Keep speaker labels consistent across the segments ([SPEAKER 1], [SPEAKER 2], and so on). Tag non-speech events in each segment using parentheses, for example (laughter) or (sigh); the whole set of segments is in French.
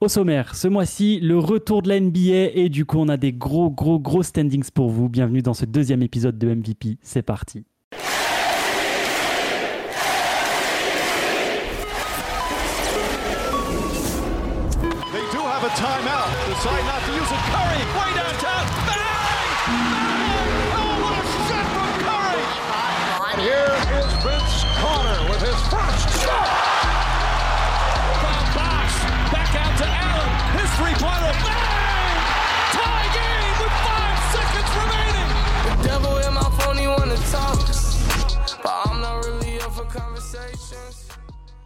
[SPEAKER 1] Au sommaire, ce mois-ci, le retour de la NBA et du coup, on a des gros, gros, gros standings pour vous. Bienvenue dans ce deuxième épisode de MVP. C'est parti.
[SPEAKER 2] They do have a timeout. Decide not to use it. Curry, way downtown. Bang! Bang! Oh, what a shot from Curry! And here is Vince Carter with his first shot. From Box, back out to Allen. His three-pointer. Bang! Tie game with five seconds remaining.
[SPEAKER 3] Devil in my phone, he wanna talk. But I'm not really up for conversations.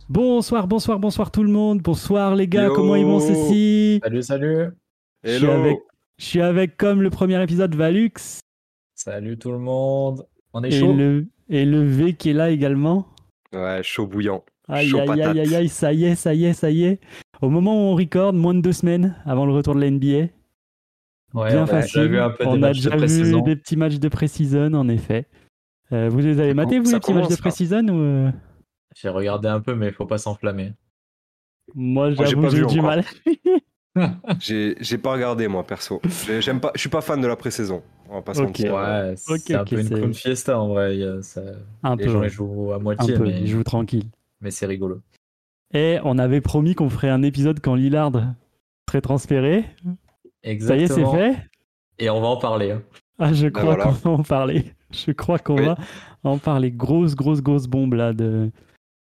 [SPEAKER 1] Bonsoir, bonsoir, bonsoir tout le monde. Bonsoir les gars,
[SPEAKER 4] Yo.
[SPEAKER 1] comment ils vont ceci
[SPEAKER 4] Salut, salut.
[SPEAKER 1] je suis, avec, je suis avec, comme le premier épisode, Valux.
[SPEAKER 4] Salut tout le monde. On est
[SPEAKER 1] Et
[SPEAKER 4] chaud.
[SPEAKER 1] le, et le V qui est là également.
[SPEAKER 5] Ouais, chaud bouillant.
[SPEAKER 1] Aïe,
[SPEAKER 5] Chaud
[SPEAKER 1] aïe,
[SPEAKER 5] patate.
[SPEAKER 1] aïe, aïe, aïe, ça y est, ça y est, ça y est. Au moment où on record, moins de deux semaines avant le retour de la NBA.
[SPEAKER 4] Ouais,
[SPEAKER 1] bien
[SPEAKER 4] on a
[SPEAKER 1] facile.
[SPEAKER 4] déjà vu un peu
[SPEAKER 1] on
[SPEAKER 4] des
[SPEAKER 1] a
[SPEAKER 4] matchs de
[SPEAKER 1] déjà vu
[SPEAKER 4] pré-saison.
[SPEAKER 1] des petits matchs de pré-season, en effet. Euh, vous les avez matés,
[SPEAKER 5] com-
[SPEAKER 1] vous,
[SPEAKER 5] ça
[SPEAKER 1] les petits matchs de
[SPEAKER 4] hein.
[SPEAKER 5] commence, là.
[SPEAKER 1] pré-season ou, euh,
[SPEAKER 4] J'ai regardé un peu, mais faut pas s'enflammer.
[SPEAKER 1] Moi,
[SPEAKER 5] Oh, j'ai
[SPEAKER 1] j'avoue,
[SPEAKER 5] pas
[SPEAKER 1] j'ai eu
[SPEAKER 5] vu
[SPEAKER 1] du
[SPEAKER 5] encore.
[SPEAKER 1] mal.
[SPEAKER 5] J'ai j'ai pas regardé, moi, perso. J'ai- J'aime pas, je suis pas fan de la pré-saison. On va pas se
[SPEAKER 1] Ok.
[SPEAKER 5] mentir.
[SPEAKER 4] Ouais, c'est
[SPEAKER 1] Ok,
[SPEAKER 4] un
[SPEAKER 1] ok,
[SPEAKER 4] peu une
[SPEAKER 1] c'est-
[SPEAKER 4] crème fiesta en vrai. il y a- ça-
[SPEAKER 1] Un
[SPEAKER 4] les
[SPEAKER 1] peu,
[SPEAKER 4] gens
[SPEAKER 1] ouais.
[SPEAKER 4] les jouent à
[SPEAKER 1] un
[SPEAKER 4] moitié,
[SPEAKER 1] peu.
[SPEAKER 4] mais,
[SPEAKER 1] Je joue tranquille.
[SPEAKER 4] mais c'est rigolo.
[SPEAKER 1] Et on avait promis qu'on ferait un épisode quand Lillard serait transféré. Ça y est, c'est
[SPEAKER 4] Exactement.
[SPEAKER 1] fait.
[SPEAKER 4] Et on va en parler. hein.
[SPEAKER 1] Ah, je
[SPEAKER 5] Ben
[SPEAKER 1] crois
[SPEAKER 5] voilà.
[SPEAKER 1] qu'on va en parler. (laughs) Je crois qu'on
[SPEAKER 5] Oui.
[SPEAKER 1] va en parler. Grosse, grosse, grosse bombe là de,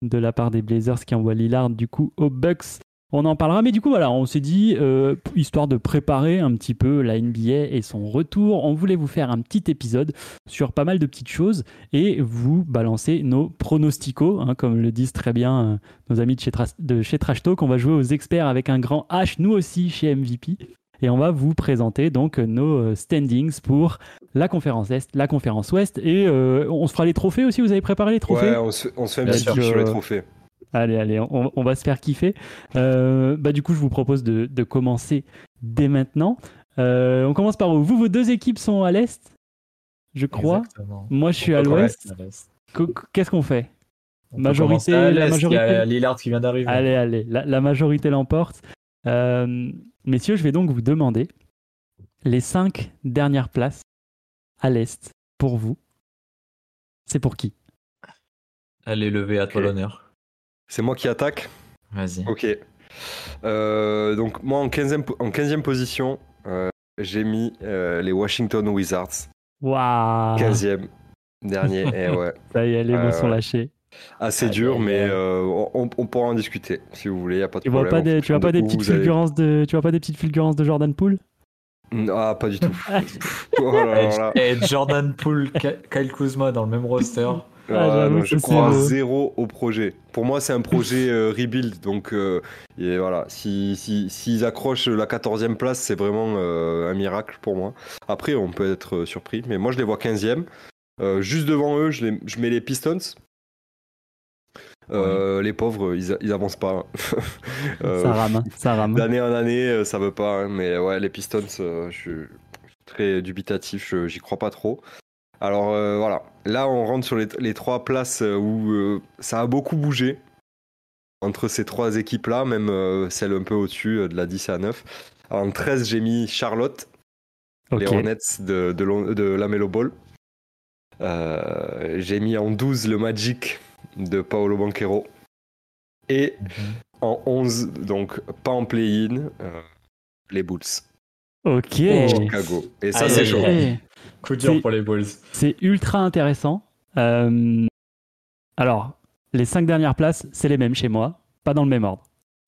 [SPEAKER 1] de la part des Blazers qui envoient Lillard du coup aux Bucks. On en parlera, mais du coup, voilà, on s'est dit, euh, histoire de préparer un petit peu la NBA et son retour, on voulait vous faire un petit épisode sur pas mal de petites choses et vous balancer nos pronosticos, hein, comme le disent très bien euh, nos amis de chez, Tras- de chez Trash Talk. On va jouer aux experts avec un grand H, nous aussi chez MVP, et on va vous présenter donc nos euh, standings pour la conférence Est, la conférence Ouest, et euh, on se fera les trophées aussi. Vous avez préparé les trophées
[SPEAKER 5] Ouais, on se, on se fait un
[SPEAKER 4] Bien
[SPEAKER 5] petit
[SPEAKER 4] sûr.
[SPEAKER 5] tour sur les
[SPEAKER 1] Je-
[SPEAKER 5] trophées.
[SPEAKER 1] Allez, allez, on, on va se faire kiffer. Euh, bah, du coup, je vous propose de, de commencer dès maintenant. Euh, on commence par où Vous, vos deux équipes sont à l'Est, je crois.
[SPEAKER 4] Exactement.
[SPEAKER 1] Moi, je suis
[SPEAKER 4] On
[SPEAKER 1] à
[SPEAKER 4] peut
[SPEAKER 1] l'Ouest.
[SPEAKER 4] commencer à l'Est.
[SPEAKER 1] Qu- Qu'est-ce qu'on fait
[SPEAKER 4] On peut
[SPEAKER 1] Majorité,
[SPEAKER 4] commencer à
[SPEAKER 1] la
[SPEAKER 4] l'Est,
[SPEAKER 1] majorité.
[SPEAKER 4] Il y a Lillard qui vient d'arriver.
[SPEAKER 1] Allez, allez, la, la majorité l'emporte. Euh, messieurs, je vais donc vous demander les cinq dernières places à l'Est pour vous. C'est pour qui
[SPEAKER 4] Allez, levé à toi
[SPEAKER 5] Ok.
[SPEAKER 4] l'honneur.
[SPEAKER 5] C'est moi qui attaque
[SPEAKER 4] Vas-y.
[SPEAKER 5] Ok. Euh, donc, moi, en 15e, po- en 15e position, euh, j'ai mis euh, les Washington Wizards.
[SPEAKER 1] Waouh
[SPEAKER 5] 15e.
[SPEAKER 1] (laughs)
[SPEAKER 5] Dernier. et ouais.
[SPEAKER 1] Ça y est, les mots
[SPEAKER 5] Ouais,
[SPEAKER 1] sont
[SPEAKER 5] ouais.
[SPEAKER 1] lâchés.
[SPEAKER 5] Assez
[SPEAKER 4] Aïe,
[SPEAKER 5] dur,
[SPEAKER 4] aïe,
[SPEAKER 5] mais
[SPEAKER 4] aïe.
[SPEAKER 5] euh, on, on pourra en discuter si vous voulez. Y a pas de
[SPEAKER 1] Tu vois
[SPEAKER 5] problème.
[SPEAKER 1] pas
[SPEAKER 5] en
[SPEAKER 1] des, tu
[SPEAKER 5] fonction
[SPEAKER 1] vois pas
[SPEAKER 5] de
[SPEAKER 1] des
[SPEAKER 5] où
[SPEAKER 1] petites
[SPEAKER 5] vous allez.
[SPEAKER 1] fulgurances de, tu vois pas des petites fulgurances de Jordan Poole
[SPEAKER 5] Ah, pas
[SPEAKER 1] (laughs)
[SPEAKER 5] du tout. Oh là là là.
[SPEAKER 4] Et Jordan Poole, Ka- Kyle Kuzma dans le même roster.
[SPEAKER 1] Ah,
[SPEAKER 5] Ah,
[SPEAKER 1] j'avoue
[SPEAKER 5] non,
[SPEAKER 1] que
[SPEAKER 5] je
[SPEAKER 1] c'est
[SPEAKER 5] crois
[SPEAKER 1] beau.
[SPEAKER 5] zéro au projet. Pour moi, c'est
[SPEAKER 1] (laughs)
[SPEAKER 5] un projet euh, rebuild. Donc, euh, et voilà, s'ils si, s'ils accrochent la 14e place, c'est vraiment euh, un miracle pour moi. Après, on peut être euh, surpris, mais moi, je les vois 15e. Euh, juste devant eux, je, les- je mets les Pistons. Euh, Les pauvres, ils, a- ils avancent pas. hein. (laughs) Euh,
[SPEAKER 1] Ça rame, hein, ça
[SPEAKER 5] (laughs)
[SPEAKER 1] rame.
[SPEAKER 5] D'année en année, euh, ça veut pas. hein, mais ouais, les Pistons, euh, je suis je suis très dubitatif. je- J'y crois pas trop. Alors euh, voilà. Là, on rentre sur les, les trois places euh, où euh, ça a beaucoup bougé. Entre ces trois équipes-là, même euh, celle un peu au-dessus, euh, de la 10 à 9. En 13, j'ai mis Charlotte, les
[SPEAKER 1] Ok.
[SPEAKER 5] Hornets de, de, Lon- de la Melo Ball. Euh, j'ai mis en 12 le Magic de Paolo Banquero. Et
[SPEAKER 1] Mhm.
[SPEAKER 5] en 11, donc pas en play-in, euh, les Bulls,
[SPEAKER 1] Ok.
[SPEAKER 5] Chicago. Et Oh, ça,
[SPEAKER 4] Aïe,
[SPEAKER 5] c'est
[SPEAKER 4] aïe,
[SPEAKER 5] chaud.
[SPEAKER 4] aïe.
[SPEAKER 1] Eh,
[SPEAKER 4] Coup
[SPEAKER 1] C'est- Bah,
[SPEAKER 4] dur pour les Bulls.
[SPEAKER 1] C'est ultra intéressant. Euh, alors, les cinq dernières places, c'est les mêmes chez moi, pas dans le même ordre.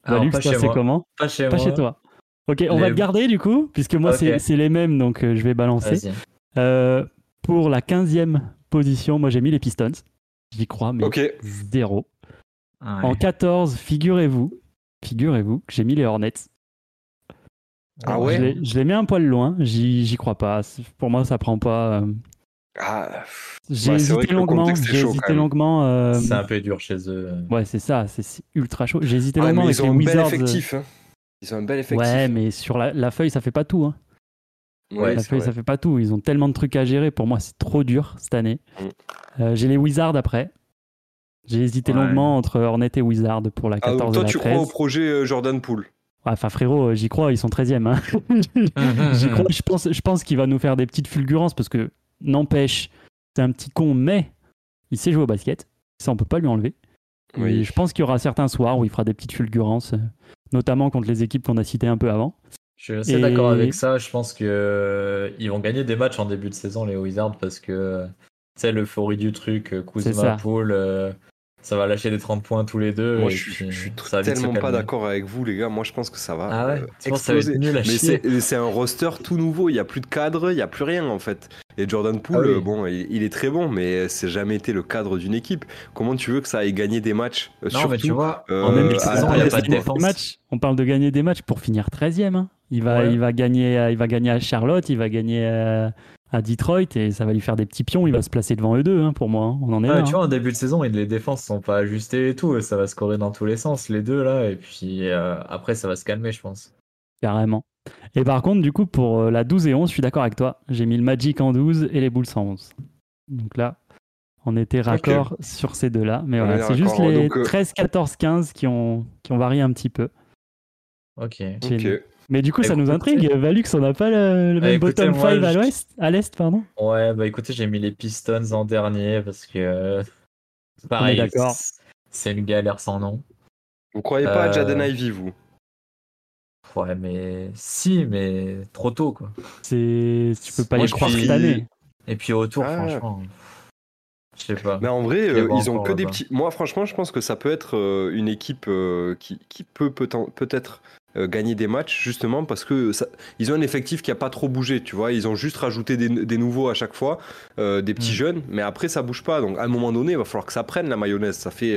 [SPEAKER 4] Alors,
[SPEAKER 1] Valux,
[SPEAKER 4] pas
[SPEAKER 1] toi,
[SPEAKER 4] chez
[SPEAKER 1] c'est
[SPEAKER 4] moi.
[SPEAKER 1] comment
[SPEAKER 4] Pas chez
[SPEAKER 1] Pas
[SPEAKER 4] moi.
[SPEAKER 1] chez toi. Ok, on
[SPEAKER 4] Les-
[SPEAKER 1] va le garder du coup, puisque moi
[SPEAKER 4] Ok.
[SPEAKER 1] c'est- c'est les mêmes, donc euh, je vais balancer.
[SPEAKER 4] Vas-y.
[SPEAKER 1] Euh, pour la 15e position, moi j'ai mis les Pistons. J'y crois, mais
[SPEAKER 5] Ok,
[SPEAKER 1] zéro.
[SPEAKER 4] Ah ouais.
[SPEAKER 1] En 14, figurez-vous, figurez-vous que j'ai mis les Hornets.
[SPEAKER 5] Ah
[SPEAKER 1] Je
[SPEAKER 5] ouais
[SPEAKER 1] l'ai- Je les mets un poil loin, j'y j'y crois pas. C'est- Pour moi, ça prend pas. euh,
[SPEAKER 5] Ah, pff,
[SPEAKER 1] J'ai
[SPEAKER 5] Ouais, c'est vrai
[SPEAKER 1] hésité
[SPEAKER 5] que le
[SPEAKER 1] longuement.
[SPEAKER 5] contexte est
[SPEAKER 1] J'ai
[SPEAKER 5] chaud,
[SPEAKER 1] hésité
[SPEAKER 5] quand même.
[SPEAKER 1] longuement. euh,
[SPEAKER 4] C'est un peu dur chez eux.
[SPEAKER 1] Ouais, c'est ça, c'est c'est ultra chaud. J'ai hésité
[SPEAKER 5] ah,
[SPEAKER 1] longuement
[SPEAKER 5] mais
[SPEAKER 1] avec
[SPEAKER 5] ils
[SPEAKER 1] les
[SPEAKER 5] ont un bel
[SPEAKER 1] Wizards.
[SPEAKER 5] effectif. hein. Ils ont un bel effectif.
[SPEAKER 1] Ouais, mais sur la, la feuille, ça fait pas tout. hein.
[SPEAKER 5] Ouais,
[SPEAKER 1] La
[SPEAKER 5] c'est
[SPEAKER 1] feuille,
[SPEAKER 5] vrai.
[SPEAKER 1] ça fait pas tout. Ils ont tellement de trucs à gérer. Pour moi, c'est trop dur cette année.
[SPEAKER 5] Mm.
[SPEAKER 1] Euh, J'ai les Wizards après. J'ai hésité
[SPEAKER 4] Ouais.
[SPEAKER 1] longuement entre Hornet et Wizard pour la
[SPEAKER 5] Ah, donc
[SPEAKER 1] 14
[SPEAKER 5] toi,
[SPEAKER 1] et la
[SPEAKER 5] tu
[SPEAKER 1] 13.
[SPEAKER 5] crois au projet euh, Jordan Poole
[SPEAKER 1] Enfin, frérot, j'y crois, ils sont 13e. hein. (laughs)
[SPEAKER 4] Mm-hmm.
[SPEAKER 1] J'y crois, je pense, je pense qu'il va nous faire des petites fulgurances parce que, n'empêche, c'est un petit con, mais il sait jouer au basket. Ça, on peut pas lui enlever.
[SPEAKER 5] Oui.
[SPEAKER 1] Et je pense qu'il y aura certains soirs où il fera des petites fulgurances, euh, notamment contre les équipes qu'on a citées un peu avant.
[SPEAKER 4] Je suis assez
[SPEAKER 1] Et-
[SPEAKER 4] d'accord avec ça. Je pense que euh, ils vont gagner des matchs en début de saison, les Wizards, parce que euh, tu sais, l'euphorie du truc, euh,
[SPEAKER 1] C'est ça.
[SPEAKER 4] Kuzma, Poole, euh, ça va lâcher des 30 points tous les deux.
[SPEAKER 5] Moi,
[SPEAKER 4] et
[SPEAKER 5] je suis,
[SPEAKER 4] puis,
[SPEAKER 5] je suis tr-
[SPEAKER 4] ça va vite se
[SPEAKER 5] tellement pas
[SPEAKER 4] calmer.
[SPEAKER 5] d'accord avec vous, les gars. Moi, je pense que ça va
[SPEAKER 4] Ah ouais
[SPEAKER 5] euh,
[SPEAKER 4] Tu penses que ça va être
[SPEAKER 5] exploser.
[SPEAKER 4] nul à
[SPEAKER 5] Mais
[SPEAKER 4] chier
[SPEAKER 5] c'est- c'est un roster tout nouveau. Il n'y a plus de cadre, il n'y a plus rien en fait. Et Jordan Poole,
[SPEAKER 4] Ah oui.
[SPEAKER 5] euh, bon, il, il est très bon, mais c'est jamais été le cadre d'une équipe. Comment tu veux que ça aille gagner des matchs euh,
[SPEAKER 4] Non, mais tu
[SPEAKER 5] surtout,
[SPEAKER 4] vois,
[SPEAKER 5] euh,
[SPEAKER 4] en
[SPEAKER 1] début
[SPEAKER 4] début
[SPEAKER 1] de
[SPEAKER 4] de
[SPEAKER 5] à-
[SPEAKER 4] saison, il
[SPEAKER 5] à
[SPEAKER 4] n'y a pas de
[SPEAKER 5] l'espoir.
[SPEAKER 1] Des
[SPEAKER 4] défense.
[SPEAKER 1] matchs, on parle de gagner des matchs pour finir 13e. hein. Il, va,
[SPEAKER 4] Ouais.
[SPEAKER 1] il, va gagner, à- il va gagner à Charlotte, il va gagner à, à Detroit et ça va lui faire des petits pions. Il va se placer devant eux deux, hein, pour moi. hein. On en est
[SPEAKER 4] Ah,
[SPEAKER 1] là.
[SPEAKER 4] tu
[SPEAKER 1] hein.
[SPEAKER 4] vois, en début de saison, et les défenses sont pas ajustées et tout, ça va scorer dans tous les sens, les deux là, et puis euh, après, ça va se calmer, je pense.
[SPEAKER 1] Carrément. Et par contre, du coup, pour euh, la 12 et 11, je suis d'accord avec toi. J'ai mis le Magic en 12 et les Bulls en 11. Donc là, on était raccord sur ces deux-là. Mais
[SPEAKER 5] On
[SPEAKER 1] voilà,
[SPEAKER 5] est
[SPEAKER 1] c'est juste
[SPEAKER 5] raccord.
[SPEAKER 1] les
[SPEAKER 5] Donc, euh,
[SPEAKER 1] 13, 14, 15 qui ont, qui ont varié un petit peu.
[SPEAKER 4] Ok.
[SPEAKER 1] vois,
[SPEAKER 5] Ok.
[SPEAKER 1] j'ai- Mais du coup,
[SPEAKER 4] Bah,
[SPEAKER 1] ça nous
[SPEAKER 4] écoutez-
[SPEAKER 1] intrigue. Valux, on n'a pas le, le
[SPEAKER 4] Bah,
[SPEAKER 1] même
[SPEAKER 4] écoutez,
[SPEAKER 1] bottom
[SPEAKER 4] moi,
[SPEAKER 1] 5 à
[SPEAKER 4] je-
[SPEAKER 1] l'ouest, à l'est, pardon.
[SPEAKER 4] Ouais, bah écoutez, j'ai mis les Pistons en dernier parce que. euh, Pareil,
[SPEAKER 1] d'accord.
[SPEAKER 4] c- c'est une galère sans nom.
[SPEAKER 5] Vous croyez pas à
[SPEAKER 4] Euh,
[SPEAKER 5] Jaden Ivey, vous
[SPEAKER 4] Ouais, mais si, mais trop tôt quoi.
[SPEAKER 1] C'est, tu peux pas
[SPEAKER 4] Moi,
[SPEAKER 1] y
[SPEAKER 4] je
[SPEAKER 1] croire
[SPEAKER 4] suis-
[SPEAKER 1] cette année.
[SPEAKER 4] Et puis autour,
[SPEAKER 5] Ah.
[SPEAKER 4] franchement, je sais pas.
[SPEAKER 5] Mais en vrai,
[SPEAKER 4] Je les
[SPEAKER 5] euh,
[SPEAKER 4] vois
[SPEAKER 5] ils ont
[SPEAKER 4] encore
[SPEAKER 5] que des
[SPEAKER 4] là-bas.
[SPEAKER 5] petits. Moi, franchement, je pense que ça peut être euh, une équipe euh, qui, qui peut peut-en- peut-être euh, gagner des matchs, justement, parce que ça- ils ont un effectif qui a pas trop bougé, tu vois. Ils ont juste rajouté des, des nouveaux à chaque fois, euh, des petits
[SPEAKER 4] Mm.
[SPEAKER 5] jeunes, mais après, ça bouge pas. Donc, à un moment donné, il va falloir que ça prenne la mayonnaise. Ça fait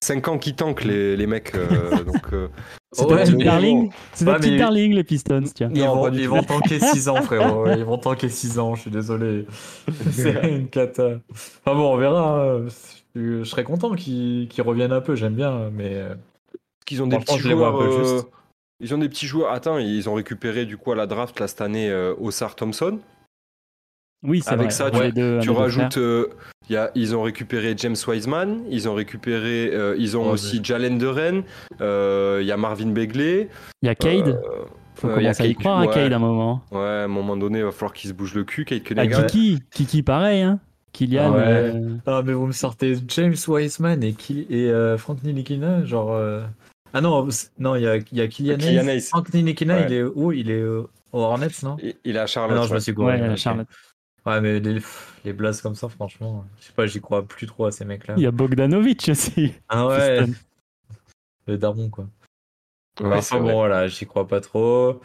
[SPEAKER 5] 5 ans qu'ils tankent,
[SPEAKER 4] Mm.
[SPEAKER 5] les, les mecs. euh,
[SPEAKER 4] (laughs)
[SPEAKER 5] donc, euh,
[SPEAKER 1] C'est
[SPEAKER 4] Oh, Ouais,
[SPEAKER 1] un petit
[SPEAKER 4] mais-
[SPEAKER 1] darling. C'est un
[SPEAKER 4] Ouais,
[SPEAKER 1] petit
[SPEAKER 4] mais-
[SPEAKER 1] darling, les Pistons, tiens.
[SPEAKER 4] Ils,
[SPEAKER 5] Non,
[SPEAKER 4] vont,
[SPEAKER 5] pas du
[SPEAKER 4] ils
[SPEAKER 5] tout. (laughs)
[SPEAKER 4] vont tanker 6 ans, frérot. Ils vont tanker 6 ans, je suis désolé. (laughs) C'est une cata. Enfin bon, on verra. hein. Je je serais content qu'ils qu'ils reviennent un peu, j'aime bien, mais. euh,
[SPEAKER 5] qu'ils ont des
[SPEAKER 4] Franchement,
[SPEAKER 5] petits
[SPEAKER 4] je les vois un
[SPEAKER 5] joueurs.
[SPEAKER 4] peu
[SPEAKER 5] euh,
[SPEAKER 4] juste.
[SPEAKER 5] Ils ont des petits joueurs. Attends, ils ont récupéré du coup à la draft là cette année euh, Ossar Thompson.
[SPEAKER 1] Oui, c'est
[SPEAKER 5] Avec
[SPEAKER 1] vrai.
[SPEAKER 5] ça,
[SPEAKER 1] un
[SPEAKER 5] tu-
[SPEAKER 1] des deux- un
[SPEAKER 5] Tu
[SPEAKER 1] des deux
[SPEAKER 5] rajoutes,
[SPEAKER 1] frères.
[SPEAKER 5] euh, y a- ils ont récupéré James Wiseman, ils ont récupéré, euh, ils ont
[SPEAKER 4] Ouais,
[SPEAKER 5] aussi Jalen Duren, euh, il y a Marvin Begley.
[SPEAKER 1] Il y a Cade.
[SPEAKER 5] euh,
[SPEAKER 1] Faut
[SPEAKER 5] euh, y a
[SPEAKER 1] commencer à y
[SPEAKER 5] Kate-
[SPEAKER 1] croire à
[SPEAKER 5] ouais.
[SPEAKER 1] Cade à un moment.
[SPEAKER 5] ouais, à un moment donné, il va falloir qu'ils se bougent le cul, Kate
[SPEAKER 1] Ah,
[SPEAKER 5] Cunningham.
[SPEAKER 1] Kiki, Kiki pareil, hein. Kylian,
[SPEAKER 4] Ouais.
[SPEAKER 1] euh,
[SPEAKER 4] Ah, mais vous me sortez James Wiseman et, Ki- et euh, Frank Nilikina, genre. euh, Ah non, c'est- non, il y a, il y a Kylian Hayes.
[SPEAKER 5] Kylian Hayes.
[SPEAKER 4] Frank Nilikina,
[SPEAKER 5] Ouais.
[SPEAKER 4] il est où Il est euh, au Hornets, non
[SPEAKER 5] Il- Il a
[SPEAKER 4] Ah
[SPEAKER 5] Charlotte.
[SPEAKER 4] Non, je me
[SPEAKER 5] ouais.
[SPEAKER 4] suis
[SPEAKER 1] ouais,
[SPEAKER 4] gouré. ok.
[SPEAKER 1] Charlotte.
[SPEAKER 4] Ouais, mais les, pff, les blazes comme ça, franchement, je sais pas, j'y crois plus trop à ces mecs-là.
[SPEAKER 1] Il y a Bogdanovic aussi.
[SPEAKER 4] Ah ouais,
[SPEAKER 1] Houston.
[SPEAKER 4] le daron, quoi.
[SPEAKER 5] Ouais, c'est
[SPEAKER 4] Enfin
[SPEAKER 5] vrai.
[SPEAKER 4] bon, voilà, j'y crois pas trop.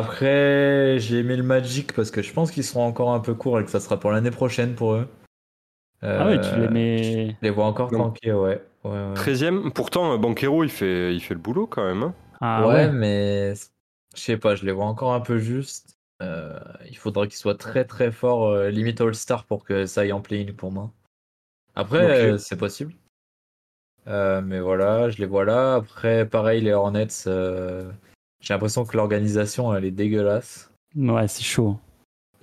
[SPEAKER 4] Après, j'ai aimé le Magic parce que je pense qu'ils seront encore un peu courts et que ça sera pour l'année prochaine pour eux.
[SPEAKER 1] Ah ouais,
[SPEAKER 4] Euh,
[SPEAKER 1] tu les mets.
[SPEAKER 4] Je les vois encore
[SPEAKER 5] Non.
[SPEAKER 4] tanker, ouais. ouais, ouais.
[SPEAKER 5] 13e, pourtant euh, Banquero il fait, il fait le boulot quand même. hein.
[SPEAKER 1] Ah
[SPEAKER 4] ouais,
[SPEAKER 1] ouais.
[SPEAKER 4] mais c- je sais pas, je les vois encore un peu juste. Euh, il faudra qu'ils soient très très forts, euh, limite All-Star pour que ça aille en play-in pour moi. Après,
[SPEAKER 5] Ok.
[SPEAKER 4] euh, c'est possible. Euh, mais voilà, je les vois là. Après, pareil, les Hornets, euh, j'ai l'impression que l'organisation elle est dégueulasse.
[SPEAKER 1] Ouais, c'est chaud.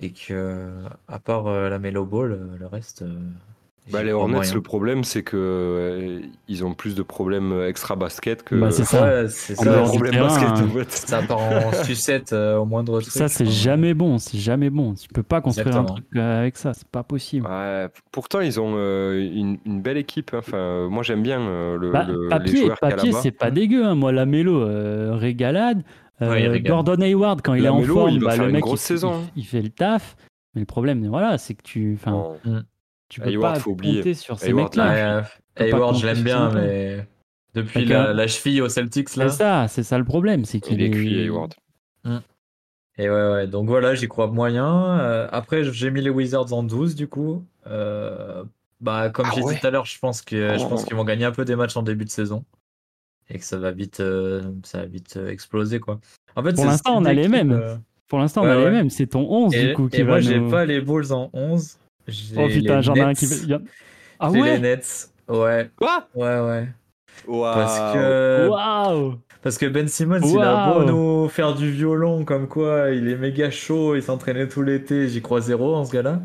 [SPEAKER 4] Et que, euh, à part euh, la Melo Ball, euh, le reste. euh,
[SPEAKER 5] Bah,
[SPEAKER 4] j'y
[SPEAKER 5] les
[SPEAKER 4] crois
[SPEAKER 5] Hornets,
[SPEAKER 4] moyen.
[SPEAKER 5] le problème c'est que euh, ils ont plus de problèmes euh, extra basket que.
[SPEAKER 1] Bah, c'est ça.
[SPEAKER 4] Ouais, c'est
[SPEAKER 5] On a
[SPEAKER 1] dehors
[SPEAKER 5] un
[SPEAKER 1] du
[SPEAKER 4] ça.
[SPEAKER 5] problème
[SPEAKER 1] terrain,
[SPEAKER 5] basket
[SPEAKER 1] hein.
[SPEAKER 5] en fait.
[SPEAKER 4] Ça part en sucette euh, au moindre truc.
[SPEAKER 1] Ça, c'est
[SPEAKER 4] quoi.
[SPEAKER 1] jamais bon. C'est jamais bon. Tu peux pas construire
[SPEAKER 4] Exactement.
[SPEAKER 1] un truc euh, avec ça. C'est pas possible.
[SPEAKER 5] Ouais, p- pourtant ils ont euh, une, une belle équipe. hein. Enfin, euh, moi j'aime bien euh, le,
[SPEAKER 1] Bah,
[SPEAKER 5] le- les
[SPEAKER 1] papier,
[SPEAKER 5] joueurs qu'il y a
[SPEAKER 1] papier
[SPEAKER 5] là-bas.
[SPEAKER 1] c'est pas dégueu. hein. Moi, la mélo, euh, régalade. Euh,
[SPEAKER 4] Ouais, il régale.
[SPEAKER 1] Gordon Hayward, quand il est en
[SPEAKER 5] Lamelo,
[SPEAKER 1] forme,
[SPEAKER 5] il va
[SPEAKER 1] bah,
[SPEAKER 5] faire
[SPEAKER 1] le
[SPEAKER 5] une
[SPEAKER 1] mec, il,
[SPEAKER 5] grosse saison, hein.
[SPEAKER 1] il- il fait le taf. Mais le problème, voilà, c'est que tu, enfin,
[SPEAKER 5] Non.
[SPEAKER 1] tu peux
[SPEAKER 5] Hayward,
[SPEAKER 1] pas
[SPEAKER 5] faut
[SPEAKER 1] compter
[SPEAKER 5] oublier.
[SPEAKER 1] sur ces
[SPEAKER 5] Hayward,
[SPEAKER 1] mecs-là.
[SPEAKER 4] Ouais, euh,
[SPEAKER 1] peux pas
[SPEAKER 4] Hayward,
[SPEAKER 1] compter
[SPEAKER 4] je l'aime
[SPEAKER 1] sur
[SPEAKER 4] bien,
[SPEAKER 1] son temps.
[SPEAKER 4] mais depuis
[SPEAKER 1] Quelqu'un-
[SPEAKER 4] la, la cheville aux Celtics, là.
[SPEAKER 1] C'est ça, c'est ça le problème, c'est qu'il
[SPEAKER 5] Il est cuit, Hayward.
[SPEAKER 4] Et ouais, ouais, donc voilà, j'y crois moyen. Euh, après, j'ai mis les Wizards en 12, du coup. Euh, bah, comme
[SPEAKER 5] Ah
[SPEAKER 4] j'ai
[SPEAKER 5] ouais.
[SPEAKER 4] dit tout à l'heure, je pense que je
[SPEAKER 5] Oh.
[SPEAKER 4] pense qu'ils vont gagner un peu des matchs en début de saison. Et que ça va vite, euh, ça va vite euh, exploser, quoi. En fait,
[SPEAKER 1] Pour
[SPEAKER 4] c'est le
[SPEAKER 1] l'instant,
[SPEAKER 4] style
[SPEAKER 1] on a les
[SPEAKER 4] d'équipe,
[SPEAKER 1] mêmes.
[SPEAKER 4] euh,
[SPEAKER 1] Pour l'instant, on
[SPEAKER 4] Ouais,
[SPEAKER 1] a les
[SPEAKER 4] ouais.
[SPEAKER 1] mêmes. C'est ton 11
[SPEAKER 4] Et,
[SPEAKER 1] du coup qui
[SPEAKER 4] et
[SPEAKER 1] va
[SPEAKER 4] moi, j'ai
[SPEAKER 1] nous-
[SPEAKER 4] pas les Bulls en 11.
[SPEAKER 1] Oh
[SPEAKER 4] J'ai
[SPEAKER 1] putain,
[SPEAKER 4] les
[SPEAKER 1] j'en ai un qui.
[SPEAKER 4] Nets.
[SPEAKER 1] il y a- Ah
[SPEAKER 4] J'ai les
[SPEAKER 1] ouais.
[SPEAKER 4] Nets. Ouais,
[SPEAKER 5] Quoi Ah,
[SPEAKER 4] ouais, ouais.
[SPEAKER 5] Waouh.
[SPEAKER 4] Parce que
[SPEAKER 1] Waouh.
[SPEAKER 4] Parce que Ben Simmons, il a
[SPEAKER 1] Waouh.
[SPEAKER 4] beau nous faire du violon, comme quoi il est méga chaud, il s'entraînait tout l'été, j'y crois zéro en ce gars-là.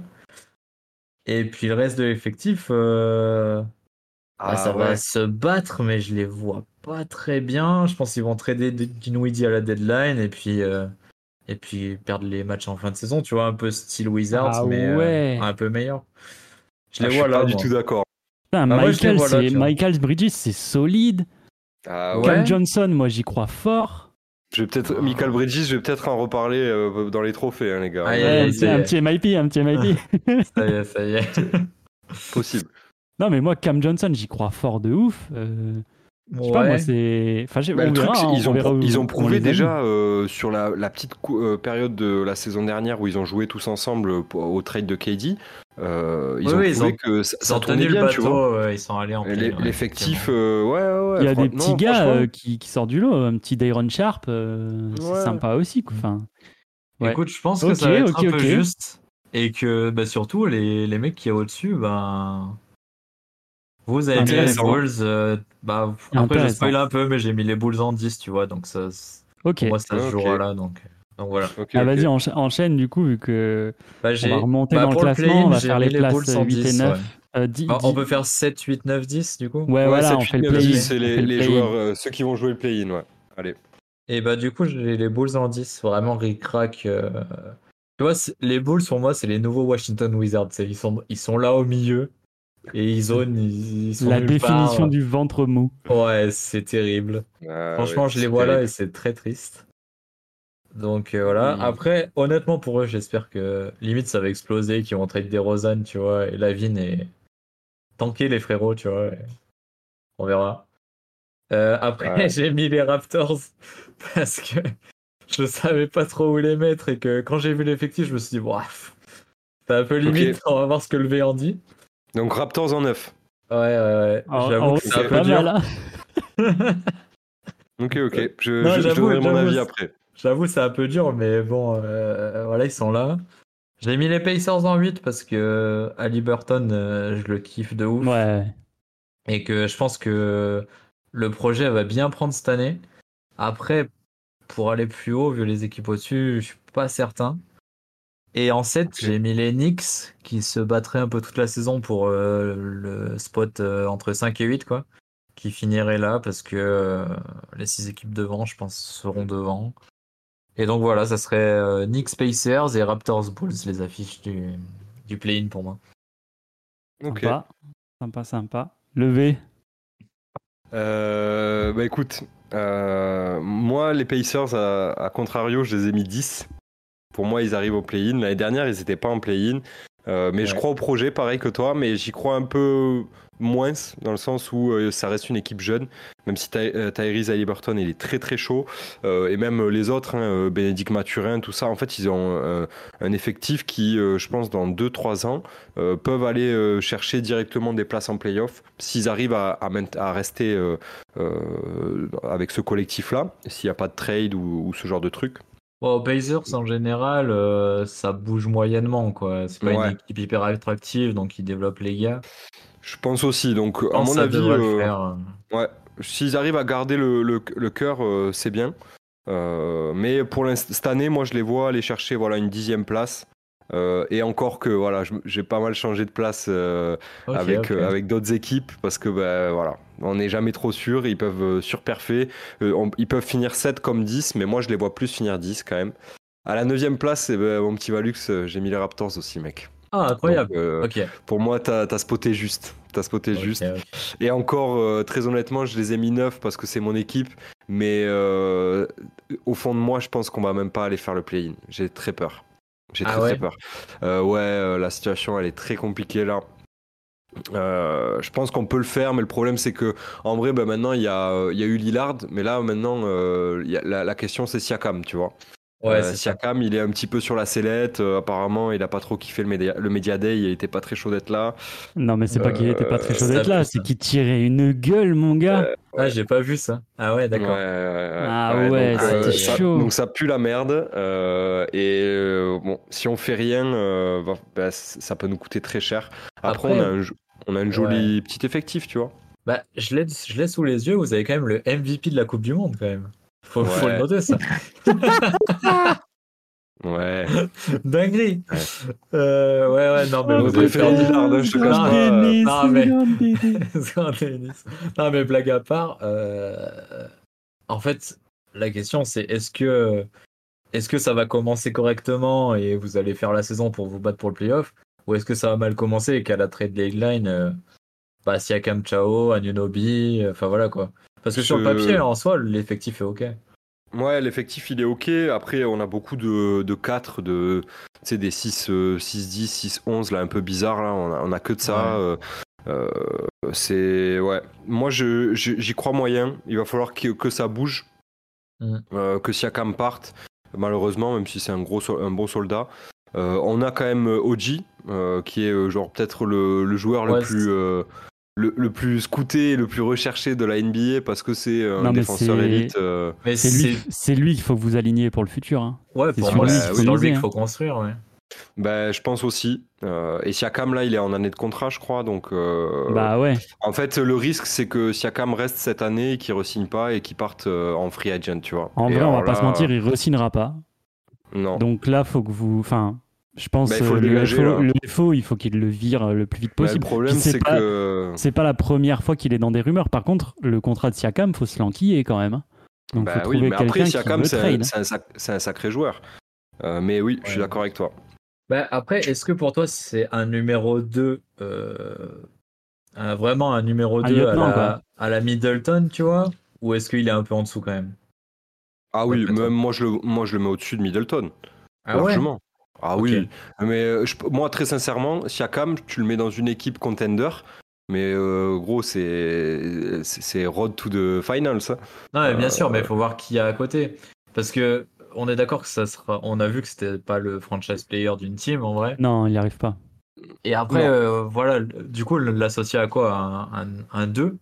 [SPEAKER 4] Et puis le reste de l'effectif, euh,
[SPEAKER 5] Ah,
[SPEAKER 4] ça
[SPEAKER 5] ouais.
[SPEAKER 4] va se battre, mais je les vois pas très bien. Je pense qu'ils vont trader D- Dinwiddie à la deadline et puis, euh, et puis perdre les matchs en fin de saison, tu vois, un peu style Wizards,
[SPEAKER 1] Ah
[SPEAKER 4] mais euh,
[SPEAKER 1] ouais.
[SPEAKER 4] un peu meilleur. Je
[SPEAKER 5] Ah,
[SPEAKER 4] les
[SPEAKER 5] je
[SPEAKER 4] vois
[SPEAKER 5] suis
[SPEAKER 4] là.
[SPEAKER 5] pas du
[SPEAKER 4] moi.
[SPEAKER 5] tout d'accord.
[SPEAKER 1] Putain,
[SPEAKER 4] Ah, moi, je les
[SPEAKER 1] Michael,
[SPEAKER 4] vois là,
[SPEAKER 1] c'est-
[SPEAKER 4] tiens.
[SPEAKER 1] Michael Bridges, c'est solide.
[SPEAKER 5] Ah
[SPEAKER 4] Ouais.
[SPEAKER 5] ouais.
[SPEAKER 1] Cam Johnson, moi, j'y crois fort.
[SPEAKER 5] Je vais
[SPEAKER 1] Ah.
[SPEAKER 5] peut-être Michael Bridges, je vais peut-être en reparler euh, dans les trophées, hein, les gars.
[SPEAKER 4] Aïe,
[SPEAKER 1] Ouais,
[SPEAKER 4] aïe,
[SPEAKER 1] c'est un petit MIP, un petit MIP.
[SPEAKER 4] Ça y est, ça y est.
[SPEAKER 5] Possible.
[SPEAKER 1] non, mais moi, Cam Johnson, j'y crois fort de ouf. Euh, Je sais pas,
[SPEAKER 4] Ouais.
[SPEAKER 1] moi, c'est. Enfin, j'ai-
[SPEAKER 5] Bah,
[SPEAKER 1] (laughs) on
[SPEAKER 5] le truc,
[SPEAKER 1] verra,
[SPEAKER 5] c'est
[SPEAKER 1] hein,
[SPEAKER 5] ils,
[SPEAKER 1] on
[SPEAKER 5] ont,
[SPEAKER 1] verra
[SPEAKER 5] prou-
[SPEAKER 1] où-
[SPEAKER 5] ils ont
[SPEAKER 1] où on
[SPEAKER 5] prouvé
[SPEAKER 1] les amène.
[SPEAKER 5] déjà euh, sur la, la petite cou- euh, période de la saison dernière où ils ont joué tous ensemble euh, pour- au trade de KD. euh, ils
[SPEAKER 4] Oui,
[SPEAKER 5] ont
[SPEAKER 4] oui, ils
[SPEAKER 5] prouvé
[SPEAKER 4] ont-
[SPEAKER 5] que ça,
[SPEAKER 4] Ils
[SPEAKER 5] ça
[SPEAKER 4] ont
[SPEAKER 5] tournait
[SPEAKER 4] tenu le
[SPEAKER 5] bien, tu vois.
[SPEAKER 4] bateau, ouais, ils sont allés en
[SPEAKER 5] Et
[SPEAKER 4] play,
[SPEAKER 5] l'e-
[SPEAKER 4] ouais,
[SPEAKER 5] L'effectif,
[SPEAKER 4] effectivement.
[SPEAKER 5] euh, ouais, ouais,
[SPEAKER 1] Il y a
[SPEAKER 5] fran-
[SPEAKER 1] des
[SPEAKER 5] non,
[SPEAKER 1] petits gars
[SPEAKER 5] franchement,
[SPEAKER 1] euh, qui, qui sortent du lot, un petit Dairon Sharp, euh,
[SPEAKER 5] Ouais.
[SPEAKER 1] c'est sympa aussi. quoi. Enfin, ouais.
[SPEAKER 4] Écoute, je pense que ça
[SPEAKER 1] Ok,
[SPEAKER 4] va être
[SPEAKER 1] ok,
[SPEAKER 4] un peu
[SPEAKER 1] ok.
[SPEAKER 4] juste et que bah, surtout les, les mecs qui est au-dessus, ben. Vous avez mis les
[SPEAKER 5] Intéressant.
[SPEAKER 4] Bulls. euh, bah, après, je
[SPEAKER 1] Intéressant.
[SPEAKER 4] spoil un peu, mais j'ai mis les Bulls en 10, tu vois, donc ça,
[SPEAKER 1] ok.
[SPEAKER 4] pour moi, ça se
[SPEAKER 5] Ok.
[SPEAKER 4] jouera là. Donc, euh, donc voilà.
[SPEAKER 5] ok,
[SPEAKER 1] Ah,
[SPEAKER 5] ok.
[SPEAKER 1] Vas-y, encha- enchaîne du coup, vu que
[SPEAKER 4] Bah,
[SPEAKER 1] on
[SPEAKER 4] j'ai-
[SPEAKER 1] va remonter
[SPEAKER 4] bah,
[SPEAKER 1] dans le
[SPEAKER 4] pour
[SPEAKER 1] classement, on
[SPEAKER 4] play-in,
[SPEAKER 1] va
[SPEAKER 4] j'ai
[SPEAKER 1] faire
[SPEAKER 4] mis
[SPEAKER 1] les places
[SPEAKER 4] Bulls en
[SPEAKER 1] 8 et
[SPEAKER 4] 10,
[SPEAKER 1] 9.
[SPEAKER 4] ouais.
[SPEAKER 1] Euh, dix-
[SPEAKER 4] Bah, on
[SPEAKER 1] dix-
[SPEAKER 4] peut faire 7, 8, 9, 10 du coup.
[SPEAKER 1] Ouais,
[SPEAKER 5] Ouais,
[SPEAKER 1] voilà,
[SPEAKER 5] 7,
[SPEAKER 1] on
[SPEAKER 5] 8,
[SPEAKER 1] fait le
[SPEAKER 5] 9,
[SPEAKER 1] play-in.
[SPEAKER 5] 10, C'est
[SPEAKER 1] on
[SPEAKER 5] les,
[SPEAKER 1] fait le
[SPEAKER 5] les
[SPEAKER 1] play-in.
[SPEAKER 5] joueurs, euh, ceux qui vont jouer le play-in, ouais. Allez.
[SPEAKER 4] Et bah du coup, j'ai les Bulls en 10, vraiment ric-rac. euh. Tu vois, c'est- les Bulls pour moi, c'est les nouveaux Washington Wizards. c'est- Ils sont, ils sont là au milieu et ils zonent, ils, ils sont
[SPEAKER 1] La
[SPEAKER 4] nulle part.
[SPEAKER 1] définition du ventre mou.
[SPEAKER 4] Ouais, c'est terrible.
[SPEAKER 5] Ah,
[SPEAKER 4] Franchement,
[SPEAKER 5] ouais,
[SPEAKER 4] je les
[SPEAKER 5] c'est
[SPEAKER 4] vois là
[SPEAKER 5] terrible.
[SPEAKER 4] et c'est très triste. Donc euh, voilà.
[SPEAKER 5] Mm.
[SPEAKER 4] Après, honnêtement, pour eux, j'espère que limite ça va exploser, qu'ils vont trade des Rosanne, tu vois, et Lavine et tanker les frérots, tu vois. et On verra. Euh, après,
[SPEAKER 5] Ouais.
[SPEAKER 4] (laughs) j'ai mis les Raptors parce que (laughs) je savais pas trop où les mettre et que quand j'ai vu l'effectif, je me suis dit, bref, c'est un peu limite, on va voir ce que le V en dit.
[SPEAKER 5] Donc Raptors en 9.
[SPEAKER 4] Ouais, ouais, ouais.
[SPEAKER 1] Ah,
[SPEAKER 4] J'avoue
[SPEAKER 1] ah,
[SPEAKER 4] que c'est un
[SPEAKER 5] c'est
[SPEAKER 4] peu
[SPEAKER 1] pas mal,
[SPEAKER 4] dur.
[SPEAKER 1] hein.
[SPEAKER 4] (laughs)
[SPEAKER 5] Ok, ok. Je,
[SPEAKER 4] Non,
[SPEAKER 5] je- je
[SPEAKER 4] j'avoue,
[SPEAKER 5] donnerai mon
[SPEAKER 4] j'avoue,
[SPEAKER 5] avis
[SPEAKER 4] c'est-
[SPEAKER 5] après.
[SPEAKER 4] J'avoue, c'est un peu dur, mais bon, euh, voilà, ils sont là. J'ai mis les Pacers en 8 parce que Halliburton, euh, je le kiffe de ouf.
[SPEAKER 1] Ouais.
[SPEAKER 4] Et que je pense que le projet va bien prendre cette année. Après, pour aller plus haut, vu les équipes au-dessus, je suis pas certain. Et en 7,
[SPEAKER 5] Ok.
[SPEAKER 4] j'ai mis les Knicks qui se battraient un peu toute la saison pour euh, le spot euh, entre 5 et 8, quoi. Qui finirait là parce que euh, les 6 équipes devant, je pense, seront devant. Et donc voilà, ça serait euh, Knicks Pacers et Raptors Bulls, les affiches du, du play-in pour moi.
[SPEAKER 5] Ok.
[SPEAKER 1] Sympa. Sympa, sympa. Levé.
[SPEAKER 5] Euh, bah écoute, euh, moi les Pacers, à, à contrario, je les ai mis 10. Pour moi, ils arrivent au play-in. L'année dernière, ils n'étaient pas en play-in. Euh, mais je
[SPEAKER 4] Ouais.
[SPEAKER 5] crois au projet, pareil que toi, mais j'y crois un peu moins, dans le sens où euh, ça reste une équipe jeune, même si Ty- euh, Tyrese Halliburton, il est très très chaud, Euh, et même euh, les autres, hein, euh, Bénédicte Mathurin, tout ça, en fait, ils ont euh, un effectif qui, euh, je pense, dans 2-3 ans, euh, peuvent aller euh, chercher directement des places en playoff, s'ils arrivent à, à maint- à rester euh, euh, avec ce collectif-là, s'il n'y a pas de trade ou, ou ce genre de truc.
[SPEAKER 4] Bon, Pacers en général, euh, ça bouge moyennement, quoi. C'est pas
[SPEAKER 5] Ouais.
[SPEAKER 4] une équipe hyper attractive, donc ils développent les gars.
[SPEAKER 5] Je pense aussi, donc
[SPEAKER 4] Je
[SPEAKER 5] à
[SPEAKER 4] pense
[SPEAKER 5] mon
[SPEAKER 4] que ça
[SPEAKER 5] avis...
[SPEAKER 4] devrait le
[SPEAKER 5] euh,
[SPEAKER 4] faire.
[SPEAKER 5] Ouais, s'ils arrivent à garder le, le, le cœur, euh, c'est bien. Euh, mais pour l'inst- cette année, moi, je les vois aller chercher voilà, une dixième place. Euh, et encore que voilà, je- j'ai pas mal changé de place euh,
[SPEAKER 4] Ok,
[SPEAKER 5] avec,
[SPEAKER 4] ok.
[SPEAKER 5] euh, avec d'autres équipes parce que bah, voilà, on n'est jamais trop sûr. Ils peuvent euh, surperfer, Euh, on- ils peuvent finir 7 comme 10, mais moi je les vois plus finir 10 quand même. À la 9 place, eh ben, mon petit Valux, euh, j'ai mis les Raptors aussi, mec.
[SPEAKER 4] Ah, incroyable.
[SPEAKER 5] Donc, euh,
[SPEAKER 4] Ok.
[SPEAKER 5] Pour moi, t'as t'as spoté juste. T'as spoté
[SPEAKER 4] ok,
[SPEAKER 5] juste.
[SPEAKER 4] ok.
[SPEAKER 5] Et encore, euh, très honnêtement, je les ai mis neuf parce que c'est mon équipe. Mais euh, au fond de moi, je pense qu'on va même pas aller faire le play-in. J'ai très peur. J'ai
[SPEAKER 4] Ah
[SPEAKER 5] très
[SPEAKER 4] ouais
[SPEAKER 5] très peur. Euh, ouais, euh, la situation, elle est très compliquée là. Euh, je pense qu'on peut le faire, mais le problème c'est que en vrai, bah, maintenant il y, a, euh, il y a eu Lillard, mais là maintenant euh, il y a- la, la question c'est Siakam, tu vois.
[SPEAKER 4] Ouais,
[SPEAKER 5] Euh,
[SPEAKER 4] c'est ça.
[SPEAKER 5] Siakam, il est un petit peu sur la sellette. euh, apparemment, il a pas trop kiffé le Media, le Media Day. Il était pas très chaud d'être là.
[SPEAKER 1] Non, mais c'est pas qu'il était pas très
[SPEAKER 5] Euh,
[SPEAKER 1] chaud
[SPEAKER 4] ça
[SPEAKER 1] d'être là,
[SPEAKER 4] pue,
[SPEAKER 1] c'est
[SPEAKER 4] ça.
[SPEAKER 1] qu'il tirait une gueule, mon gars.
[SPEAKER 4] Ah, j'ai pas vu ça. Ah ouais, d'accord.
[SPEAKER 5] Ouais, ouais, ouais.
[SPEAKER 1] Ah ouais,
[SPEAKER 5] donc, euh,
[SPEAKER 4] c'était
[SPEAKER 5] ça-
[SPEAKER 1] chaud.
[SPEAKER 5] donc ça pue la merde. euh, et euh, bon, si on fait rien, euh, va- bah, c- ça peut nous coûter très cher. Après,
[SPEAKER 4] Après-
[SPEAKER 5] on a un, jo- on a un joli petit effectif, tu vois.
[SPEAKER 4] Bah, je l'ai, je l'ai sous les yeux. Vous avez quand même le
[SPEAKER 5] (laughs)
[SPEAKER 4] MVP de la Coupe du Monde, quand même. Faut, faut
[SPEAKER 5] Ouais.
[SPEAKER 4] le noter, ça.
[SPEAKER 5] Ouais.
[SPEAKER 4] Dinguerie. Euh, ouais, ouais, non, mais
[SPEAKER 1] Oh,
[SPEAKER 5] Vous
[SPEAKER 1] putain.
[SPEAKER 5] avez fait un Lillard, hein, je te
[SPEAKER 4] Non,
[SPEAKER 5] cache
[SPEAKER 1] Grand
[SPEAKER 5] pas.
[SPEAKER 4] euh,
[SPEAKER 1] Denis,
[SPEAKER 4] non, mais-
[SPEAKER 1] grand Denis.
[SPEAKER 4] (laughs) Sur un tennis. Non, mais blague à part, euh, en fait, la question c'est est-ce que, est que ça va commencer correctement et vous allez faire la saison pour vous battre pour le playoff Ou est-ce que ça va mal commencer et qu'à la trade deadline, euh, bah, Siakam Chao, Anunobi, enfin voilà quoi. Parce que sur le
[SPEAKER 5] Je-
[SPEAKER 4] papier, en soi, l'effectif est ok.
[SPEAKER 5] Ouais, l'effectif il est ok. Après, on a beaucoup de, de 4, de, tu sais, des 6, euh, 6, 10, 6, 11, là, un peu bizarre, là. On a, on a que de ça. euh, euh, c'est. Ouais. Moi, je- je- j'y crois moyen. Il va falloir que, que ça bouge.
[SPEAKER 1] Mm.
[SPEAKER 4] Mhm.
[SPEAKER 5] Euh, que Siakam parte, malheureusement, même si c'est un, gros, sol- un bon soldat. Euh, on a quand même euh, Oji, euh, qui est euh, genre peut-être le, le joueur
[SPEAKER 4] Ouais,
[SPEAKER 5] le plus. euh, le, le plus scouté, le plus recherché de la NBA parce que c'est euh, un
[SPEAKER 1] Non, mais
[SPEAKER 5] défenseur
[SPEAKER 1] c'est-
[SPEAKER 5] élite. euh,
[SPEAKER 4] Mais
[SPEAKER 1] C'est lui, c'est lui qu'il faut que vous aligniez pour le futur. hein.
[SPEAKER 4] Ouais,
[SPEAKER 1] c'est
[SPEAKER 4] pour
[SPEAKER 1] sur
[SPEAKER 4] moi,
[SPEAKER 5] lui
[SPEAKER 4] c'est
[SPEAKER 5] qu'il faut
[SPEAKER 4] sur lui
[SPEAKER 1] miser,
[SPEAKER 4] qu'il
[SPEAKER 1] hein.
[SPEAKER 4] faut construire. ouais.
[SPEAKER 5] Ben, je pense aussi. Euh, et Siakam, là, il est en année de contrat, je crois. Donc, euh,
[SPEAKER 1] Bah ouais.
[SPEAKER 5] en fait, le risque, c'est que Siakam reste cette année et qu'il ne pas et qu'il parte euh, en free agent, tu vois.
[SPEAKER 1] En
[SPEAKER 5] Et
[SPEAKER 1] vrai, on va
[SPEAKER 5] alors
[SPEAKER 1] pas
[SPEAKER 5] là,
[SPEAKER 1] se mentir, il re-signera pas.
[SPEAKER 5] Non.
[SPEAKER 1] Donc là, faut que vous. Enfin, je pense
[SPEAKER 5] Bah, il faut
[SPEAKER 1] euh,
[SPEAKER 5] le dégager,
[SPEAKER 1] FO,
[SPEAKER 5] là.
[SPEAKER 1] le FO, il faut qu'il le vire euh, le plus vite
[SPEAKER 5] Ben,
[SPEAKER 1] possible.
[SPEAKER 5] le problème,
[SPEAKER 1] Puis
[SPEAKER 5] c'est
[SPEAKER 1] pas,
[SPEAKER 5] que.
[SPEAKER 1] c'est pas la première fois qu'il est dans des rumeurs. Par contre, le contrat de Siakam, faut se l'enquiller quand même. hein. Donc
[SPEAKER 5] Ben
[SPEAKER 1] faut trouver
[SPEAKER 5] oui, mais
[SPEAKER 1] quelqu'un
[SPEAKER 5] après,
[SPEAKER 1] qui
[SPEAKER 5] Siakam,
[SPEAKER 1] le
[SPEAKER 5] c'est
[SPEAKER 1] trade.
[SPEAKER 5] un, c'est un sac- c'est un sacré joueur. Euh, mais oui, je suis
[SPEAKER 4] Ouais.
[SPEAKER 5] d'accord avec toi.
[SPEAKER 4] Bah, après, est-ce que pour toi, c'est un numéro 2, vraiment un numéro
[SPEAKER 1] Un
[SPEAKER 4] 2 à,
[SPEAKER 1] lieutenant,
[SPEAKER 4] la,
[SPEAKER 1] quoi.
[SPEAKER 4] à la Middleton, tu vois Ou est-ce qu'il est un peu en dessous quand même
[SPEAKER 5] Ah oui,
[SPEAKER 4] Complètement.
[SPEAKER 5] même moi, je le, moi, je le mets au-dessus de Middleton.
[SPEAKER 4] Ah
[SPEAKER 5] largement. Ah
[SPEAKER 4] Ok.
[SPEAKER 5] oui, mais euh, je- moi très sincèrement, Siakam, tu le mets dans une équipe contender, mais euh, gros, c'est c'est- c'est road to the finals. hein.
[SPEAKER 4] Non, mais bien
[SPEAKER 5] Euh,
[SPEAKER 4] sûr, mais il faut voir qui y a à côté. Parce que on est d'accord que ça sera. On a vu que c'était pas le franchise player d'une team en vrai.
[SPEAKER 1] Non, il n'y arrive pas.
[SPEAKER 4] Et après,
[SPEAKER 5] Non.
[SPEAKER 4] euh, voilà, le- du coup, l'associer à quoi Un- Un 2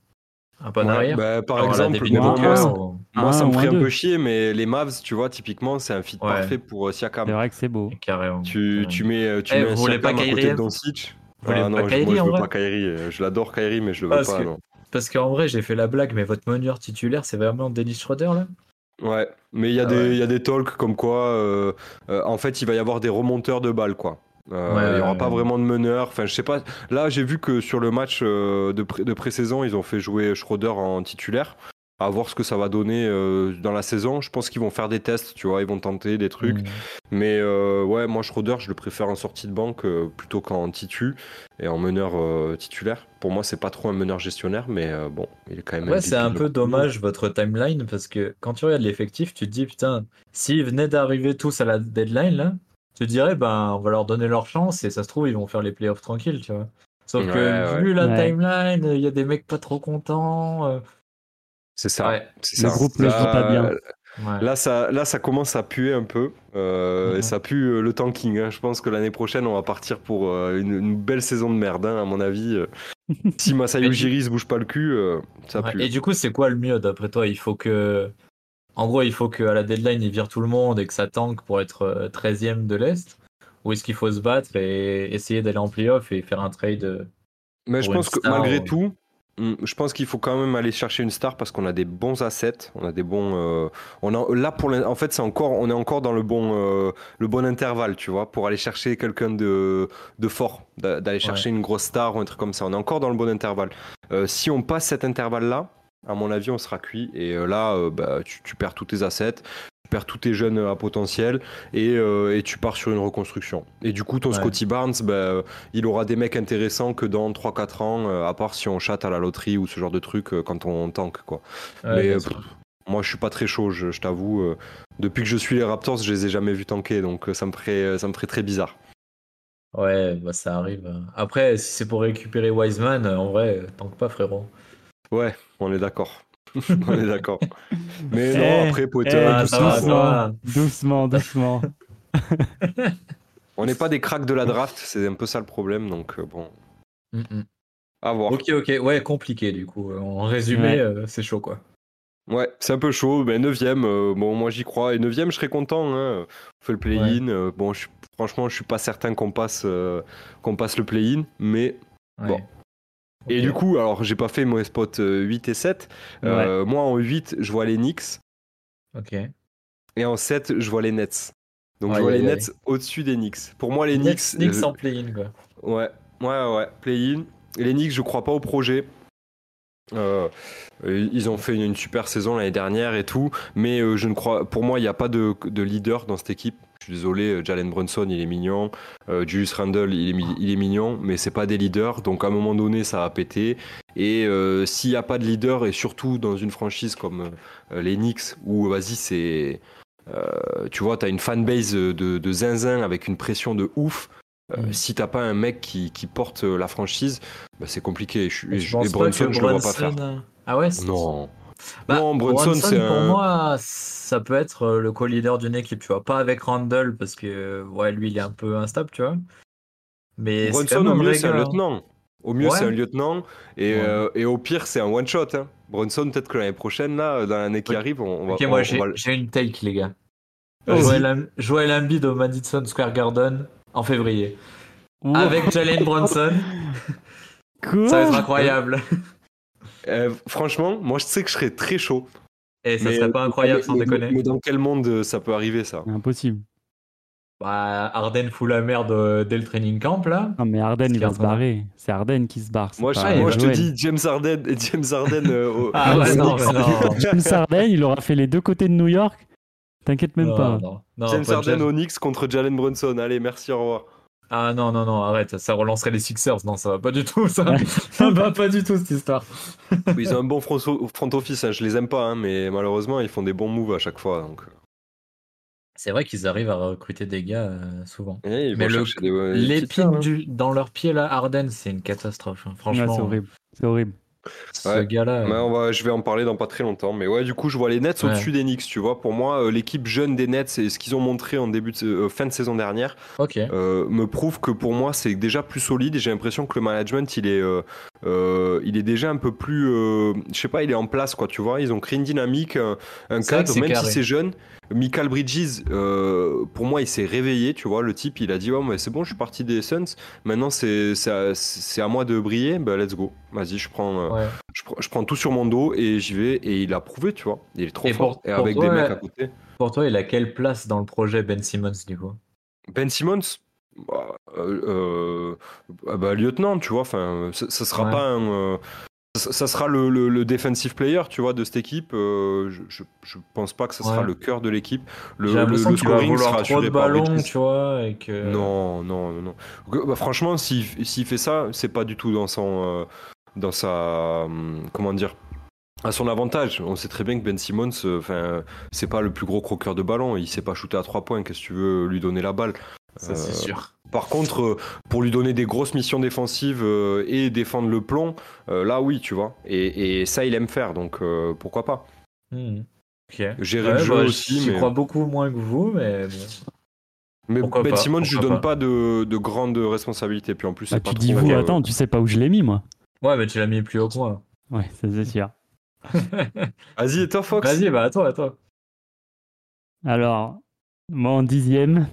[SPEAKER 4] Un pas
[SPEAKER 5] Ouais,
[SPEAKER 4] d'arrière
[SPEAKER 5] bah, par
[SPEAKER 4] Genre, là,
[SPEAKER 5] exemple,
[SPEAKER 4] Devin
[SPEAKER 5] mais bon,
[SPEAKER 1] Booker,
[SPEAKER 5] moi,
[SPEAKER 4] Booker,
[SPEAKER 5] ça-
[SPEAKER 1] ouais.
[SPEAKER 4] ou-
[SPEAKER 5] moi, ça
[SPEAKER 1] Un
[SPEAKER 5] me
[SPEAKER 1] ou
[SPEAKER 5] ferait
[SPEAKER 1] un
[SPEAKER 5] un peu
[SPEAKER 1] deux.
[SPEAKER 5] chier, mais les Mavs, tu vois, typiquement, c'est un fit
[SPEAKER 4] Ouais.
[SPEAKER 5] parfait pour euh,
[SPEAKER 1] C'est
[SPEAKER 5] Siakam.
[SPEAKER 1] vrai que c'est beau.
[SPEAKER 4] Carrément.
[SPEAKER 5] Tu, tu mets, euh, tu
[SPEAKER 4] Eh,
[SPEAKER 5] mets
[SPEAKER 4] vous
[SPEAKER 5] un
[SPEAKER 4] voulez pas
[SPEAKER 5] Siakam à
[SPEAKER 4] Kyrie
[SPEAKER 5] côté de
[SPEAKER 4] Irving
[SPEAKER 5] Doncic.
[SPEAKER 4] Vous voulez
[SPEAKER 5] Ah
[SPEAKER 4] pas
[SPEAKER 5] non, je-
[SPEAKER 4] Kyrie,
[SPEAKER 5] moi, je
[SPEAKER 4] en
[SPEAKER 5] veux
[SPEAKER 4] vrai
[SPEAKER 5] pas Kyrie. euh, Je l'adore Kyrie, mais je le veux
[SPEAKER 4] Parce
[SPEAKER 5] pas.
[SPEAKER 4] que-
[SPEAKER 5] non.
[SPEAKER 4] Parce qu'en vrai, j'ai fait la blague, mais votre meneur titulaire, c'est vraiment Dennis Schroeder là
[SPEAKER 5] Ouais, mais il y, a
[SPEAKER 4] Ah
[SPEAKER 5] des-
[SPEAKER 4] ouais.
[SPEAKER 5] il y a des talks comme quoi, euh, euh, en fait, il va y avoir des remonteurs de balles, quoi. Euh,
[SPEAKER 4] Ouais,
[SPEAKER 5] il n'y
[SPEAKER 4] ouais,
[SPEAKER 5] aura
[SPEAKER 4] ouais.
[SPEAKER 5] pas vraiment de meneur. Enfin, je sais pas. Là, j'ai vu que sur le match euh, de, pré- de pré-saison, ils ont fait jouer Schroeder en titulaire. À voir ce que ça va donner euh, dans la saison. Je pense qu'ils vont faire des tests, tu vois. Ils vont tenter des trucs.
[SPEAKER 4] Mm.
[SPEAKER 5] Mais euh, ouais, moi, Schroeder, je le préfère en sortie de banque euh, plutôt qu'en titu et en meneur euh, titulaire. Pour moi, c'est pas trop un meneur gestionnaire, mais euh, bon, il est quand même.
[SPEAKER 4] Ouais,
[SPEAKER 5] MVP
[SPEAKER 4] c'est un
[SPEAKER 5] de
[SPEAKER 4] peu
[SPEAKER 5] la-
[SPEAKER 4] dommage votre timeline parce que quand tu regardes l'effectif, tu te dis putain, s'ils venaient d'arriver tous à la deadline là, tu te dirais ben on va leur donner leur chance et ça se trouve ils vont faire les playoffs tranquilles, tu vois. Sauf que
[SPEAKER 5] Ouais, ouais.
[SPEAKER 4] vu la
[SPEAKER 1] Ouais.
[SPEAKER 4] timeline, il y a des mecs pas trop contents. euh,
[SPEAKER 5] C'est ça.
[SPEAKER 4] Ouais.
[SPEAKER 5] C'est
[SPEAKER 1] Le
[SPEAKER 5] ça.
[SPEAKER 1] groupe ne
[SPEAKER 5] Là,
[SPEAKER 1] joue pas bien.
[SPEAKER 4] ouais.
[SPEAKER 5] Là ça, là, ça commence à puer un peu. euh,
[SPEAKER 4] Mhm.
[SPEAKER 5] Et ça pue euh, le tanking. hein. Je pense que l'année prochaine, on va partir pour euh, une, une belle saison de merde, hein, à mon avis.
[SPEAKER 4] (laughs)
[SPEAKER 5] euh. si Masayu
[SPEAKER 4] Mais-
[SPEAKER 5] Ujiri se bouge pas le cul, euh, ça
[SPEAKER 4] Ouais.
[SPEAKER 5] pue.
[SPEAKER 4] Et du coup, c'est quoi le mieux d'après toi Il faut que en gros, il faut qu'à la deadline, ils virent tout le monde et que ça tank pour être euh, 13e de l'Est Ou est-ce qu'il faut se battre et essayer d'aller en playoff et faire un trade euh,
[SPEAKER 5] Mais je
[SPEAKER 4] pour une
[SPEAKER 5] pense que
[SPEAKER 4] star,
[SPEAKER 5] malgré
[SPEAKER 4] ouais.
[SPEAKER 5] tout, mm, je pense qu'il faut quand même aller chercher une star parce qu'on a des bons assets, on a des bons. euh, on a, là pour l'in- en fait c'est encore, on est encore dans le bon, euh, le bon intervalle, tu vois, pour aller chercher quelqu'un de, de fort, d'a- d'aller chercher une grosse star ou un truc comme ça. On est encore dans le bon intervalle. Euh, si on passe cet intervalle là, à mon avis on sera cuit et euh, là euh, bah, tu, tu perds tous tes assets. Tu perds tous tes jeunes à potentiel et, euh, et tu pars sur une reconstruction. Et du coup, ton
[SPEAKER 4] Ouais.
[SPEAKER 5] Scotty Barnes, bah, il aura des mecs intéressants que dans 3-4 ans, euh, à part si on chatte à la loterie ou ce genre de truc euh, quand on tank. Quoi.
[SPEAKER 4] ouais,
[SPEAKER 5] Mais
[SPEAKER 4] bien
[SPEAKER 5] euh,
[SPEAKER 4] sûr.
[SPEAKER 5] pff, moi, je suis pas très chaud, je, je t'avoue. euh, depuis que je suis les Raptors, je les ai jamais vus tanker, donc euh, ça me ferait, euh, ça me ferait très bizarre.
[SPEAKER 4] Ouais, bah ça arrive. Après, si c'est pour récupérer Wiseman, euh, en vrai, euh, tank pas, frérot.
[SPEAKER 5] Ouais, on est
[SPEAKER 4] (laughs)
[SPEAKER 5] d'accord. on est d'accord. Mais
[SPEAKER 1] Eh,
[SPEAKER 5] non, après, Potter,
[SPEAKER 1] eh,
[SPEAKER 5] tout
[SPEAKER 4] Ah, ça va,
[SPEAKER 5] ça,
[SPEAKER 4] ça va.
[SPEAKER 1] Doucement,
[SPEAKER 4] (laughs)
[SPEAKER 1] doucement.
[SPEAKER 5] on n'est pas des cracks de la draft, c'est un peu ça le problème, donc euh, bon,
[SPEAKER 4] Mm, mm.
[SPEAKER 5] à voir.
[SPEAKER 4] Ok, ok, ouais, compliqué du coup. En résumé,
[SPEAKER 1] Ouais.
[SPEAKER 4] euh, c'est chaud quoi.
[SPEAKER 5] Ouais, c'est un peu chaud, mais 9 e bon, moi j'y crois. Et 9 e je serais content. Hein. On fait le play-in. euh, bon, je suis- franchement, je suis pas certain qu'on passe, euh, qu'on passe le play-in, mais.
[SPEAKER 4] Ouais.
[SPEAKER 5] Bon. Et
[SPEAKER 4] Ok.
[SPEAKER 5] du coup, alors j'ai pas fait mon spot euh, 8 et 7. Euh, Moi en 8, je vois les Knicks.
[SPEAKER 4] Ok.
[SPEAKER 5] Et en 7, je vois les Nets. Donc
[SPEAKER 4] Ouais,
[SPEAKER 5] je vois
[SPEAKER 4] ouais,
[SPEAKER 5] les
[SPEAKER 4] ouais.
[SPEAKER 5] Nets au-dessus des Knicks. Pour moi, les
[SPEAKER 4] Knicks,
[SPEAKER 5] Knicks.
[SPEAKER 4] Knicks hein.
[SPEAKER 5] je-
[SPEAKER 4] en play-in, quoi.
[SPEAKER 5] Ouais, ouais, ouais. Play-in. Et Les Knicks, je crois pas au projet. Euh, ils ont fait une, une super saison l'année dernière et tout, mais euh, je ne crois, pour moi, il n'y a pas de, de leader dans cette équipe. Je suis désolé, euh, Jalen Brunson, il est mignon, euh, Julius Randle, il est, mi- il est mignon, mais c'est pas des leaders. Donc à un moment donné, ça va péter. Et euh, s'il n'y a pas de leader, et surtout dans une franchise comme euh, les Knicks, où vas-y, c'est, euh, tu vois, t'as une fanbase de, de zinzin avec une pression de ouf. Euh,
[SPEAKER 4] Mm.
[SPEAKER 5] Si t'as pas un mec qui, qui porte euh, la franchise, bah, c'est compliqué. Je,
[SPEAKER 4] Et
[SPEAKER 5] et,
[SPEAKER 4] tu
[SPEAKER 5] je-
[SPEAKER 4] penses
[SPEAKER 5] et
[SPEAKER 4] pas
[SPEAKER 5] Brunson,
[SPEAKER 4] que
[SPEAKER 5] je le vois pas faire.
[SPEAKER 4] Brunson, euh, Ah ouais c'est-
[SPEAKER 5] Non.
[SPEAKER 4] Bah,
[SPEAKER 5] non, Brunson, c'est
[SPEAKER 4] pour
[SPEAKER 5] un.
[SPEAKER 4] moi, ça peut être euh, le co-leader d'une équipe, tu vois. Pas avec Randall, parce que euh, ouais, lui, il est un peu instable, tu vois. Mais c'est quand
[SPEAKER 5] Brunson,
[SPEAKER 4] même
[SPEAKER 5] au
[SPEAKER 4] un
[SPEAKER 5] mieux,
[SPEAKER 4] vrai
[SPEAKER 5] c'est un
[SPEAKER 4] gars, hein.
[SPEAKER 5] lieutenant. Au mieux,
[SPEAKER 4] Ouais.
[SPEAKER 5] c'est un lieutenant. Et,
[SPEAKER 4] Ouais.
[SPEAKER 5] euh, et au pire, c'est un one-shot. hein. Brunson, peut-être que l'année prochaine, là, dans l'année qui
[SPEAKER 4] Ok,
[SPEAKER 5] arrive, on, on va.
[SPEAKER 4] Ok,
[SPEAKER 5] on-
[SPEAKER 4] moi,
[SPEAKER 5] on
[SPEAKER 4] j'ai
[SPEAKER 5] va le-
[SPEAKER 4] j'ai une take, les gars.
[SPEAKER 5] Vas-y.
[SPEAKER 4] Joel, Am- Joel Embiid au Madison Square Garden en février.
[SPEAKER 1] Ouh,
[SPEAKER 4] Avec Jalen
[SPEAKER 5] (laughs)
[SPEAKER 4] Brunson,
[SPEAKER 1] quoi
[SPEAKER 4] ça va être incroyable.
[SPEAKER 5] Euh, franchement, moi, je sais que je serais très chaud.
[SPEAKER 4] Et ça
[SPEAKER 5] Mais-
[SPEAKER 4] serait pas incroyable,
[SPEAKER 5] mais-
[SPEAKER 4] sans
[SPEAKER 5] mais-
[SPEAKER 4] déconner.
[SPEAKER 5] Mais dans quel monde euh, ça peut arriver, ça
[SPEAKER 1] Impossible.
[SPEAKER 4] Bah, Arden fout la merde euh, dès le training camp, là.
[SPEAKER 1] Non, mais Arden,
[SPEAKER 4] Parce
[SPEAKER 1] il
[SPEAKER 4] qu'il y a
[SPEAKER 1] va
[SPEAKER 4] un
[SPEAKER 1] se barrer. C'est Arden qui se barre. c'est
[SPEAKER 5] Moi, je,
[SPEAKER 1] pas
[SPEAKER 5] moi, je te
[SPEAKER 1] Joel.
[SPEAKER 5] dis James Harden (laughs) et James Harden euh, au-
[SPEAKER 4] (laughs) Ah,
[SPEAKER 5] au-
[SPEAKER 4] ouais, non, mais
[SPEAKER 1] (laughs)
[SPEAKER 4] non.
[SPEAKER 1] James Harden, il aura fait les deux côtés de New York. T'inquiète même
[SPEAKER 4] Non,
[SPEAKER 1] pas.
[SPEAKER 4] non, non,
[SPEAKER 5] James
[SPEAKER 4] pas de
[SPEAKER 5] Harden
[SPEAKER 4] James.
[SPEAKER 5] au Knicks contre Jalen Brunson. Allez, merci, au
[SPEAKER 4] (laughs)
[SPEAKER 5] revoir.
[SPEAKER 4] Ah non, non, non, arrête, ça relancerait les Sixers. Non, ça va pas du tout, ça. (laughs) ça va pas du tout, cette histoire.
[SPEAKER 5] Oui, Ils ont un bon front, front office, hein, je les aime pas, hein, mais malheureusement, ils font des bons moves à chaque fois. Donc...
[SPEAKER 4] C'est vrai qu'ils arrivent à recruter des gars euh, souvent.
[SPEAKER 5] Eh, ils
[SPEAKER 4] Mais
[SPEAKER 5] vont
[SPEAKER 4] le-
[SPEAKER 5] chercher des-
[SPEAKER 1] Euh,
[SPEAKER 5] des petites
[SPEAKER 4] L'épine
[SPEAKER 5] perles, hein.
[SPEAKER 4] du... dans leur pied, là, Arden, c'est une catastrophe. hein.
[SPEAKER 1] Ouais,
[SPEAKER 4] Franchement,
[SPEAKER 1] c'est horrible. C'est horrible.
[SPEAKER 4] ce
[SPEAKER 5] Ouais.
[SPEAKER 4] gars-là.
[SPEAKER 5] Ouais,
[SPEAKER 4] euh,
[SPEAKER 5] on va, je vais en parler dans pas très longtemps. Mais ouais, du coup, je vois les Nets
[SPEAKER 4] Ouais.
[SPEAKER 5] au-dessus des Knicks, tu vois. Pour moi, euh, l'équipe jeune des Nets et ce qu'ils ont montré en début de, sa- euh, fin de saison dernière
[SPEAKER 4] Ok.
[SPEAKER 5] euh, me prouve que pour moi, c'est déjà plus solide. Et j'ai l'impression que le management, il est, euh, euh, il est déjà un peu plus. euh, je sais pas, il est en place, quoi, tu vois. Ils ont créé une dynamique, un, un
[SPEAKER 4] C'est vrai
[SPEAKER 5] cadre,
[SPEAKER 4] que c'est
[SPEAKER 5] même
[SPEAKER 4] carré.
[SPEAKER 5] si c'est jeune. Michael Bridges, euh, pour moi, il s'est réveillé, tu vois. Le type, il a dit Ouais, mais c'est bon, je suis parti des Suns. Maintenant, c'est c'est à, c'est à moi de briller. Bah, let's go. Vas-y, je prends. euh,
[SPEAKER 4] Ouais.
[SPEAKER 5] je, prends- je prends tout sur mon dos et j'y vais. Et il a prouvé, tu vois. Il est trop
[SPEAKER 4] Et
[SPEAKER 5] fort.
[SPEAKER 4] pour-
[SPEAKER 5] et
[SPEAKER 4] pour
[SPEAKER 5] avec
[SPEAKER 4] toi,
[SPEAKER 5] des mecs
[SPEAKER 4] ouais.
[SPEAKER 5] à côté.
[SPEAKER 4] Pour toi, il a quelle place dans le projet Ben Simmons, du coup
[SPEAKER 5] Ben Simmons, bah, euh, euh, bah, lieutenant, tu vois. Enfin, ça, ça sera
[SPEAKER 4] Ouais.
[SPEAKER 5] pas un. euh, ça, ça sera le, le- le defensive player, tu vois, de cette équipe. Euh, je, je, je pense pas que ça sera
[SPEAKER 4] Ouais.
[SPEAKER 5] le cœur de l'équipe. Le,
[SPEAKER 4] J'ai
[SPEAKER 5] le,
[SPEAKER 4] l'impression
[SPEAKER 5] le
[SPEAKER 4] qu'il va
[SPEAKER 5] scoring
[SPEAKER 4] vouloir
[SPEAKER 5] sera
[SPEAKER 4] trop de
[SPEAKER 5] assuré par
[SPEAKER 4] ballons,
[SPEAKER 5] Bridges.
[SPEAKER 4] tu vois, et que...
[SPEAKER 5] Non, non, non, non. Que- bah, franchement, s'il s'il fait ça, c'est pas du tout dans son, euh, dans sa, hum, comment dire, à son avantage. On sait très bien que Ben Simmons, euh, enfin, euh, c'est pas le plus gros croqueur de ballon. Il sait pas shooter à trois points. Qu'est-ce que tu veux lui donner la balle
[SPEAKER 4] ça c'est
[SPEAKER 5] Euh,
[SPEAKER 4] sûr.
[SPEAKER 5] Par contre, euh, pour lui donner des grosses missions défensives euh, et défendre le plomb, euh, là oui, tu vois. Et, et ça, il aime faire. Donc euh, pourquoi pas
[SPEAKER 4] Hmm. Ok.
[SPEAKER 5] Gérer
[SPEAKER 4] Ouais,
[SPEAKER 5] le jeu
[SPEAKER 4] bah,
[SPEAKER 5] aussi.
[SPEAKER 4] J'y
[SPEAKER 5] mais-
[SPEAKER 4] crois beaucoup moins que vous, mais bon.
[SPEAKER 5] Mais
[SPEAKER 4] Pourquoi
[SPEAKER 5] Ben
[SPEAKER 4] pas,
[SPEAKER 5] Simmons, je lui
[SPEAKER 4] pourquoi
[SPEAKER 5] donne pas, de, de grandes responsabilités. Puis en plus,
[SPEAKER 1] Bah,
[SPEAKER 5] c'est pas
[SPEAKER 1] tu dis
[SPEAKER 5] trop,
[SPEAKER 1] vous,
[SPEAKER 5] euh,
[SPEAKER 1] attends, tu sais pas où je l'ai mis, moi.
[SPEAKER 4] Ouais, mais tu l'as mis plus haut que moi.
[SPEAKER 1] Ouais, ça, c'est sûr.
[SPEAKER 5] Vas-y, et toi, Fox
[SPEAKER 4] Vas-y, bah à toi, à toi.
[SPEAKER 1] Alors, moi en dixième,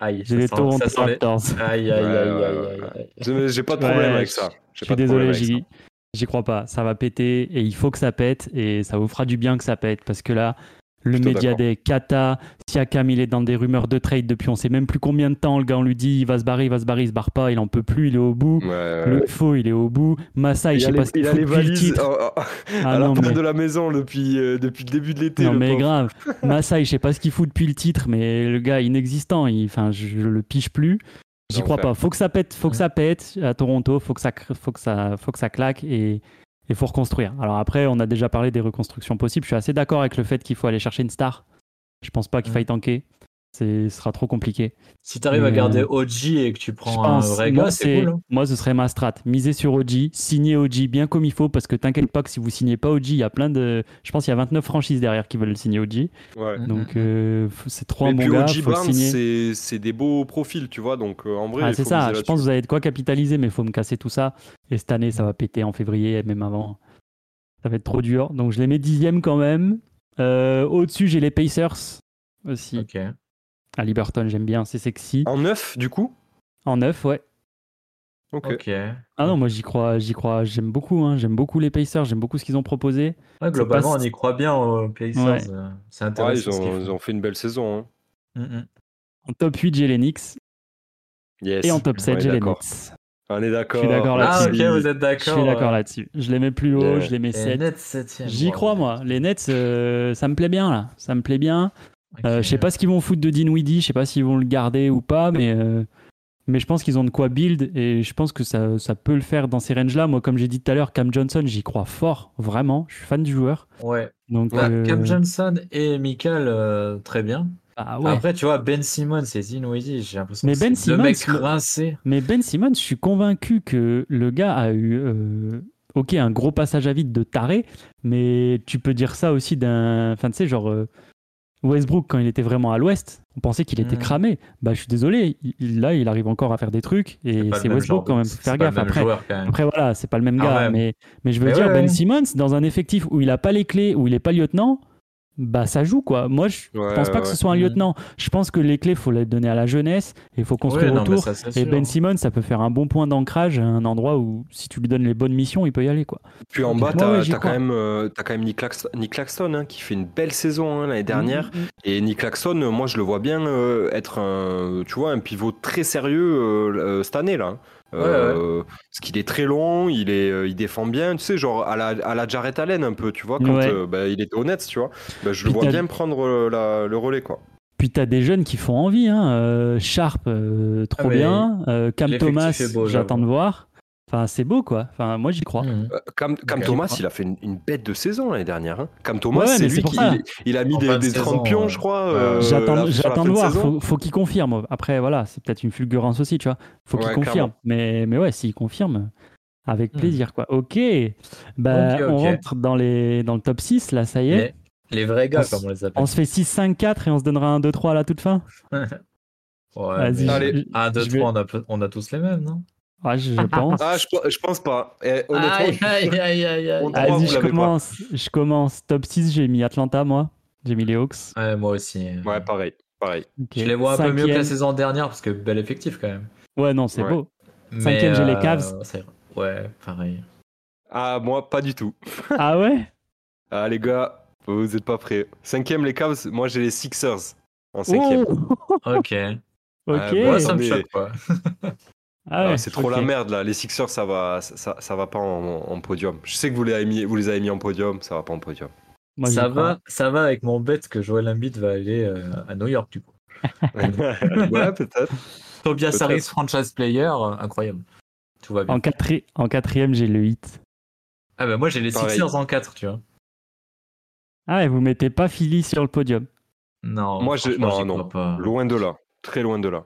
[SPEAKER 4] Aïe,
[SPEAKER 1] j'ai
[SPEAKER 4] ça
[SPEAKER 1] les
[SPEAKER 4] sent-
[SPEAKER 1] Toronto
[SPEAKER 4] ça sent les-
[SPEAKER 1] Raptors.
[SPEAKER 4] Aïe, aïe,
[SPEAKER 5] Ouais,
[SPEAKER 4] aïe,
[SPEAKER 5] ouais,
[SPEAKER 4] aïe,
[SPEAKER 5] ouais,
[SPEAKER 4] aïe,
[SPEAKER 5] ouais.
[SPEAKER 4] aïe.
[SPEAKER 5] Je- J'ai pas de
[SPEAKER 1] Ouais,
[SPEAKER 5] problème avec
[SPEAKER 1] je-
[SPEAKER 5] ça.
[SPEAKER 1] Je
[SPEAKER 5] J'ai
[SPEAKER 1] suis
[SPEAKER 5] pas de problème
[SPEAKER 1] désolé, j'y,
[SPEAKER 5] avec
[SPEAKER 1] j'y crois pas. Ça va péter et il faut que ça pète et ça vous fera du bien que ça pète parce que là, le
[SPEAKER 5] Plutôt
[SPEAKER 1] média des Kata, Siakam, il est dans des rumeurs de trade depuis on sait même plus combien de temps. Le gars, on lui dit il va se barrer, il va se barrer, il se barre pas, il en peut plus, il est au bout.
[SPEAKER 5] ça. Ouais, ouais.
[SPEAKER 1] Le faux, il est au bout. Massa, il,
[SPEAKER 5] il
[SPEAKER 1] je
[SPEAKER 5] a
[SPEAKER 1] sais
[SPEAKER 5] les,
[SPEAKER 1] pas ce qu'il
[SPEAKER 5] il a
[SPEAKER 1] fout
[SPEAKER 5] les
[SPEAKER 1] depuis le
[SPEAKER 5] valises (laughs)
[SPEAKER 1] titre.
[SPEAKER 5] à, à-
[SPEAKER 1] Ah
[SPEAKER 5] à la
[SPEAKER 1] non,
[SPEAKER 5] porte
[SPEAKER 1] mais-
[SPEAKER 5] de la maison depuis, euh, depuis le début de l'été.
[SPEAKER 1] Non
[SPEAKER 5] le
[SPEAKER 1] mais
[SPEAKER 5] pauvre.
[SPEAKER 4] (laughs)
[SPEAKER 1] grave, Massa il je sais pas ce qu'il fout depuis le titre, mais le gars inexistant, il- enfin je, je le pige plus. J'y
[SPEAKER 5] L'enfer.
[SPEAKER 1] crois pas. Faut que ça pète, faut que
[SPEAKER 4] Ouais.
[SPEAKER 1] ça pète à Toronto, faut que ça, cr- faut que ça, faut que ça claque et il faut reconstruire. Alors après, on a déjà parlé des reconstructions possibles. Je suis assez d'accord avec le fait qu'il faut aller chercher une star. Je pense pas qu'il
[SPEAKER 4] Ouais.
[SPEAKER 1] faille tanker. C'est ce sera trop compliqué.
[SPEAKER 4] Si t'arrives à
[SPEAKER 1] Mais-
[SPEAKER 4] garder OG et que tu
[SPEAKER 1] Je
[SPEAKER 4] prends un
[SPEAKER 1] pense.
[SPEAKER 4] vrai
[SPEAKER 1] moi,
[SPEAKER 4] gars, c'est cool. hein.
[SPEAKER 1] moi, ce serait ma strat. Miser sur OG, signer OG bien comme il faut, parce que t'inquiète pas que si vous signez pas OG, il y a plein de. Je pense qu'il y a 29 franchises derrière qui veulent signer OG.
[SPEAKER 5] Ouais.
[SPEAKER 4] Mhm.
[SPEAKER 1] Donc euh, faut- c'est trois
[SPEAKER 5] Mais
[SPEAKER 1] bons
[SPEAKER 5] puis
[SPEAKER 1] gars,
[SPEAKER 5] OG
[SPEAKER 1] faut le
[SPEAKER 5] Barnes,
[SPEAKER 1] signer.
[SPEAKER 5] c'est c'est des beaux profils, tu vois. Donc euh, en vrai,
[SPEAKER 1] Ah,
[SPEAKER 5] il
[SPEAKER 1] c'est
[SPEAKER 5] faut
[SPEAKER 1] ça,
[SPEAKER 5] miser
[SPEAKER 1] je pense que vous avez de quoi capitaliser, mais il faut me casser tout ça. Et cette année, ça
[SPEAKER 5] Mm.
[SPEAKER 1] va péter en février, même avant. Ça va être trop dur. Donc je les mets dixième quand même. Euh, Au-dessus, j'ai les Pacers aussi.
[SPEAKER 4] Ok.
[SPEAKER 1] À Liberton, j'aime bien, c'est sexy.
[SPEAKER 5] là-dessus. En neuf, du coup
[SPEAKER 1] En neuf, ouais.
[SPEAKER 5] Ok.
[SPEAKER 4] Ok.
[SPEAKER 1] Ah non, moi j'y crois, j'y crois, j'aime beaucoup, hein. j'aime beaucoup les Pacers, j'aime beaucoup ce qu'ils ont proposé.
[SPEAKER 4] Ouais, globalement,
[SPEAKER 1] passe-
[SPEAKER 4] on y croit bien aux Pacers.
[SPEAKER 1] Ouais.
[SPEAKER 4] euh, C'est
[SPEAKER 5] Ouais,
[SPEAKER 4] intéressant.
[SPEAKER 5] ils,
[SPEAKER 4] ce qu'ils
[SPEAKER 5] ont,
[SPEAKER 4] font.
[SPEAKER 5] ils ont fait une belle saison. hein.
[SPEAKER 1] Mm,
[SPEAKER 4] Mhm.
[SPEAKER 1] En top 8, j'ai Lennox.
[SPEAKER 5] Yes.
[SPEAKER 1] Et en top
[SPEAKER 4] on
[SPEAKER 1] 7,
[SPEAKER 5] est
[SPEAKER 1] j'ai
[SPEAKER 5] d'accord.
[SPEAKER 1] Lennox.
[SPEAKER 5] On est d'accord.
[SPEAKER 1] Je suis d'accord
[SPEAKER 4] Ah,
[SPEAKER 1] là-dessus.
[SPEAKER 4] ok, vous êtes
[SPEAKER 1] Je
[SPEAKER 4] d'accord.
[SPEAKER 1] suis d'accord là-dessus. Je les mets plus haut,
[SPEAKER 5] Yeah.
[SPEAKER 1] je les mets
[SPEAKER 4] Et
[SPEAKER 1] 7.
[SPEAKER 4] Nets septième,
[SPEAKER 1] J'y
[SPEAKER 4] bravo.
[SPEAKER 1] crois, moi. Les Nets, euh, ça me plaît bien, là. Ça me plaît bien.
[SPEAKER 4] Ok.
[SPEAKER 1] Euh, je sais pas ce qu'ils vont foutre de Dinwiddie, je sais pas s'ils vont le garder ou pas, mais, euh, mais je pense qu'ils ont de quoi build et je pense que ça, ça peut le faire dans ces ranges-là. Moi, comme j'ai dit tout à l'heure, Cam Johnson, j'y crois fort, vraiment. Je suis fan du joueur.
[SPEAKER 4] Ouais.
[SPEAKER 1] Donc,
[SPEAKER 4] Bah,
[SPEAKER 1] euh,
[SPEAKER 4] Cam Johnson et Michael, euh, très bien.
[SPEAKER 1] ah ouais.
[SPEAKER 4] Après, tu vois, Ben Simmons et Dinwiddie, j'ai l'impression
[SPEAKER 1] Mais
[SPEAKER 4] que
[SPEAKER 1] Ben
[SPEAKER 4] c'est deux mecs
[SPEAKER 1] Simmons, le-
[SPEAKER 4] rincés.
[SPEAKER 1] Mais Ben Simmons, je suis convaincu que le gars a eu, euh, ok, un gros passage à vide de taré, mais tu peux dire ça aussi d'un, enfin tu sais, genre euh, Westbrook quand il était vraiment à l'Ouest, on pensait qu'il était
[SPEAKER 4] Mm.
[SPEAKER 1] cramé. Bah je suis désolé, il- là il arrive encore à faire des trucs et
[SPEAKER 4] pas le
[SPEAKER 1] c'est
[SPEAKER 4] même
[SPEAKER 1] Westbrook
[SPEAKER 4] genre de-
[SPEAKER 1] quand même, faut
[SPEAKER 4] c'est
[SPEAKER 1] faire
[SPEAKER 4] pas le
[SPEAKER 1] gaffe
[SPEAKER 4] même
[SPEAKER 1] après.
[SPEAKER 4] joueur, quand même.
[SPEAKER 1] Après voilà, c'est pas le même
[SPEAKER 4] Ah
[SPEAKER 1] gars,
[SPEAKER 4] ouais.
[SPEAKER 1] mais mais je veux
[SPEAKER 4] Mais
[SPEAKER 1] dire
[SPEAKER 4] ouais,
[SPEAKER 1] Ben
[SPEAKER 4] ouais.
[SPEAKER 1] Simmons dans un effectif où il a pas les clés, où il est pas lieutenant, bah ça joue quoi. Moi je
[SPEAKER 5] Ouais,
[SPEAKER 1] pense pas que
[SPEAKER 5] ouais.
[SPEAKER 1] ce soit un
[SPEAKER 4] Mm.
[SPEAKER 1] lieutenant. Je pense que les clés faut les donner à la jeunesse et faut construire
[SPEAKER 4] Ouais, non, mais
[SPEAKER 1] autour.
[SPEAKER 4] ça, c'est
[SPEAKER 1] Et
[SPEAKER 4] sûr.
[SPEAKER 1] Ben Simmons, ça peut faire un bon point d'ancrage, un endroit où si tu lui donnes les bonnes missions, il peut y aller quoi.
[SPEAKER 5] Puis en
[SPEAKER 1] Ok.
[SPEAKER 5] bas,
[SPEAKER 1] Ouais,
[SPEAKER 5] t'as
[SPEAKER 1] ouais, j'y
[SPEAKER 5] t'as
[SPEAKER 1] crois.
[SPEAKER 5] quand même, euh, t'as quand même Nick Claxton, Nick Claxton, hein, qui fait une belle saison hein, l'année
[SPEAKER 1] Mhm.
[SPEAKER 5] dernière. Et Nick Claxton, euh, moi, je le vois bien euh, être un, tu vois, un pivot très sérieux euh, euh, cette année là. Euh, Parce qu'il est très long, il est, euh, il défend bien, tu sais, genre à la, à la Jarrett Allen un peu, tu vois, quand
[SPEAKER 1] Ouais.
[SPEAKER 5] euh, bah, il était honnête, tu vois. Bah, je le
[SPEAKER 1] Puis
[SPEAKER 5] vois
[SPEAKER 1] t'as-
[SPEAKER 5] bien prendre euh, la- le relais quoi.
[SPEAKER 1] Puis t'as des jeunes qui font envie, hein. euh, Sharp, euh, trop
[SPEAKER 4] Ah, mais
[SPEAKER 1] bien. euh, Cam
[SPEAKER 4] l'effectif
[SPEAKER 1] Thomas,
[SPEAKER 4] est beau,
[SPEAKER 1] j'attends
[SPEAKER 4] j'avoue.
[SPEAKER 1] de voir. Enfin, c'est beau quoi. Enfin, moi j'y crois.
[SPEAKER 4] Mhm.
[SPEAKER 5] Euh, Cam, Cam
[SPEAKER 4] Ok.
[SPEAKER 5] Thomas, il a fait une, une bête de saison l'année dernière. hein. Cam Thomas,
[SPEAKER 1] Ouais,
[SPEAKER 5] c'est
[SPEAKER 1] mais c'est
[SPEAKER 5] lui
[SPEAKER 1] pour
[SPEAKER 5] qui
[SPEAKER 1] ça.
[SPEAKER 5] il, il a mis
[SPEAKER 4] En
[SPEAKER 5] des,
[SPEAKER 4] fin de
[SPEAKER 5] des
[SPEAKER 4] saison,
[SPEAKER 5] 30 pions,
[SPEAKER 4] ouais.
[SPEAKER 5] je crois.
[SPEAKER 4] Ouais.
[SPEAKER 5] euh, là,
[SPEAKER 1] J'attends,
[SPEAKER 5] sur la
[SPEAKER 1] j'attends
[SPEAKER 5] fin
[SPEAKER 1] de voir. Faut,
[SPEAKER 5] saison.
[SPEAKER 1] faut qu'il confirme. Après, voilà, c'est peut-être une fulgurance aussi, tu vois. Faut qu'il
[SPEAKER 5] Ouais,
[SPEAKER 1] confirme. Mais, mais ouais, s'il confirme, avec
[SPEAKER 4] Hmm.
[SPEAKER 1] plaisir, quoi. Ok. Bah,
[SPEAKER 4] Ok,
[SPEAKER 1] on
[SPEAKER 4] ok.
[SPEAKER 1] rentre dans, les, dans le top 6, là, ça y est.
[SPEAKER 4] Mais les vrais gars,
[SPEAKER 1] On s-
[SPEAKER 4] comme on les appelle.
[SPEAKER 1] On se fait 6-5-4 et on se donnera un 2-3 à la toute fin.
[SPEAKER 4] Ouais,
[SPEAKER 1] Vas-y.
[SPEAKER 4] mais-
[SPEAKER 5] Allez.
[SPEAKER 1] je-
[SPEAKER 4] 1, 2,
[SPEAKER 1] je vais-
[SPEAKER 4] 3, on a, peu- on a tous les mêmes, non
[SPEAKER 1] Ah, je, je
[SPEAKER 4] (laughs)
[SPEAKER 1] pense.
[SPEAKER 5] Ah, je, je pense pas. Eh, honnêtement,
[SPEAKER 4] Ah,
[SPEAKER 5] je suis sûr
[SPEAKER 4] aïe, aïe,
[SPEAKER 5] On
[SPEAKER 1] Vas-y,
[SPEAKER 5] Trois, vous
[SPEAKER 1] je
[SPEAKER 5] l'avez pas.
[SPEAKER 1] commence. Je commence. Top 6, j'ai mis Atlanta, moi. J'ai mis les Hawks.
[SPEAKER 4] Ouais, moi aussi.
[SPEAKER 5] Ouais, pareil, pareil.
[SPEAKER 1] Ok.
[SPEAKER 4] Je les vois un peu mieux que la
[SPEAKER 1] Cinquième-
[SPEAKER 4] saison dernière, parce que bel effectif quand même.
[SPEAKER 1] Ouais, non, c'est
[SPEAKER 5] Ouais.
[SPEAKER 1] beau.
[SPEAKER 4] Mais,
[SPEAKER 1] Cinquième, j'ai les
[SPEAKER 4] euh,
[SPEAKER 1] Cavs.
[SPEAKER 4] ça ira. Ouais,
[SPEAKER 1] (laughs)
[SPEAKER 4] pareil.
[SPEAKER 5] Ah, moi, pas du tout.
[SPEAKER 1] Ah ouais
[SPEAKER 5] Ah, les gars, vous êtes pas prêts. Cinquième, les Cavs. Moi, j'ai les Sixers en cinquième.
[SPEAKER 1] Oh
[SPEAKER 4] Ok.
[SPEAKER 1] Ok.
[SPEAKER 5] Ah, bon,
[SPEAKER 4] Moi, bah, ça me
[SPEAKER 5] Attendez.
[SPEAKER 4] choque pas.
[SPEAKER 1] Ah
[SPEAKER 5] Ah,
[SPEAKER 1] ouais,
[SPEAKER 5] c'est trop
[SPEAKER 1] ok.
[SPEAKER 5] la merde là. Les Sixers, ça va, ça, ça- ça va pas en, en podium. Je sais que vous les avez mis, vous les avez mis en podium, ça va pas
[SPEAKER 1] (laughs)
[SPEAKER 5] en podium. (laughs)
[SPEAKER 1] Moi, j'y
[SPEAKER 4] ça,
[SPEAKER 1] crois.
[SPEAKER 4] va, ça va avec mon bet que Joel Embiid va aller euh, à New York, du coup.
[SPEAKER 5] ouais, peut-être.
[SPEAKER 4] Tobias
[SPEAKER 5] Peut-être.
[SPEAKER 4] Harris, franchise player, euh, incroyable. Tout va bien.
[SPEAKER 1] En, quatri- en quatrième, j'ai le hit.
[SPEAKER 4] Ah bah moi j'ai les
[SPEAKER 5] Pareil.
[SPEAKER 4] Sixers en 4, tu vois.
[SPEAKER 1] Ah, et vous mettez pas Philly sur le podium.
[SPEAKER 4] Non,
[SPEAKER 5] Moi, je-
[SPEAKER 4] franchement,
[SPEAKER 5] non,
[SPEAKER 4] j'y
[SPEAKER 5] non.
[SPEAKER 4] crois pas.
[SPEAKER 5] Loin de là, très loin de là.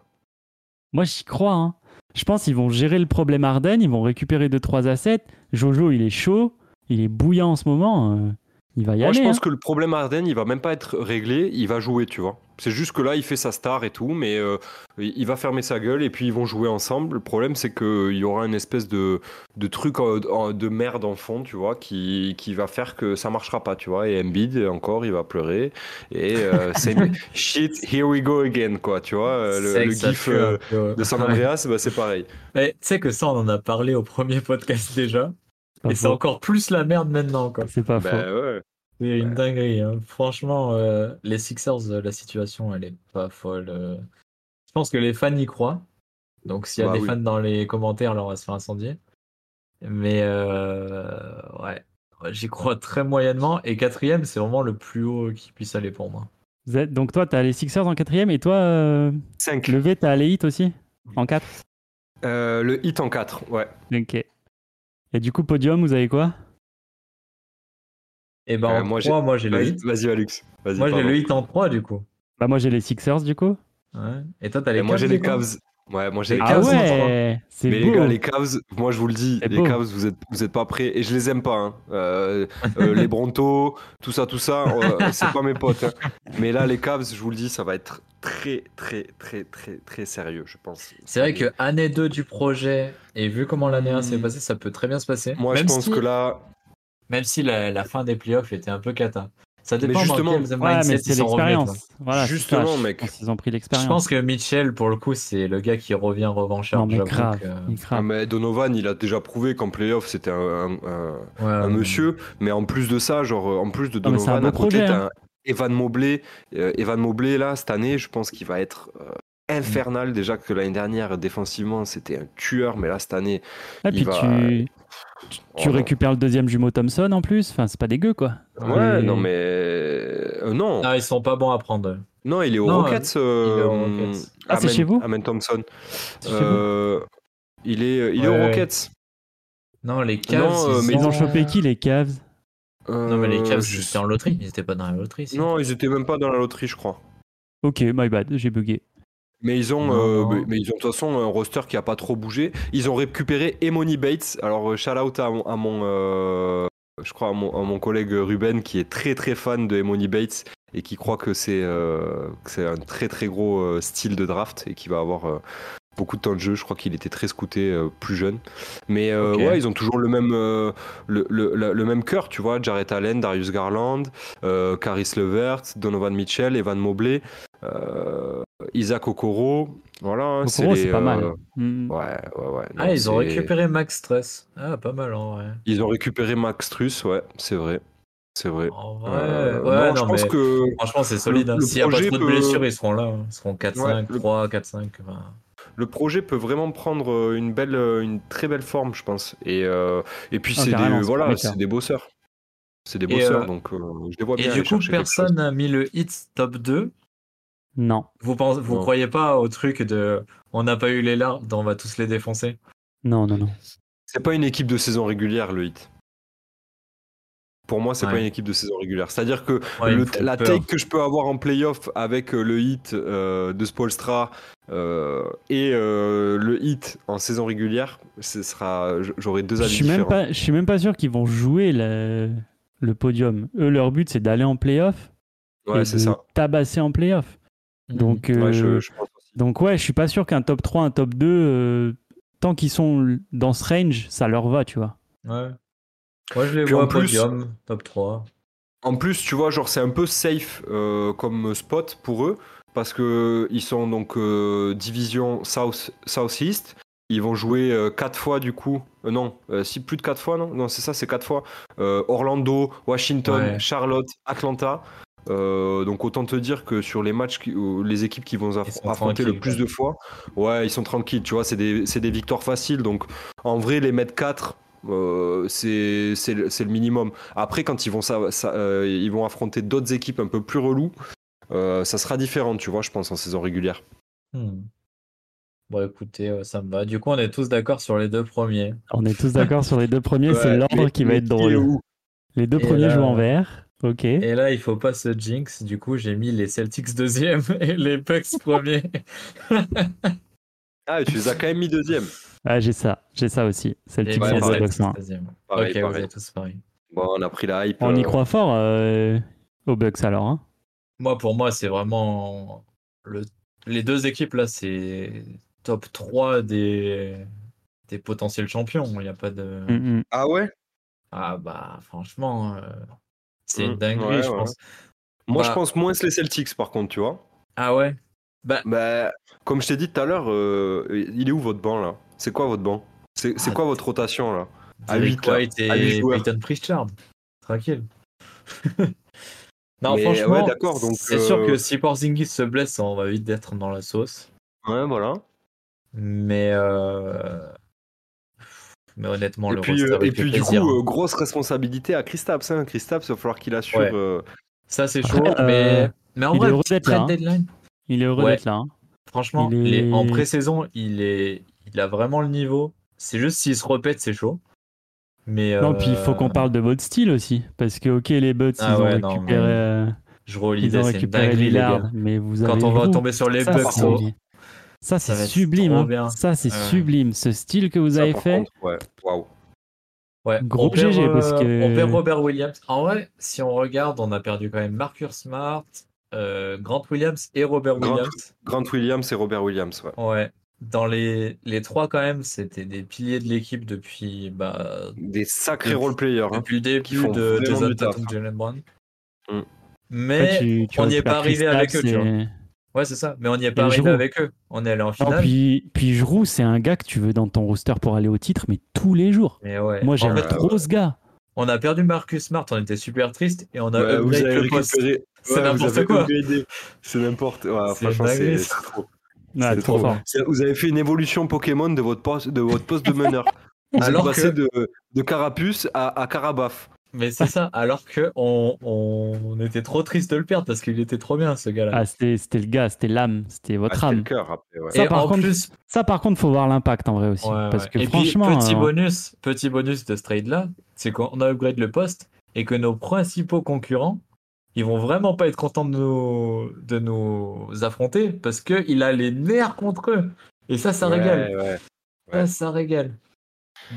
[SPEAKER 1] Moi, j'y crois. hein. Je pense qu'ils vont gérer le problème Arden. Ils vont récupérer 2-3 assets. Jojo, il est chaud. Il est bouillant en ce moment. euh, Il va y
[SPEAKER 5] Moi,
[SPEAKER 1] aller.
[SPEAKER 5] je pense
[SPEAKER 1] hein.
[SPEAKER 5] que le problème Arden, il va même pas être réglé, il va jouer, tu vois. C'est juste que là, il fait sa star et tout, mais euh, il il va fermer sa gueule et puis ils vont jouer ensemble. Le problème, c'est qu'il y aura une espèce de, de truc en- en- de merde en fond, tu vois, qui, qui va faire que ça marchera pas, tu vois. Et Embiid, encore, il va pleurer. Et
[SPEAKER 4] (laughs)
[SPEAKER 5] euh, c'est shit, here we go again, quoi, tu vois. euh,
[SPEAKER 4] C'est
[SPEAKER 5] Le,
[SPEAKER 4] que
[SPEAKER 5] le
[SPEAKER 4] ça
[SPEAKER 5] gif
[SPEAKER 4] pue,
[SPEAKER 5] euh,
[SPEAKER 4] un peu, ouais.
[SPEAKER 5] de San Andreas, bah, c'est pareil.
[SPEAKER 4] Mais tu sais que ça, on en a parlé au premier (laughs) podcast déjà.
[SPEAKER 1] hein. Pas
[SPEAKER 4] et c'est
[SPEAKER 1] faux.
[SPEAKER 4] encore plus la merde maintenant, quoi.
[SPEAKER 1] C'est pas
[SPEAKER 5] Bah,
[SPEAKER 1] faux.
[SPEAKER 5] ouais.
[SPEAKER 4] C'est une dinguerie. hein. Franchement, euh, les Sixers, euh, la situation, elle est pas folle. euh. Je pense que les fans y croient. Donc s'il y a
[SPEAKER 5] Bah
[SPEAKER 4] des
[SPEAKER 5] oui.
[SPEAKER 4] fans dans les commentaires, là, on va se faire incendier. Mais euh, ouais, Ouais, j'y crois très moyennement. Et quatrième, c'est vraiment le plus haut qui puisse aller pour moi.
[SPEAKER 1] Vous êtes- Donc, toi, t'as les Sixers en quatrième. Et toi, euh,
[SPEAKER 5] Cinq.
[SPEAKER 1] Levé, t'as les hits aussi En 4
[SPEAKER 5] Euh, le hit en 4, ouais.
[SPEAKER 1] Ok. Et du coup, podium, vous avez quoi
[SPEAKER 4] Et ben
[SPEAKER 5] Euh,
[SPEAKER 4] en
[SPEAKER 5] moi, j'ai-
[SPEAKER 4] trois, moi j'ai le
[SPEAKER 5] Vas-y,
[SPEAKER 4] hit.
[SPEAKER 5] vas-y, Alux. Vas-y,
[SPEAKER 4] Moi j'ai
[SPEAKER 5] pardon.
[SPEAKER 4] le hit en 3 du coup.
[SPEAKER 1] Bah moi j'ai les Sixers du coup.
[SPEAKER 4] Ouais. Et toi t'as les
[SPEAKER 5] Et moi j'ai les
[SPEAKER 4] du coup
[SPEAKER 5] Cavs. Ouais, moi j'ai les
[SPEAKER 4] Les
[SPEAKER 5] Cavs.
[SPEAKER 1] Ah
[SPEAKER 4] Cavs,
[SPEAKER 5] en trois.
[SPEAKER 1] ouais, c'est
[SPEAKER 5] Mais
[SPEAKER 1] beau.
[SPEAKER 5] les gars, les Cavs, moi je vous le dis,
[SPEAKER 1] C'est
[SPEAKER 5] les
[SPEAKER 1] beau.
[SPEAKER 5] Cavs, vous êtes, vous êtes pas prêts et je les aime pas. hein. Euh, euh, les Brontos, tout ça, tout ça, euh, c'est pas mes potes. hein. Mais là, les Cavs, je vous le dis, ça va être très, très, très, très, très sérieux, je pense.
[SPEAKER 4] C'est vrai que année 2 du projet, et vu comment l'année 1 s'est
[SPEAKER 5] Hmm.
[SPEAKER 4] passée, ça peut très bien se passer.
[SPEAKER 5] Moi,
[SPEAKER 4] même
[SPEAKER 5] je pense
[SPEAKER 4] si,
[SPEAKER 5] que là,
[SPEAKER 4] Même si la, la fin des playoffs était un peu cata. Ça
[SPEAKER 5] Mais
[SPEAKER 4] dépend
[SPEAKER 5] justement-
[SPEAKER 4] dans quel
[SPEAKER 1] Ouais,
[SPEAKER 4] mindset
[SPEAKER 1] mais
[SPEAKER 4] ils
[SPEAKER 1] c'est
[SPEAKER 4] sont revenus,
[SPEAKER 1] l'expérience. Voilà, c'est ça,
[SPEAKER 5] hein. Justement,
[SPEAKER 1] je
[SPEAKER 5] mec.
[SPEAKER 1] pense qu'ils ont pris
[SPEAKER 4] quoi. Je
[SPEAKER 1] l'expérience.
[SPEAKER 4] pense que Mitchell, pour le coup, c'est le gars qui revient revanchard.
[SPEAKER 1] Non mais
[SPEAKER 4] j'avoue
[SPEAKER 1] grave,
[SPEAKER 4] que-
[SPEAKER 1] mais
[SPEAKER 5] ah,
[SPEAKER 1] grave.
[SPEAKER 5] mais Donovan, il a déjà prouvé qu'en playoff, c'était un, un- un-
[SPEAKER 4] Ouais,
[SPEAKER 5] un
[SPEAKER 4] ouais.
[SPEAKER 5] monsieur. Mais en plus de ça, genre, en plus de
[SPEAKER 1] Non, Euh, Ah, mais c'est un
[SPEAKER 5] Donovan,
[SPEAKER 1] beau
[SPEAKER 5] à côté,
[SPEAKER 1] projet,
[SPEAKER 5] t'as
[SPEAKER 1] hein.
[SPEAKER 5] un Evan Mobley, euh, Evan Mobley, là, cette année, je pense qu'il va être euh, infernal. Déjà que l'année dernière, défensivement, c'était un tueur, mais là, cette année,
[SPEAKER 1] Et Ah, puis
[SPEAKER 5] il va-
[SPEAKER 1] tu, tu- tu
[SPEAKER 5] Oh.
[SPEAKER 1] récupères le deuxième jumeau Thompson en plus. Enfin, c'est pas dégueu quoi.
[SPEAKER 5] Ouais,
[SPEAKER 1] Et-
[SPEAKER 5] non, mais. euh, non.
[SPEAKER 4] Ah, ils sont pas bons à prendre. eux.
[SPEAKER 5] non, il est aux
[SPEAKER 4] Non,
[SPEAKER 5] Rockets.
[SPEAKER 4] il est aux
[SPEAKER 5] euh,
[SPEAKER 4] Rockets.
[SPEAKER 1] Ah, c'est
[SPEAKER 5] Amen-
[SPEAKER 1] chez vous
[SPEAKER 5] Amen Thompson.
[SPEAKER 1] C'est chez vous.
[SPEAKER 5] Euh, il est, il est
[SPEAKER 4] Ouais.
[SPEAKER 5] aux Rockets.
[SPEAKER 4] Non, les Cavs.
[SPEAKER 5] Non, euh, mais
[SPEAKER 1] Ils ont
[SPEAKER 5] non.
[SPEAKER 1] chopé qui les Cavs
[SPEAKER 5] Euh,
[SPEAKER 4] Non, mais les Cavs,
[SPEAKER 5] je-
[SPEAKER 4] c'était en loterie. Ils étaient pas dans la loterie. si.
[SPEAKER 5] Non, ils étaient même pas dans la loterie, je crois.
[SPEAKER 1] Ok, my bad, j'ai bugué.
[SPEAKER 5] Mais ils ont,
[SPEAKER 4] Non,
[SPEAKER 5] euh,
[SPEAKER 4] non.
[SPEAKER 5] mais- mais ils ont de toute façon un roster qui a pas trop bougé. Ils ont récupéré Emoni Bates. Alors euh, shout out à mon, à mon, euh, je crois à mon, à mon collègue Ruben qui est très très fan de Emoni Bates et qui croit que c'est euh, que c'est un très très gros euh, style de draft et qui va avoir euh, beaucoup de temps de jeu. Je crois qu'il était très scouté euh, plus jeune. Mais euh,
[SPEAKER 4] Ok.
[SPEAKER 5] ouais, ils ont toujours le même euh, le, le- le- le même cœur, tu vois. Jarrett Allen, Darius Garland, euh, Caris Levert, Donovan Mitchell, Evan Mobley. euh, Isaac Okoro, voilà. hein,
[SPEAKER 1] Okoro, c'est
[SPEAKER 5] les,
[SPEAKER 1] pas
[SPEAKER 5] euh,
[SPEAKER 1] mal. Hmm.
[SPEAKER 5] Ouais, ouais, ouais. non,
[SPEAKER 4] Ah, ils ont
[SPEAKER 5] c'est-
[SPEAKER 4] récupéré Max Stress. Ah, pas mal en vrai.
[SPEAKER 5] Ils ont récupéré Max Truss, ouais, c'est vrai. C'est vrai.
[SPEAKER 4] En vrai,
[SPEAKER 5] Euh,
[SPEAKER 4] ouais,
[SPEAKER 5] non,
[SPEAKER 4] non,
[SPEAKER 5] je pense
[SPEAKER 4] mais
[SPEAKER 5] que.
[SPEAKER 4] franchement, c'est solide. hein.
[SPEAKER 5] le
[SPEAKER 4] S'il n'y a pas
[SPEAKER 5] projet
[SPEAKER 4] trop de
[SPEAKER 5] peut-
[SPEAKER 4] blessures, ils seront là. hein. Ils seront 4-5,
[SPEAKER 5] Ouais, le-
[SPEAKER 4] 3, 4-5. enfin.
[SPEAKER 5] le projet peut vraiment prendre euh, une belle, euh, une très belle forme, je pense. Et, euh, et puis
[SPEAKER 1] Ah,
[SPEAKER 5] c'est
[SPEAKER 1] carrément,
[SPEAKER 5] des,
[SPEAKER 1] c'est
[SPEAKER 5] voilà,
[SPEAKER 1] prometteur.
[SPEAKER 5] c'est des bosseurs. C'est des
[SPEAKER 4] Et,
[SPEAKER 5] bosseurs,
[SPEAKER 4] euh,
[SPEAKER 5] donc euh, je les vois
[SPEAKER 4] Et
[SPEAKER 5] bien.
[SPEAKER 4] du
[SPEAKER 5] aller
[SPEAKER 4] coup,
[SPEAKER 5] chercher quelque chose.
[SPEAKER 4] personne n'a mis le hit top 2.
[SPEAKER 1] Non,
[SPEAKER 4] Vous pensez, vous
[SPEAKER 5] Non.
[SPEAKER 4] croyez pas au truc de on n'a pas eu les larmes, donc on va tous les défoncer
[SPEAKER 1] non, non, non.
[SPEAKER 5] C'est pas une équipe de saison régulière, le hit. Pour moi, c'est
[SPEAKER 4] Ouais.
[SPEAKER 5] pas une équipe de saison régulière. C'est-à-dire que
[SPEAKER 4] Ouais,
[SPEAKER 5] Le-
[SPEAKER 4] ils me font
[SPEAKER 5] la
[SPEAKER 4] peur.
[SPEAKER 5] take que je peux avoir en playoff avec euh, le hit euh, de Spolstra euh, et euh, le hit en saison régulière, ce sera, j- j'aurai deux
[SPEAKER 1] Je
[SPEAKER 5] avis
[SPEAKER 1] suis même
[SPEAKER 5] différents.
[SPEAKER 1] pas, je suis même pas sûr qu'ils vont jouer le, le podium. Eux, leur but c'est d'aller en playoff
[SPEAKER 5] Ouais,
[SPEAKER 1] et
[SPEAKER 5] c'est
[SPEAKER 1] de
[SPEAKER 5] ça.
[SPEAKER 1] tabasser en playoff.
[SPEAKER 5] Mm.
[SPEAKER 4] Mhm.
[SPEAKER 1] Donc, euh,
[SPEAKER 5] Ouais, je, je pense aussi.
[SPEAKER 1] donc ouais, je suis pas sûr qu'un top 3, un top 2, euh, tant qu'ils sont dans ce range, ça leur va, tu vois.
[SPEAKER 4] Ouais. Moi, je les
[SPEAKER 5] Puis en
[SPEAKER 4] vois
[SPEAKER 5] plus-
[SPEAKER 4] podium, top 3.
[SPEAKER 5] En plus, tu vois, genre c'est un peu safe euh, comme spot pour eux parce que ils sont donc euh, division South Southeast. Ils vont jouer euh, quatre fois du coup. euh, non, euh, si plus de quatre fois, non. Non, c'est ça, c'est quatre fois. Euh, Orlando, Washington,
[SPEAKER 4] Ouais.
[SPEAKER 5] Charlotte, Atlanta. Euh, donc autant te dire que sur les matchs, qui- ou les équipes qui vont aff-
[SPEAKER 4] Ils sont
[SPEAKER 5] affronter le
[SPEAKER 4] tranquilles,
[SPEAKER 5] plus
[SPEAKER 4] quoi.
[SPEAKER 5] de fois, ouais, ils sont tranquilles. Tu vois, c'est des, c'est des victoires faciles. Donc en vrai, les mettre 4, c'est c'est le c'est le minimum. Après, quand ils vont, ça, ça, euh, ils vont affronter d'autres équipes un peu plus reloues, euh, ça sera différent, tu vois, je pense, en saison régulière.
[SPEAKER 4] Hmm. Bon, écoutez, euh, ça me va. Du coup, on est tous d'accord sur les deux premiers.
[SPEAKER 1] On est tous d'accord sur les deux premiers, c'est
[SPEAKER 5] Ouais,
[SPEAKER 1] l'ordre
[SPEAKER 5] mais-
[SPEAKER 1] qui va
[SPEAKER 5] mais
[SPEAKER 1] être
[SPEAKER 5] est
[SPEAKER 1] drôle.
[SPEAKER 5] où
[SPEAKER 1] Les deux
[SPEAKER 4] Et
[SPEAKER 1] premiers
[SPEAKER 4] là-
[SPEAKER 1] jouent en vert, ok.
[SPEAKER 4] Et là, il faut pas se jinx. Du coup, j'ai mis les Celtics deuxième (laughs) et les Bucks premier.
[SPEAKER 5] Ah, tu les as quand même mis
[SPEAKER 4] (laughs)
[SPEAKER 5] deuxième.
[SPEAKER 1] Ah, j'ai ça, j'ai ça aussi. C'est le
[SPEAKER 4] Et bah,
[SPEAKER 1] type
[SPEAKER 5] ouais, de
[SPEAKER 4] les
[SPEAKER 1] de
[SPEAKER 5] pareil,
[SPEAKER 1] boxe, moi.
[SPEAKER 4] Celtics deuxième.
[SPEAKER 5] Pareil,
[SPEAKER 4] ok, vous
[SPEAKER 5] pareil.
[SPEAKER 4] êtes tous pareil.
[SPEAKER 5] Bon, on a pris la hype.
[SPEAKER 1] On y
[SPEAKER 5] euh,
[SPEAKER 1] croit fort euh, aux Bucks alors. hein.
[SPEAKER 4] Moi, pour moi, c'est vraiment le... les deux équipes là, c'est top 3 des, des potentiels champions. Il n'y a pas de.
[SPEAKER 1] Mm, mm.
[SPEAKER 5] Ah ouais
[SPEAKER 4] Ah bah, franchement, euh, c'est
[SPEAKER 5] Mm,
[SPEAKER 4] une dinguerie,
[SPEAKER 5] ouais,
[SPEAKER 4] je
[SPEAKER 5] ouais.
[SPEAKER 4] pense.
[SPEAKER 5] Moi,
[SPEAKER 4] Bah-
[SPEAKER 5] je pense moins les Celtics, par contre, tu vois.
[SPEAKER 4] Ah ouais? Bah,
[SPEAKER 5] Bah, comme je t'ai dit tout à l'heure, euh, il est où votre banc, là C'est quoi votre banc C'est c'est
[SPEAKER 4] Ah,
[SPEAKER 5] quoi votre rotation, là à
[SPEAKER 4] Derek
[SPEAKER 5] huit, là.
[SPEAKER 4] White
[SPEAKER 5] À huit
[SPEAKER 4] et
[SPEAKER 5] joueurs.
[SPEAKER 4] Peyton Pritchard. Tranquille. (laughs) Non,
[SPEAKER 5] Mais
[SPEAKER 4] franchement,
[SPEAKER 5] ouais, d'accord, donc,
[SPEAKER 4] c'est sûr
[SPEAKER 5] euh,
[SPEAKER 4] que si Porzingis se blesse, on va vite être dans la sauce.
[SPEAKER 5] Ouais, voilà.
[SPEAKER 4] Mais, euh, mais honnêtement,
[SPEAKER 5] Et
[SPEAKER 4] le
[SPEAKER 5] puis,
[SPEAKER 4] roster,
[SPEAKER 5] euh,
[SPEAKER 4] il
[SPEAKER 5] et
[SPEAKER 4] fait
[SPEAKER 5] puis du coup,
[SPEAKER 4] plaisir.
[SPEAKER 5] euh, grosse responsabilité à Kristaps. Hein. Kristaps, il va falloir qu'il assure.
[SPEAKER 4] Ouais.
[SPEAKER 5] euh,
[SPEAKER 4] Ça, c'est chaud,
[SPEAKER 1] Après,
[SPEAKER 4] mais...
[SPEAKER 1] euh,
[SPEAKER 4] mais en
[SPEAKER 1] il
[SPEAKER 4] vrai,
[SPEAKER 1] est heureux
[SPEAKER 4] petite
[SPEAKER 1] d'être là,
[SPEAKER 4] trade
[SPEAKER 1] hein.
[SPEAKER 4] deadline,
[SPEAKER 1] Il est heureux
[SPEAKER 4] Ouais.
[SPEAKER 1] d'être là. hein.
[SPEAKER 4] franchement,
[SPEAKER 1] Il est-
[SPEAKER 4] les- en pré-saison, il, est... il a vraiment le niveau. C'est juste s'il se répète, c'est chaud. Mais,
[SPEAKER 1] Non, puis il faut
[SPEAKER 4] euh,
[SPEAKER 1] qu'on parle de votre style aussi. Parce que, ok, les Bucks,
[SPEAKER 4] Ah
[SPEAKER 1] ils, ont
[SPEAKER 4] ouais, non,
[SPEAKER 1] récupéré,
[SPEAKER 4] mais-
[SPEAKER 1] euh,
[SPEAKER 4] Je relis
[SPEAKER 1] ils
[SPEAKER 4] l'idée,
[SPEAKER 1] ont
[SPEAKER 4] c'est une
[SPEAKER 1] récupéré
[SPEAKER 4] dinguerie, les gars.
[SPEAKER 1] Lillard. Mais vous avez
[SPEAKER 4] Quand on
[SPEAKER 1] le
[SPEAKER 4] va
[SPEAKER 1] gros.
[SPEAKER 4] tomber sur les
[SPEAKER 1] Ça,
[SPEAKER 4] Bucks,
[SPEAKER 1] par
[SPEAKER 4] oh,
[SPEAKER 1] contre, Ça,
[SPEAKER 4] Ça va
[SPEAKER 1] c'est
[SPEAKER 4] être
[SPEAKER 1] sublime.
[SPEAKER 4] trop
[SPEAKER 1] hein.
[SPEAKER 4] bien. Ah
[SPEAKER 1] Ça, c'est
[SPEAKER 4] Ouais.
[SPEAKER 1] sublime. Ce style que vous
[SPEAKER 5] ça,
[SPEAKER 1] avez
[SPEAKER 5] par
[SPEAKER 1] fait.
[SPEAKER 5] contre, ouais. Waouh.
[SPEAKER 4] Ouais,
[SPEAKER 1] Gros
[SPEAKER 4] on perd, euh,
[SPEAKER 1] GG, parce que-
[SPEAKER 4] on perd Robert Williams. En vrai, si on regarde, on a perdu quand même Marcus Smart, euh, Grant Williams et Robert
[SPEAKER 5] Grant-
[SPEAKER 4] Williams.
[SPEAKER 5] Grant Williams et Robert Williams, ouais.
[SPEAKER 4] Ouais. Dans les, les trois, quand même, c'était des piliers de l'équipe depuis, bah,
[SPEAKER 5] Des sacrés
[SPEAKER 4] Depuis-
[SPEAKER 5] role-players. hein.
[SPEAKER 4] depuis le début
[SPEAKER 5] font
[SPEAKER 4] de
[SPEAKER 5] vraiment
[SPEAKER 4] Jason
[SPEAKER 5] du taf.
[SPEAKER 4] Tatum, Jalen Brown.
[SPEAKER 5] Mm.
[SPEAKER 1] Toi,
[SPEAKER 4] Mais
[SPEAKER 1] tu- tu
[SPEAKER 4] Eh, on n'y est
[SPEAKER 1] récupères
[SPEAKER 4] pas arrivé avec eux,
[SPEAKER 1] Kristaps
[SPEAKER 4] tu vois.
[SPEAKER 1] et-
[SPEAKER 4] ouais, c'est ça. Mais on n'y est pas
[SPEAKER 1] Et
[SPEAKER 4] arrivé
[SPEAKER 1] Giroud.
[SPEAKER 4] avec eux. On est allé en
[SPEAKER 1] Non,
[SPEAKER 4] finale.
[SPEAKER 1] puis, puis Giroud, c'est un gars que tu veux dans ton roster pour aller au titre, mais tous les jours.
[SPEAKER 4] Mais ouais.
[SPEAKER 1] Moi,
[SPEAKER 4] En
[SPEAKER 5] euh,
[SPEAKER 1] j'aime
[SPEAKER 4] fait,
[SPEAKER 1] trop ce gars.
[SPEAKER 4] On a perdu Marcus Smart, on était super triste et on a
[SPEAKER 5] Ouais, vous
[SPEAKER 4] upgrade
[SPEAKER 5] avez
[SPEAKER 4] le poste.
[SPEAKER 5] récupéré.
[SPEAKER 4] C'est
[SPEAKER 5] ouais, vous
[SPEAKER 4] n'importe
[SPEAKER 5] avez
[SPEAKER 4] quoi.
[SPEAKER 5] upgradé. C'est n'importe. ouais,
[SPEAKER 4] C'est
[SPEAKER 5] franchement,
[SPEAKER 4] dingue,
[SPEAKER 5] c'est
[SPEAKER 4] ça.
[SPEAKER 5] c'est trop.
[SPEAKER 1] Ah,
[SPEAKER 5] c'est
[SPEAKER 1] trop
[SPEAKER 5] trop.
[SPEAKER 1] fort.
[SPEAKER 5] C'est- Vous avez fait une évolution Pokémon de votre poste de, votre poste de
[SPEAKER 4] (laughs)
[SPEAKER 5] meneur. Vous êtes
[SPEAKER 4] Alors
[SPEAKER 5] passé
[SPEAKER 4] que-
[SPEAKER 5] de, de Carapuce à, à Carabaf.
[SPEAKER 4] Mais c'est ça, alors que on, on était trop triste de le perdre parce qu'il était trop bien ce gars-là.
[SPEAKER 1] Ah, c'était c'était le gars, c'était l'âme, c'était votre
[SPEAKER 5] Ah, c'est le
[SPEAKER 1] âme.
[SPEAKER 5] cœur après. ouais.
[SPEAKER 1] ça,
[SPEAKER 4] et
[SPEAKER 1] par
[SPEAKER 4] en
[SPEAKER 1] contre,
[SPEAKER 4] plus,
[SPEAKER 1] Ça, par contre, faut voir l'impact en vrai aussi.
[SPEAKER 4] Ouais,
[SPEAKER 1] parce
[SPEAKER 4] ouais.
[SPEAKER 1] que
[SPEAKER 4] et puis,
[SPEAKER 1] franchement,
[SPEAKER 4] petit
[SPEAKER 1] euh,
[SPEAKER 4] bonus, petit bonus de ce trade là, c'est qu'on a upgrade le poste et que nos principaux concurrents, ils vont vraiment pas être contents de nous, de nous affronter parce que il a les nerfs contre eux. Et ça, ça
[SPEAKER 5] Ouais,
[SPEAKER 4] régale.
[SPEAKER 5] ouais.
[SPEAKER 4] Ça, ça régale.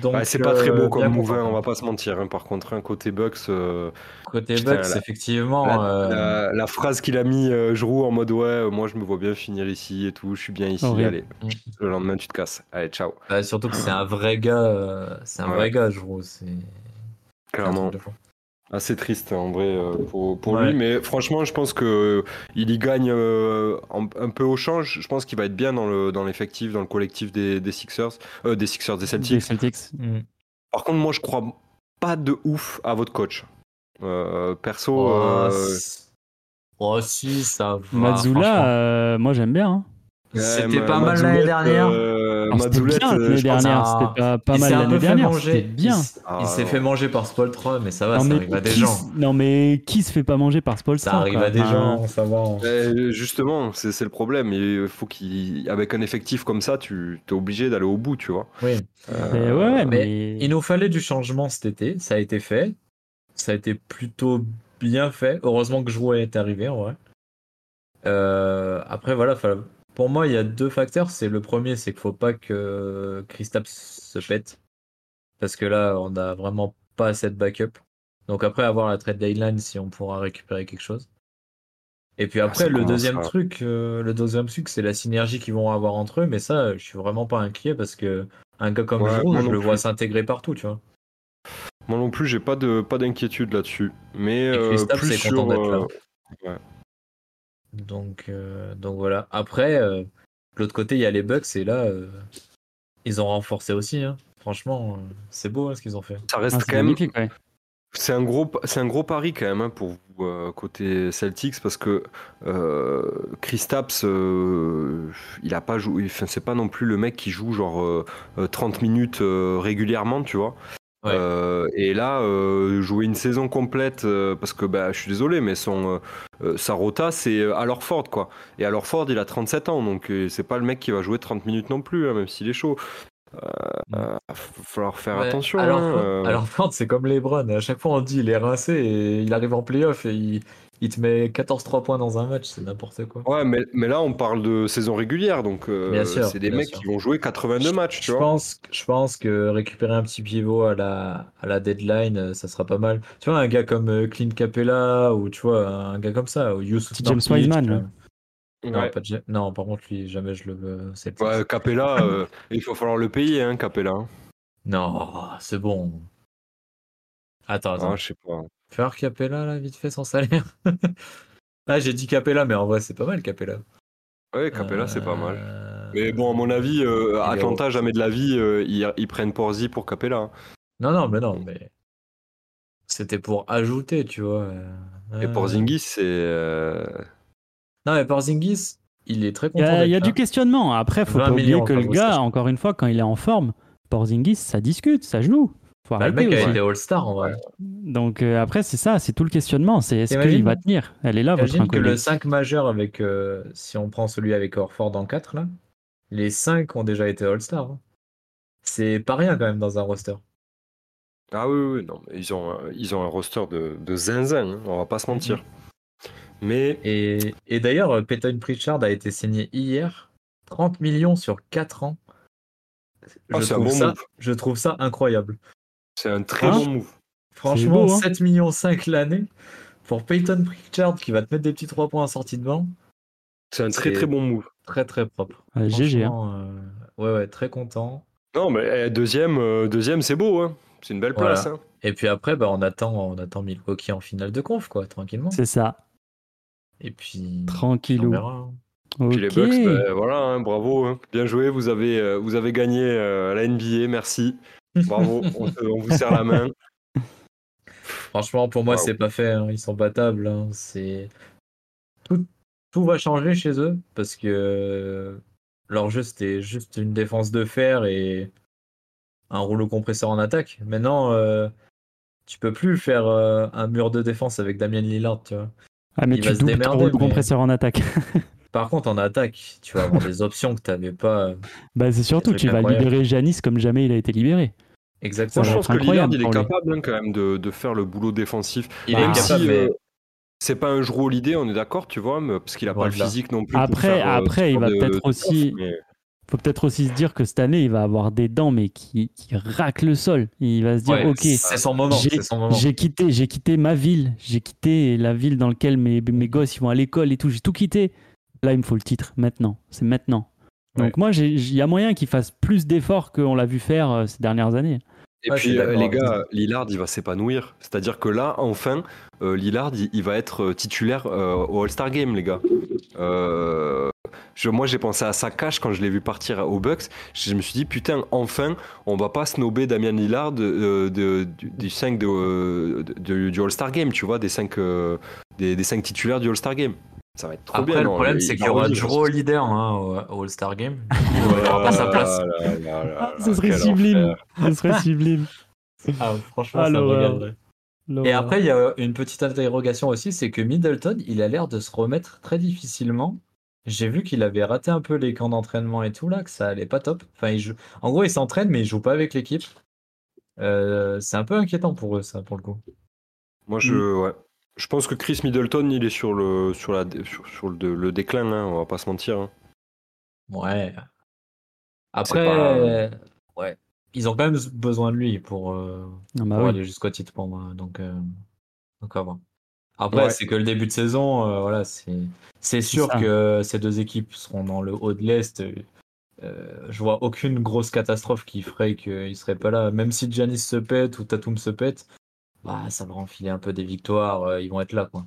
[SPEAKER 4] Donc,
[SPEAKER 5] Bah, c'est pas très beau
[SPEAKER 4] euh, bien
[SPEAKER 5] comme move, hein,
[SPEAKER 4] content.
[SPEAKER 5] on va pas se mentir. hein. Par contre, un côté Bucks, euh,
[SPEAKER 4] Côté
[SPEAKER 5] Putain,
[SPEAKER 4] Bucks,
[SPEAKER 5] la-
[SPEAKER 4] effectivement.
[SPEAKER 5] la,
[SPEAKER 4] euh,
[SPEAKER 5] la- la phrase qu'il a mis euh, Jrou en mode ouais, euh, moi je me vois bien finir ici et tout, je suis bien ici,
[SPEAKER 1] Horrible.
[SPEAKER 5] allez.
[SPEAKER 4] Mm.
[SPEAKER 5] Le lendemain, tu te casses. Allez, ciao.
[SPEAKER 4] bah, surtout que c'est un vrai gars. euh, c'est un
[SPEAKER 5] Ouais.
[SPEAKER 4] vrai gars, je trouve. C'est un
[SPEAKER 5] Clairement,
[SPEAKER 4] truc de fou.
[SPEAKER 5] assez triste hein, en vrai euh, pour, pour
[SPEAKER 4] Ouais.
[SPEAKER 5] lui, mais franchement, je pense que euh, il y gagne euh, en- un peu au change. Je pense qu'il va être bien dans le dans l'effectif, dans le collectif des, des Sixers, euh, des Sixers, des
[SPEAKER 1] les
[SPEAKER 5] Celtics.
[SPEAKER 1] Celtics.
[SPEAKER 4] Mm.
[SPEAKER 5] Par contre, moi, je crois pas de ouf à votre coach. Euh, perso,
[SPEAKER 4] Oh,
[SPEAKER 5] euh,
[SPEAKER 4] c- oh, si, ça va.
[SPEAKER 1] Mazula,
[SPEAKER 4] franchement.
[SPEAKER 1] euh, moi j'aime bien. hein.
[SPEAKER 4] C'était
[SPEAKER 5] euh, Ouais,
[SPEAKER 4] pas
[SPEAKER 5] Ma-
[SPEAKER 4] mal l'année
[SPEAKER 5] Mazzoulette,
[SPEAKER 4] dernière.
[SPEAKER 5] euh,
[SPEAKER 1] Alors, Ah, c'était
[SPEAKER 5] Mazzoulette,
[SPEAKER 1] bien
[SPEAKER 5] euh,
[SPEAKER 1] l'année
[SPEAKER 5] je pense-
[SPEAKER 1] dernière,
[SPEAKER 4] Ah.
[SPEAKER 1] c'était pas, pas
[SPEAKER 4] Il
[SPEAKER 1] mal
[SPEAKER 4] s'est un peu
[SPEAKER 1] l'année
[SPEAKER 4] fait
[SPEAKER 1] dernière.
[SPEAKER 4] manger.
[SPEAKER 1] C'était bien.
[SPEAKER 4] Il, s-
[SPEAKER 5] Ah,
[SPEAKER 4] il s'est
[SPEAKER 5] non.
[SPEAKER 4] fait manger par Spoltra, mais ça va,
[SPEAKER 1] Non
[SPEAKER 4] ça
[SPEAKER 1] mais,
[SPEAKER 4] arrive à des
[SPEAKER 1] qui
[SPEAKER 4] gens.
[SPEAKER 1] se- Ah, non, mais qui se fait pas manger par Spolstra
[SPEAKER 4] Ça arrive
[SPEAKER 1] quoi.
[SPEAKER 4] à des
[SPEAKER 1] Enfin,
[SPEAKER 4] gens, ça va.
[SPEAKER 5] Euh, justement, c'est c'est le problème. Il faut qu'il, avec un effectif comme ça, tu es obligé d'aller au bout, tu vois.
[SPEAKER 4] Oui.
[SPEAKER 1] Ah, mais Eh ouais,
[SPEAKER 5] Euh,
[SPEAKER 1] mais,
[SPEAKER 4] Il nous fallait du changement cet été, ça a été fait. Ça a été plutôt bien fait. Heureusement que Jouet est arrivé en vrai. Euh, après, voilà, fa- pour moi, il y a deux facteurs. C'est le premier, c'est qu'il faut pas que Kristaps se pète. Parce que là, on n'a vraiment pas assez de backup. Donc après, avoir la trade deadline si on pourra récupérer quelque chose. Et puis
[SPEAKER 5] Ah,
[SPEAKER 4] après,
[SPEAKER 5] ça
[SPEAKER 4] le
[SPEAKER 5] commence,
[SPEAKER 4] deuxième
[SPEAKER 5] ouais.
[SPEAKER 4] truc, euh, le deuxième truc, c'est la synergie qu'ils vont avoir entre eux. Mais ça, je suis vraiment pas inquiet parce que un gars comme
[SPEAKER 5] Ouais,
[SPEAKER 4] Giroud,
[SPEAKER 5] moi
[SPEAKER 4] je
[SPEAKER 5] non
[SPEAKER 4] le
[SPEAKER 5] plus.
[SPEAKER 4] vois s'intégrer partout, tu vois.
[SPEAKER 5] Moi non plus, j'ai pas de pas d'inquiétude là-dessus. Mais
[SPEAKER 4] Et
[SPEAKER 5] euh,
[SPEAKER 4] Christophe,
[SPEAKER 5] plus
[SPEAKER 4] c'est content
[SPEAKER 5] sur.
[SPEAKER 4] d'être là.
[SPEAKER 5] euh,
[SPEAKER 4] Donc, euh, donc voilà. Après, euh, de l'autre côté, il y a les Bucks et là, euh, ils ont renforcé aussi. hein. Franchement, euh, c'est beau hein, ce qu'ils ont fait.
[SPEAKER 5] ça
[SPEAKER 1] ah,
[SPEAKER 5] reste
[SPEAKER 1] c'est
[SPEAKER 5] quand même.
[SPEAKER 1] magnifique, ouais.
[SPEAKER 5] C'est un gros, c'est un gros pari quand même hein, pour vous euh, côté Celtics parce que euh, Kristaps, euh, il a pas joué. Enfin, c'est pas non plus le mec qui joue genre euh, euh, 30 minutes euh, régulièrement, tu vois.
[SPEAKER 4] Ouais.
[SPEAKER 5] Euh, et là, euh, jouer une saison complète euh, parce que bah, je suis désolé, mais son euh, euh, sa rota c'est euh, alors Ford quoi. Et alors Ford, il a 37 ans, donc euh, c'est pas le mec qui va jouer 30 minutes non plus, hein, même s'il est chaud. Il va falloir faire
[SPEAKER 4] Mm. Ouais,
[SPEAKER 5] attention.
[SPEAKER 4] Alors,
[SPEAKER 5] hein,
[SPEAKER 4] Ford-
[SPEAKER 5] euh.
[SPEAKER 4] alors Ford, c'est comme LeBron. À chaque fois, on dit il est rincé et il arrive en playoff et il, il te met 14-3 points dans un match. C'est n'importe quoi.
[SPEAKER 5] Ouais, mais, mais là, on parle de saison régulière, donc euh,
[SPEAKER 4] Bien sûr,
[SPEAKER 5] c'est des
[SPEAKER 4] bien
[SPEAKER 5] mecs
[SPEAKER 4] sûr.
[SPEAKER 5] qui vont jouer 82 matchs, tu
[SPEAKER 4] Je
[SPEAKER 5] vois.
[SPEAKER 4] pense, je pense que récupérer un petit pivot à la, à la deadline, euh, ça sera pas mal. Tu vois, un gars comme euh, Clint Capella ou tu vois, un gars comme ça, ou Yusuf
[SPEAKER 1] Petit James
[SPEAKER 4] Nurkic,
[SPEAKER 1] Wiseman,
[SPEAKER 4] tu vois.
[SPEAKER 1] là.
[SPEAKER 4] Non,
[SPEAKER 5] Ouais.
[SPEAKER 4] pas de James- non, par contre, lui, jamais je le veux. c'est le-
[SPEAKER 5] Ouais, Capella, euh, il va falloir le payer, hein, Capella. hein.
[SPEAKER 4] Non, c'est bon. Attends, attends.
[SPEAKER 5] Ah, je sais pas.
[SPEAKER 4] Fais voir Capella, là, vite fait, sans salaire. (laughs) ah, j'ai dit Capella, mais en vrai, c'est pas mal, Capella.
[SPEAKER 5] Ouais, Capella, c'est pas mal.
[SPEAKER 4] Euh,
[SPEAKER 5] Mais bon, à mon avis, euh,
[SPEAKER 4] il est
[SPEAKER 5] Atlanta,
[SPEAKER 4] haut.
[SPEAKER 5] jamais de la vie, euh, ils, ils prennent Porzi pour Capella. hein.
[SPEAKER 4] Non, non, mais non, mais. C'était pour ajouter, tu vois. euh,
[SPEAKER 5] Et
[SPEAKER 4] euh,
[SPEAKER 5] Porzingis, c'est. euh,
[SPEAKER 4] Non, mais Porzingis, il est très
[SPEAKER 1] Il y
[SPEAKER 4] content.
[SPEAKER 1] a, il y a
[SPEAKER 4] d'être
[SPEAKER 1] du
[SPEAKER 4] là.
[SPEAKER 1] questionnement. Après, faut
[SPEAKER 4] 20
[SPEAKER 1] pas oublier
[SPEAKER 4] millions,
[SPEAKER 1] que le
[SPEAKER 4] enfin,
[SPEAKER 1] gars,
[SPEAKER 4] bon,
[SPEAKER 1] encore une fois, quand il est en forme, Porzingis, ça discute, ça joue. Faut
[SPEAKER 4] Bah, le
[SPEAKER 1] arrêter
[SPEAKER 4] mec a
[SPEAKER 1] hein. aussi.
[SPEAKER 4] été All-Star, en vrai.
[SPEAKER 1] Donc euh, après, c'est ça, c'est tout le questionnement. C'est est-ce
[SPEAKER 4] T'imagines
[SPEAKER 1] qu'il va tenir Elle est là, Ah, votre
[SPEAKER 4] J'imagine que
[SPEAKER 1] inconnue.
[SPEAKER 4] le 5 majeur, avec, euh, si on prend celui avec Orford en 4, là, les 5 ont déjà été All-Star. hein. C'est pas rien quand même dans un roster.
[SPEAKER 5] Ah oui, oui, oui, non, mais ils ont, un- ils ont un roster de, de zinzin, hein, on va pas se mentir.
[SPEAKER 4] Mhm.
[SPEAKER 5] Mais.
[SPEAKER 4] Et, et d'ailleurs, euh, Peyton Pritchard a été signé hier, 30 millions sur 4 ans. Je,
[SPEAKER 5] Ah, c'est un
[SPEAKER 4] trouve
[SPEAKER 5] bon
[SPEAKER 4] ça,
[SPEAKER 5] move.
[SPEAKER 4] je trouve ça incroyable.
[SPEAKER 5] C'est un très
[SPEAKER 1] Hein
[SPEAKER 5] bon move.
[SPEAKER 4] Franchement,
[SPEAKER 1] beau, hein.
[SPEAKER 4] 7 millions 5 l'année pour Peyton Pritchard qui va te mettre des petits 3 points en sortie de banc.
[SPEAKER 5] C'est un très
[SPEAKER 4] C'est-
[SPEAKER 5] très bon move.
[SPEAKER 4] Très très propre.
[SPEAKER 1] Ouais, GG, hein.
[SPEAKER 4] Franchement, euh, ouais, ouais, très content.
[SPEAKER 5] Non, mais euh, deuxième, euh, deuxième c'est beau, hein. c'est une belle
[SPEAKER 4] Voilà.
[SPEAKER 5] place. hein.
[SPEAKER 4] Et puis après, bah, on attend, on attend Milwaukee en finale de conf, quoi, tranquillement.
[SPEAKER 1] C'est ça,
[SPEAKER 4] Et puis, on
[SPEAKER 1] tranquillou.
[SPEAKER 4] verra. hein.
[SPEAKER 1] Ok.
[SPEAKER 5] Puis les Bucks,
[SPEAKER 4] bah,
[SPEAKER 5] ben, voilà, hein, bravo, hein. bien joué, vous avez, euh,
[SPEAKER 1] (laughs)
[SPEAKER 5] vous avez gagné euh, la NBA, merci, bravo, on, se- on vous serre la main.
[SPEAKER 4] Franchement, pour moi,
[SPEAKER 5] Waouh.
[SPEAKER 4] c'est pas fait. hein. Ils sont battables. hein. C'est tout, tout va changer chez eux parce que euh, leur jeu c'était juste une défense de fer et un rouleau compresseur en attaque. Maintenant, euh, tu peux plus faire euh, un mur de défense avec Damien Lillard. Tu vois.
[SPEAKER 1] Ah, mais
[SPEAKER 4] Il
[SPEAKER 1] tu
[SPEAKER 4] va se
[SPEAKER 1] doubles ton
[SPEAKER 4] démerder,
[SPEAKER 1] rouleau
[SPEAKER 4] mais-
[SPEAKER 1] compresseur en attaque.
[SPEAKER 4] Par contre, en attaque, tu vas
[SPEAKER 1] (laughs)
[SPEAKER 4] avoir des options que tu n'avais pas. euh,
[SPEAKER 1] bah, c'est surtout,
[SPEAKER 4] trucs
[SPEAKER 1] tu vas
[SPEAKER 4] incroyables.
[SPEAKER 1] libérer Janice comme jamais il a été libéré.
[SPEAKER 5] Moi,
[SPEAKER 4] Exactement.
[SPEAKER 5] je
[SPEAKER 1] va
[SPEAKER 5] pense
[SPEAKER 1] être
[SPEAKER 5] que Lillard,
[SPEAKER 1] incroyable
[SPEAKER 5] il est
[SPEAKER 1] pour lui.
[SPEAKER 5] capable hein, quand même de, de faire le boulot défensif.
[SPEAKER 4] Il
[SPEAKER 1] Bah,
[SPEAKER 4] est
[SPEAKER 5] Même
[SPEAKER 1] si,
[SPEAKER 4] capable,
[SPEAKER 5] si,
[SPEAKER 4] mais
[SPEAKER 5] euh, c'est pas un joueur l'idée, on est d'accord, tu vois, mais, parce qu'il a pas le
[SPEAKER 4] Voilà.
[SPEAKER 5] physique non plus. pour
[SPEAKER 1] Après,
[SPEAKER 5] faire, euh,
[SPEAKER 1] après, il
[SPEAKER 5] ce
[SPEAKER 1] va
[SPEAKER 5] genre de-
[SPEAKER 1] peut-être aussi,
[SPEAKER 5] mais-
[SPEAKER 1] faut peut-être aussi se dire que cette année, il va avoir des dents, mais qui, qui raquent le sol. Il va se dire,
[SPEAKER 4] ouais,
[SPEAKER 1] ok,
[SPEAKER 4] c'est son moment.
[SPEAKER 1] j'ai-
[SPEAKER 4] C'est son moment.
[SPEAKER 1] J'ai quitté, j'ai quitté ma ville, j'ai quitté la ville dans laquelle mes,
[SPEAKER 5] Mm.
[SPEAKER 1] mes gosses ils vont à l'école et tout, j'ai tout quitté. Là, il me faut le titre, maintenant, c'est maintenant. Donc
[SPEAKER 4] Ouais.
[SPEAKER 1] moi, j'ai- il y a moyen qu'il fasse plus d'efforts qu'on l'a vu faire euh, ces dernières années.
[SPEAKER 5] Et
[SPEAKER 4] Ah, je
[SPEAKER 5] puis
[SPEAKER 4] suis
[SPEAKER 5] euh,
[SPEAKER 4] d'accord
[SPEAKER 5] les
[SPEAKER 4] avec
[SPEAKER 5] gars,
[SPEAKER 4] toi.
[SPEAKER 5] euh, Lillard, il va s'épanouir. C'est-à-dire que là, enfin, euh, Lillard, il, il va être euh, titulaire euh, au All-Star Game, les gars. Euh, je- moi, j'ai pensé à Sakash quand je l'ai vu partir au Bucks. Je me suis dit, putain, enfin, on va pas snober Damien Lillard euh, de- du, 5 de, euh, de- du All-Star Game, tu vois, des 5 des, des cinq titulaires du All-Star Game. Ça va être trop
[SPEAKER 4] Après,
[SPEAKER 5] bien.
[SPEAKER 4] le
[SPEAKER 5] non,
[SPEAKER 4] problème,
[SPEAKER 5] il-
[SPEAKER 4] c'est
[SPEAKER 5] il
[SPEAKER 4] qu'il y aura
[SPEAKER 5] rebondit.
[SPEAKER 4] Drew Holiday hein, au, au All-Star Game. (laughs) Du coup, il aura pas sa place.
[SPEAKER 5] Ah là là là là,
[SPEAKER 1] ce serait
[SPEAKER 5] Ah, quel
[SPEAKER 1] sublime,
[SPEAKER 5] enfer.
[SPEAKER 1] ce serait sublime.
[SPEAKER 4] Ah, franchement,
[SPEAKER 1] Ah,
[SPEAKER 4] ça me
[SPEAKER 1] l'horreur.
[SPEAKER 4] regarderait. Et après, il y a une petite interrogation aussi, c'est que Middleton, il a l'air de se remettre très difficilement. J'ai vu qu'il avait raté un peu les camps d'entraînement et tout là, que ça allait pas top. Enfin, il joue... En gros, il s'entraîne, mais il joue pas avec l'équipe. Euh, c'est un peu inquiétant pour eux, ça, pour le coup.
[SPEAKER 5] Moi, je,
[SPEAKER 1] Mm.
[SPEAKER 5] ouais. je pense que Chris Middleton, il est sur le, sur la, sur, sur le, le déclin, hein, on va pas se mentir. hein.
[SPEAKER 4] Ouais. Après,
[SPEAKER 5] euh,
[SPEAKER 4] ouais. Ils ont quand même besoin de lui pour, euh,
[SPEAKER 1] Non, bah
[SPEAKER 4] pour
[SPEAKER 1] oui.
[SPEAKER 4] aller jusqu'au titre pour moi. Donc, euh, donc à voir. Après,
[SPEAKER 5] Ouais.
[SPEAKER 4] c'est que le début de saison, euh, voilà, c'est c'est sûr
[SPEAKER 1] ça.
[SPEAKER 4] que ces deux équipes seront dans le haut de l'Est. Euh, je vois aucune grosse catastrophe qui ferait qu'ils seraient pas là. Même si Janis se pète ou Tatum se pète, bah, ça va enfiler un peu des victoires. euh, ils vont être là, quoi.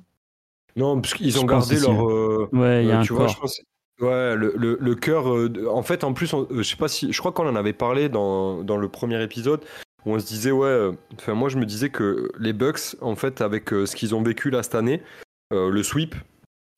[SPEAKER 5] Non, parce qu'ils
[SPEAKER 1] Je
[SPEAKER 5] ont
[SPEAKER 1] pense
[SPEAKER 5] gardé
[SPEAKER 1] aussi, hein.
[SPEAKER 5] leur. euh,
[SPEAKER 1] Ouais, il y a
[SPEAKER 5] euh,
[SPEAKER 1] un
[SPEAKER 5] tu vois, je
[SPEAKER 1] corps.
[SPEAKER 5] pense. Ouais, le, le, le cœur. euh, de- en fait, en plus, on- euh, je sais pas si. Je crois qu'on en avait parlé dans, dans le premier épisode où on se disait, ouais. euh, Enfin, moi, je me disais que les Bucks, en fait, avec euh, ce qu'ils ont vécu là cette année, euh, le sweep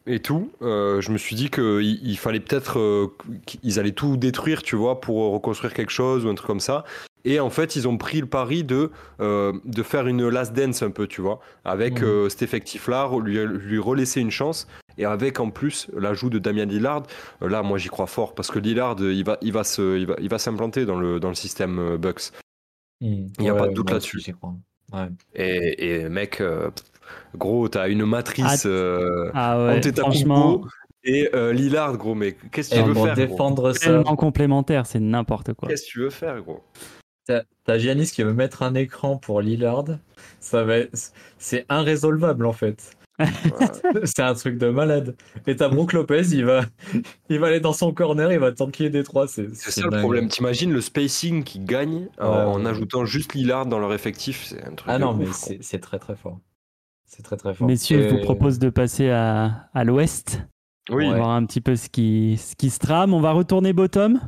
[SPEAKER 5] et tout, euh, je me suis dit qu'il il fallait peut-être euh, qu'ils allaient tout détruire, tu vois, pour euh, reconstruire quelque chose ou un truc comme ça. Et en fait, ils ont pris le pari de, euh, de faire une last dance un peu, tu vois, avec
[SPEAKER 1] Mmh.
[SPEAKER 4] Mhm.
[SPEAKER 5] euh, cet effectif-là, lui, lui relaisser une chance. Et avec en plus l'ajout de Damien Lillard, euh, là moi j'y crois fort parce que Lillard euh, il va il va se il va, il va s'implanter dans le dans le système euh, Bucks.
[SPEAKER 4] Il
[SPEAKER 5] y a pas de doute là-dessus.
[SPEAKER 4] j'y crois. Ouais.
[SPEAKER 5] Et, et mec euh, pff, gros t'as une matrice
[SPEAKER 1] Ah,
[SPEAKER 5] euh,
[SPEAKER 1] Ah ouais,
[SPEAKER 5] Antetokounmpo
[SPEAKER 1] franchement,
[SPEAKER 5] et euh, Lillard gros mais qu'est-ce que
[SPEAKER 4] Et
[SPEAKER 5] tu veux
[SPEAKER 4] pour
[SPEAKER 5] faire gros
[SPEAKER 4] défendre ça.
[SPEAKER 1] tellement complémentaire, c'est n'importe quoi.
[SPEAKER 5] Qu'est-ce que tu veux faire gros
[SPEAKER 4] T'as t'as Giannis qui veut mettre un écran pour Lillard. Ça va être- C'est inrésolvable en fait.
[SPEAKER 5] Ouais.
[SPEAKER 4] (laughs) C'est un truc de malade. Et t'as Brook Lopez, il va... il va aller dans son corner, il va tanker des trois. C'est
[SPEAKER 5] C'est ça le problème. T'imagines le spacing qui gagne en,
[SPEAKER 4] Ouais,
[SPEAKER 5] en
[SPEAKER 4] ouais.
[SPEAKER 5] ajoutant juste Lillard dans leur effectif, c'est un truc.
[SPEAKER 4] Ah
[SPEAKER 5] de
[SPEAKER 4] non,
[SPEAKER 5] ouf, hein.
[SPEAKER 4] mais
[SPEAKER 5] quoi.
[SPEAKER 4] c'est c'est très très fort. C'est très très fort.
[SPEAKER 1] Messieurs, je vous
[SPEAKER 4] Et-
[SPEAKER 1] propose de passer à, à l'ouest,
[SPEAKER 5] Oui.
[SPEAKER 1] On va voir un petit peu ce qui, ce qui se trame. On va retourner bottom.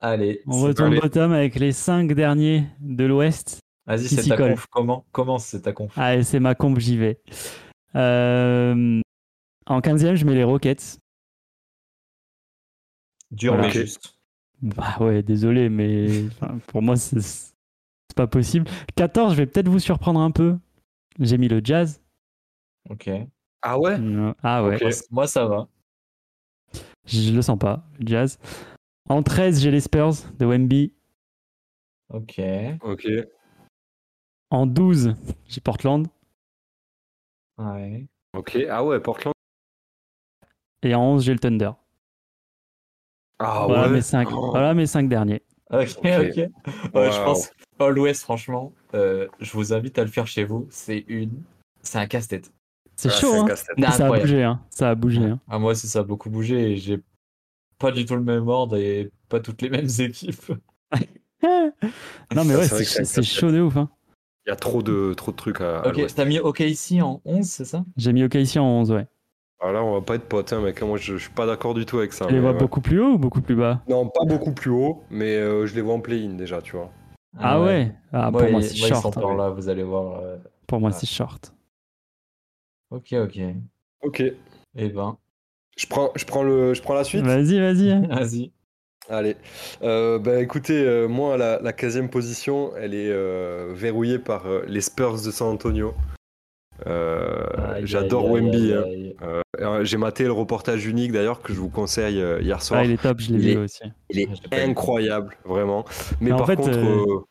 [SPEAKER 4] Allez,
[SPEAKER 1] On
[SPEAKER 4] c'est-
[SPEAKER 1] retourne
[SPEAKER 5] allez.
[SPEAKER 1] bottom avec les cinq derniers de l'ouest.
[SPEAKER 4] vas-y,
[SPEAKER 1] qui
[SPEAKER 4] c'est
[SPEAKER 1] s'y
[SPEAKER 4] ta
[SPEAKER 1] colle.
[SPEAKER 4] conf. Comment Commence, c'est ta conf.
[SPEAKER 1] Allez, c'est ma comp, j'y vais. Euh, en 15e, je mets les Rockets.
[SPEAKER 4] Dur
[SPEAKER 1] voilà.
[SPEAKER 4] mais juste.
[SPEAKER 1] Bah ouais, désolé, mais enfin, pour moi, c'est c'est pas possible. 14, je vais peut-être vous surprendre un peu. J'ai mis le jazz.
[SPEAKER 4] Ok.
[SPEAKER 5] Ah ouais.
[SPEAKER 1] Euh, Ah ouais,
[SPEAKER 4] Moi, moi, ça va.
[SPEAKER 1] je le sens pas, le jazz. En 13, j'ai les Spurs de Wemby.
[SPEAKER 4] Ok.
[SPEAKER 5] Ok.
[SPEAKER 1] En 12, j'ai Portland.
[SPEAKER 4] Ouais.
[SPEAKER 5] Ok. Ah ouais. Portland.
[SPEAKER 1] Et en 11, j'ai le Thunder.
[SPEAKER 5] Ah
[SPEAKER 1] voilà,
[SPEAKER 5] ouais.
[SPEAKER 1] mes cinq,
[SPEAKER 5] Oh.
[SPEAKER 1] voilà mes cinq derniers.
[SPEAKER 4] Ok, ok. Ouais, je
[SPEAKER 5] Wow.
[SPEAKER 4] pense All l'Ouest, franchement, euh, je vous invite à le faire chez vous. C'est une, c'est un casse-tête.
[SPEAKER 1] C'est
[SPEAKER 5] Ah,
[SPEAKER 1] chaud,
[SPEAKER 5] un
[SPEAKER 1] hein.
[SPEAKER 5] casse-tête.
[SPEAKER 1] Mais Ça a
[SPEAKER 4] Incroyable.
[SPEAKER 1] bougé, hein. Ça a bougé,
[SPEAKER 5] (laughs)
[SPEAKER 1] hein.
[SPEAKER 4] Ah, moi aussi, ça a beaucoup bougé et j'ai pas du tout le même ordre et pas toutes les mêmes (laughs) équipes.
[SPEAKER 1] non, mais
[SPEAKER 5] Ça,
[SPEAKER 1] ouais,
[SPEAKER 5] c'est vrai
[SPEAKER 1] c'est
[SPEAKER 5] que c'est un
[SPEAKER 1] c'est
[SPEAKER 5] casse-tête.
[SPEAKER 1] chaud de ouf, hein.
[SPEAKER 5] Il y a trop de trop de trucs à. à
[SPEAKER 4] Ok,
[SPEAKER 5] l'ouest.
[SPEAKER 4] t'as mis OK ici en 11, c'est ça
[SPEAKER 1] J'ai mis OKC en 11, ouais.
[SPEAKER 5] Ah là, on va pas être potes, hein, mec. Moi, je, je suis pas d'accord du tout avec ça.
[SPEAKER 1] Tu les
[SPEAKER 5] mais
[SPEAKER 1] vois
[SPEAKER 5] Ah ouais.
[SPEAKER 1] beaucoup plus haut ou beaucoup plus bas
[SPEAKER 5] Non, pas beaucoup plus haut, mais euh, je les vois en play-in déjà, tu vois.
[SPEAKER 1] Ah ouais, Ah,
[SPEAKER 4] Moi,
[SPEAKER 1] Pour moi,
[SPEAKER 4] ils-
[SPEAKER 1] c'est
[SPEAKER 4] moi, ils sont
[SPEAKER 1] short. hein.
[SPEAKER 4] par là, vous allez voir. euh,
[SPEAKER 1] Pour moi,
[SPEAKER 4] Ouais.
[SPEAKER 1] c'est short.
[SPEAKER 4] Ok, ok.
[SPEAKER 5] Ok.
[SPEAKER 4] Eh ben, (laughs)
[SPEAKER 5] Je prends, je prends, le, je prends la suite.
[SPEAKER 1] Vas-y,
[SPEAKER 5] (laughs)
[SPEAKER 1] vas-y.
[SPEAKER 4] vas-y.
[SPEAKER 5] Allez. Euh, bah, écoutez, euh, moi, la, la 15e position, elle est euh, verrouillée par euh, les Spurs de San Antonio. Euh,
[SPEAKER 4] Aïe,
[SPEAKER 5] J'adore
[SPEAKER 4] aïe, aïe,
[SPEAKER 5] Wemby.
[SPEAKER 4] aïe,
[SPEAKER 5] hein.
[SPEAKER 4] aïe.
[SPEAKER 5] Euh, euh, J'ai maté le reportage unique d'ailleurs que je vous conseille euh, hier soir.
[SPEAKER 1] Ah, il est top, je l'ai
[SPEAKER 5] Il
[SPEAKER 1] vu
[SPEAKER 5] est-
[SPEAKER 1] aussi.
[SPEAKER 5] Il est
[SPEAKER 4] Ah, j'ai pas vu.
[SPEAKER 5] incroyable, vraiment. Mais
[SPEAKER 1] Mais en
[SPEAKER 5] par
[SPEAKER 1] fait,
[SPEAKER 5] contre,
[SPEAKER 1] euh,
[SPEAKER 5] euh,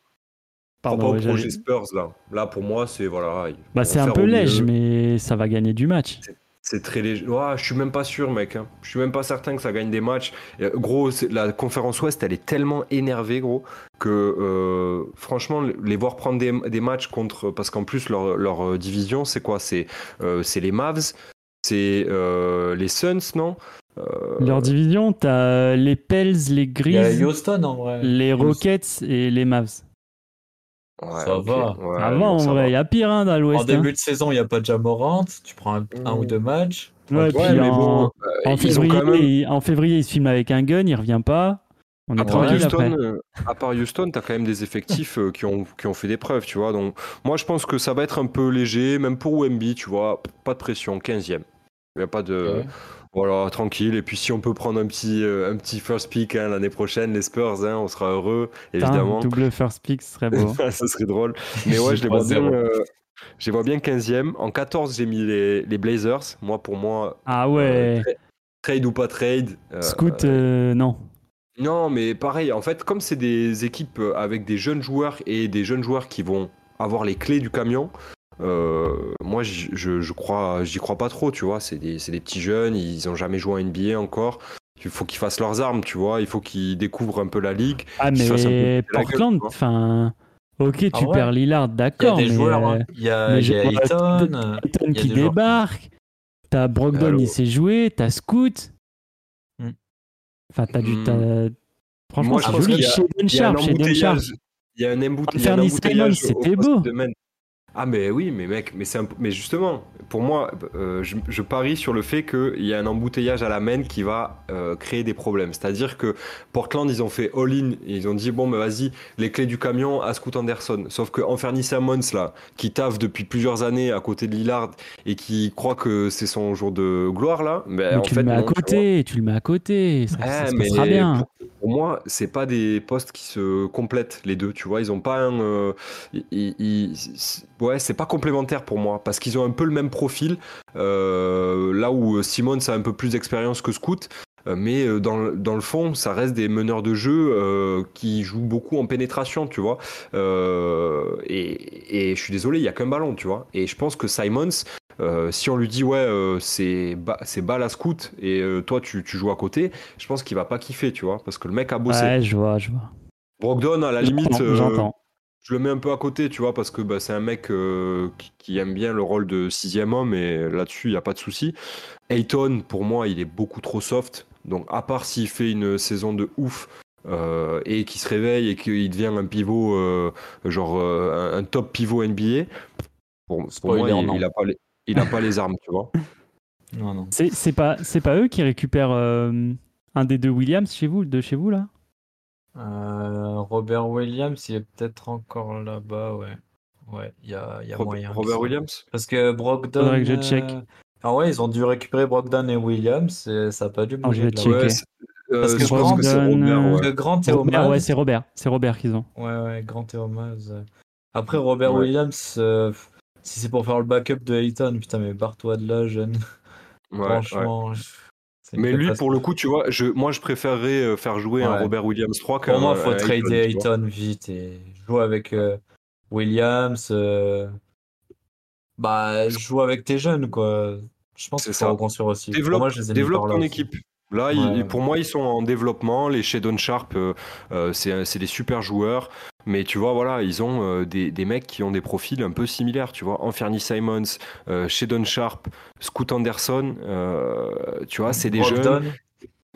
[SPEAKER 1] Pardon,
[SPEAKER 5] pas au
[SPEAKER 1] ouais, j'avais-
[SPEAKER 5] projet Spurs là. Là, pour moi, c'est voilà. ils
[SPEAKER 1] Bah,
[SPEAKER 5] vont
[SPEAKER 1] c'est un
[SPEAKER 5] faire
[SPEAKER 1] peu
[SPEAKER 5] au mieux.
[SPEAKER 1] léger, mais ça va gagner du match.
[SPEAKER 5] C'est très léger. Ouah, je suis même pas sûr, mec. hein. Je suis même pas certain que ça gagne des matchs. Et, euh, gros, c'est- la conférence Ouest, elle est tellement énervée, gros, que euh, franchement, les voir prendre des, des matchs contre. Parce qu'en plus, leur, leur, euh, division, c'est quoi C'est euh, c'est les Mavs, c'est euh, les Suns, non Euh,
[SPEAKER 1] Leur division, t'as les Pels, les
[SPEAKER 4] Il y a
[SPEAKER 1] Grizzlies,
[SPEAKER 4] Houston en vrai.
[SPEAKER 1] les Rockets et les Mavs.
[SPEAKER 5] ouais,
[SPEAKER 4] ça
[SPEAKER 5] ok.
[SPEAKER 4] va.
[SPEAKER 5] Ouais,
[SPEAKER 1] Avant,
[SPEAKER 5] non,
[SPEAKER 1] en
[SPEAKER 5] ça
[SPEAKER 1] vrai, Ah, il y
[SPEAKER 5] va.
[SPEAKER 1] a pire hein, dans
[SPEAKER 4] En
[SPEAKER 1] l'Ouest. hein.
[SPEAKER 4] début de saison, il n'y a pas de Jamorant. Tu prends un, un
[SPEAKER 5] Mm.
[SPEAKER 4] ou deux matchs.
[SPEAKER 1] hein. Ouais,
[SPEAKER 5] Ouais,
[SPEAKER 1] puis
[SPEAKER 5] mais
[SPEAKER 1] en,
[SPEAKER 5] bon, euh,
[SPEAKER 1] en
[SPEAKER 5] ils ont
[SPEAKER 1] février,
[SPEAKER 5] quand même.
[SPEAKER 1] il- en février, il se filme avec un gun, il revient pas. On est
[SPEAKER 5] À part,
[SPEAKER 1] tranquille après.
[SPEAKER 5] Houston, euh, à part Houston, t'as quand même des effectifs euh, qui, ont, qui ont fait des preuves, tu vois. Donc, moi, je pense que ça va être un peu léger, même pour Wemby, tu vois. Pas de pression, 15e. Il n'y a pas de.
[SPEAKER 4] Ouais.
[SPEAKER 5] Voilà, tranquille. Et puis, si on peut prendre un petit, euh, un petit first pick hein, l'année prochaine, les Spurs, hein, on sera heureux,
[SPEAKER 1] Putain,
[SPEAKER 5] évidemment.
[SPEAKER 1] double first pick, ce serait beau.
[SPEAKER 5] (laughs) ça
[SPEAKER 1] (laughs)
[SPEAKER 5] serait drôle. Mais ouais, je les vois bien.
[SPEAKER 4] 3-0.
[SPEAKER 5] euh, je les vois bien 15e. En 14, j'ai mis les, les Blazers. Moi, pour moi,
[SPEAKER 1] Ah
[SPEAKER 5] euh,
[SPEAKER 1] ouais,
[SPEAKER 5] tra- trade ou pas trade. euh,
[SPEAKER 1] Scoot, euh, non.
[SPEAKER 5] non, mais pareil, en fait, comme c'est des équipes euh, avec des jeunes joueurs et des jeunes joueurs qui vont avoir les clés du camion, euh, moi, j- je, je crois, j'y crois pas trop, tu vois. C'est des, c'est des petits jeunes, ils ont jamais joué en NBA encore. Il faut qu'ils fassent leurs armes, tu vois. Il faut qu'ils découvrent un peu la ligue.
[SPEAKER 1] Ah
[SPEAKER 5] se fasse un peu
[SPEAKER 1] mais
[SPEAKER 5] la gueule,
[SPEAKER 1] Portland,
[SPEAKER 5] quoi.
[SPEAKER 1] enfin, ok, tu
[SPEAKER 4] Ah ouais.
[SPEAKER 1] perds Lillard,
[SPEAKER 4] Il y a
[SPEAKER 1] d'accord,
[SPEAKER 4] des
[SPEAKER 1] mais
[SPEAKER 4] joueurs. hein.
[SPEAKER 1] euh,
[SPEAKER 4] Il y a,
[SPEAKER 1] mais
[SPEAKER 4] il y
[SPEAKER 1] j'ai-
[SPEAKER 4] a
[SPEAKER 1] voilà,
[SPEAKER 4] Ayton,
[SPEAKER 1] peut-être-
[SPEAKER 4] euh,
[SPEAKER 1] Ayton
[SPEAKER 4] il y a
[SPEAKER 1] qui
[SPEAKER 4] des joueurs.
[SPEAKER 1] débarque, t'as Brogdon,
[SPEAKER 5] Allô.
[SPEAKER 1] il sait jouer, t'as Scoot.
[SPEAKER 4] Hmm.
[SPEAKER 1] Enfin, t'as du,
[SPEAKER 5] Hmm.
[SPEAKER 1] t'as- franchement,
[SPEAKER 5] Moi, je
[SPEAKER 1] c'est
[SPEAKER 5] pense
[SPEAKER 1] joli.
[SPEAKER 5] qu'il y a-
[SPEAKER 1] Shaden
[SPEAKER 5] Il y a un
[SPEAKER 1] Sharp, Shaden Sharp.
[SPEAKER 5] embouteillage. Il y a un embout- il y a un
[SPEAKER 1] Fernie Simon,
[SPEAKER 5] embouteillage. au
[SPEAKER 1] c'était
[SPEAKER 5] poste
[SPEAKER 1] beau.
[SPEAKER 5] de Maine. Ah mais oui, mais mec, mais c'est un- mais justement, pour moi, euh, je, je parie sur le fait qu'il y a un embouteillage à la main qui va euh, créer des problèmes. C'est-à-dire que Portland, ils ont fait all-in, et ils ont dit bon, mais vas-y, les clés du camion à Scoot Anderson. Sauf que Anthony Simmons là, qui taffe depuis plusieurs années à côté de Lillard et qui croit que c'est son jour de gloire là, mais,
[SPEAKER 1] Mais
[SPEAKER 5] Euh, en
[SPEAKER 1] tu
[SPEAKER 5] fait,
[SPEAKER 1] le mets à
[SPEAKER 5] non, tu vois.
[SPEAKER 1] côté, tu le mets à côté, ça,
[SPEAKER 5] Eh,
[SPEAKER 1] ça se
[SPEAKER 5] mais
[SPEAKER 1] passera bien. hein.
[SPEAKER 5] Pour, pour moi, c'est pas des postes qui se complètent les deux. Tu vois, ils ont pas un. euh, ils- ils- ils- ouais, c'est pas complémentaire pour moi parce qu'ils ont un peu le même profil. euh, là où Simone a un peu plus d'expérience que Scoot. euh, Mais euh, dans, le- dans le fond, ça reste des meneurs de jeu euh, qui jouent beaucoup en pénétration, tu vois. Euh, et, et je suis désolé, il n'y a qu'un ballon, tu vois. Et je pense que Simons, euh, si on lui dit, ouais, euh, c'est ba- c'est balle à scout et euh, toi, tu, tu joues à côté, je pense qu'il va pas kiffer, tu vois, parce que le mec a bossé.
[SPEAKER 1] Ouais, je vois, je vois.
[SPEAKER 5] Brogdon, à la limite,
[SPEAKER 1] J'entends,
[SPEAKER 5] euh,
[SPEAKER 1] j'entends.
[SPEAKER 5] je le mets un peu à côté, tu vois, parce que bah, c'est un mec euh, qui, qui aime bien le rôle de sixième homme et là-dessus, il n'y a pas de souci. Ayton, pour moi, il est beaucoup trop soft. Donc, à part s'il fait une saison de ouf euh, et qu'il se réveille et qu'il devient un pivot, euh, genre euh, un, un top pivot NBA, pour, pour moi,
[SPEAKER 4] Spoiler,
[SPEAKER 5] il-
[SPEAKER 4] non.
[SPEAKER 5] il n'a pas, les- il a pas les armes, tu vois.
[SPEAKER 4] Non, non.
[SPEAKER 1] C'est c'est pas, c'est pas eux qui récupèrent euh, un des deux Williams chez vous, le de chez vous là
[SPEAKER 4] Euh, Robert Williams, il est peut-être encore là-bas, ouais. Ouais, il y a, (laughs) il y a
[SPEAKER 5] Rob-
[SPEAKER 4] moyen.
[SPEAKER 5] Robert
[SPEAKER 4] qu'ils-
[SPEAKER 5] Williams
[SPEAKER 4] Parce que Brogdon.
[SPEAKER 1] Faudrait que je check.
[SPEAKER 4] euh, Ah ouais, ils ont dû récupérer Brogdon et Williams, et ça n'a pas dû
[SPEAKER 1] Non, Ah, je
[SPEAKER 4] bouger
[SPEAKER 1] vais
[SPEAKER 4] de là.
[SPEAKER 1] checker.
[SPEAKER 4] Ouais,
[SPEAKER 5] Ouais, c'est- euh,
[SPEAKER 4] Parce que
[SPEAKER 5] je pense que c'est
[SPEAKER 1] Brandon,
[SPEAKER 5] Robert, ouais.
[SPEAKER 4] Parce que Grant et
[SPEAKER 1] Robert,
[SPEAKER 4] Omaz.
[SPEAKER 1] Ah ouais, c'est Robert. C'est Robert qu'ils ont.
[SPEAKER 4] Ouais, ouais, Grant et Omaz. euh. Après, Robert
[SPEAKER 5] Ouais.
[SPEAKER 4] Williams, euh, si c'est pour faire le backup de Hayton, putain, mais barre-toi de là, jeune.
[SPEAKER 5] Ouais, ouais.
[SPEAKER 4] Franchement. je- c'est une
[SPEAKER 5] Mais lui,
[SPEAKER 4] catastrophe.
[SPEAKER 5] pour le coup, tu vois, je, moi, je préférerais euh, faire jouer un
[SPEAKER 4] Ouais.
[SPEAKER 5] Robert Williams 3 qu'un.
[SPEAKER 4] Pour moi,
[SPEAKER 5] un
[SPEAKER 4] faut
[SPEAKER 5] Ayton,
[SPEAKER 4] trader
[SPEAKER 5] euh, tu vois.
[SPEAKER 4] Ayton vite et jouer avec euh, Williams. euh, Bah, joue avec tes jeunes, quoi. Je pense
[SPEAKER 5] C'est
[SPEAKER 4] qu'il faut
[SPEAKER 5] ça.
[SPEAKER 4] reconstruire aussi. Pour
[SPEAKER 5] Développe,
[SPEAKER 4] moi, je les ai mis
[SPEAKER 5] développe
[SPEAKER 4] par là
[SPEAKER 5] ton
[SPEAKER 4] aussi.
[SPEAKER 5] équipe. Là,
[SPEAKER 4] Ouais,
[SPEAKER 5] il-
[SPEAKER 4] ouais.
[SPEAKER 5] pour moi, ils sont en développement. Les Shadon Sharp, euh, euh, c'est c'est des super joueurs. Mais tu vois, voilà, ils ont euh, des, des mecs qui ont des profils un peu similaires. Tu vois, Anferny Simons, euh, Shadon Sharp, Scoot Anderson. euh, tu vois, c'est des jeunes.
[SPEAKER 4] Brogdon,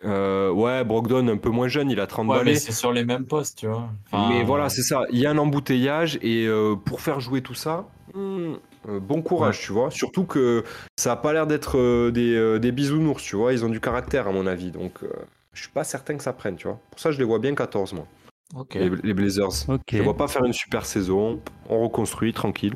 [SPEAKER 5] Euh, ouais, Brogdon, un peu moins jeune, il a 30
[SPEAKER 4] ouais, mais
[SPEAKER 5] balais.
[SPEAKER 4] c'est sur les mêmes postes, tu vois.
[SPEAKER 5] Mais voilà, c'est ça. Il y a un embouteillage et euh, pour faire jouer tout ça, hmm, euh, bon courage, tu vois. Surtout que ça a pas l'air d'être euh, des, euh, des bisounours, tu vois. Ils ont du caractère, à mon avis. Donc, euh, je suis pas certain que ça prenne, tu vois. Pour ça, je les vois bien 14, moi.
[SPEAKER 4] Ok.
[SPEAKER 5] les, les Blazers.
[SPEAKER 1] Ok.
[SPEAKER 5] Je ne vois pas faire une super saison. On reconstruit, tranquille.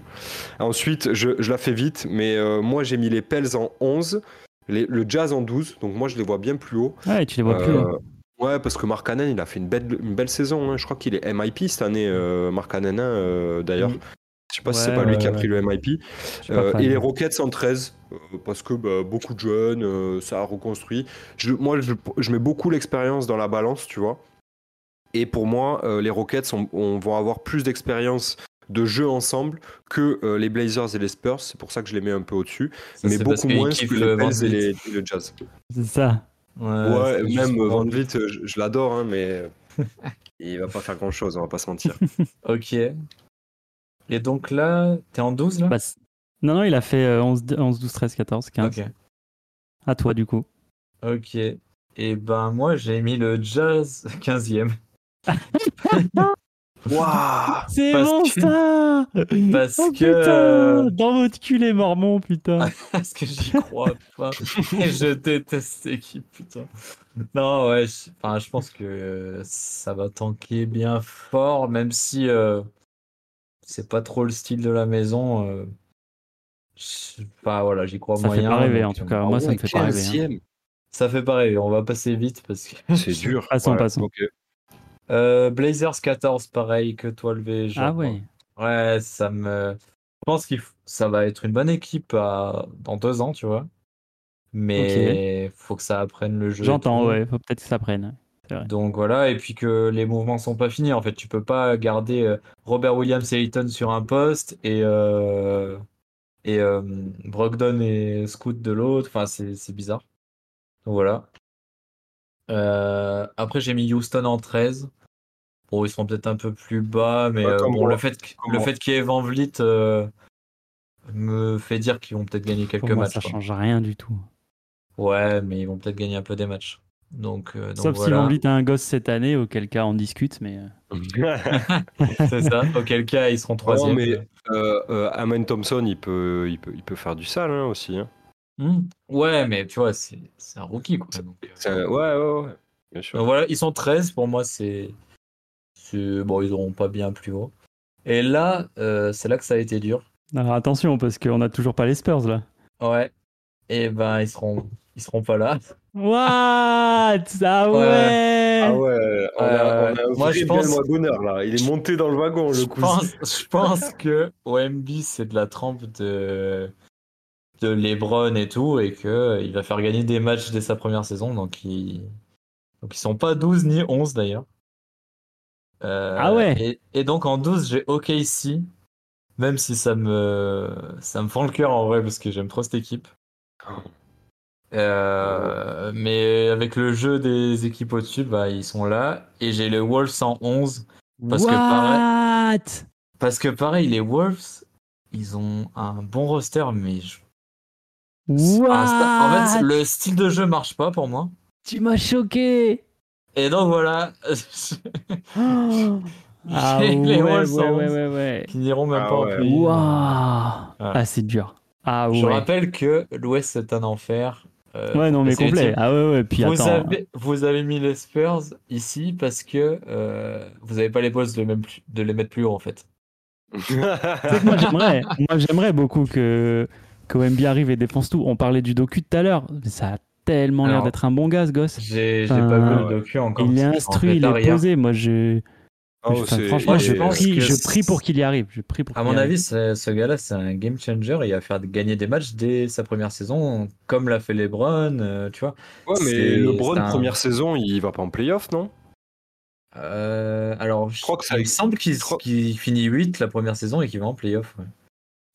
[SPEAKER 5] Ensuite, je, je la fais vite, mais euh, moi j'ai mis les Pels en 11, les- le Jazz en 12, donc moi je les vois bien plus haut.
[SPEAKER 1] Ouais, tu les vois plus.
[SPEAKER 5] Euh,
[SPEAKER 1] hein.
[SPEAKER 5] ouais, parce que Mark Cannon, il a fait une belle, une belle saison. hein. Je crois qu'il est MIP cette année, euh, Mark Cannon, euh, d'ailleurs.
[SPEAKER 1] Mm.
[SPEAKER 5] Je sais pas si c'est
[SPEAKER 1] Ouais,
[SPEAKER 5] pas lui
[SPEAKER 1] ouais,
[SPEAKER 5] qui a
[SPEAKER 1] ouais.
[SPEAKER 5] pris le MIP.
[SPEAKER 1] Je suis pas
[SPEAKER 5] Euh,
[SPEAKER 1] fan.
[SPEAKER 5] et les Rockets en 13, euh, parce que bah, beaucoup de jeunes, euh, ça a reconstruit. Je- moi, je, je mets beaucoup l'expérience dans la balance, tu vois. Et pour moi, euh, les Rockets ont- ont- vont avoir plus d'expérience de jeu ensemble que euh, les Blazers et les Spurs. C'est pour ça que je les mets un peu au-dessus.
[SPEAKER 4] Ça,
[SPEAKER 5] Mais
[SPEAKER 4] c'est parce
[SPEAKER 5] beaucoup moins
[SPEAKER 4] qu'ils kiffent
[SPEAKER 5] que les Pels
[SPEAKER 4] Van
[SPEAKER 5] et
[SPEAKER 4] Vliet.
[SPEAKER 5] les- et le Jazz.
[SPEAKER 1] C'est ça.
[SPEAKER 5] Ouais,
[SPEAKER 4] c'est
[SPEAKER 5] même
[SPEAKER 4] juste
[SPEAKER 5] euh,
[SPEAKER 4] pour-
[SPEAKER 5] Van Vliet, euh, je, je l'adore, hein, mais il va pas faire grand chose, on va pas se mentir.
[SPEAKER 4] Ok. Et donc là, t'es en 12 là
[SPEAKER 1] Bah, c'est- non, non, il a fait euh, 11, 11, 12, 13, 14,
[SPEAKER 5] Bah,
[SPEAKER 1] 15.
[SPEAKER 4] Ok.
[SPEAKER 1] À toi, du coup.
[SPEAKER 4] Ok. Et ben moi, j'ai mis le Jazz
[SPEAKER 5] (laughs)
[SPEAKER 4] 15e.
[SPEAKER 5] Waouh
[SPEAKER 1] C'est
[SPEAKER 4] Parce
[SPEAKER 1] bon,
[SPEAKER 4] que-
[SPEAKER 1] (laughs) ça
[SPEAKER 4] Parce
[SPEAKER 1] Oh,
[SPEAKER 4] que.
[SPEAKER 1] putain Dans votre cul, les mormons,
[SPEAKER 5] Ah,
[SPEAKER 1] putain
[SPEAKER 4] Parce que j'y crois pas. Et je déteste cette équipe, putain. Non, ouais, je, enfin, je pense que euh, ça va tanker bien fort, même si euh, c'est pas trop le style de la maison. euh, je- enfin, voilà, j'y crois
[SPEAKER 1] Ça fait
[SPEAKER 4] moyen.
[SPEAKER 1] pas rêver, hein.
[SPEAKER 4] donc,
[SPEAKER 1] en tout
[SPEAKER 4] euh,
[SPEAKER 1] cas. Moi, ça me fait pas rêver. hein.
[SPEAKER 4] Ça fait pas rêver, on va passer vite parce que.
[SPEAKER 5] C'est dur.
[SPEAKER 1] Passons,
[SPEAKER 5] Ouais,
[SPEAKER 1] passons.
[SPEAKER 5] ok. (laughs)
[SPEAKER 4] Euh, Blazers 14, pareil que toi, le VG.
[SPEAKER 1] Ah ouais
[SPEAKER 4] Ouais, ça me. Je pense qu'il f- ça va être une bonne équipe à- dans deux ans, tu vois. Mais faut que ça apprenne le jeu. et
[SPEAKER 1] J'entends,
[SPEAKER 4] tout.
[SPEAKER 1] ouais. Faut peut-être que ça prenne.
[SPEAKER 4] Donc voilà, et puis que les mouvements sont pas finis. En fait, tu peux pas garder euh, Robert Williams et Ayton sur un poste et euh, et euh, Brogdon et Scoot de l'autre. Enfin, c'est c'est bizarre. Donc voilà. Euh, après, j'ai mis Houston en 13. Bon, ils sont peut-être un peu plus bas, mais
[SPEAKER 5] Bah,
[SPEAKER 4] euh,
[SPEAKER 5] comme
[SPEAKER 4] bon,
[SPEAKER 5] moi.
[SPEAKER 4] le fait que-
[SPEAKER 5] Comme
[SPEAKER 4] le
[SPEAKER 5] moi.
[SPEAKER 4] fait qu'il y ait Van Vliet euh, me fait dire qu'ils vont peut-être gagner
[SPEAKER 1] Pour
[SPEAKER 4] quelques
[SPEAKER 1] moi,
[SPEAKER 4] matchs.
[SPEAKER 1] ça
[SPEAKER 4] quoi.
[SPEAKER 1] change rien du tout.
[SPEAKER 4] Ouais, mais ils vont peut-être gagner un peu des matchs. Donc, euh, donc
[SPEAKER 1] Sauf si
[SPEAKER 4] voilà.
[SPEAKER 1] Van Vliet a un gosse cette année, auquel cas on discute, mais... euh,
[SPEAKER 4] C'est ça. Auquel cas, ils seront
[SPEAKER 5] Oh,
[SPEAKER 4] troisième.
[SPEAKER 5] mais- Euh, euh, Amen Thompson, il peut, il peut, il peut faire du sale hein, aussi. hein.
[SPEAKER 4] Hmm. Ouais, mais tu vois, c'est c'est un rookie, quoi. Donc, euh,
[SPEAKER 5] C'est un- Ouais, ouais, ouais. Bien sûr.
[SPEAKER 4] donc voilà, ils sont 13. Pour moi, c'est. c'est- Bon, ils n'auront pas bien plus haut. Et là, euh, c'est là que ça a été dur.
[SPEAKER 1] Alors attention, parce qu'on n'a toujours pas les Spurs, là.
[SPEAKER 4] Ouais. Et ben, ils seront, ils seront pas là.
[SPEAKER 1] What Ah
[SPEAKER 4] Ouais.
[SPEAKER 1] ouais,
[SPEAKER 5] Ah ouais, on a,
[SPEAKER 4] Euh,
[SPEAKER 5] on a un
[SPEAKER 4] moi,
[SPEAKER 5] vrai
[SPEAKER 4] je pense-
[SPEAKER 5] Bill Wagner, là. Il est monté dans le wagon, le
[SPEAKER 4] Je
[SPEAKER 5] coup.
[SPEAKER 4] pense, je pense que OMB, c'est de la trempe de, de LeBron et tout, et que il va faire gagner des matchs dès sa première saison. Donc, ils, donc ils sont pas 12 ni 11 d'ailleurs. Euh,
[SPEAKER 1] Ah ouais.
[SPEAKER 4] et, et donc, en 12, j'ai OKC, même si ça me, ça me fend le cœur en vrai, parce que j'aime trop cette équipe.
[SPEAKER 5] Oh.
[SPEAKER 4] Euh, mais avec le jeu des équipes au-dessus, bah, ils sont là. Et j'ai le Wolves 111. Parce que pareil-
[SPEAKER 1] What
[SPEAKER 4] Parce que pareil, les Wolves, ils ont un bon roster, mais je-
[SPEAKER 1] What
[SPEAKER 4] un sta- Ah, en fait, le style de jeu marche pas pour moi.
[SPEAKER 1] Tu m'as
[SPEAKER 4] (gasps)
[SPEAKER 1] choqué
[SPEAKER 4] Et donc voilà, (laughs)
[SPEAKER 1] Oh. Ah
[SPEAKER 4] les
[SPEAKER 1] ouais, ouais,
[SPEAKER 4] Wolves
[SPEAKER 1] ouais,
[SPEAKER 4] en
[SPEAKER 1] ouais,
[SPEAKER 4] onze.
[SPEAKER 1] ouais, ouais.
[SPEAKER 4] qui n'iront même
[SPEAKER 5] Ah
[SPEAKER 4] pas
[SPEAKER 5] ouais.
[SPEAKER 4] en play.
[SPEAKER 1] Waouh
[SPEAKER 4] Ouais.
[SPEAKER 1] Ah, c'est dur. Ah ouais.
[SPEAKER 4] Je rappelle que l'Ouest c'est un enfer. Euh,
[SPEAKER 1] Ouais, non, mais
[SPEAKER 4] c'est-
[SPEAKER 1] complet.
[SPEAKER 4] c'est-
[SPEAKER 1] Ah ouais, ouais. Puis
[SPEAKER 4] Vous
[SPEAKER 1] attends.
[SPEAKER 4] avez, vous avez mis les Spurs ici parce que euh, vous n'avez pas les Wolves de, même plus- de les mettre plus haut en fait.
[SPEAKER 1] Tu sais que moi, j'aimerais, moi, j'aimerais beaucoup que, que OMB arrive et défonce tout. On parlait du docu tout à l'heure. mais Ça a tellement l'air
[SPEAKER 4] Alors,
[SPEAKER 1] d'être un bon gars, ce gosse.
[SPEAKER 4] J'ai j'ai pas
[SPEAKER 1] Euh,
[SPEAKER 5] Ah
[SPEAKER 4] vu le docu encore.
[SPEAKER 1] Il est
[SPEAKER 4] parce que je suis rentré
[SPEAKER 1] instruit, il
[SPEAKER 4] tard
[SPEAKER 1] est
[SPEAKER 4] hier.
[SPEAKER 1] posé. Moi, je,
[SPEAKER 5] Oh,
[SPEAKER 1] enfin,
[SPEAKER 5] c'est-
[SPEAKER 1] franchement,
[SPEAKER 5] il
[SPEAKER 1] je
[SPEAKER 5] est-
[SPEAKER 4] pense
[SPEAKER 1] prie,
[SPEAKER 4] que
[SPEAKER 1] je prie
[SPEAKER 4] c'est-
[SPEAKER 1] pour qu'il y arrive. Je prie pour
[SPEAKER 4] À
[SPEAKER 1] qu'il y
[SPEAKER 4] mon
[SPEAKER 1] arrive.
[SPEAKER 4] avis, ce, ce gars-là, c'est un game changer. Il va faire gagner des matchs dès sa première saison, comme l'a fait LeBron, euh, tu vois.
[SPEAKER 5] Ouais, mais
[SPEAKER 4] c'est-
[SPEAKER 5] LeBron,
[SPEAKER 4] c'est un-
[SPEAKER 5] première saison, il va pas en playoff, non
[SPEAKER 4] Euh, alors, je
[SPEAKER 5] crois que ça-
[SPEAKER 4] il me semble qu'il
[SPEAKER 5] je crois-
[SPEAKER 4] qu'il finit 8 la première saison et qu'il va en playoff. ouais.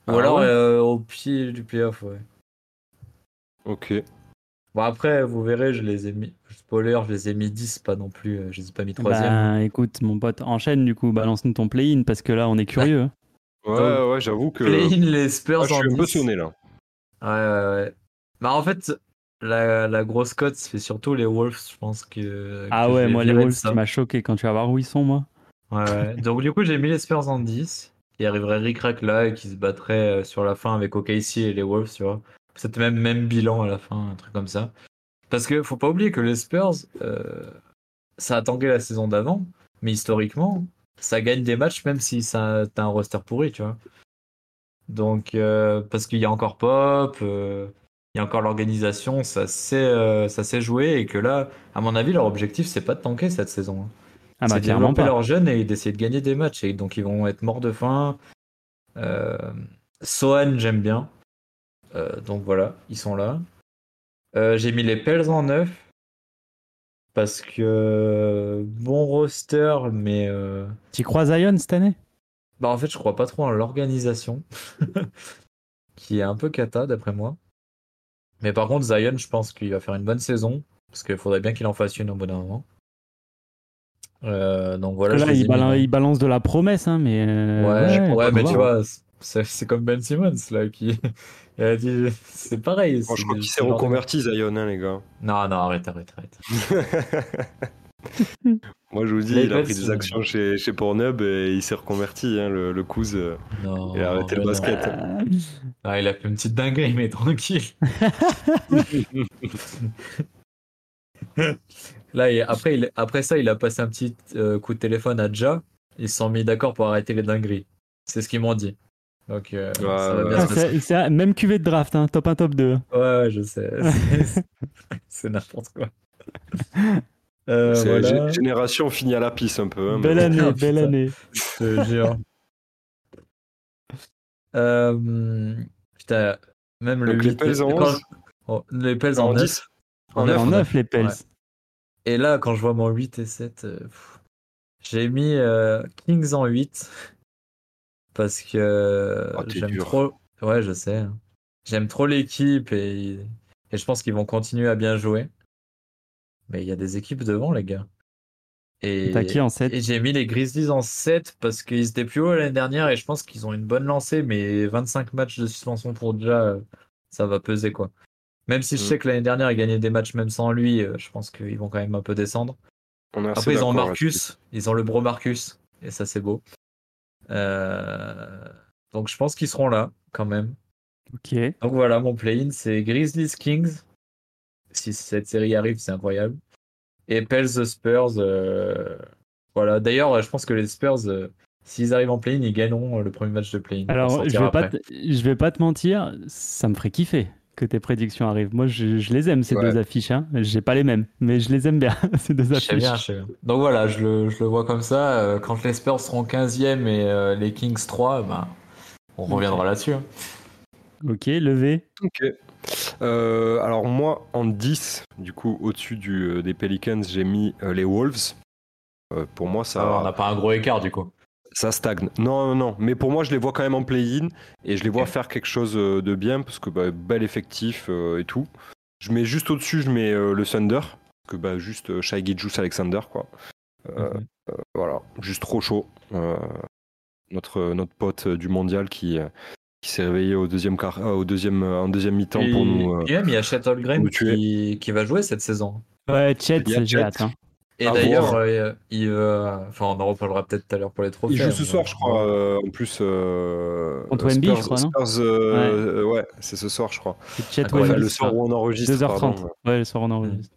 [SPEAKER 5] Ah
[SPEAKER 4] Ou alors
[SPEAKER 5] ouais
[SPEAKER 4] euh, au pied du playoff, ouais.
[SPEAKER 5] Ok.
[SPEAKER 4] Bon, après, vous verrez, je les ai mis. Spoiler, je les ai mis 10, pas non plus. euh, Je les ai pas mis 3
[SPEAKER 1] Bah écoute, mon pote, enchaîne du coup, balance-nous ton play-in parce que là on est curieux. hein.
[SPEAKER 5] Ouais,
[SPEAKER 4] Donc,
[SPEAKER 5] ouais, j'avoue que.
[SPEAKER 4] Play-in, les Spurs
[SPEAKER 5] Ah, je
[SPEAKER 4] en
[SPEAKER 5] suis un peu
[SPEAKER 4] 10.
[SPEAKER 5] sonné là.
[SPEAKER 4] Ouais, ouais, ouais. Bah, en fait, la, la grosse cote, c'est surtout les Wolves, je pense que.
[SPEAKER 1] ah
[SPEAKER 4] que je
[SPEAKER 1] ouais,
[SPEAKER 4] vais
[SPEAKER 1] moi les
[SPEAKER 4] virer de
[SPEAKER 1] Wolves,
[SPEAKER 4] ça.
[SPEAKER 1] tu m'as choqué quand tu vas voir où ils sont, moi.
[SPEAKER 4] Ouais, ouais. Donc du coup, j'ai mis les Spurs en 10. Il arriverait Rick Rack là et qui se battrait euh, sur la fin avec OKC et les Wolves, tu vois. C'était même même bilan à la fin, un truc comme ça. Parce que faut pas oublier que les Spurs, euh, ça a tangué la saison d'avant, Mais historiquement, ça gagne des matchs même si ça- t'as un roster pourri, tu vois. Donc, euh, parce qu'il y a encore Pop, euh, il y a encore l'organisation, ça s'est euh, ça s'est joué et que là, à mon avis, leur objectif, c'est pas de tanker cette saison. hein.
[SPEAKER 1] Ah bah
[SPEAKER 4] c'est de
[SPEAKER 1] clairement
[SPEAKER 4] développer
[SPEAKER 1] pas.
[SPEAKER 4] leurs jeunes et d'essayer de gagner des matchs. Et donc, ils vont être morts de faim. Euh, Sohan, j'aime bien. Euh, donc voilà, ils sont là. Euh, J'ai mis les Pels en neuf. Parce que euh, bon roster, mais euh,
[SPEAKER 1] Tu crois Zion cette année
[SPEAKER 4] bah en fait, je crois pas trop en l'organisation, (laughs) qui est un peu cata d'après moi. Mais par contre, Zion, je pense qu'il va faire une bonne saison, parce qu'il faudrait bien qu'il en fasse une au bout d'un moment. Euh, donc voilà.
[SPEAKER 1] Parce que
[SPEAKER 4] je
[SPEAKER 1] Là,
[SPEAKER 4] les
[SPEAKER 1] il,
[SPEAKER 4] ai
[SPEAKER 1] balan-
[SPEAKER 4] mis-
[SPEAKER 1] il balance de la promesse, hein, mais. euh,
[SPEAKER 4] Ouais, je- ouais,
[SPEAKER 1] faut
[SPEAKER 4] mais
[SPEAKER 1] voir.
[SPEAKER 4] tu vois, c'est c'est comme Ben Simmons là qui (laughs) elle a dit, c'est pareil.
[SPEAKER 5] Bon, je
[SPEAKER 4] c'est-
[SPEAKER 5] crois qu'il s'est
[SPEAKER 4] c'est leur-
[SPEAKER 5] reconverti, Zion, hein, les gars.
[SPEAKER 4] Non, non, arrête, arrête, arrête.
[SPEAKER 5] Moi, je vous dis,
[SPEAKER 4] Les
[SPEAKER 5] il a
[SPEAKER 4] Pels,
[SPEAKER 5] pris des
[SPEAKER 4] euh,
[SPEAKER 5] actions chez, chez Pornhub et il s'est reconverti, hein, le, le cousin. euh,
[SPEAKER 4] Non,
[SPEAKER 5] Il a arrêté le
[SPEAKER 4] mais non.
[SPEAKER 5] basket.
[SPEAKER 1] Euh,
[SPEAKER 4] Ah, il a fait une petite dinguerie, mais tranquille. Là, et après, il- après ça, il a passé un petit euh, coup de téléphone à Ja. Ils se sont mis d'accord pour arrêter les dingueries. C'est ce qu'ils m'ont dit. Donc, euh,
[SPEAKER 5] Ouais,
[SPEAKER 4] ça va
[SPEAKER 5] ouais,
[SPEAKER 4] bien
[SPEAKER 1] ah,
[SPEAKER 4] se passer.
[SPEAKER 1] c'est- c'est- même cuvée de draft, hein, top 1, top 2.
[SPEAKER 4] Ouais, ouais, je sais. C'est- C'est n'importe quoi. Euh,
[SPEAKER 5] c'est
[SPEAKER 4] voilà,
[SPEAKER 5] gé- Génération finie à la pisse un peu. hein, mais
[SPEAKER 1] Belle
[SPEAKER 5] bon.
[SPEAKER 1] année,
[SPEAKER 4] Ah,
[SPEAKER 1] belle
[SPEAKER 4] putain.
[SPEAKER 1] année.
[SPEAKER 4] je te jure. Euh, putain, même le
[SPEAKER 5] Donc, les
[SPEAKER 4] huit-
[SPEAKER 5] Pels en
[SPEAKER 4] quand-
[SPEAKER 5] 11?
[SPEAKER 4] Oh, les Pels
[SPEAKER 5] En
[SPEAKER 4] en
[SPEAKER 5] 10
[SPEAKER 4] 10.
[SPEAKER 5] En
[SPEAKER 4] En
[SPEAKER 5] neuf,
[SPEAKER 1] En
[SPEAKER 4] neuf,
[SPEAKER 1] 9, les Pels.
[SPEAKER 4] Ouais. Et là, quand je vois mon 8 et 7, euh, pff, j'ai mis euh, Kings en 8 parce que euh,
[SPEAKER 5] Ah, t'es
[SPEAKER 4] j'aime
[SPEAKER 5] dur.
[SPEAKER 4] trop. Ouais, je sais. hein. J'aime trop l'équipe et... et je pense qu'ils vont continuer à bien jouer. Mais il y a des équipes devant, les gars. Et,
[SPEAKER 1] T'as qui en 7
[SPEAKER 4] et j'ai mis les Grizzlies en 7 parce qu'ils étaient plus haut l'année dernière et je pense qu'ils ont une bonne lancée, mais 25 matchs de suspension pour déjà, euh, ça va peser quoi. Même si je
[SPEAKER 5] Mm.
[SPEAKER 4] sais que l'année dernière, ils gagnaient des matchs même sans lui, euh, je pense qu'ils vont quand même un peu descendre.
[SPEAKER 5] On est assez
[SPEAKER 4] Après, ils ont
[SPEAKER 5] Ah, d'accord
[SPEAKER 4] Marcus, ils ont le bro Marcus, et ça c'est beau. Euh, Donc je pense qu'ils seront là quand même.
[SPEAKER 1] Ok.
[SPEAKER 4] Donc voilà, mon play-in, c'est Grizzlies Kings. Si cette série arrive, c'est incroyable. Et Pels The Spurs. euh, Voilà. D'ailleurs, euh, je pense que les Spurs, euh, s'ils arrivent en play-in, ils gagneront euh, le premier match de play-in. pour
[SPEAKER 1] Alors, je
[SPEAKER 4] sortir
[SPEAKER 1] vais, pas
[SPEAKER 4] après.
[SPEAKER 1] te- je vais pas te mentir, ça me ferait kiffer que tes prédictions arrivent. Moi, je, je les aime, ces
[SPEAKER 5] Ouais.
[SPEAKER 1] deux affiches. Hein. J'ai pas les mêmes, mais je les aime bien, (laughs) ces deux
[SPEAKER 4] Je sais
[SPEAKER 1] affiches.
[SPEAKER 4] bien, je sais bien. Donc voilà, je le, je le vois comme ça. euh, Quand les Spurs seront 15e et euh, les Kings 3, ben, on reviendra là-dessus. hein.
[SPEAKER 1] Ok, levé.
[SPEAKER 5] Ok. Euh, alors moi, en 10, du coup, au-dessus du, euh, des Pelicans, j'ai mis euh, les Wolves. Euh, pour moi, ça,
[SPEAKER 4] Alors, Ah, on n'a pas un gros écart du coup.
[SPEAKER 5] ça stagne. Non, non, non. Mais pour moi, je les vois quand même en play-in et je les vois faire quelque chose euh, de bien parce que bah, bel effectif euh, et tout. Je mets juste au-dessus, je mets euh, le Thunder. Parce que bah, juste euh, Shai Gilgeous Alexander, quoi. Euh,
[SPEAKER 4] Mhm.
[SPEAKER 5] Voilà, juste trop chaud. Euh, notre, notre pote euh, du mondial qui, euh, qui s'est réveillé au deuxième quart, euh, au deuxième, euh, en deuxième mi-temps
[SPEAKER 4] Et-
[SPEAKER 5] pour nous. euh,
[SPEAKER 4] et même, il y a Chet Holmgren
[SPEAKER 5] nous tuer.
[SPEAKER 4] qui, qui va jouer cette saison.
[SPEAKER 1] Ouais, Chet,
[SPEAKER 5] Il y a
[SPEAKER 1] j'ai
[SPEAKER 5] Chet.
[SPEAKER 1] hâte. hein.
[SPEAKER 4] Et
[SPEAKER 5] À
[SPEAKER 4] d'ailleurs,
[SPEAKER 5] voir.
[SPEAKER 4] euh, il va- enfin, on en reparlera peut-être tout à l'heure pour les trophées. hein,
[SPEAKER 5] Il joue ce
[SPEAKER 4] mais-
[SPEAKER 5] soir, je crois. euh, en plus, euh,
[SPEAKER 1] Contre Wemby, je
[SPEAKER 5] Spurs,
[SPEAKER 1] crois, non
[SPEAKER 5] Spurs, euh, euh, ouais, c'est ce soir, je crois.
[SPEAKER 1] C'est Chet
[SPEAKER 4] Ah, Ouais,
[SPEAKER 5] Enfin,
[SPEAKER 1] Wemby.
[SPEAKER 5] le
[SPEAKER 4] c'est
[SPEAKER 5] soir
[SPEAKER 4] ça.
[SPEAKER 5] où on enregistre.
[SPEAKER 1] 2h30.
[SPEAKER 5] pardon.
[SPEAKER 1] Ouais, le soir, on enregistre.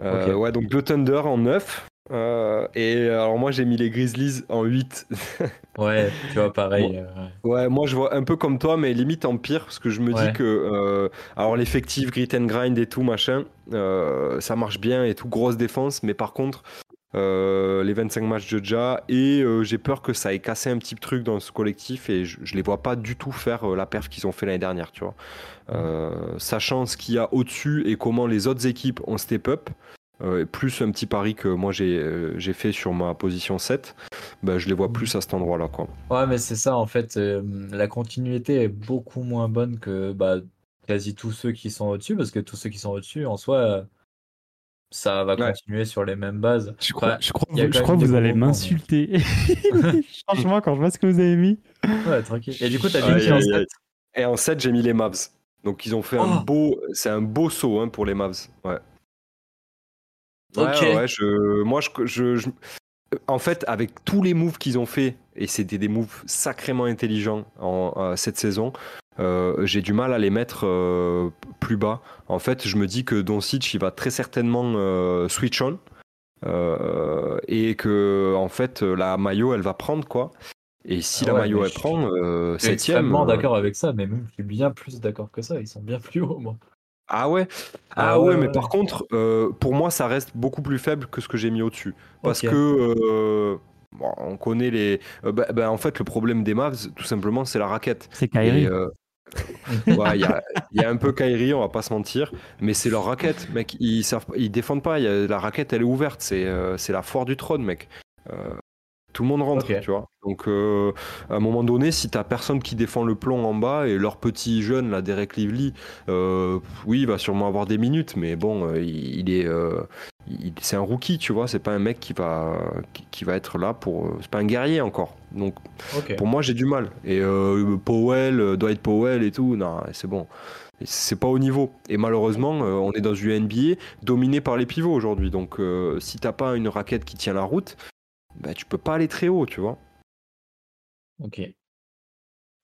[SPEAKER 5] Euh,
[SPEAKER 4] Ok.
[SPEAKER 5] Ouais, donc le Thunder en 9. euh, et alors moi j'ai mis les Grizzlies en 8.
[SPEAKER 4] Ouais, tu vois, pareil.
[SPEAKER 5] Bon.
[SPEAKER 4] euh, ouais.
[SPEAKER 5] Ouais, moi je vois un peu comme toi, mais limite en pire, parce que je me
[SPEAKER 4] Ouais.
[SPEAKER 5] dis que... euh, alors l'effectif, grit and grind et tout, machin, euh, ça marche bien et tout, grosse défense, mais par contre, euh, les 25 matchs de Ja, et euh, j'ai peur que ça ait cassé un petit truc dans ce collectif, et je, je les vois pas du tout faire euh, la perf qu'ils ont fait l'année dernière, tu vois. Euh, sachant ce qu'il y a au-dessus et comment les autres équipes ont step up, euh, et plus un petit pari que moi j'ai euh, j'ai fait sur ma position 7, bah, je les vois plus à cet endroit-là, quoi.
[SPEAKER 4] Ouais, mais c'est ça, en fait, euh, la continuité est beaucoup moins bonne que bah, quasi tous ceux qui sont au-dessus, parce que tous ceux qui sont au-dessus, en soi, euh, ça va
[SPEAKER 5] Ouais.
[SPEAKER 4] continuer sur les mêmes bases.
[SPEAKER 1] Je crois,
[SPEAKER 4] Enfin,
[SPEAKER 1] je crois,
[SPEAKER 4] il y a
[SPEAKER 1] je
[SPEAKER 4] quand
[SPEAKER 1] crois que
[SPEAKER 4] même des
[SPEAKER 1] vous
[SPEAKER 4] bons
[SPEAKER 1] allez
[SPEAKER 4] moments, mais-
[SPEAKER 1] m'insulter. Franchement, quand je vois ce que vous avez mis.
[SPEAKER 4] Ouais, tranquille. Et du coup, t'as
[SPEAKER 1] Ah,
[SPEAKER 5] Aïe,
[SPEAKER 4] mis qui en
[SPEAKER 5] aïe,
[SPEAKER 4] sept
[SPEAKER 5] aïe. Et en 7, j'ai mis les Mavs. Donc ils ont fait un
[SPEAKER 4] Oh.
[SPEAKER 5] beau, c'est un beau saut hein, pour les Mavs. Ouais. Ouais,
[SPEAKER 4] Ok.
[SPEAKER 5] ouais, ouais, je, moi, je, je- je- en fait, avec tous les moves qu'ils ont fait, et c'était des moves sacrément intelligents en euh, cette saison, euh, j'ai du mal à les mettre euh, plus bas. En fait, je me dis que Doncic, il va très certainement euh, switch on. euh, et que en fait la maillot elle va prendre quoi. Et si
[SPEAKER 4] Ah
[SPEAKER 5] la
[SPEAKER 4] ouais,
[SPEAKER 5] maillot
[SPEAKER 4] mais
[SPEAKER 5] elle
[SPEAKER 4] je suis-
[SPEAKER 5] prend euh,
[SPEAKER 4] Je suis
[SPEAKER 5] septième.
[SPEAKER 4] extrêmement
[SPEAKER 5] euh,
[SPEAKER 4] d'accord avec ça, mais même je suis bien plus d'accord que ça. Ils sont bien plus hauts, moi.
[SPEAKER 5] Ah ouais. Ah, ouais, mais par contre, euh, pour moi, ça reste beaucoup plus faible que ce que j'ai mis au-dessus. Parce
[SPEAKER 4] Ok.
[SPEAKER 5] que euh, bon, on connaît les. euh, bah- bah, en fait, le problème des Mavs, tout simplement, c'est la raquette.
[SPEAKER 1] C'est
[SPEAKER 5] Et,
[SPEAKER 1] Kyrie.
[SPEAKER 5] euh, ouais, il y, a- il y a un peu Kyrie, on va pas se mentir, mais c'est leur raquette, mec. Ils savent, ils défendent pas. il y a- la raquette, elle est ouverte. C'est, euh, c'est la foire du trône, mec. Euh, tout le monde rentre,
[SPEAKER 4] Ok.
[SPEAKER 5] tu vois. Donc, euh, à un moment donné, si t'as personne qui défend le plomb en bas et leur petit jeune, là, Derek Lively, euh, oui, il va sûrement avoir des minutes, mais bon, euh, il, il est, euh, il- c'est un rookie, tu vois. C'est pas un mec qui va, qui, qui va être là pour. euh, C'est pas un guerrier encore. Donc,
[SPEAKER 4] Ok.
[SPEAKER 5] pour moi, j'ai du mal. Et euh, Powell, euh, Dwight Powell et tout, non, c'est bon. Et C'est pas au niveau. Et malheureusement, euh, on est dans une NBA dominée par les pivots aujourd'hui. Donc, euh, si t'as pas une raquette qui tient la route, bah, tu peux pas aller très haut, tu vois.
[SPEAKER 4] Ok.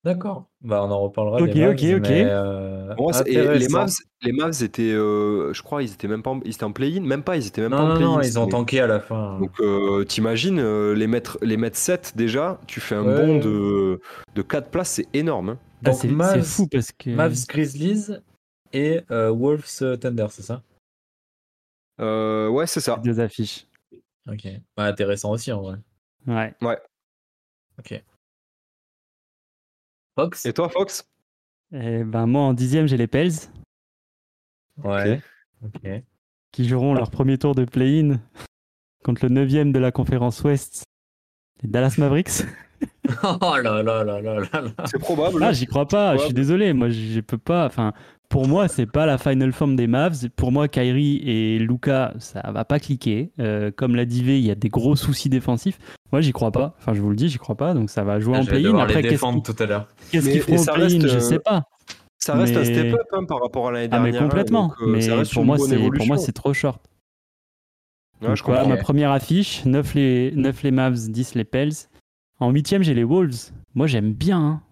[SPEAKER 4] D'accord. Bah, on en reparlera.
[SPEAKER 1] Ok,
[SPEAKER 4] des Mavs,
[SPEAKER 1] ok, ok.
[SPEAKER 4] mais, euh,
[SPEAKER 5] Pour moi, c'est- et les
[SPEAKER 4] intéressant.
[SPEAKER 5] Mavs, les Mavs étaient, euh, je crois, ils étaient même pas, en, ils étaient en play-in, même pas, ils étaient même pas
[SPEAKER 4] Non,
[SPEAKER 5] en
[SPEAKER 4] non,
[SPEAKER 5] play-in.
[SPEAKER 4] non, ils ont
[SPEAKER 5] cette année.
[SPEAKER 4] tanké à la fin.
[SPEAKER 5] Donc, euh, t'imagines euh, les mettre, les mettre 7 déjà, tu fais un
[SPEAKER 4] Ouais.
[SPEAKER 5] bond de, de 4 places, c'est énorme. hein.
[SPEAKER 1] Ah,
[SPEAKER 4] donc
[SPEAKER 1] c'est c'est
[SPEAKER 4] Mavs-
[SPEAKER 1] fou parce que.
[SPEAKER 4] Mavs Grizzlies et euh, Wolves euh, Thunder, c'est ça
[SPEAKER 5] Euh, ouais, c'est ça.
[SPEAKER 1] Deux affiches.
[SPEAKER 4] Ok. Bah, intéressant aussi en vrai.
[SPEAKER 1] Ouais.
[SPEAKER 4] Fox
[SPEAKER 5] Et toi, Fox
[SPEAKER 1] Et ben, moi, en dixième, j'ai les Pels
[SPEAKER 4] Ouais. Ok.
[SPEAKER 1] qui joueront leur premier tour de play-in contre le neuvième de la conférence Ouest, les Dallas Mavericks.
[SPEAKER 4] (laughs) oh là là là là là là.
[SPEAKER 5] C'est probable.
[SPEAKER 1] Ah, j'y crois pas, je suis
[SPEAKER 5] Ouais.
[SPEAKER 1] désolé, moi je peux pas. Enfin, pour moi, c'est pas la final form des Mavs. Pour moi, Kyrie et Luca, ça va pas cliquer. Euh, comme l'a dit V, il y a des gros soucis défensifs. Moi, j'y crois pas. Enfin, je vous le dis, j'y crois pas. Donc, ça va
[SPEAKER 5] Ah,
[SPEAKER 1] jouer en
[SPEAKER 4] Je vais
[SPEAKER 1] play-in.
[SPEAKER 4] devoir
[SPEAKER 1] Après,
[SPEAKER 4] les
[SPEAKER 1] qu'est-ce
[SPEAKER 4] défendre
[SPEAKER 1] qu'ils
[SPEAKER 4] tout à l'heure.
[SPEAKER 1] qu'est-ce
[SPEAKER 5] Mais-
[SPEAKER 1] qu'ils feront
[SPEAKER 5] et
[SPEAKER 1] au
[SPEAKER 5] ça reste,
[SPEAKER 1] play-in Je
[SPEAKER 5] euh,
[SPEAKER 1] sais pas.
[SPEAKER 5] Ça reste un
[SPEAKER 1] Mais-
[SPEAKER 5] step-up hein, par rapport à l'année
[SPEAKER 1] Ah, mais
[SPEAKER 5] dernière. hein,
[SPEAKER 1] complètement.
[SPEAKER 5] donc, euh,
[SPEAKER 1] mais
[SPEAKER 5] ça reste
[SPEAKER 1] pour
[SPEAKER 5] une
[SPEAKER 1] moi,
[SPEAKER 5] bonne
[SPEAKER 1] c'est- pour
[SPEAKER 5] évolution.
[SPEAKER 1] moi, c'est trop short.
[SPEAKER 5] Ouais, je
[SPEAKER 1] Donc voilà,
[SPEAKER 5] comprends.
[SPEAKER 1] ma première affiche, 9 les, 9 les Mavs, 10 les Pels. En huitième, j'ai les Wolves. Moi, j'aime bien. hein.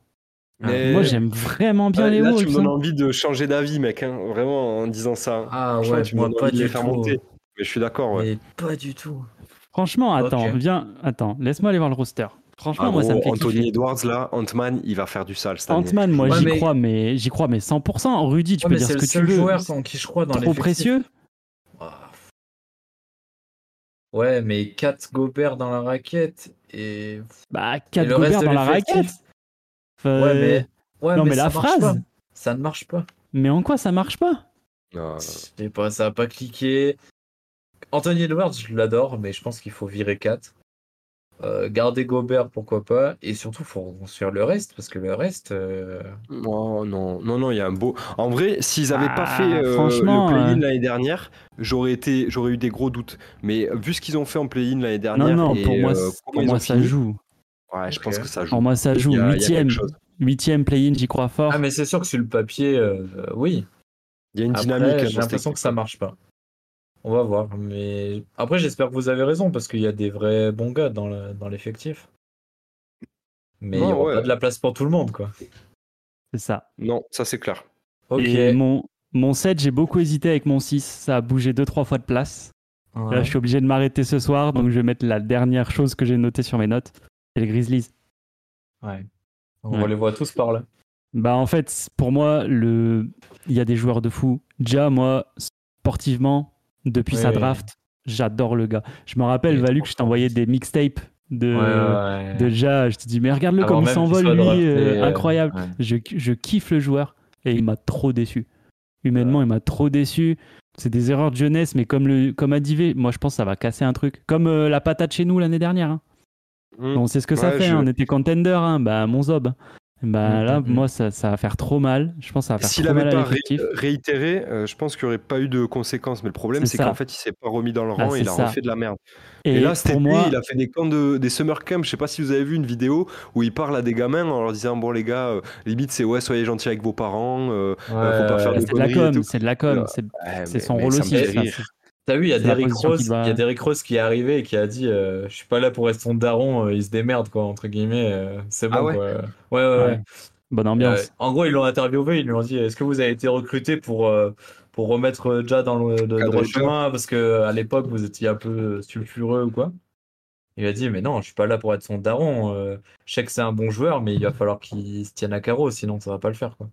[SPEAKER 5] Mais-
[SPEAKER 1] Moi, j'aime vraiment bien
[SPEAKER 5] Ouais,
[SPEAKER 1] les
[SPEAKER 5] Ah, là, tu me
[SPEAKER 1] Wolves.
[SPEAKER 5] donnes
[SPEAKER 1] hein.
[SPEAKER 5] envie de changer d'avis, mec, hein, vraiment en disant ça.
[SPEAKER 4] Ah
[SPEAKER 5] Franchement,
[SPEAKER 4] ouais,
[SPEAKER 5] tu me
[SPEAKER 4] moi
[SPEAKER 5] donnes
[SPEAKER 4] pas
[SPEAKER 5] envie de
[SPEAKER 4] du
[SPEAKER 5] les faire
[SPEAKER 4] tout.
[SPEAKER 5] monter. Mais je suis d'accord, ouais.
[SPEAKER 4] Mais pas du tout.
[SPEAKER 1] Franchement, attends,
[SPEAKER 4] Ok.
[SPEAKER 1] viens, attends, laisse-moi aller voir le roster. Franchement,
[SPEAKER 5] Ah,
[SPEAKER 1] moi, ça
[SPEAKER 5] gros,
[SPEAKER 1] me fait
[SPEAKER 5] Anthony
[SPEAKER 1] kiffer.
[SPEAKER 5] Edwards, là, Ant-Man, il va faire du sale cette année.
[SPEAKER 1] Ant-Man, moi,
[SPEAKER 4] Ouais,
[SPEAKER 1] j'y
[SPEAKER 4] mais-
[SPEAKER 1] crois, mais j'y crois, mais 100%. Rudy, tu
[SPEAKER 4] Ouais,
[SPEAKER 1] peux
[SPEAKER 4] mais
[SPEAKER 1] dire
[SPEAKER 4] c'est
[SPEAKER 1] ce
[SPEAKER 4] le
[SPEAKER 1] que tu
[SPEAKER 4] seul
[SPEAKER 1] veux.
[SPEAKER 4] joueur sans qui je crois dans
[SPEAKER 1] Trop
[SPEAKER 4] l'effectif.
[SPEAKER 1] précieux.
[SPEAKER 4] Ah. Ouais, mais 4 Gobert dans la raquette et.
[SPEAKER 1] Bah,
[SPEAKER 4] et
[SPEAKER 1] 4
[SPEAKER 4] le reste
[SPEAKER 1] Gobert
[SPEAKER 4] de
[SPEAKER 1] dans la
[SPEAKER 4] l'effectif.
[SPEAKER 1] raquette. Enfin,
[SPEAKER 4] Ouais, mais. Ouais,
[SPEAKER 1] non, mais
[SPEAKER 4] ça
[SPEAKER 1] la
[SPEAKER 4] marche pas.
[SPEAKER 1] phrase.
[SPEAKER 4] Ça ne marche pas.
[SPEAKER 1] mais en quoi ça marche pas
[SPEAKER 5] Euh,
[SPEAKER 4] Je sais pas, ça a pas cliqué. Anthony Edwards, je l'adore, mais je pense qu'il faut virer 4. garder Gobert, pourquoi pas. Et surtout, faut reconstruire le reste, parce que le reste. euh,
[SPEAKER 5] oh, non, non, non, il y a un beau. En vrai, s'ils avaient pas
[SPEAKER 1] Ah,
[SPEAKER 5] fait euh,
[SPEAKER 1] franchement,
[SPEAKER 5] le play-in
[SPEAKER 1] euh.
[SPEAKER 5] l'année dernière, j'aurais été, j'aurais eu des gros doutes. Mais vu ce qu'ils ont fait en play-in l'année
[SPEAKER 1] Non,
[SPEAKER 5] dernière,
[SPEAKER 1] non,
[SPEAKER 5] et,
[SPEAKER 1] pour moi,
[SPEAKER 5] euh,
[SPEAKER 1] c'est-
[SPEAKER 5] comment
[SPEAKER 1] pour
[SPEAKER 5] ils
[SPEAKER 1] moi
[SPEAKER 5] ont
[SPEAKER 1] ça
[SPEAKER 5] fini,
[SPEAKER 1] joue.
[SPEAKER 5] Ouais, je pense
[SPEAKER 4] Ok.
[SPEAKER 5] que ça joue.
[SPEAKER 1] Pour moi, ça joue.
[SPEAKER 5] Il y a- il y a
[SPEAKER 1] Huitième,
[SPEAKER 5] quelque chose.
[SPEAKER 1] huitième play-in, j'y crois fort.
[SPEAKER 4] Ah, mais c'est sûr que sur le papier, euh, euh, oui.
[SPEAKER 5] Il y a une
[SPEAKER 4] Après,
[SPEAKER 5] dynamique.
[SPEAKER 1] euh,
[SPEAKER 5] hein,
[SPEAKER 4] J'ai
[SPEAKER 5] dans cette
[SPEAKER 4] l'impression
[SPEAKER 5] équipe.
[SPEAKER 4] que ça marche pas. On va voir. Mais après, j'espère que vous avez raison, parce qu'il y a des vrais bons gars dans le- dans l'effectif. mais il
[SPEAKER 5] Non,
[SPEAKER 4] n'y aura
[SPEAKER 5] ouais.
[SPEAKER 4] pas de la place pour tout le monde, quoi.
[SPEAKER 1] C'est ça.
[SPEAKER 5] Non, ça c'est clair.
[SPEAKER 4] Ok.
[SPEAKER 1] Et mon, mon 7, j'ai beaucoup hésité avec mon 6. Ça a bougé 2-3 fois de place. Là,
[SPEAKER 4] Ouais.
[SPEAKER 1] je suis obligé de m'arrêter ce soir, donc je vais mettre la dernière chose que j'ai notée sur mes notes. C'est les Grizzlies.
[SPEAKER 4] Ouais. On
[SPEAKER 1] Ouais.
[SPEAKER 4] les voit tous par là.
[SPEAKER 1] Bah, en fait, c- pour moi, le... il y a des joueurs de fou. Ja, moi, sportivement, depuis
[SPEAKER 4] Oui,
[SPEAKER 1] sa
[SPEAKER 4] oui.
[SPEAKER 1] draft, j'adore le gars. Je me rappelle,
[SPEAKER 4] Il est
[SPEAKER 1] Valu,
[SPEAKER 4] trop
[SPEAKER 1] que je t'envoyais des mixtapes de.
[SPEAKER 4] Ouais, ouais, ouais.
[SPEAKER 1] de Ja. je te dis, mais regarde-le
[SPEAKER 4] Avant
[SPEAKER 1] comme il
[SPEAKER 4] même qu'il
[SPEAKER 1] s'envole,
[SPEAKER 4] soit
[SPEAKER 1] lui,
[SPEAKER 4] drafté,
[SPEAKER 1] euh,
[SPEAKER 4] euh,
[SPEAKER 1] incroyable.
[SPEAKER 4] ouais.
[SPEAKER 1] Je, je kiffe le joueur et il m'a trop déçu. Humainement, il m'a trop déçu. C'est des erreurs de jeunesse, mais comme, le, comme à Divé, moi je pense que ça va casser un truc. Comme euh, la patate chez nous l'année dernière. hein.
[SPEAKER 5] Mm.
[SPEAKER 1] On sait ce que ça
[SPEAKER 5] Ouais,
[SPEAKER 1] fait,
[SPEAKER 5] je-
[SPEAKER 1] hein, on était contender, hein. bah, mon zob. Bah,
[SPEAKER 4] Mm,
[SPEAKER 1] là,
[SPEAKER 4] mm, mm.
[SPEAKER 1] moi, ça, ça va faire trop mal. Je pense que ça va faire
[SPEAKER 5] S'il
[SPEAKER 1] trop mal
[SPEAKER 5] avait
[SPEAKER 1] à
[SPEAKER 5] pas ré-
[SPEAKER 1] l'effectif.
[SPEAKER 5] réitéré, euh, je pense qu'il n'y aurait pas eu de conséquences. Mais le problème,
[SPEAKER 1] C'est
[SPEAKER 5] c'est
[SPEAKER 1] ça.
[SPEAKER 5] qu'en fait, il s'est pas remis dans le
[SPEAKER 1] Ah,
[SPEAKER 5] rang et
[SPEAKER 1] c'est
[SPEAKER 5] il a
[SPEAKER 1] ça.
[SPEAKER 5] refait de la merde.
[SPEAKER 1] Et,
[SPEAKER 5] Et, là, cet
[SPEAKER 1] pour
[SPEAKER 5] été,
[SPEAKER 1] moi,
[SPEAKER 5] il a fait des camps de, des summer camps. Je sais pas si vous avez vu une vidéo où il parle à des gamins en leur disant Bon, les gars, euh, limite, c'est ouais, soyez gentils avec vos parents. euh, faut pas faire
[SPEAKER 1] bah,
[SPEAKER 5] de
[SPEAKER 1] c'est de la
[SPEAKER 5] conneries et
[SPEAKER 1] com,
[SPEAKER 5] tout.
[SPEAKER 1] c'est de la com.
[SPEAKER 5] Ouais,
[SPEAKER 1] C'est
[SPEAKER 5] ouais,
[SPEAKER 1] c'est
[SPEAKER 5] mais-
[SPEAKER 1] son
[SPEAKER 5] mais
[SPEAKER 1] rôle
[SPEAKER 5] ça me
[SPEAKER 1] aussi.
[SPEAKER 5] fait
[SPEAKER 1] ça,
[SPEAKER 5] rire.
[SPEAKER 1] c'est-
[SPEAKER 4] T'as vu, il y a
[SPEAKER 1] C'est la
[SPEAKER 4] Derrick
[SPEAKER 1] position
[SPEAKER 4] Rose,
[SPEAKER 1] qu'il doit-
[SPEAKER 4] il y a Derrick Rose qui est arrivé et qui a dit euh, je suis pas là pour être son daron, euh, il se démerde quoi entre guillemets, euh, c'est bon
[SPEAKER 5] Ah ouais
[SPEAKER 4] quoi. Ouais ouais, ouais.
[SPEAKER 1] Ouais, Bonne
[SPEAKER 4] Euh,
[SPEAKER 1] ambiance.
[SPEAKER 4] en gros, ils l'ont interviewé, ils lui ont dit est-ce que vous avez été recruté pour euh, pour remettre euh, déjà dans le, le
[SPEAKER 5] Cadrer
[SPEAKER 4] droit
[SPEAKER 5] le jeu.
[SPEAKER 4] chemin, parce que à l'époque vous étiez un peu sulfureux ou quoi. Il a dit mais non, je suis pas là pour être son daron. euh, je sais que c'est un bon joueur, mais il va falloir qu'il se tienne à carreau, sinon ça va pas le faire quoi.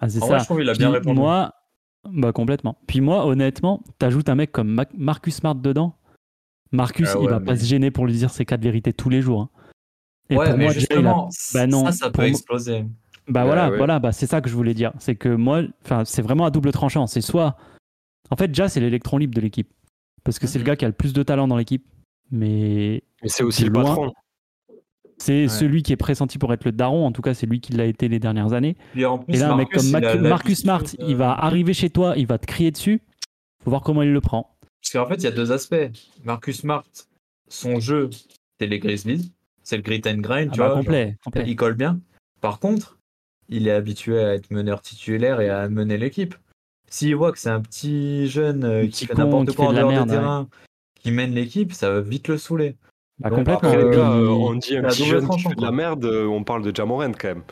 [SPEAKER 1] Ah, c'est
[SPEAKER 4] En
[SPEAKER 1] ça.
[SPEAKER 4] vrai, je trouve qu'il a bien
[SPEAKER 1] Puis
[SPEAKER 4] répondu.
[SPEAKER 1] Moi, bah complètement. Puis moi, honnêtement, t'ajoutes un mec comme Mac- Marcus Smart dedans. Marcus,
[SPEAKER 4] Ah
[SPEAKER 1] il
[SPEAKER 4] ouais,
[SPEAKER 1] va pas
[SPEAKER 4] mais-
[SPEAKER 1] se gêner pour lui dire ses quatre vérités tous les jours. hein. Et
[SPEAKER 4] ouais,
[SPEAKER 1] pour
[SPEAKER 4] mais
[SPEAKER 1] moi, déjà, il a-
[SPEAKER 4] justement,
[SPEAKER 1] bah non,
[SPEAKER 4] ça, ça
[SPEAKER 1] pour
[SPEAKER 4] peut
[SPEAKER 1] moi-
[SPEAKER 4] exploser.
[SPEAKER 1] Bah
[SPEAKER 5] Ah
[SPEAKER 1] voilà,
[SPEAKER 5] ouais.
[SPEAKER 1] voilà, bah c'est ça que je voulais dire. C'est que moi, enfin, c'est vraiment à double tranchant. C'est soit, en fait, déjà c'est l'électron libre de l'équipe, parce que c'est le
[SPEAKER 4] Mhm.
[SPEAKER 1] gars qui a le plus de talent dans l'équipe, mais
[SPEAKER 5] Et c'est aussi
[SPEAKER 1] de
[SPEAKER 5] le
[SPEAKER 1] loin. Ah,
[SPEAKER 5] patron.
[SPEAKER 1] c'est
[SPEAKER 4] Ouais.
[SPEAKER 1] celui qui est pressenti pour être le daron. En tout cas, c'est lui qui l'a été les dernières années.
[SPEAKER 4] Et, en plus,
[SPEAKER 1] Et là, un mec
[SPEAKER 4] Marcus,
[SPEAKER 1] comme
[SPEAKER 4] il a
[SPEAKER 1] Mac-
[SPEAKER 4] l'habitude,
[SPEAKER 1] Marcus Smart,
[SPEAKER 4] euh,
[SPEAKER 1] il va arriver chez toi, il va te crier dessus. Faut voir comment il le prend.
[SPEAKER 4] Parce qu'en fait, il y a deux aspects. Marcus Smart, son jeu, c'est les Grizzlies, c'est le grit and grind,
[SPEAKER 1] Ah
[SPEAKER 4] tu
[SPEAKER 1] bah,
[SPEAKER 4] vois.
[SPEAKER 1] complet,
[SPEAKER 4] genre,
[SPEAKER 1] complet.
[SPEAKER 4] il colle bien. Par contre, il est habitué à être meneur titulaire et à mener l'équipe. S'il voit que c'est un petit jeune euh,
[SPEAKER 1] Un petit
[SPEAKER 4] qui fait
[SPEAKER 1] con
[SPEAKER 4] n'importe
[SPEAKER 1] qui
[SPEAKER 4] quoi
[SPEAKER 1] fait
[SPEAKER 4] en
[SPEAKER 1] de la
[SPEAKER 4] dehors du
[SPEAKER 1] merde, ouais.
[SPEAKER 4] terrain, qui mène l'équipe, ça va vite le saouler.
[SPEAKER 1] Bah,
[SPEAKER 4] Donc,
[SPEAKER 1] complètement.
[SPEAKER 5] Après,
[SPEAKER 4] Euh,
[SPEAKER 5] le gars,
[SPEAKER 1] Il-
[SPEAKER 5] euh, on dit un
[SPEAKER 4] la
[SPEAKER 5] petit
[SPEAKER 4] double
[SPEAKER 5] jeune qui
[SPEAKER 4] tranchant,
[SPEAKER 5] fait de la
[SPEAKER 4] quoi.
[SPEAKER 5] merde, euh, on parle de Jamoran quand même.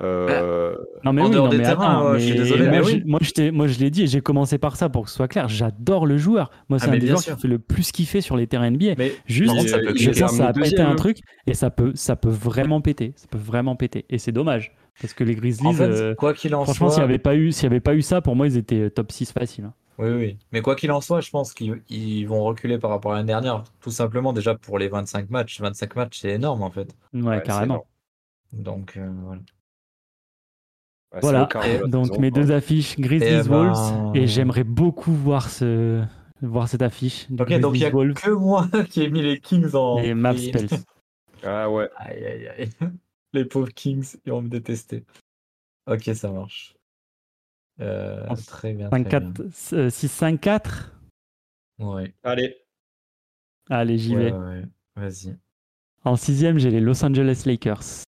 [SPEAKER 5] Euh,
[SPEAKER 1] Non mais
[SPEAKER 4] En
[SPEAKER 1] oui,
[SPEAKER 4] dehors
[SPEAKER 1] non,
[SPEAKER 4] des
[SPEAKER 1] mais
[SPEAKER 4] terrains,
[SPEAKER 1] attends,
[SPEAKER 4] ouais, je suis
[SPEAKER 1] mais
[SPEAKER 4] désolé,
[SPEAKER 1] moi,
[SPEAKER 4] mais
[SPEAKER 1] je-
[SPEAKER 4] oui.
[SPEAKER 1] moi, je t'ai- moi, je l'ai dit et j'ai commencé par ça pour que ce soit clair. J'adore le joueur. Moi c'est
[SPEAKER 4] Ah,
[SPEAKER 1] un
[SPEAKER 4] mais
[SPEAKER 1] des
[SPEAKER 4] bien
[SPEAKER 1] joueurs
[SPEAKER 4] sûr.
[SPEAKER 1] qui fait le plus kiffer sur les terrains NBA.
[SPEAKER 4] Mais euh,
[SPEAKER 1] Juste,
[SPEAKER 4] Par contre, ça peut
[SPEAKER 5] il-
[SPEAKER 1] je
[SPEAKER 4] cliquer.
[SPEAKER 1] pense que ça a
[SPEAKER 5] termine
[SPEAKER 1] pété
[SPEAKER 4] hein.
[SPEAKER 1] un
[SPEAKER 5] deuxième.
[SPEAKER 1] truc et ça peut, ça peut vraiment péter. Ça peut vraiment péter et c'est dommage parce que les Grizzlies,
[SPEAKER 4] en fait,
[SPEAKER 1] euh,
[SPEAKER 4] quoi qu'il en
[SPEAKER 1] franchement,
[SPEAKER 4] soit,
[SPEAKER 1] s'il n'y avait pas eu, s'il y avait pas eu ça, pour moi ils étaient euh, top 6 facile.
[SPEAKER 4] Oui, oui. Mais quoi qu'il en soit, je pense qu'ils ils vont reculer par rapport à l'année dernière. Tout simplement, déjà pour les 25 matchs. 25 matchs, c'est énorme en fait.
[SPEAKER 1] Ouais,
[SPEAKER 5] ouais, c'est
[SPEAKER 1] carrément.
[SPEAKER 5] énorme.
[SPEAKER 4] Donc, euh, voilà.
[SPEAKER 5] Ouais, c'est
[SPEAKER 1] Voilà,
[SPEAKER 5] au quart de
[SPEAKER 4] Et
[SPEAKER 5] la
[SPEAKER 1] Donc
[SPEAKER 5] saison,
[SPEAKER 1] mes
[SPEAKER 5] quoi.
[SPEAKER 1] deux affiches,
[SPEAKER 4] Eh
[SPEAKER 1] Grizzlies
[SPEAKER 4] ben-
[SPEAKER 1] Wolves, et j'aimerais beaucoup voir ce voir cette affiche. du
[SPEAKER 4] Ok, donc il n'y
[SPEAKER 1] Grizzlies
[SPEAKER 4] a
[SPEAKER 1] Wolves
[SPEAKER 4] que moi (laughs) qui ai mis les Kings en.
[SPEAKER 1] et Mavs
[SPEAKER 4] play-in.
[SPEAKER 1] Pels.
[SPEAKER 4] (laughs)
[SPEAKER 5] Ah ouais.
[SPEAKER 4] Aïe, aïe, aïe. (laughs) Les pauvres Kings, ils vont me détester. Ok, ça marche. Euh,
[SPEAKER 1] En
[SPEAKER 4] très bien. très bien.
[SPEAKER 1] 5-4, euh, 6-5-4.
[SPEAKER 4] Ouais,
[SPEAKER 5] Allez.
[SPEAKER 1] Allez, j'y
[SPEAKER 4] ouais,
[SPEAKER 1] vais.
[SPEAKER 4] ouais, ouais. Vas-y.
[SPEAKER 1] En sixième, j'ai les Los Angeles Lakers.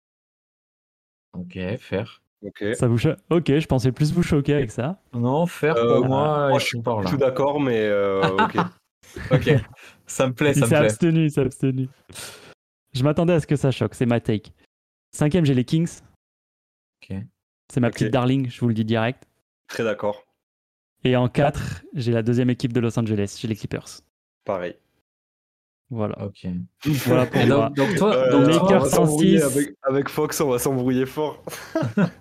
[SPEAKER 4] Ok, faire.
[SPEAKER 5] Ok.
[SPEAKER 1] Ça vous cho- Ok, je pensais plus vous choquer avec ça.
[SPEAKER 4] Non, faire
[SPEAKER 5] Euh,
[SPEAKER 4] pour moi,
[SPEAKER 5] moi,
[SPEAKER 4] ils sont par
[SPEAKER 5] Je
[SPEAKER 4] là. (laughs)
[SPEAKER 5] suis d'accord, mais euh, ok.
[SPEAKER 4] Ok, ça me plaît,
[SPEAKER 1] Il
[SPEAKER 4] ça me
[SPEAKER 1] s'est
[SPEAKER 4] plaît.
[SPEAKER 1] abstenu, il s'est abstenu. Je m'attendais à ce que ça choque, c'est ma take. Cinquième, j'ai les Kings.
[SPEAKER 4] Ok.
[SPEAKER 1] C'est ma
[SPEAKER 5] Ok.
[SPEAKER 1] petite darling, je vous le dis direct.
[SPEAKER 5] Très d'accord.
[SPEAKER 1] Et en 4, j'ai la deuxième équipe de Los Angeles, j'ai les Clippers.
[SPEAKER 5] Pareil.
[SPEAKER 1] Voilà.
[SPEAKER 4] Ok.
[SPEAKER 1] Voilà pour
[SPEAKER 4] Et
[SPEAKER 1] moi.
[SPEAKER 4] donc, donc toi,
[SPEAKER 5] Euh,
[SPEAKER 4] donc
[SPEAKER 1] les
[SPEAKER 5] on va
[SPEAKER 4] toi,
[SPEAKER 1] Lakers en
[SPEAKER 5] s'embrouiller
[SPEAKER 1] six.
[SPEAKER 5] Avec, avec Fox, on va s'embrouiller fort.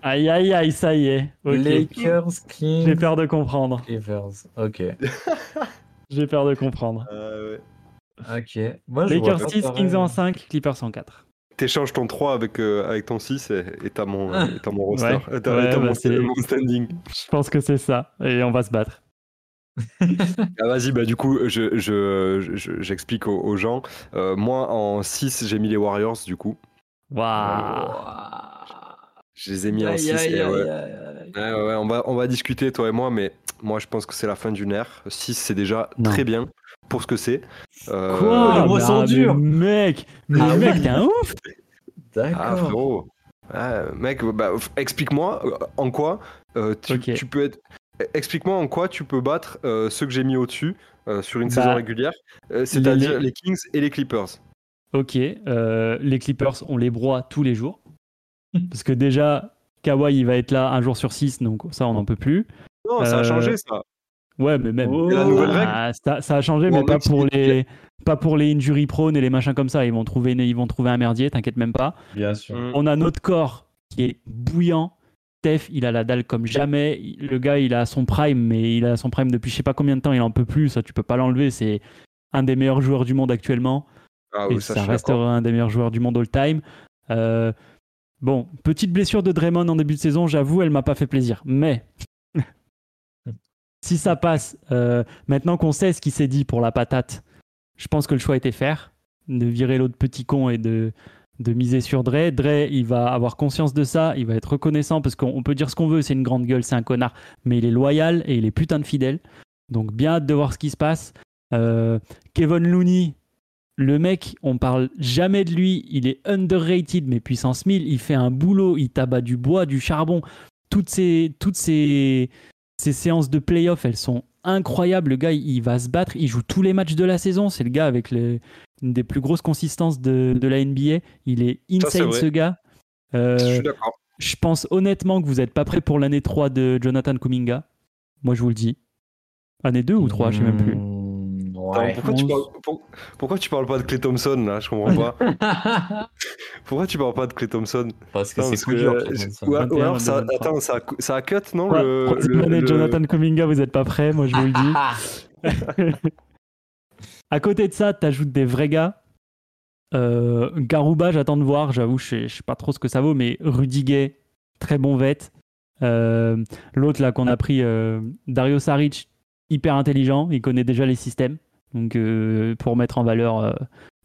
[SPEAKER 1] Aïe aïe aïe, ça y est. Ok.
[SPEAKER 4] Lakers,
[SPEAKER 1] J'ai
[SPEAKER 4] Kings,
[SPEAKER 1] peur de comprendre.
[SPEAKER 4] Clippers. Ok.
[SPEAKER 1] J'ai peur de comprendre.
[SPEAKER 5] Euh, ouais.
[SPEAKER 4] Ok. Moi, je vois
[SPEAKER 1] Lakers
[SPEAKER 4] pas
[SPEAKER 1] 6,
[SPEAKER 4] pareil.
[SPEAKER 1] Kings en 5, Clippers en 4.
[SPEAKER 5] T'échanges ton 3 avec, euh, avec ton 6 et et t'as mon, et t'as mon roster.
[SPEAKER 1] Ouais.
[SPEAKER 5] Et t'as
[SPEAKER 1] Ouais,
[SPEAKER 5] et t'as
[SPEAKER 1] bah,
[SPEAKER 5] mon,
[SPEAKER 1] c'est-
[SPEAKER 5] mon standing.
[SPEAKER 1] Je pense que c'est ça. Et on va se battre.
[SPEAKER 5] Ah, vas-y, bah du coup, je, je, je- j'explique aux, aux gens. Euh, moi, en 6, j'ai mis les Warriors, du coup.
[SPEAKER 1] Waouh. Ah.
[SPEAKER 4] Ouah.
[SPEAKER 5] Je les ai mis en
[SPEAKER 4] Aïe,
[SPEAKER 5] 6.
[SPEAKER 4] aïe,
[SPEAKER 5] et
[SPEAKER 4] aïe,
[SPEAKER 5] ouais.
[SPEAKER 4] aïe, aïe.
[SPEAKER 5] Ouais, ouais, ouais, on, va, on va discuter, toi et moi, mais moi, je pense que c'est la fin d'une ère. 6, c'est déjà
[SPEAKER 1] Non.
[SPEAKER 5] très bien pour ce que c'est. Euh,
[SPEAKER 4] Quoi les mots
[SPEAKER 1] bah,
[SPEAKER 4] sont
[SPEAKER 1] mais
[SPEAKER 4] durs.
[SPEAKER 1] Mec, mais
[SPEAKER 4] Ah
[SPEAKER 1] mec,
[SPEAKER 4] oui.
[SPEAKER 1] t'es un ouf.
[SPEAKER 5] Ah,
[SPEAKER 4] D'accord.
[SPEAKER 5] frérot. Ah, mec, bah, f- explique-moi euh, en quoi euh, tu,
[SPEAKER 1] Ok.
[SPEAKER 5] tu peux être. e, Explique-moi en quoi tu peux battre euh, ceux que j'ai mis au-dessus euh, sur une
[SPEAKER 1] Bah,
[SPEAKER 5] saison régulière, euh, c'est-à-dire
[SPEAKER 1] les-
[SPEAKER 5] les... Kings et les Clippers.
[SPEAKER 1] Ok, euh, les Clippers, on les broie tous les jours. Parce que déjà, Kawhi, il va être là un jour sur 6, donc ça, on n'en peut plus.
[SPEAKER 5] Non, ça
[SPEAKER 1] Euh,
[SPEAKER 5] a changé ça.
[SPEAKER 1] Ouais, mais même.
[SPEAKER 4] Oh.
[SPEAKER 5] C'est la nouvelle règle.
[SPEAKER 1] Ah, ça, ça a changé,
[SPEAKER 5] Bon,
[SPEAKER 1] mais pas
[SPEAKER 5] même si
[SPEAKER 1] pour,
[SPEAKER 5] c'est-
[SPEAKER 1] les, pas pour les injury prone et les machins comme ça. Ils vont trouver, une- ils vont trouver un merdier, t'inquiète même pas.
[SPEAKER 4] Bien sûr.
[SPEAKER 5] Mm.
[SPEAKER 1] On a notre corps qui est bouillant. Steph, il a la dalle comme jamais. Il- Le gars, il a son prime, mais il a son prime depuis je sais pas combien de temps. Il en peut plus. Ça, tu peux pas l'enlever. C'est un des meilleurs joueurs du monde actuellement.
[SPEAKER 5] Ah
[SPEAKER 1] et
[SPEAKER 5] oui,
[SPEAKER 1] ça,
[SPEAKER 5] ça, je suis d'accord.
[SPEAKER 1] restera un des meilleurs joueurs du monde all time. Euh, bon, petite blessure de Draymond en début de saison. J'avoue, elle m'a pas fait plaisir. Mais (laughs) si ça passe, euh, maintenant qu'on sait ce qui s'est dit pour la patate, je pense que le choix était faire de virer l'autre petit con et de, de miser sur Dre. Dre, il va avoir conscience de ça, il va être reconnaissant parce qu'on on peut dire ce qu'on veut, c'est une grande gueule, c'est un connard, mais il est loyal et il est putain de fidèle. Donc bien hâte de voir ce qui se passe. Euh, Kevin Looney, le mec, on parle jamais de lui, il est underrated mais puissance 1000, il fait un boulot, il tabat du bois, du charbon. Toutes ces, toutes ces, ces séances de playoff, elles sont incroyables. Le gars, il va se battre, il joue tous les matchs de la saison. C'est le gars avec les- une des plus grosses consistances de, de la NBA. Il est
[SPEAKER 5] Ça, c'est
[SPEAKER 1] insane
[SPEAKER 5] vrai.
[SPEAKER 1] ce gars. Euh,
[SPEAKER 5] Je suis d'accord.
[SPEAKER 1] je pense honnêtement que vous n'êtes pas prêt pour l'année 3 de Jonathan Kuminga. Moi, je vous le dis. Année 2 ou 3, je sais
[SPEAKER 4] Hmm.
[SPEAKER 1] même plus.
[SPEAKER 4] Mmh,
[SPEAKER 5] Attends,
[SPEAKER 4] Ouais.
[SPEAKER 5] pourquoi, tu
[SPEAKER 1] Onze.
[SPEAKER 5] parles, pour- pourquoi tu parles pas de Clay Thompson là Je comprends pas.
[SPEAKER 1] (laughs)
[SPEAKER 5] pourquoi tu parles pas de Clay Thompson
[SPEAKER 4] Parce que
[SPEAKER 5] Non,
[SPEAKER 4] c'est
[SPEAKER 5] parce
[SPEAKER 4] plus
[SPEAKER 5] que- euh,
[SPEAKER 1] (laughs)
[SPEAKER 5] ou, a-
[SPEAKER 4] dur. Thompson.
[SPEAKER 5] ou alors ça,
[SPEAKER 1] 21,
[SPEAKER 5] attends, ça, a cu- ça a cut non
[SPEAKER 1] Ouais,
[SPEAKER 5] le,
[SPEAKER 1] Francis
[SPEAKER 5] le-
[SPEAKER 1] Blaney,
[SPEAKER 5] le-
[SPEAKER 1] Jonathan Kuminga, vous êtes pas prêts, moi je vous le dis. (laughs) À côté de ça, t'ajoutes des vrais gars. Euh, Garouba, j'attends de voir, j'avoue, je sais, je sais pas trop ce que ça vaut, mais Rudy Gay, très bon vet. Euh, L'autre là qu'on a pris, euh, Dario Saric, hyper intelligent, il connaît déjà les systèmes. Donc euh, pour mettre en valeur, euh,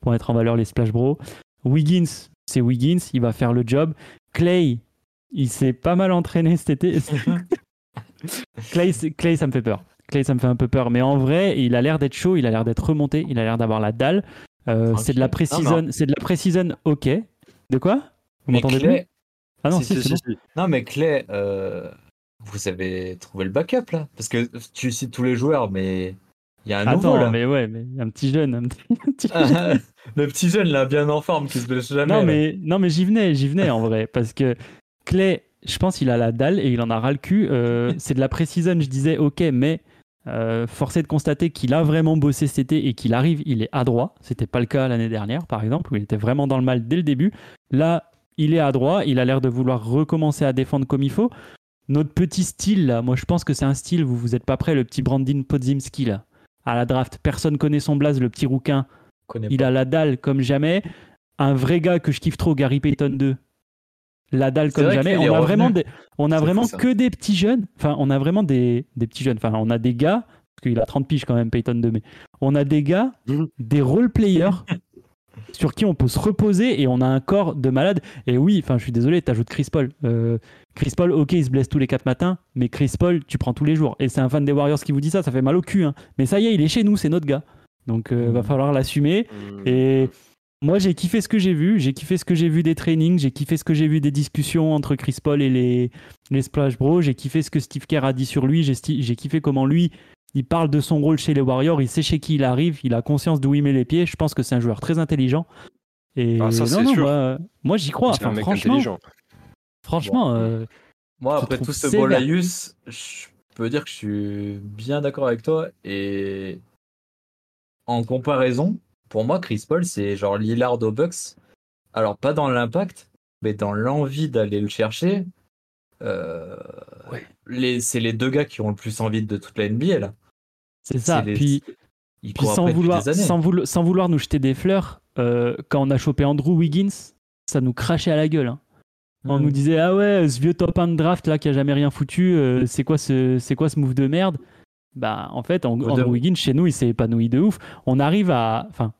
[SPEAKER 1] pour mettre en valeur les splash bros. Wiggins, c'est Wiggins, il va faire le job. Clay, il s'est pas mal entraîné cet été. Clay, c'est- Clay, ça me fait peur. Clay, ça me fait un peu peur. Mais en vrai, il a l'air d'être chaud, il a l'air d'être remonté, il a l'air d'avoir la dalle. Euh,
[SPEAKER 4] Tranquille.
[SPEAKER 1] c'est de la
[SPEAKER 4] Ah, Non,
[SPEAKER 1] pré-season, c'est de la pré-season, ok. De quoi Vous
[SPEAKER 4] Mais
[SPEAKER 1] m'entendez
[SPEAKER 4] Clay-
[SPEAKER 1] plus Ah non,
[SPEAKER 4] si,
[SPEAKER 1] si,
[SPEAKER 4] si,
[SPEAKER 1] c'est
[SPEAKER 4] si,
[SPEAKER 1] bon.
[SPEAKER 4] Non, mais Clay, euh, vous avez trouvé le backup là Parce que tu cites tous les joueurs, mais il y a un nouveau
[SPEAKER 1] Attends,
[SPEAKER 4] là.
[SPEAKER 1] mais ouais, mais un petit jeune, un petit- (laughs) un petit
[SPEAKER 4] (laughs) le petit jeune là, bien en forme, qui se blesse jamais.
[SPEAKER 1] Non
[SPEAKER 4] là.
[SPEAKER 1] mais, non, mais j'y venais, j'y venais en vrai. Parce que Clay, je pense qu'il a la dalle et il en a ras le cul. Euh, c'est de la pré-season, je disais, ok, mais euh, force est de constater qu'il a vraiment bossé cet été et qu'il arrive, il est adroit. C'était pas le cas l'année dernière, par exemple, où il était vraiment dans le mal dès le début. Là, il est adroit, il a l'air de vouloir recommencer à défendre comme il faut. Notre petit style, là, moi je pense que c'est un style, vous vous êtes pas prêt, le petit Brandin Podzimski, là, à la draft. Personne connaît son blaze, le petit rouquin.
[SPEAKER 4] Je connais
[SPEAKER 1] Il
[SPEAKER 4] pas.
[SPEAKER 1] a la dalle comme jamais. Un vrai gars que je kiffe trop, Gary Payton 2. La dalle
[SPEAKER 4] C'est
[SPEAKER 1] comme
[SPEAKER 4] vrai
[SPEAKER 1] jamais.
[SPEAKER 4] qu'il est
[SPEAKER 1] On a
[SPEAKER 4] revenu.
[SPEAKER 1] vraiment, des- on a
[SPEAKER 4] C'est
[SPEAKER 1] vraiment
[SPEAKER 4] fou, ça.
[SPEAKER 1] que des petits jeunes. Enfin, on a vraiment des, des petits jeunes. Enfin, on a des gars, parce qu'il a 30 piges quand même, Payton 2, mais on a des
[SPEAKER 4] (laughs)
[SPEAKER 1] gars,
[SPEAKER 5] Mhm.
[SPEAKER 1] des role-players sur qui on peut se reposer et on a un corps de malade. Et oui, enfin, je suis désolé, t'ajoutes Chris Paul. Euh, Chris Paul, ok, il se blesse tous les 4 matins, mais Chris Paul, tu prends tous les jours. Et c'est un fan des Warriors qui vous dit ça, ça fait mal au cul. hein. Mais ça y est, il est chez nous, c'est notre gars. Donc, euh,
[SPEAKER 5] Mm.
[SPEAKER 1] va falloir l'assumer. Et moi, j'ai kiffé ce que j'ai vu. J'ai kiffé ce que j'ai vu des trainings. J'ai kiffé ce que j'ai vu des discussions entre Chris Paul et les, les Splash Bros. J'ai kiffé ce que Steve Kerr a dit sur lui. J'ai sti- j'ai kiffé comment lui, il parle de son rôle chez les Warriors. Il sait chez qui il arrive. Il a conscience d'où il met les pieds. Je pense que c'est un joueur très intelligent. Et
[SPEAKER 5] Ah, ça,
[SPEAKER 1] non,
[SPEAKER 5] c'est
[SPEAKER 1] non,
[SPEAKER 5] sûr.
[SPEAKER 1] moi, moi, j'y crois.
[SPEAKER 5] C'est un
[SPEAKER 1] Enfin,
[SPEAKER 5] mec
[SPEAKER 1] franchement,
[SPEAKER 5] intelligent.
[SPEAKER 1] franchement,
[SPEAKER 4] Bon.
[SPEAKER 1] euh,
[SPEAKER 4] Moi,
[SPEAKER 1] Je
[SPEAKER 4] après
[SPEAKER 1] trouve
[SPEAKER 4] tout ce
[SPEAKER 1] sévère.
[SPEAKER 4] Bolaius, je peux dire que je suis bien d'accord avec toi. Et en comparaison, pour moi, Chris Paul, c'est genre Lillard aux Bucks. Alors, pas dans l'impact, mais dans l'envie d'aller le chercher. Euh,
[SPEAKER 1] Ouais.
[SPEAKER 4] les- c'est les deux gars qui ont le plus envie de toute la NBA, là.
[SPEAKER 1] c'est ça.
[SPEAKER 4] C'est les-
[SPEAKER 1] Puis
[SPEAKER 4] Ils
[SPEAKER 1] Puis
[SPEAKER 4] courent
[SPEAKER 1] sans
[SPEAKER 4] après depuis
[SPEAKER 1] vouloir,
[SPEAKER 4] des années.
[SPEAKER 1] sans, voulo- sans vouloir nous jeter des fleurs, euh, quand on a chopé Andrew Wiggins, ça nous crachait à la gueule. hein. On
[SPEAKER 4] Mm.
[SPEAKER 1] nous disait ah ouais ce vieux top 1 de draft là qui a jamais rien foutu, euh, c'est quoi ce c'est quoi ce move de merde Bah en fait en-
[SPEAKER 4] De-
[SPEAKER 1] Andrew Wiggins chez nous il s'est épanoui de ouf. On arrive à enfin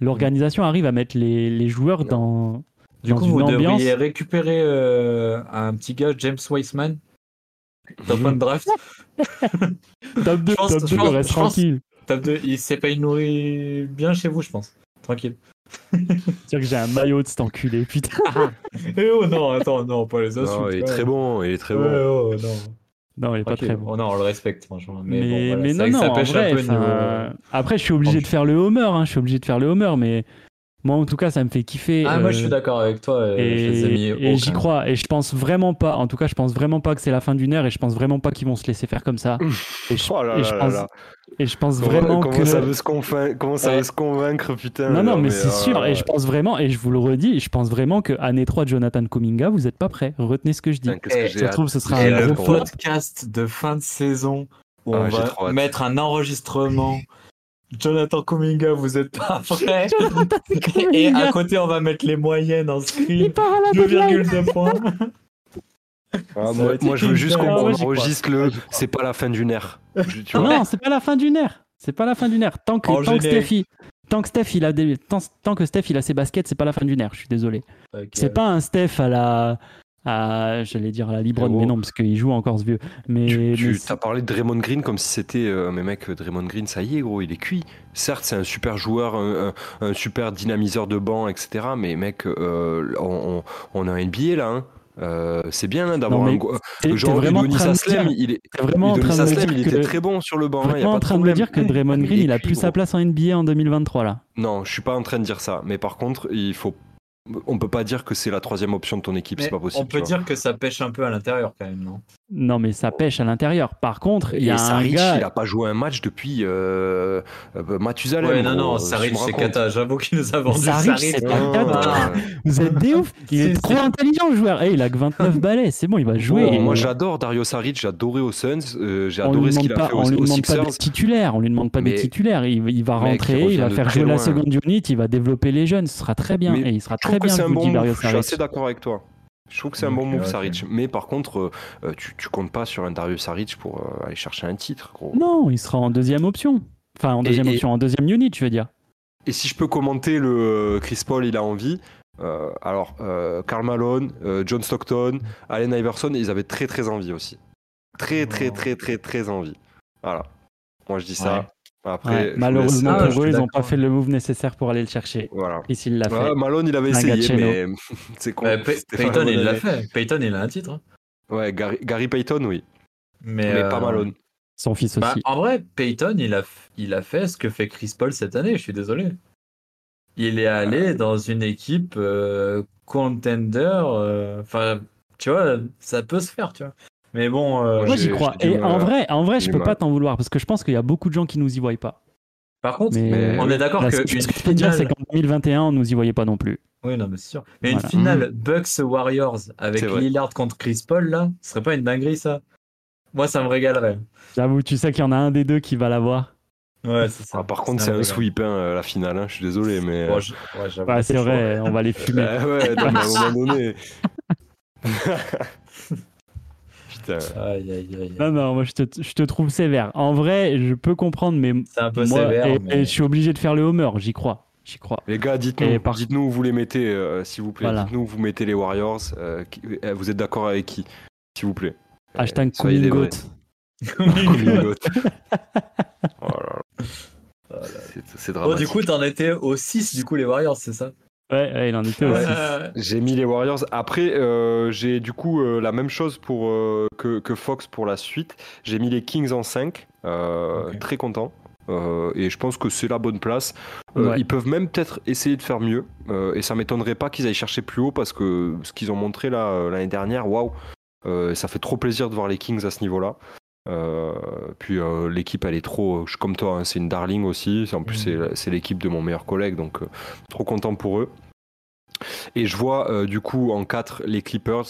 [SPEAKER 1] l'organisation arrive à mettre les, les joueurs dans
[SPEAKER 4] Du
[SPEAKER 1] dans
[SPEAKER 4] coup,
[SPEAKER 1] une
[SPEAKER 4] vous
[SPEAKER 1] ambiance.
[SPEAKER 4] devriez récupérer euh, un petit gars, James Wiseman,
[SPEAKER 1] Mmh.
[SPEAKER 4] top one draft.
[SPEAKER 1] top 2,
[SPEAKER 4] Je pense-
[SPEAKER 1] top 2,
[SPEAKER 4] je pense-
[SPEAKER 1] reste
[SPEAKER 4] je pense-
[SPEAKER 1] tranquille.
[SPEAKER 4] Top 2, il s'est pas il nourrit bien chez vous, je pense. Tranquille.
[SPEAKER 1] C'est-à-dire que j'ai un maillot de cet enculé putain.
[SPEAKER 4] Eh oh non, attends, non, pas les insultes.
[SPEAKER 5] Non, il est très bon, il est très
[SPEAKER 4] Ouais,
[SPEAKER 5] bon.
[SPEAKER 4] oh non.
[SPEAKER 1] Non, il est pas
[SPEAKER 4] Tranquille.
[SPEAKER 1] très bon.
[SPEAKER 4] Oh non, on le respecte, franchement. Mais,
[SPEAKER 1] mais,
[SPEAKER 4] bon, voilà,
[SPEAKER 1] mais
[SPEAKER 4] c'est vrai
[SPEAKER 1] non,
[SPEAKER 4] que
[SPEAKER 1] non, en
[SPEAKER 4] ça pêche
[SPEAKER 1] vrai,
[SPEAKER 4] un peu niveau- euh,
[SPEAKER 1] enfin, après je suis obligé de faire le homer, hein, je suis obligé de faire le homer, mais moi en tout cas ça me fait kiffer.
[SPEAKER 4] Ah, moi je suis
[SPEAKER 1] euh,
[SPEAKER 4] d'accord avec toi. euh, je les ai mis
[SPEAKER 1] et, et
[SPEAKER 4] haut,
[SPEAKER 1] j'y
[SPEAKER 4] quand
[SPEAKER 1] crois, et je pense vraiment pas, en tout cas je pense vraiment pas que c'est la fin d'une heure, et je pense vraiment pas qu'ils vont se laisser faire comme ça. Et je,
[SPEAKER 5] Oh là
[SPEAKER 1] et
[SPEAKER 5] là
[SPEAKER 1] je
[SPEAKER 5] là
[SPEAKER 1] pense,
[SPEAKER 5] là.
[SPEAKER 1] et je pense
[SPEAKER 5] Comment-
[SPEAKER 1] vraiment
[SPEAKER 5] comment
[SPEAKER 1] que...
[SPEAKER 5] ça veut se convaincre, comment ça
[SPEAKER 4] Ouais.
[SPEAKER 5] veut se convaincre putain.
[SPEAKER 1] Non, non, mais, c'est
[SPEAKER 5] euh,
[SPEAKER 1] sûr. Et je pense vraiment, et je vous le redis, je pense vraiment que année 3 de Jonathan Kuminga, vous êtes pas prêts. Retenez ce que je dis.
[SPEAKER 5] putain, qu'est-ce que
[SPEAKER 4] Eh,
[SPEAKER 5] j'ai
[SPEAKER 1] Ça se
[SPEAKER 5] hâte.
[SPEAKER 1] trouve, ce sera
[SPEAKER 4] même.
[SPEAKER 5] J'ai
[SPEAKER 1] un
[SPEAKER 5] hâte
[SPEAKER 4] Et le
[SPEAKER 1] gros
[SPEAKER 5] pour
[SPEAKER 1] flop.
[SPEAKER 5] moi.
[SPEAKER 4] podcast de fin de saison où
[SPEAKER 5] Ah,
[SPEAKER 4] on
[SPEAKER 5] j'ai
[SPEAKER 4] va
[SPEAKER 5] trop hâte.
[SPEAKER 4] mettre
[SPEAKER 1] (laughs)
[SPEAKER 4] un enregistrement. Jonathan Kuminga, vous êtes pas prêts. Et à
[SPEAKER 1] Kuminga.
[SPEAKER 4] côté, on va mettre les moyennes en
[SPEAKER 1] Il
[SPEAKER 4] screen.
[SPEAKER 1] part à la deadline.
[SPEAKER 4] 2,2
[SPEAKER 1] (laughs)
[SPEAKER 4] points.
[SPEAKER 5] Ah, moi,
[SPEAKER 4] Ça va être
[SPEAKER 5] moi, je veux juste qu'on
[SPEAKER 1] hyper- Ah, moi, j'y crois.
[SPEAKER 5] enregistre le. C'est pas la fin d'une ère. Je- (laughs) Tu vois
[SPEAKER 1] Non, c'est pas la fin d'une ère. C'est pas la fin d'une ère. Tant que,
[SPEAKER 4] En
[SPEAKER 1] tant que
[SPEAKER 4] générique.
[SPEAKER 1] Steph, il- tant que Steph, il a des, tant, tant que Steph, il a ses baskets, c'est pas la fin d'une ère. Je suis désolé.
[SPEAKER 4] Ok.
[SPEAKER 1] C'est pas un Steph à la, à, j'allais dire à la Libron,
[SPEAKER 5] Frérot.
[SPEAKER 1] mais non, parce qu'il joue encore ce vieux. Mais,
[SPEAKER 5] Tu,
[SPEAKER 1] mais
[SPEAKER 5] tu
[SPEAKER 1] c'est-
[SPEAKER 5] as parlé de Draymond Green comme si c'était. euh, mais mec, Draymond Green, ça y est, gros, il est cuit. Certes, c'est un super joueur, un, un- un super dynamiseur de banc, etc. Mais mec, euh, on, on- on a un NBA là. hein. Euh, c'est bien hein, d'avoir
[SPEAKER 1] Non, mais
[SPEAKER 5] un. go-
[SPEAKER 1] t'es- t'es
[SPEAKER 5] Genre,
[SPEAKER 1] vraiment en
[SPEAKER 5] Udonis
[SPEAKER 1] train de me
[SPEAKER 5] Haslem,
[SPEAKER 1] dire-
[SPEAKER 5] il, est,
[SPEAKER 1] t'es vraiment en
[SPEAKER 5] Udonis
[SPEAKER 1] train de me
[SPEAKER 5] Haslem,
[SPEAKER 1] dire
[SPEAKER 5] il était
[SPEAKER 1] que-
[SPEAKER 5] très bon sur le banc. hein, y a
[SPEAKER 1] vraiment
[SPEAKER 5] pas
[SPEAKER 1] en
[SPEAKER 5] de
[SPEAKER 1] train de me
[SPEAKER 5] problème.
[SPEAKER 1] dire
[SPEAKER 5] Ah,
[SPEAKER 1] que Draymond
[SPEAKER 5] Mais
[SPEAKER 1] Green, il a
[SPEAKER 5] cuit,
[SPEAKER 1] plus sa
[SPEAKER 5] gros.
[SPEAKER 1] place en NBA en 2023 là.
[SPEAKER 5] Non, je suis pas en train de dire ça. Mais par contre, il faut. On peut pas dire que c'est la troisième option de ton équipe,
[SPEAKER 4] Mais
[SPEAKER 5] c'est pas possible.
[SPEAKER 4] on
[SPEAKER 5] tu
[SPEAKER 4] peut
[SPEAKER 5] vois.
[SPEAKER 4] dire que ça pêche un peu à l'intérieur quand même, non
[SPEAKER 1] Non, mais ça pêche à l'intérieur. Par contre, il y a
[SPEAKER 5] Et
[SPEAKER 1] un
[SPEAKER 5] Saric,
[SPEAKER 1] gars.
[SPEAKER 5] il a pas joué un match depuis euh, euh, Mathusalem.
[SPEAKER 4] Ouais, non,
[SPEAKER 5] gros,
[SPEAKER 4] non,
[SPEAKER 5] euh,
[SPEAKER 4] Saric,
[SPEAKER 5] je me
[SPEAKER 4] c'est
[SPEAKER 5] raconte.
[SPEAKER 4] cata. J'avoue qu'il nous a vendu
[SPEAKER 1] Saric,
[SPEAKER 4] Saric.
[SPEAKER 1] c'est
[SPEAKER 4] Ah,
[SPEAKER 1] cata.
[SPEAKER 4] voilà.
[SPEAKER 1] Vous êtes des
[SPEAKER 5] (laughs)
[SPEAKER 1] ouf Il est
[SPEAKER 4] C'est-
[SPEAKER 1] trop intelligent le joueur. Eh, il a que 29 balais, c'est bon, il va jouer.
[SPEAKER 5] Oh,
[SPEAKER 1] Et
[SPEAKER 5] moi
[SPEAKER 1] on-
[SPEAKER 5] j'adore Dario Saric, j'adoré aux Suns, euh, j'ai
[SPEAKER 1] on lui
[SPEAKER 5] adoré ce qu'il
[SPEAKER 1] demande
[SPEAKER 5] a
[SPEAKER 1] pas,
[SPEAKER 5] fait
[SPEAKER 1] on
[SPEAKER 5] aux,
[SPEAKER 1] lui
[SPEAKER 5] aux
[SPEAKER 1] demande pas
[SPEAKER 5] Sixers.
[SPEAKER 1] d'être titulaire, on lui demande pas d'être
[SPEAKER 5] Mais-
[SPEAKER 1] titulaire. Il, il va
[SPEAKER 5] Mec, il
[SPEAKER 1] rentrer, il,
[SPEAKER 5] revient
[SPEAKER 1] va
[SPEAKER 5] de
[SPEAKER 1] faire
[SPEAKER 5] très
[SPEAKER 1] jouer la
[SPEAKER 5] loin.
[SPEAKER 1] seconde unit, il va développer les jeunes, ce sera très bien.
[SPEAKER 5] Mais
[SPEAKER 1] et il sera
[SPEAKER 5] Je
[SPEAKER 1] très
[SPEAKER 5] trouve que
[SPEAKER 1] bien,
[SPEAKER 5] c'est un
[SPEAKER 1] je vous
[SPEAKER 5] bon
[SPEAKER 1] dis, Dario
[SPEAKER 5] move, je suis
[SPEAKER 1] Saric.
[SPEAKER 5] assez d'accord avec toi. Je trouve que c'est un bon
[SPEAKER 4] Ok,
[SPEAKER 5] move
[SPEAKER 4] ok.
[SPEAKER 5] Saric, mais par contre, euh, euh, tu, tu comptes pas sur un Dario Saric pour euh, aller chercher un titre, gros.
[SPEAKER 1] Non, il sera en deuxième option. Enfin, en
[SPEAKER 5] Et-
[SPEAKER 1] deuxième
[SPEAKER 5] et-
[SPEAKER 1] option, en deuxième unit, je veux dire.
[SPEAKER 5] Et si je peux commenter le euh, Chris Paul, il a envie. euh, alors, euh, Karl Malone, euh, John Stockton, Allen Iverson, ils avaient très très envie aussi. Très très
[SPEAKER 4] Oh.
[SPEAKER 5] très très très envie. Voilà. Moi je dis ça.
[SPEAKER 4] Ouais.
[SPEAKER 5] Après,
[SPEAKER 1] Ouais,
[SPEAKER 5] je vous
[SPEAKER 1] malheureusement
[SPEAKER 5] laisse, euh,
[SPEAKER 4] je
[SPEAKER 1] pour eux,
[SPEAKER 4] suis
[SPEAKER 1] ils n'ont
[SPEAKER 4] d'accord.
[SPEAKER 1] pas fait le move nécessaire pour aller le chercher.
[SPEAKER 5] voilà.
[SPEAKER 1] Chris, il l'a fait.
[SPEAKER 5] Ouais, Malone, il avait
[SPEAKER 1] Un gars de
[SPEAKER 5] essayé,
[SPEAKER 1] chez
[SPEAKER 5] mais (laughs) c'est con.
[SPEAKER 4] Ouais, Pay-
[SPEAKER 5] C'était pas la
[SPEAKER 4] Payton,
[SPEAKER 5] bonne
[SPEAKER 4] il l'a
[SPEAKER 5] année.
[SPEAKER 4] fait. Payton, il a un titre. hein.
[SPEAKER 5] Ouais, Gary, Gary Payton, oui.
[SPEAKER 4] Mais,
[SPEAKER 5] mais
[SPEAKER 4] euh,
[SPEAKER 5] pas Malone.
[SPEAKER 1] Son fils
[SPEAKER 4] bah,
[SPEAKER 1] aussi.
[SPEAKER 4] en vrai, Payton, il a, f- il a fait ce que fait Chris Paul cette année, je suis désolé. Il est
[SPEAKER 5] Ah.
[SPEAKER 4] allé dans une équipe euh, contender. euh, Enfin, tu vois, ça peut se faire, tu vois. Mais bon, euh,
[SPEAKER 1] Moi,
[SPEAKER 5] j'ai-
[SPEAKER 1] j'y crois.
[SPEAKER 5] j'ai du
[SPEAKER 1] Et
[SPEAKER 5] mal
[SPEAKER 1] en
[SPEAKER 5] à-
[SPEAKER 1] vrai, en vrai, je
[SPEAKER 5] du
[SPEAKER 1] peux
[SPEAKER 5] mal.
[SPEAKER 1] pas t'en vouloir parce que je pense qu'il y a beaucoup de gens qui nous y voient pas.
[SPEAKER 4] par contre,
[SPEAKER 1] Mais-
[SPEAKER 4] on est d'accord
[SPEAKER 1] Là,
[SPEAKER 4] que
[SPEAKER 1] ce que
[SPEAKER 4] une
[SPEAKER 1] ce que je peux dire,
[SPEAKER 4] finale-
[SPEAKER 1] c'est qu'en 2021, on nous y voyait pas non plus.
[SPEAKER 4] Oui, non, mais c'est sûr. Mais
[SPEAKER 1] Voilà.
[SPEAKER 4] une finale Bucks Warriors avec
[SPEAKER 5] C'est vrai.
[SPEAKER 4] Lillard contre Chris Paul, là, ce serait pas une dinguerie, ça Moi, ça me régalerait.
[SPEAKER 1] J'avoue, tu sais qu'il y en a un des deux qui va l'avoir.
[SPEAKER 4] Ouais, c'est ça.
[SPEAKER 5] Ah, par contre, c'est
[SPEAKER 4] me
[SPEAKER 5] un
[SPEAKER 4] régale.
[SPEAKER 5] sweep, hein, euh, la finale. hein, je suis désolé, mais.
[SPEAKER 4] Ouais, je- ouais, j'avoue.
[SPEAKER 1] Bah, c'est vrai, on va les fumer.
[SPEAKER 5] Ah (laughs) ouais, non, mais à
[SPEAKER 1] (laughs)
[SPEAKER 5] un moment donné. Putain.
[SPEAKER 4] Aïe, aïe, aïe.
[SPEAKER 1] Non, non, moi je te, je te trouve sévère. En vrai, je peux comprendre, mais moi,
[SPEAKER 4] C'est un peu sévère.
[SPEAKER 1] et,
[SPEAKER 4] mais-
[SPEAKER 1] et je suis obligé de faire le homer, j'y crois. J'y crois.
[SPEAKER 5] Les gars, dites-nous
[SPEAKER 1] Et par-
[SPEAKER 5] dites-nous où vous les mettez, euh, s'il vous plaît.
[SPEAKER 1] Voilà.
[SPEAKER 5] Dites-nous où vous mettez les Warriors. euh, qui- euh, vous êtes d'accord avec qui, s'il
[SPEAKER 1] (laughs)
[SPEAKER 5] vous plaît Euh,
[SPEAKER 1] Hashtag
[SPEAKER 5] soyez des
[SPEAKER 1] coming
[SPEAKER 5] vrais.
[SPEAKER 1] out.
[SPEAKER 5] (laughs) Coming out. Oh là là.
[SPEAKER 4] Voilà.
[SPEAKER 5] C'est- C'est
[SPEAKER 4] Oh,
[SPEAKER 5] dramatique.
[SPEAKER 4] du coup, t'en étais au 6, du coup, les Warriors, c'est ça
[SPEAKER 1] Ouais, ouais, il en était aussi.
[SPEAKER 4] Ouais.
[SPEAKER 5] J'ai mis les Warriors. Après, euh, j'ai du coup euh, la même chose pour, euh, que, que Fox pour la suite. J'ai mis les Kings en 5.
[SPEAKER 4] Ok.
[SPEAKER 5] Très content. Euh, et je pense que c'est la bonne place. Euh,
[SPEAKER 1] Ouais.
[SPEAKER 5] Ils peuvent même peut-être essayer de faire mieux. Euh, et ça m'étonnerait pas qu'ils aillent chercher plus haut parce que ce qu'ils ont montré là euh, l'année dernière, waouh, Euh, ça fait trop plaisir de voir les Kings à ce niveau-là. Euh, puis euh, l'équipe, elle est trop, je suis comme toi, hein, c'est une darling aussi. En plus,
[SPEAKER 4] Mhm.
[SPEAKER 5] c'est- c'est l'équipe de mon meilleur collègue, donc euh, trop content pour eux. Et je vois euh, du coup en 4 les Clippers.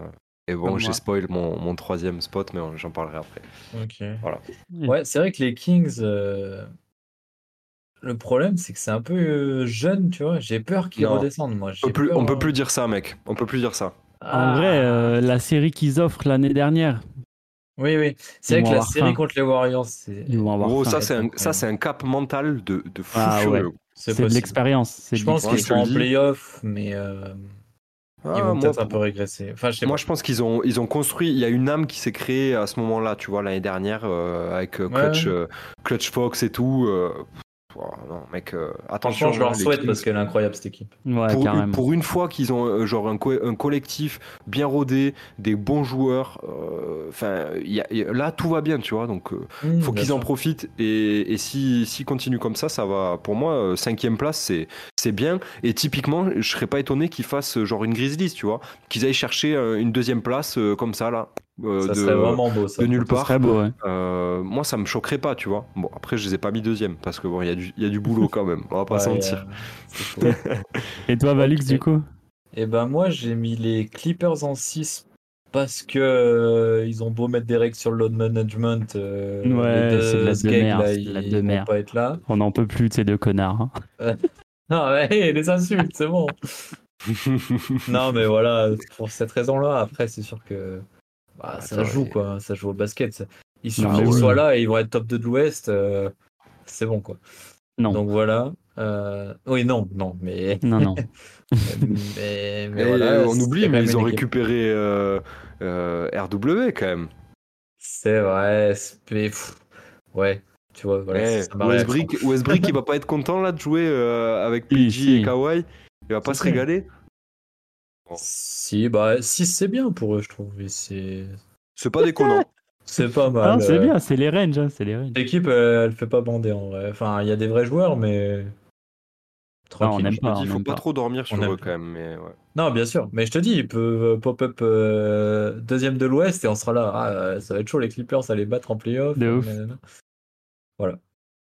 [SPEAKER 5] Euh, Et
[SPEAKER 1] Comme
[SPEAKER 5] bon,
[SPEAKER 1] moi.
[SPEAKER 5] j'ai spoil mon, mon troisième spot, mais on- j'en parlerai après.
[SPEAKER 4] Ok.
[SPEAKER 5] Voilà.
[SPEAKER 4] Ouais, c'est vrai que les Kings, euh, le problème, c'est que c'est un peu euh, jeune, tu vois. J'ai peur qu'ils
[SPEAKER 5] Non.
[SPEAKER 4] redescendent, moi.
[SPEAKER 5] On
[SPEAKER 4] J'ai
[SPEAKER 5] peut, plus,
[SPEAKER 4] peur,
[SPEAKER 5] on
[SPEAKER 4] hein.
[SPEAKER 5] peut plus dire ça, mec. On peut plus dire ça.
[SPEAKER 1] En
[SPEAKER 4] Ah.
[SPEAKER 1] vrai, euh, la série qu'ils offrent l'année dernière,
[SPEAKER 4] Oui, oui. C'est
[SPEAKER 1] Ils
[SPEAKER 4] vrai
[SPEAKER 1] vont
[SPEAKER 4] que la
[SPEAKER 1] avoir
[SPEAKER 4] série
[SPEAKER 1] faim.
[SPEAKER 4] contre les Warriors, c'est
[SPEAKER 1] ils vont avoir.
[SPEAKER 4] Oh,
[SPEAKER 5] Gros,
[SPEAKER 1] faim.
[SPEAKER 5] ça c'est un,
[SPEAKER 4] incroyable.
[SPEAKER 5] ça, c'est un cap mental de, de fou
[SPEAKER 1] Ah,
[SPEAKER 5] furieux.
[SPEAKER 1] ouais.
[SPEAKER 4] c'est
[SPEAKER 1] c'est de
[SPEAKER 4] possible.
[SPEAKER 1] l'expérience. c'est
[SPEAKER 4] Je
[SPEAKER 1] de
[SPEAKER 4] pense
[SPEAKER 5] Ouais,
[SPEAKER 4] qu'ils
[SPEAKER 5] je te
[SPEAKER 4] sont
[SPEAKER 5] le
[SPEAKER 4] en
[SPEAKER 5] dis.
[SPEAKER 4] playoff, mais euh,
[SPEAKER 5] Ah,
[SPEAKER 4] ils vont
[SPEAKER 5] moi,
[SPEAKER 4] peut-être un peu régresser. Enfin, je sais
[SPEAKER 5] moi,
[SPEAKER 4] pas.
[SPEAKER 5] je pense qu'ils ont, ils ont construit. Il y a une âme qui s'est créée à ce moment-là, tu vois, l'année dernière euh, avec euh,
[SPEAKER 4] Ouais,
[SPEAKER 5] Clutch,
[SPEAKER 4] ouais.
[SPEAKER 5] euh, Clutch Fox et tout. euh, pff, oh, non, mec, euh, attention.
[SPEAKER 4] Franchement, je leur
[SPEAKER 5] hein, les
[SPEAKER 4] souhaite
[SPEAKER 5] Kings.
[SPEAKER 4] parce qu'elle est incroyable cette équipe.
[SPEAKER 1] Ouais,
[SPEAKER 5] pour, une,
[SPEAKER 1] carrément.
[SPEAKER 5] pour une fois qu'ils ont euh, genre un, co- un collectif bien rodé, des bons joueurs, euh, enfin il y a- y a- là tout va bien, tu vois. Donc euh,
[SPEAKER 4] Mmh,
[SPEAKER 5] faut qu'ils en profitent et, et si s'ils continuent comme ça, ça va. Pour moi, euh, cinquième place c'est c'est bien et typiquement je serais pas étonné qu'ils fassent euh, genre une Grizzlies, tu vois, qu'ils aillent chercher euh, une deuxième place euh, comme ça là euh,
[SPEAKER 4] Ça
[SPEAKER 5] de,
[SPEAKER 4] serait vraiment beau, ça.
[SPEAKER 5] de nulle
[SPEAKER 1] Ce
[SPEAKER 5] part.
[SPEAKER 1] serait beau, ouais.
[SPEAKER 5] Euh, moi ça me choquerait pas, tu vois. Bon après je les ai pas mis deuxième parce que bon il y a du il y a du boulot quand même, on va pas
[SPEAKER 4] Ouais,
[SPEAKER 5] s'en mentir.
[SPEAKER 4] euh, c'est chaud. (laughs)
[SPEAKER 1] Et toi, Valux,
[SPEAKER 4] Ok.
[SPEAKER 1] du coup
[SPEAKER 4] Et ben moi, j'ai mis les Clippers en 6 parce que euh, ils ont beau mettre des règles sur le load management. euh,
[SPEAKER 1] Ouais,
[SPEAKER 4] les deux
[SPEAKER 1] c'est de la
[SPEAKER 4] Sgeg,
[SPEAKER 1] demeure,
[SPEAKER 4] là,
[SPEAKER 1] c'est de la
[SPEAKER 4] ils
[SPEAKER 1] demeure.
[SPEAKER 4] vont pas être là.
[SPEAKER 1] On n'en peut plus de ces deux connards. hein.
[SPEAKER 4] Ah (laughs) ouais, les insultes, c'est bon.
[SPEAKER 5] (laughs)
[SPEAKER 4] Non, mais voilà, pour cette raison-là, après, c'est sûr que bah, ça
[SPEAKER 5] Ah, Attends,
[SPEAKER 4] joue,
[SPEAKER 5] et-
[SPEAKER 4] quoi. Ça joue au basket. ça. Il
[SPEAKER 1] Bah
[SPEAKER 4] suffit qu'ils
[SPEAKER 1] oui.
[SPEAKER 4] soient là et ils vont être top 2 de l'Ouest. euh, c'est bon, quoi.
[SPEAKER 1] Non.
[SPEAKER 4] Donc voilà. euh, Oui, non, non, mais.
[SPEAKER 5] (laughs)
[SPEAKER 1] Non, non.
[SPEAKER 4] mais, mais
[SPEAKER 5] Et
[SPEAKER 4] voilà,
[SPEAKER 5] euh, on
[SPEAKER 4] c'est
[SPEAKER 5] oublie,
[SPEAKER 4] quand même
[SPEAKER 5] mais ils
[SPEAKER 4] une
[SPEAKER 5] ont
[SPEAKER 4] équipe.
[SPEAKER 5] récupéré euh, euh, RW quand même.
[SPEAKER 4] C'est vrai. c'est- mais, pff, Ouais, tu vois, voilà.
[SPEAKER 5] Eh,
[SPEAKER 4] c'est ça ma réaction.
[SPEAKER 5] Westbrook, Westbrook,
[SPEAKER 4] (laughs)
[SPEAKER 5] il va pas être content là de jouer euh, avec
[SPEAKER 1] Si,
[SPEAKER 5] PG
[SPEAKER 1] si.
[SPEAKER 5] et Kawhi. Il va pas
[SPEAKER 4] Si,
[SPEAKER 5] se
[SPEAKER 4] si.
[SPEAKER 5] régaler.
[SPEAKER 4] Si, bah, 6, c'est bien pour eux, je trouve. et C'est
[SPEAKER 5] C'est pas
[SPEAKER 4] (laughs)
[SPEAKER 5] déconnant.
[SPEAKER 4] c'est (laughs) pas mal.
[SPEAKER 1] Ah, c'est
[SPEAKER 4] euh,
[SPEAKER 1] bien, c'est les ranges. hein, c'est les ranges.
[SPEAKER 4] L'équipe, euh, elle fait pas bander en vrai. Enfin, il y a des vrais joueurs, mais
[SPEAKER 1] Non, Ah, on
[SPEAKER 4] Tranquille.
[SPEAKER 1] n'aime
[SPEAKER 5] Il
[SPEAKER 1] pas. hein. on
[SPEAKER 5] faut
[SPEAKER 1] n'aime
[SPEAKER 5] pas, trop dormir sur
[SPEAKER 4] On aime
[SPEAKER 5] eux
[SPEAKER 4] pas.
[SPEAKER 5] quand même. Mais ouais.
[SPEAKER 4] Non, bien sûr. Mais je te dis, ils peuvent euh, pop-up euh, deuxième de l'Ouest et on sera là. Ah, euh, ça va être chaud, les Clippers, à les battre en playoff.
[SPEAKER 1] De
[SPEAKER 4] euh,
[SPEAKER 1] ouf.
[SPEAKER 4] nanana. Voilà.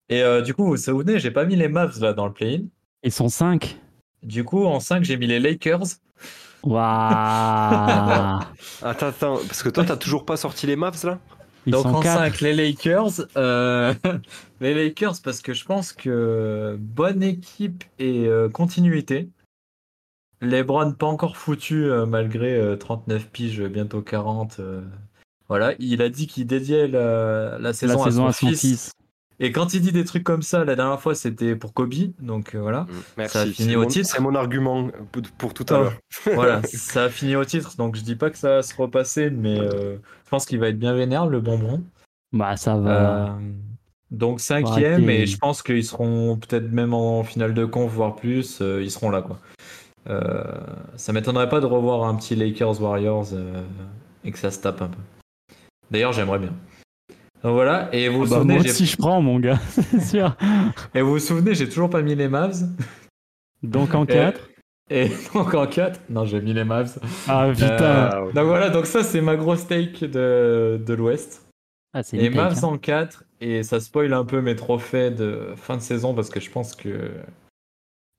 [SPEAKER 4] Et euh, du coup, vous vous souvenez, j'ai pas mis les Mavs là dans le play-in.
[SPEAKER 1] Ils sont 5.
[SPEAKER 4] Du coup, en 5, j'ai mis les Lakers. (laughs)
[SPEAKER 1] Waouh
[SPEAKER 5] Attends, attends, parce que toi, t'as toujours pas sorti les maps là
[SPEAKER 1] Ils
[SPEAKER 4] Donc
[SPEAKER 1] sont
[SPEAKER 4] en
[SPEAKER 1] 4.
[SPEAKER 4] 5, les Lakers. euh, (laughs) les Lakers, parce que je pense que bonne équipe et euh, continuité. Lebron pas encore foutu euh, malgré euh, 39 piges, bientôt 40. euh, voilà, il a dit qu'il dédiait la, la
[SPEAKER 1] La
[SPEAKER 4] saison,
[SPEAKER 1] saison
[SPEAKER 4] à,
[SPEAKER 1] à
[SPEAKER 4] son
[SPEAKER 1] son
[SPEAKER 4] fils.
[SPEAKER 1] 6.
[SPEAKER 4] Et quand il dit des trucs comme ça, la dernière fois c'était pour Kobe, donc euh,
[SPEAKER 5] (laughs)
[SPEAKER 4] voilà.
[SPEAKER 5] Merci.
[SPEAKER 4] Ça a fini
[SPEAKER 5] c'est
[SPEAKER 4] au
[SPEAKER 5] mon-
[SPEAKER 4] titre.
[SPEAKER 5] C'est mon argument pour- pour tout à
[SPEAKER 4] Ah.
[SPEAKER 5] l'heure. (laughs)
[SPEAKER 4] voilà, ça a fini au titre, donc je dis pas que ça va se repasser, mais euh, je pense qu'il va être bien vénère le bonbon.
[SPEAKER 1] Bah, ça va.
[SPEAKER 4] Euh, donc cinquième,
[SPEAKER 1] arrêter.
[SPEAKER 4] et je pense qu'ils seront peut-être même en finale de conf, voire plus, euh, ils seront là quoi. Euh, ça m'étonnerait pas de revoir un petit Lakers Warriors euh, et que ça se tape un peu. D'ailleurs, j'aimerais bien. Donc voilà, et vous vous
[SPEAKER 1] Bah,
[SPEAKER 4] souvenez,
[SPEAKER 1] moi
[SPEAKER 4] j'ai-
[SPEAKER 1] aussi, je prends, mon gars. (laughs) C'est sûr.
[SPEAKER 4] et vous vous souvenez, j'ai toujours pas mis les Mavs.
[SPEAKER 1] Donc
[SPEAKER 4] Euh,
[SPEAKER 1] en 4.
[SPEAKER 4] Et, (laughs) et donc en 4, non, j'ai mis les Mavs. euh,
[SPEAKER 1] Ah putain.
[SPEAKER 5] Ah, ouais.
[SPEAKER 4] Donc voilà, donc ça c'est ma grosse take de, de l'Ouest.
[SPEAKER 1] Ah, c'est
[SPEAKER 4] Et
[SPEAKER 1] une
[SPEAKER 4] Mavs
[SPEAKER 1] take, hein.
[SPEAKER 4] en 4, et ça spoil un peu mes trophées de fin de saison parce que je pense que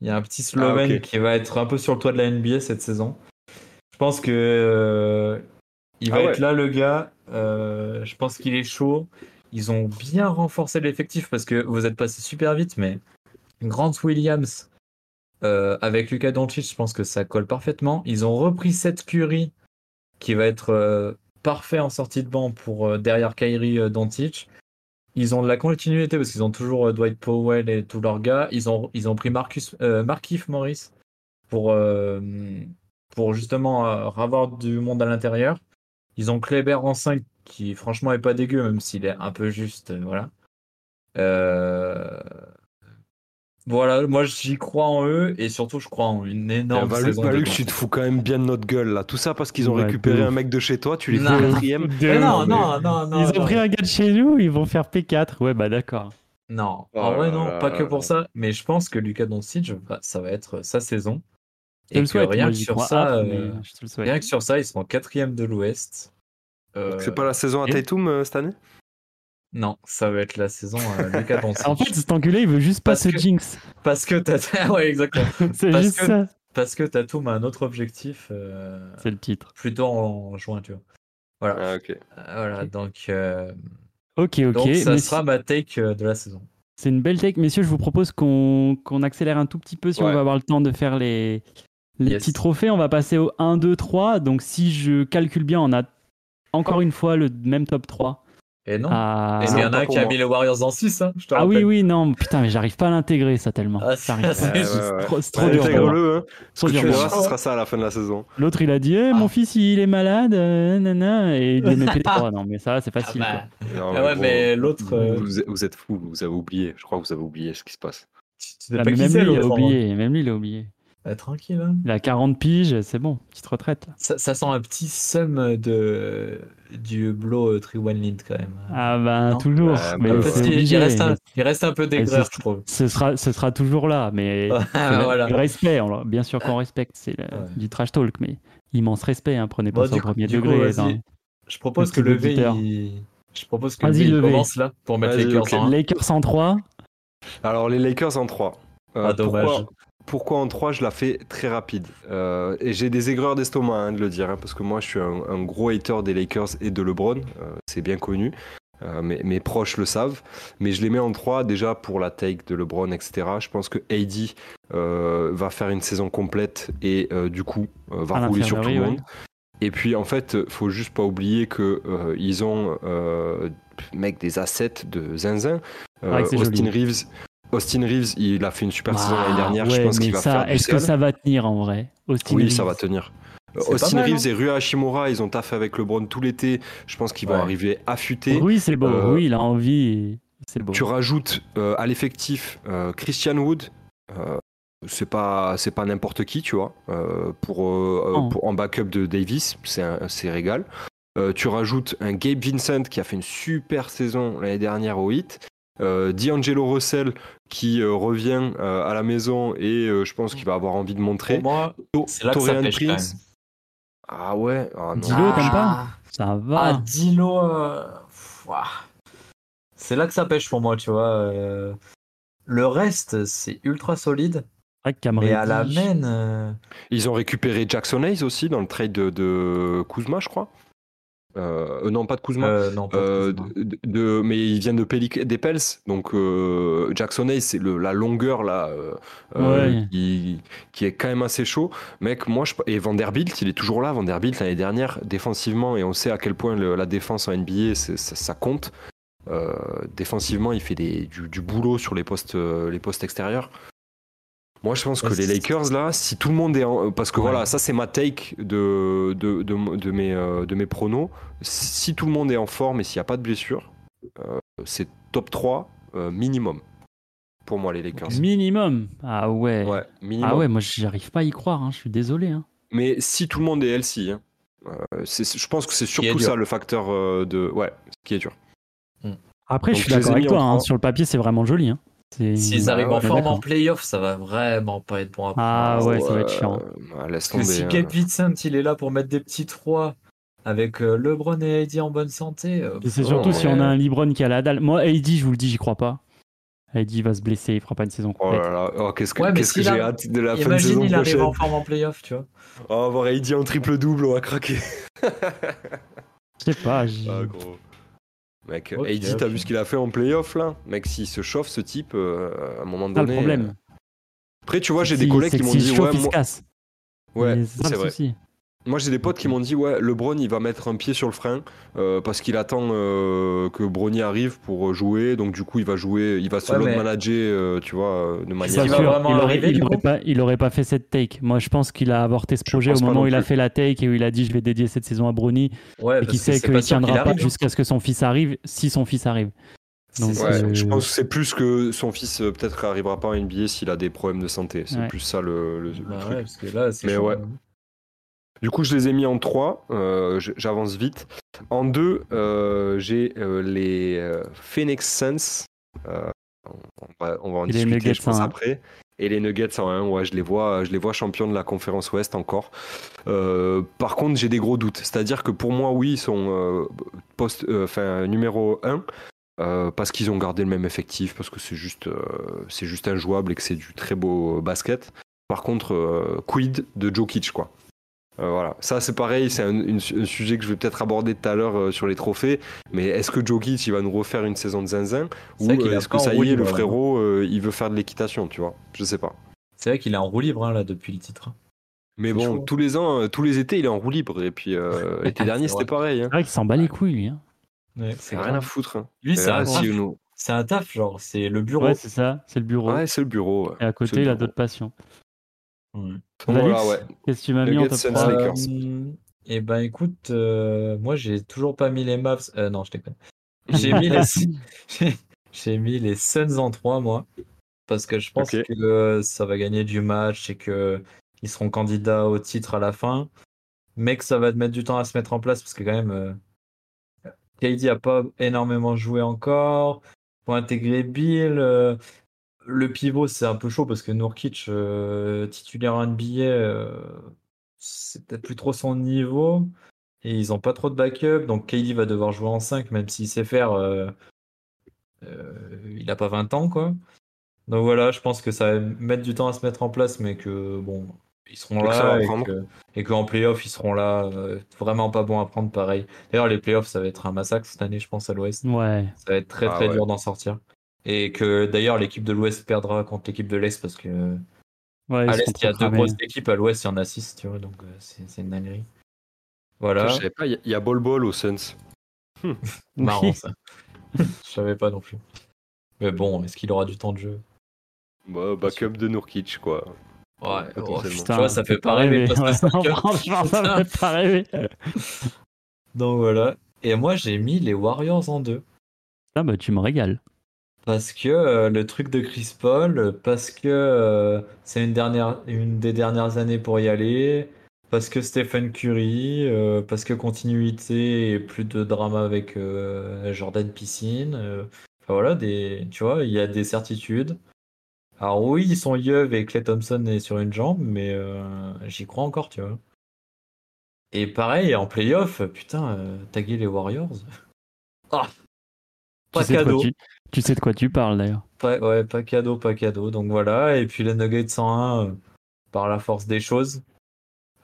[SPEAKER 4] il y a un petit Slovène
[SPEAKER 5] Ah, ok.
[SPEAKER 4] qui va être un peu sur le toit de la NBA cette saison. Je pense que euh, il va
[SPEAKER 5] Ah
[SPEAKER 4] être
[SPEAKER 5] ouais.
[SPEAKER 4] là le gars. Euh, je pense qu'il est chaud. Ils ont bien renforcé l'effectif parce que vous êtes passé super vite, mais Grant Williams euh, avec Luka Doncic, je pense que ça colle parfaitement. Ils ont repris cette Curry qui va être euh, parfait en sortie de banc pour euh, derrière Kyrie euh, Doncic. Ils ont de la continuité parce qu'ils ont toujours euh, Dwight Powell et tous leurs gars. Ils ont, ils ont pris Marcus, euh, Markieff Morris pour, euh, pour justement euh, avoir du monde à l'intérieur. Ils ont Kleber en 5 qui franchement est pas dégueu même s'il est un peu juste. euh, voilà. Euh, Voilà, moi j'y crois en eux et surtout je crois en une
[SPEAKER 5] Il a
[SPEAKER 1] Eh
[SPEAKER 4] énorme
[SPEAKER 1] ben,
[SPEAKER 5] valu,
[SPEAKER 4] saison.
[SPEAKER 5] valu
[SPEAKER 4] de
[SPEAKER 5] que bah, tu te fous quand même bien de notre gueule là. Tout ça parce qu'ils ont
[SPEAKER 1] Ouais, de
[SPEAKER 5] récupéré
[SPEAKER 1] ouf.
[SPEAKER 5] un mec de chez toi, tu les fais
[SPEAKER 4] Non.
[SPEAKER 5] quatrième.
[SPEAKER 1] De
[SPEAKER 4] Mais non,
[SPEAKER 1] ouf.
[SPEAKER 4] non, non, non.
[SPEAKER 1] hein, Ils ont
[SPEAKER 4] non.
[SPEAKER 1] pris un gars de chez nous, ils vont faire P4. Ouais, bah d'accord.
[SPEAKER 4] Non,
[SPEAKER 6] Oh
[SPEAKER 4] en vrai,
[SPEAKER 6] là
[SPEAKER 4] non,
[SPEAKER 6] là
[SPEAKER 4] pas
[SPEAKER 6] là
[SPEAKER 4] que
[SPEAKER 6] là
[SPEAKER 4] pour
[SPEAKER 6] là.
[SPEAKER 4] ça, mais je pense que Lucas Doncic, va- ça va être sa saison.
[SPEAKER 1] Je te
[SPEAKER 4] Et
[SPEAKER 1] le
[SPEAKER 4] que
[SPEAKER 1] souhaite.
[SPEAKER 4] rien
[SPEAKER 1] moi,
[SPEAKER 4] que
[SPEAKER 1] j'y
[SPEAKER 4] sur
[SPEAKER 1] crois
[SPEAKER 4] ça,
[SPEAKER 1] hard,
[SPEAKER 4] euh,
[SPEAKER 1] mais je te le souhaite.
[SPEAKER 4] Rien que sur ça, ils sont en quatrième de l'Ouest. Euh,
[SPEAKER 5] C'est pas la saison à
[SPEAKER 1] et-
[SPEAKER 5] Tatum euh, cette année
[SPEAKER 4] Non, ça va être la saison
[SPEAKER 1] (laughs)
[SPEAKER 4] euh, Lucas Doncic.
[SPEAKER 1] En fait, cet enculé, il veut juste pas
[SPEAKER 4] Parce
[SPEAKER 1] se
[SPEAKER 4] que-
[SPEAKER 1] jinx. (laughs)
[SPEAKER 4] parce que t'as... (laughs) ouais, exactement.
[SPEAKER 1] C'est
[SPEAKER 4] parce
[SPEAKER 1] juste
[SPEAKER 4] que-
[SPEAKER 1] ça.
[SPEAKER 4] Parce que Tatum a un autre objectif euh,
[SPEAKER 1] C'est le titre.
[SPEAKER 4] plutôt en juin, tu vois.
[SPEAKER 5] Ah, ok.
[SPEAKER 4] Euh, Voilà,
[SPEAKER 1] Ok.
[SPEAKER 4] donc, euh,
[SPEAKER 1] Ok, ok.
[SPEAKER 4] donc ça
[SPEAKER 1] mais
[SPEAKER 4] sera ma take euh, de la saison.
[SPEAKER 1] C'est une belle take. Messieurs, je vous propose qu'on qu'on accélère un tout petit peu si on
[SPEAKER 5] Ouais.
[SPEAKER 1] veut avoir le temps de faire les, les
[SPEAKER 4] Yes.
[SPEAKER 1] petits trophées. On va passer au 1, 2, 3. Donc, si je calcule bien, on a
[SPEAKER 4] Oh.
[SPEAKER 1] encore une fois le même top 3.
[SPEAKER 4] Et non,
[SPEAKER 1] Ah,
[SPEAKER 4] et il
[SPEAKER 5] non,
[SPEAKER 4] y en a
[SPEAKER 5] pas
[SPEAKER 4] un
[SPEAKER 5] pour
[SPEAKER 4] qui a
[SPEAKER 5] moi.
[SPEAKER 4] mis les Warriors en 6, hein, je te
[SPEAKER 1] Ah oui,
[SPEAKER 4] rappelle.
[SPEAKER 1] oui, non, putain, mais j'arrive pas à l'intégrer ça tellement.
[SPEAKER 4] Ah,
[SPEAKER 1] J'arrive pas.
[SPEAKER 4] c'est-
[SPEAKER 1] C'est
[SPEAKER 5] Ouais, ouais, ouais.
[SPEAKER 1] trop, c'est trop
[SPEAKER 5] Ouais,
[SPEAKER 1] dur. pour moi.
[SPEAKER 5] Intègre-le, hein.
[SPEAKER 1] Trop
[SPEAKER 5] Ce que
[SPEAKER 1] dur
[SPEAKER 5] tu
[SPEAKER 1] pour
[SPEAKER 5] verras,
[SPEAKER 4] Oh.
[SPEAKER 1] moi.
[SPEAKER 5] ce sera ça à la fin de la saison.
[SPEAKER 1] L'autre, il a dit Eh,
[SPEAKER 4] Ah.
[SPEAKER 1] Mon fils, il est malade, euh, nana. Et
[SPEAKER 4] (laughs)
[SPEAKER 1] il lui a mis trois. Non, mais ça, c'est
[SPEAKER 4] Ah
[SPEAKER 1] facile.
[SPEAKER 4] bah,
[SPEAKER 1] quoi.
[SPEAKER 5] Non,
[SPEAKER 4] ah ouais,
[SPEAKER 5] gros,
[SPEAKER 4] mais l'autre, euh,
[SPEAKER 5] vous, vous êtes fous, vous avez oublié. Je crois que vous avez oublié ce qui se passe.
[SPEAKER 4] tu, tu sais
[SPEAKER 1] Ah,
[SPEAKER 4] pas
[SPEAKER 1] mais
[SPEAKER 4] qui
[SPEAKER 1] même,
[SPEAKER 4] c'est
[SPEAKER 1] lui, il a
[SPEAKER 4] l'autre. hein. en vrai.
[SPEAKER 1] oublié, même lui, il a oublié.
[SPEAKER 4] Ah, tranquille, hein.
[SPEAKER 1] Il a 40 piges, c'est bon, petite retraite. là.
[SPEAKER 4] Ça, ça sent un petit seum de du blow 3-1 lead quand même.
[SPEAKER 1] Ah bah,
[SPEAKER 4] Non.
[SPEAKER 1] toujours.
[SPEAKER 5] Ah,
[SPEAKER 1] mais c'est
[SPEAKER 5] bah, parce
[SPEAKER 4] Parce qu'il il
[SPEAKER 1] obligé.
[SPEAKER 4] reste, un, il reste un peu
[SPEAKER 1] Et
[SPEAKER 4] d'aigreur,
[SPEAKER 1] ce-
[SPEAKER 4] je trouve.
[SPEAKER 1] ce sera, ce sera toujours là, mais
[SPEAKER 4] (laughs) Ah, voilà. Ah.
[SPEAKER 1] le respect, on le- bien sûr qu'on respecte, c'est le-
[SPEAKER 4] Ouais.
[SPEAKER 1] du trash talk, mais immense respect, hein, prenez pas
[SPEAKER 4] Bon,
[SPEAKER 1] ça au
[SPEAKER 4] Bah, du coup-
[SPEAKER 1] premier
[SPEAKER 4] du coup,
[SPEAKER 1] degré.
[SPEAKER 4] vas-y.
[SPEAKER 1] dans-
[SPEAKER 4] Je propose
[SPEAKER 1] Le
[SPEAKER 4] que
[SPEAKER 1] petit
[SPEAKER 4] le V,
[SPEAKER 1] auditeur.
[SPEAKER 4] il... je propose que le
[SPEAKER 1] Vas-y,
[SPEAKER 4] V, il
[SPEAKER 1] le V.
[SPEAKER 4] commence là pour mettre
[SPEAKER 5] Vas-y,
[SPEAKER 4] les cœurs
[SPEAKER 5] ok.
[SPEAKER 4] en un.
[SPEAKER 1] Lakers 103,
[SPEAKER 5] Alors, les Lakers en 3.
[SPEAKER 4] Ah, dommage.
[SPEAKER 5] Pourquoi, pourquoi en 3 Je la fais très rapide. Euh, et j'ai des aigreurs d'estomac hein, de le dire, hein, parce que moi, je suis un, un gros hater des Lakers et de LeBron. euh, c'est bien connu. Euh, mes, mes proches le savent. Mais je les mets en 3 déjà pour la take de LeBron, etc. Je pense que AD euh, va faire une saison complète et euh, du coup, euh, va
[SPEAKER 1] À
[SPEAKER 5] rouler sur tout le
[SPEAKER 1] l'infirmerie,
[SPEAKER 5] monde. Et puis en fait, euh, faut juste pas oublier que euh, ils ont euh, mec des assets de zinzin. Euh,
[SPEAKER 1] Ouais, que c'est
[SPEAKER 5] Austin
[SPEAKER 1] joli.
[SPEAKER 5] Reeves, Austin Reeves, il a fait une super saison l'année
[SPEAKER 1] Ah,
[SPEAKER 5] dernière. je
[SPEAKER 1] ouais,
[SPEAKER 5] pense qu'il
[SPEAKER 1] mais
[SPEAKER 5] va
[SPEAKER 1] ça,
[SPEAKER 5] faire du
[SPEAKER 1] Est-ce que
[SPEAKER 5] sale.
[SPEAKER 1] ça va tenir en vrai Austin
[SPEAKER 5] Oui,
[SPEAKER 1] Reeves.
[SPEAKER 5] ça va tenir. Euh,
[SPEAKER 4] C'est pas
[SPEAKER 5] Austin
[SPEAKER 4] mal,
[SPEAKER 5] Reeves
[SPEAKER 1] hein.
[SPEAKER 5] et Rui Hashimura, ils ont taffé avec LeBron tout l'été. Je pense qu'ils
[SPEAKER 4] Ouais.
[SPEAKER 5] vont arriver affûtés.
[SPEAKER 1] Oui, c'est beau.
[SPEAKER 5] Euh,
[SPEAKER 1] oui, il a envie. et C'est beau.
[SPEAKER 5] Tu rajoutes euh, à l'effectif euh, Christian Wood. euh, c'est pas c'est pas n'importe qui, tu vois. euh, pour, euh,
[SPEAKER 1] Oh.
[SPEAKER 5] pour- en backup de Davis, c'est un- c'est régal. Euh, tu rajoutes un Gabe Vincent qui a fait une super saison l'année dernière au Heat. Euh, D'Angelo Russell qui euh, revient euh, à la maison et euh, je pense qu'il va avoir envie de montrer.
[SPEAKER 4] Pour moi,
[SPEAKER 5] To-
[SPEAKER 4] c'est là que ça
[SPEAKER 5] Torian
[SPEAKER 4] pêche, quand même.
[SPEAKER 5] Prince. Ah ouais ah non.
[SPEAKER 1] Dis-le, t'aimes pas
[SPEAKER 4] Ah.
[SPEAKER 1] Ça
[SPEAKER 4] Ah,
[SPEAKER 1] va.
[SPEAKER 4] Dilo, euh, pff, ouah. c'est là que ça pêche pour moi, tu vois. euh, Le reste, c'est ultra solide.
[SPEAKER 1] Ah,
[SPEAKER 4] Mais à la main, euh,
[SPEAKER 5] Ils ont récupéré Jackson Hayes aussi dans le trade de, de Kuzma, je crois. Euh, euh, non, pas de Kuzma.
[SPEAKER 4] euh, non, pas
[SPEAKER 5] Euh,
[SPEAKER 4] Kuzma.
[SPEAKER 5] de, de- mais ils viennent de Pelic- des Pels, donc euh, Jackson Hayes, c'est le- la longueur là, euh, euh,
[SPEAKER 1] Ouais.
[SPEAKER 5] qui, qui est quand même assez chaud. Mec, moi je et Vanderbilt, il est toujours là. Vanderbilt l'année dernière défensivement et on sait à quel point le- la défense en NBA c'est- ça, ça compte. Euh, défensivement, il fait des- du, du boulot sur les postes, euh, les postes extérieurs. Moi, je pense que
[SPEAKER 4] Ouais,
[SPEAKER 5] les
[SPEAKER 4] c'est-
[SPEAKER 5] Lakers, là, si tout le monde est en... euh, Parce que
[SPEAKER 4] Ouais.
[SPEAKER 5] voilà, ça, c'est ma take de, de, de- de mes, euh, de mes pronos si tout le monde est en forme et s'il n'y a pas de blessure, euh, c'est top 3 euh, minimum pour moi les Lakers.
[SPEAKER 1] Minimum. Ah ouais.
[SPEAKER 5] Ouais, minimum.
[SPEAKER 1] Ah ouais, moi j'arrive pas à y croire, hein, je suis désolé. hein.
[SPEAKER 5] Mais si tout le monde est healthy, hein, euh, c'est- je pense que c'est
[SPEAKER 4] est
[SPEAKER 5] surtout
[SPEAKER 4] dur.
[SPEAKER 5] ça le facteur euh, de ouais, ce qui est dur.
[SPEAKER 1] Après,
[SPEAKER 5] Donc,
[SPEAKER 1] je suis
[SPEAKER 5] je les ai
[SPEAKER 1] d'accord avec
[SPEAKER 5] mis
[SPEAKER 1] toi,
[SPEAKER 5] en
[SPEAKER 1] hein,
[SPEAKER 5] trois.
[SPEAKER 1] sur le papier c'est vraiment joli. Hein. C'est-
[SPEAKER 4] S'ils arrivent
[SPEAKER 5] ouais,
[SPEAKER 4] en
[SPEAKER 1] ouais,
[SPEAKER 4] forme hein.
[SPEAKER 1] d'accord.
[SPEAKER 4] en playoff, ça va vraiment pas être bon après.
[SPEAKER 1] Ah ouais,
[SPEAKER 5] Oh,
[SPEAKER 1] ça va être
[SPEAKER 5] euh,
[SPEAKER 1] chiant.
[SPEAKER 5] ah, laisse
[SPEAKER 4] Parce que
[SPEAKER 5] tomber.
[SPEAKER 4] si
[SPEAKER 5] hein.
[SPEAKER 4] Gabe Vincent il est là pour mettre des petits 3 avec euh, LeBron et Heidi en bonne santé, euh,
[SPEAKER 1] Et c'est
[SPEAKER 5] Oh,
[SPEAKER 1] surtout si
[SPEAKER 5] ouais.
[SPEAKER 1] on a un Libron qui a la dalle. Moi, Heidi, je vous le dis, j'y crois pas. Heidi va se blesser, il fera pas une saison
[SPEAKER 5] Oh
[SPEAKER 1] complète.
[SPEAKER 5] là là, oh, qu'est-ce que,
[SPEAKER 4] Ouais, mais
[SPEAKER 5] qu'est-ce que
[SPEAKER 4] s'il a-
[SPEAKER 5] j'ai hâte de la fin de
[SPEAKER 4] imagine
[SPEAKER 5] saison
[SPEAKER 4] il arrive
[SPEAKER 5] prochaine. Oh,
[SPEAKER 4] en forme en playoff, tu vois.
[SPEAKER 5] On va avoir Heidi en triple double, on va craquer.
[SPEAKER 1] Je sais pas. j-
[SPEAKER 5] Ah, gros. Mec,
[SPEAKER 4] Mmh. Ok,
[SPEAKER 5] Heidi, t'as
[SPEAKER 4] ok.
[SPEAKER 5] vu ce qu'il a fait en playoff là Mec, s'il se chauffe ce type, euh, à un moment
[SPEAKER 1] c'est ça
[SPEAKER 5] donné.
[SPEAKER 1] le
[SPEAKER 5] euh.
[SPEAKER 1] problème.
[SPEAKER 5] Après, tu vois, j'ai
[SPEAKER 1] C'est
[SPEAKER 5] des
[SPEAKER 1] que
[SPEAKER 5] collègues
[SPEAKER 1] si-
[SPEAKER 5] qui m'ont
[SPEAKER 1] c'est que
[SPEAKER 5] dit
[SPEAKER 1] s'il
[SPEAKER 5] ouais,
[SPEAKER 1] chauffe, il se
[SPEAKER 5] moi,
[SPEAKER 1] casse.
[SPEAKER 5] ouais,
[SPEAKER 1] Mais c'est ça
[SPEAKER 5] c'est
[SPEAKER 1] le
[SPEAKER 5] vrai.
[SPEAKER 1] souci.
[SPEAKER 5] Moi, j'ai des potes qui m'ont dit ouais, LeBron, il va mettre un pied sur le frein euh, parce qu'il attend euh, que Bronny arrive pour jouer, donc du coup, il va jouer, il va se
[SPEAKER 4] Ouais,
[SPEAKER 5] load
[SPEAKER 4] mais-
[SPEAKER 5] manager, euh, tu vois, euh, de
[SPEAKER 1] Je suis
[SPEAKER 5] manière.
[SPEAKER 4] va
[SPEAKER 1] pas sûr.
[SPEAKER 4] vraiment
[SPEAKER 1] Il aurait,
[SPEAKER 4] arriver,
[SPEAKER 1] il
[SPEAKER 4] du
[SPEAKER 1] aurait
[SPEAKER 4] coup
[SPEAKER 1] pas, il aurait pas fait cette take. Moi, je pense qu'il a avorté ce
[SPEAKER 5] Je
[SPEAKER 1] projet au
[SPEAKER 5] pense pas
[SPEAKER 1] moment où
[SPEAKER 5] non
[SPEAKER 1] il a
[SPEAKER 5] plus.
[SPEAKER 1] fait la take et où il a dit je vais dédier cette saison à Brownie
[SPEAKER 4] Ouais,
[SPEAKER 1] et
[SPEAKER 4] parce
[SPEAKER 1] qu'il
[SPEAKER 4] que
[SPEAKER 1] sait
[SPEAKER 4] c'est pas
[SPEAKER 1] qu'il
[SPEAKER 4] sûr qu'il
[SPEAKER 1] tiendra pas
[SPEAKER 4] arrive, hein.
[SPEAKER 1] jusqu'à ce que son fils arrive, si son fils arrive. Donc,
[SPEAKER 4] C'est
[SPEAKER 5] Ouais,
[SPEAKER 4] ça.
[SPEAKER 1] euh,
[SPEAKER 5] je pense que c'est plus que son fils euh, peut-être arrivera pas en NBA s'il a des problèmes de santé. C'est
[SPEAKER 1] Ouais.
[SPEAKER 5] plus ça le, le- le
[SPEAKER 4] Bah
[SPEAKER 5] truc.
[SPEAKER 4] ouais, parce que là, c'est
[SPEAKER 5] Mais
[SPEAKER 4] chaud. hein.
[SPEAKER 5] ouais. Du coup, je les ai mis en 3. J'avance vite. En 2, j'ai euh, les euh, Phoenix Suns. Euh, on, va, on va en
[SPEAKER 1] Et les
[SPEAKER 5] discuter,
[SPEAKER 1] Nuggets
[SPEAKER 5] je pense,
[SPEAKER 1] en un.
[SPEAKER 5] après. Et les Nuggets en 1, ouais, je les vois, je les vois champions de la conférence Ouest encore. Euh, par contre, j'ai des gros doutes. C'est-à-dire que pour moi, oui, ils sont euh, poste, euh, enfin, numéro 1. parce qu'ils ont gardé le même effectif, parce que c'est juste, euh, c'est juste injouable et que c'est du très beau basket. Par contre, euh, quid de Jokic, quoi. Euh, voilà, ça c'est pareil, c'est un, une- un sujet que je vais peut-être aborder tout à l'heure euh, sur les trophées, mais est-ce que Jokic il va nous refaire une saison de zinzin
[SPEAKER 4] C'est
[SPEAKER 5] ou
[SPEAKER 4] vrai qu'il
[SPEAKER 5] euh,
[SPEAKER 4] a
[SPEAKER 5] est-ce
[SPEAKER 4] pas hein.
[SPEAKER 5] que ça
[SPEAKER 4] en roue
[SPEAKER 5] y est, le
[SPEAKER 4] libre, là.
[SPEAKER 5] frérot euh, il veut faire de l'équitation, tu vois Je sais pas.
[SPEAKER 4] C'est vrai qu'il est en roue libre hein, là depuis le titre.
[SPEAKER 5] Mais
[SPEAKER 4] C'est
[SPEAKER 5] bon,
[SPEAKER 4] chaud.
[SPEAKER 5] tous les ans, euh, tous les étés il est en roue libre et puis
[SPEAKER 4] (laughs)
[SPEAKER 5] euh, l'été dernier
[SPEAKER 4] C'est
[SPEAKER 5] c'était pareil. Hein.
[SPEAKER 1] C'est vrai qu'il s'en bat les couilles, lui. hein.
[SPEAKER 5] C'est rien à foutre. hein.
[SPEAKER 4] Lui,
[SPEAKER 5] Mais
[SPEAKER 4] c'est
[SPEAKER 5] là,
[SPEAKER 4] un,
[SPEAKER 5] si
[SPEAKER 4] taf-
[SPEAKER 5] nous-
[SPEAKER 4] c'est un taf, genre, c'est le bureau.
[SPEAKER 1] Ouais, c'est ça, c'est le bureau.
[SPEAKER 5] Ouais, c'est le bureau. ouais.
[SPEAKER 1] Et à côté,
[SPEAKER 5] c'est
[SPEAKER 1] il a
[SPEAKER 5] bon.
[SPEAKER 1] d'autres passions.
[SPEAKER 4] Ouais.
[SPEAKER 5] Voilà,
[SPEAKER 1] Valix,
[SPEAKER 5] ouais.
[SPEAKER 1] Qu'est-ce que tu m'as
[SPEAKER 5] Le
[SPEAKER 1] mis en
[SPEAKER 5] Get
[SPEAKER 1] top
[SPEAKER 5] Suns
[SPEAKER 1] 3
[SPEAKER 5] Lakers.
[SPEAKER 4] et ben écoute, euh, moi j'ai toujours pas mis les Mavs. euh, non, je déconne. (laughs) J'ai mis les (laughs) j'ai mis les Suns en 3 moi parce que je pense
[SPEAKER 5] Ok.
[SPEAKER 4] que euh, ça va gagner du match et que ils seront candidats au titre à la fin. Mais que ça va te mettre du temps à se mettre en place parce que quand même euh, KD a pas énormément joué encore. Pour intégrer Bill, euh, le pivot c'est un peu chaud parce que Nourkic euh, titulaire NBA euh, c'est peut-être plus trop son niveau. Et ils n'ont pas trop de backup. Donc KD va devoir jouer en 5, même s'il sait faire. euh, euh, il n'a pas 20 ans, quoi. Donc voilà, je pense que ça va mettre du temps à se mettre en place, mais que bon, ils seront
[SPEAKER 5] Et que ça va
[SPEAKER 4] là. Et
[SPEAKER 5] prendre.
[SPEAKER 4] que, et qu'en playoff, ils seront là. euh, vraiment pas bon à prendre, pareil. D'ailleurs, les playoffs, ça va être un massacre cette année, je pense, à l'Ouest.
[SPEAKER 1] Ouais.
[SPEAKER 4] Ça va être très
[SPEAKER 5] Ah
[SPEAKER 4] très
[SPEAKER 5] ouais.
[SPEAKER 4] dur d'en sortir. Et que d'ailleurs, l'équipe de l'Ouest perdra contre l'équipe de l'Est parce que
[SPEAKER 1] Ouais, ils
[SPEAKER 4] à
[SPEAKER 1] sont
[SPEAKER 4] l'Est, il y a
[SPEAKER 1] trop
[SPEAKER 4] deux
[SPEAKER 1] cramés.
[SPEAKER 4] grosses équipes. À l'Ouest, il y en a six, tu vois, donc euh, c'est c'est une dinguerie. Voilà.
[SPEAKER 5] Je savais pas, il y a- il y a Bol Bol au Suns.
[SPEAKER 1] Oui.
[SPEAKER 4] (laughs) Marrant, ça. Je savais pas non plus. Mais bon, est-ce qu'il aura du temps de jeu
[SPEAKER 5] Bah, backup de Nurkic, quoi.
[SPEAKER 4] Ouais,
[SPEAKER 5] Potentiellement.
[SPEAKER 4] ouais,
[SPEAKER 1] Putain,
[SPEAKER 4] tu vois, ça fait pas rêver. parce que
[SPEAKER 1] ouais,
[SPEAKER 4] c'est un
[SPEAKER 1] (laughs) non,
[SPEAKER 4] cœur.
[SPEAKER 1] franchement, ça me fait pas rêver.
[SPEAKER 4] Donc voilà. Et moi, j'ai mis les Warriors en deux.
[SPEAKER 1] Ah bah, tu me régales.
[SPEAKER 4] Parce que euh, le truc de Chris Paul, euh, parce que euh, c'est une dernière, une des dernières années pour y aller, parce que Stephen Curry, euh, parce que continuité et plus de drama avec euh, Jordan Piscine. euh, Enfin, voilà, des, tu vois, il y a des certitudes. Alors oui, ils sont Yeuve et Clay Thompson est sur une jambe, mais euh, j'y crois encore, tu vois. Et pareil, en playoff, putain, euh, taguer les Warriors. (laughs) Ah Pas
[SPEAKER 1] tu, sais de
[SPEAKER 4] cadeau.
[SPEAKER 1] quoi tu, tu sais de quoi tu parles d'ailleurs.
[SPEAKER 4] Pas, ouais, pas cadeau, pas cadeau. Donc voilà, et puis les Nuggets 101, euh, par la force des choses,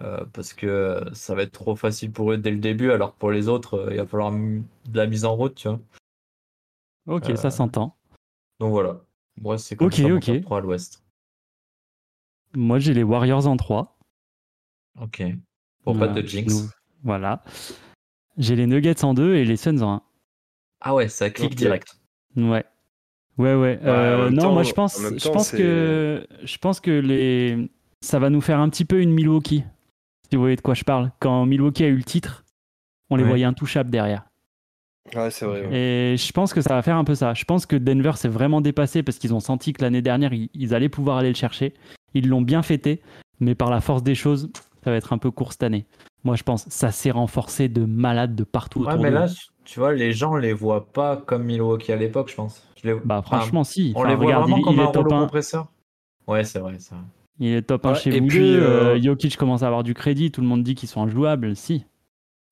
[SPEAKER 4] euh, parce que ça va être trop facile pour eux dès le début, alors que pour les autres, euh, il va falloir m- de la mise en route, tu vois.
[SPEAKER 1] Ok,
[SPEAKER 4] Euh,
[SPEAKER 1] ça s'entend.
[SPEAKER 4] Donc voilà. Moi, c'est comme
[SPEAKER 1] Ok,
[SPEAKER 4] ça mon
[SPEAKER 1] ok.
[SPEAKER 4] top 3 à l'ouest.
[SPEAKER 1] Moi j'ai les Warriors en 3.
[SPEAKER 4] Ok. Pour
[SPEAKER 1] Bah,
[SPEAKER 4] pas de jinx.
[SPEAKER 1] Voilà. J'ai les Nuggets en 2 et les Suns en
[SPEAKER 4] Ah ouais, ça clique
[SPEAKER 7] Ok.
[SPEAKER 4] direct.
[SPEAKER 1] 1. Ouais. Ouais, ouais. Euh,
[SPEAKER 7] en même
[SPEAKER 1] non,
[SPEAKER 7] temps-
[SPEAKER 1] moi je pense,
[SPEAKER 7] en même
[SPEAKER 1] je,
[SPEAKER 7] temps,
[SPEAKER 1] pense
[SPEAKER 7] c'est-
[SPEAKER 1] que, je pense que les... ça va nous faire un petit peu une Milwaukee. Si vous voyez de quoi je parle. Quand Milwaukee a eu le titre, on les
[SPEAKER 4] Ouais.
[SPEAKER 1] voyait intouchables derrière.
[SPEAKER 7] Ouais, c'est vrai. ouais.
[SPEAKER 1] Et je pense que ça va faire un peu ça. Je pense que Denver s'est vraiment dépassé parce qu'ils ont senti que l'année dernière, ils, ils allaient pouvoir aller le chercher. Ils l'ont bien fêté, mais par la force des choses, ça va être un peu court cette année. Moi, je pense ça s'est renforcé de malade de partout
[SPEAKER 4] Ouais,
[SPEAKER 1] autour
[SPEAKER 4] mais
[SPEAKER 1] d'eux.
[SPEAKER 4] là, tu vois, les gens les voient pas comme Milwaukee à l'époque, je pense. Je les-
[SPEAKER 1] Bah,
[SPEAKER 4] enfin,
[SPEAKER 1] franchement, si.
[SPEAKER 4] on
[SPEAKER 1] Enfin,
[SPEAKER 4] les voit
[SPEAKER 1] regarde,
[SPEAKER 4] vraiment
[SPEAKER 1] il,
[SPEAKER 4] comme
[SPEAKER 1] il
[SPEAKER 4] un
[SPEAKER 1] est top
[SPEAKER 4] rouleau
[SPEAKER 1] 1.
[SPEAKER 4] compresseur. Ouais, c'est vrai, c'est vrai.
[SPEAKER 1] Il est top 1
[SPEAKER 4] Ouais,
[SPEAKER 1] chez
[SPEAKER 4] et
[SPEAKER 1] vous
[SPEAKER 4] puis,
[SPEAKER 1] deux.
[SPEAKER 4] euh,
[SPEAKER 1] Euh, Jokic commence à avoir du crédit. Tout le monde dit qu'ils sont injouables. Si.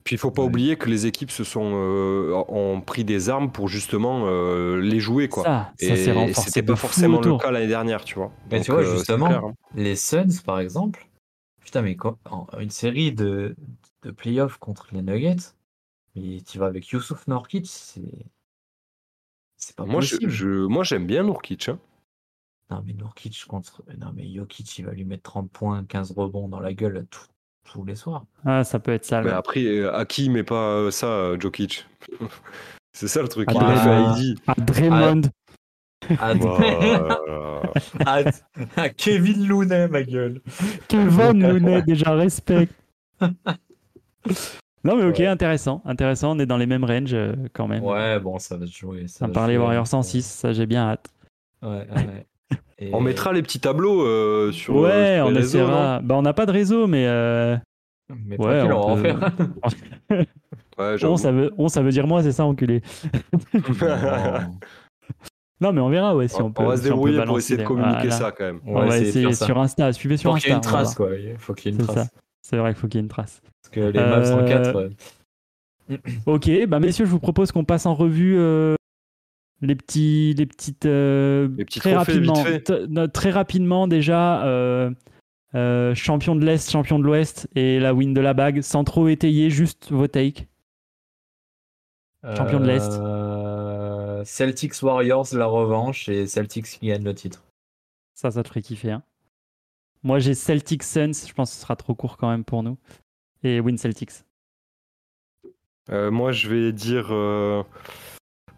[SPEAKER 5] Puis il faut pas
[SPEAKER 4] Ouais.
[SPEAKER 5] oublier que les équipes se sont euh, ont pris des armes pour justement euh, les jouer quoi.
[SPEAKER 1] Ça, ça
[SPEAKER 5] Et
[SPEAKER 1] s'est renforcé.
[SPEAKER 5] C'était
[SPEAKER 1] de
[SPEAKER 5] pas
[SPEAKER 1] fou
[SPEAKER 5] forcément le
[SPEAKER 1] autour.
[SPEAKER 5] cas l'année dernière, tu vois.
[SPEAKER 4] Mais Bah, tu
[SPEAKER 5] Donc,
[SPEAKER 4] vois,
[SPEAKER 5] euh, c'est
[SPEAKER 4] justement,
[SPEAKER 5] clair, hein.
[SPEAKER 4] Les Suns, par exemple, putain, mais quand- en- une série de, de playoffs contre les Nuggets, mais tu vas avec Youssouf Norkic, c'est. C'est pas
[SPEAKER 5] Moi, je,
[SPEAKER 4] possible.
[SPEAKER 5] je- moi j'aime bien Nourkic. hein.
[SPEAKER 4] Non, mais Norkic contre. Non, mais Jokic, il va lui mettre 30 points, 15 rebonds dans la gueule tout- tous les
[SPEAKER 1] (laughs)
[SPEAKER 4] soirs.
[SPEAKER 1] Ah, ça peut être ça.
[SPEAKER 5] Mais
[SPEAKER 1] ouais.
[SPEAKER 5] après, euh, à qui met pas euh, ça, euh, Jokic (laughs) C'est ça le truc.
[SPEAKER 1] Ah,
[SPEAKER 5] Il l'a
[SPEAKER 1] bah,
[SPEAKER 5] fait
[SPEAKER 1] (laughs)
[SPEAKER 5] à Heidi. Bah,
[SPEAKER 1] Ah, Draymond.
[SPEAKER 4] À, (laughs)
[SPEAKER 5] Voilà.
[SPEAKER 4] à- à Kevin Looney, ma gueule.
[SPEAKER 1] Kevin
[SPEAKER 5] (laughs)
[SPEAKER 1] Looney, déjà respect. Non mais ok, intéressant, intéressant. On est dans les mêmes ranges euh, quand même.
[SPEAKER 4] Ouais, bon, ça va se jouer. Ça
[SPEAKER 1] Sans
[SPEAKER 4] va se
[SPEAKER 1] parler
[SPEAKER 4] jouer.
[SPEAKER 1] Warrior 106, ça j'ai bien hâte.
[SPEAKER 4] Ouais, ouais.
[SPEAKER 5] (laughs)
[SPEAKER 4] Et-
[SPEAKER 5] On mettra les petits tableaux euh, sur,
[SPEAKER 1] ouais,
[SPEAKER 5] sur
[SPEAKER 1] on
[SPEAKER 5] les réseaux,
[SPEAKER 1] essaiera. Bah on n'a pas de réseau, mais euh,
[SPEAKER 4] Mais
[SPEAKER 1] Ouais,
[SPEAKER 4] tranquille, on
[SPEAKER 1] on
[SPEAKER 4] va en
[SPEAKER 1] peut-
[SPEAKER 5] (laughs)
[SPEAKER 4] faire.
[SPEAKER 5] non Ouais,
[SPEAKER 1] on
[SPEAKER 5] j'avoue.
[SPEAKER 1] ça veut, on ça veut dire moi, c'est ça enculé.
[SPEAKER 5] (laughs)
[SPEAKER 4] Non.
[SPEAKER 1] Non mais on verra, ouais, si on,
[SPEAKER 5] on,
[SPEAKER 1] peut.
[SPEAKER 5] va se
[SPEAKER 1] si on peut
[SPEAKER 5] débrouiller pour
[SPEAKER 1] balancer
[SPEAKER 5] essayer de
[SPEAKER 1] des-
[SPEAKER 5] communiquer
[SPEAKER 1] Voilà.
[SPEAKER 5] ça quand même.
[SPEAKER 1] On, va
[SPEAKER 4] de
[SPEAKER 1] essayer
[SPEAKER 4] faire ça.
[SPEAKER 1] sur Insta, suivez sur
[SPEAKER 4] Faut qu'il y ait
[SPEAKER 1] Insta.
[SPEAKER 4] une
[SPEAKER 1] on va voir.
[SPEAKER 4] trace, quoi. Il faut qu'il y ait une
[SPEAKER 1] C'est
[SPEAKER 4] trace.
[SPEAKER 1] ça. C'est vrai qu'il faut qu'il y ait une trace.
[SPEAKER 4] Parce que les maps en
[SPEAKER 1] Euh,
[SPEAKER 4] 4, ouais.
[SPEAKER 1] Ok, bah messieurs, je vous propose qu'on passe en revue euh, les petits, les petites, euh,
[SPEAKER 5] Les petits
[SPEAKER 1] très
[SPEAKER 5] trophées, vite
[SPEAKER 1] rapidement,
[SPEAKER 5] fait.
[SPEAKER 1] T- no- très rapidement déjà euh, euh, champion de l'est, champion de l'ouest et la win de la bague, sans trop étayer, juste vos takes. Champion de l'Est.
[SPEAKER 4] Euh, Celtics Warriors, la revanche, et Celtics qui gagne le titre.
[SPEAKER 1] Ça, ça te ferait kiffer. hein. Moi, j'ai Celtic Suns. Je pense que ce sera trop court quand même pour nous. Et win Celtics.
[SPEAKER 5] Euh, moi, je vais dire euh,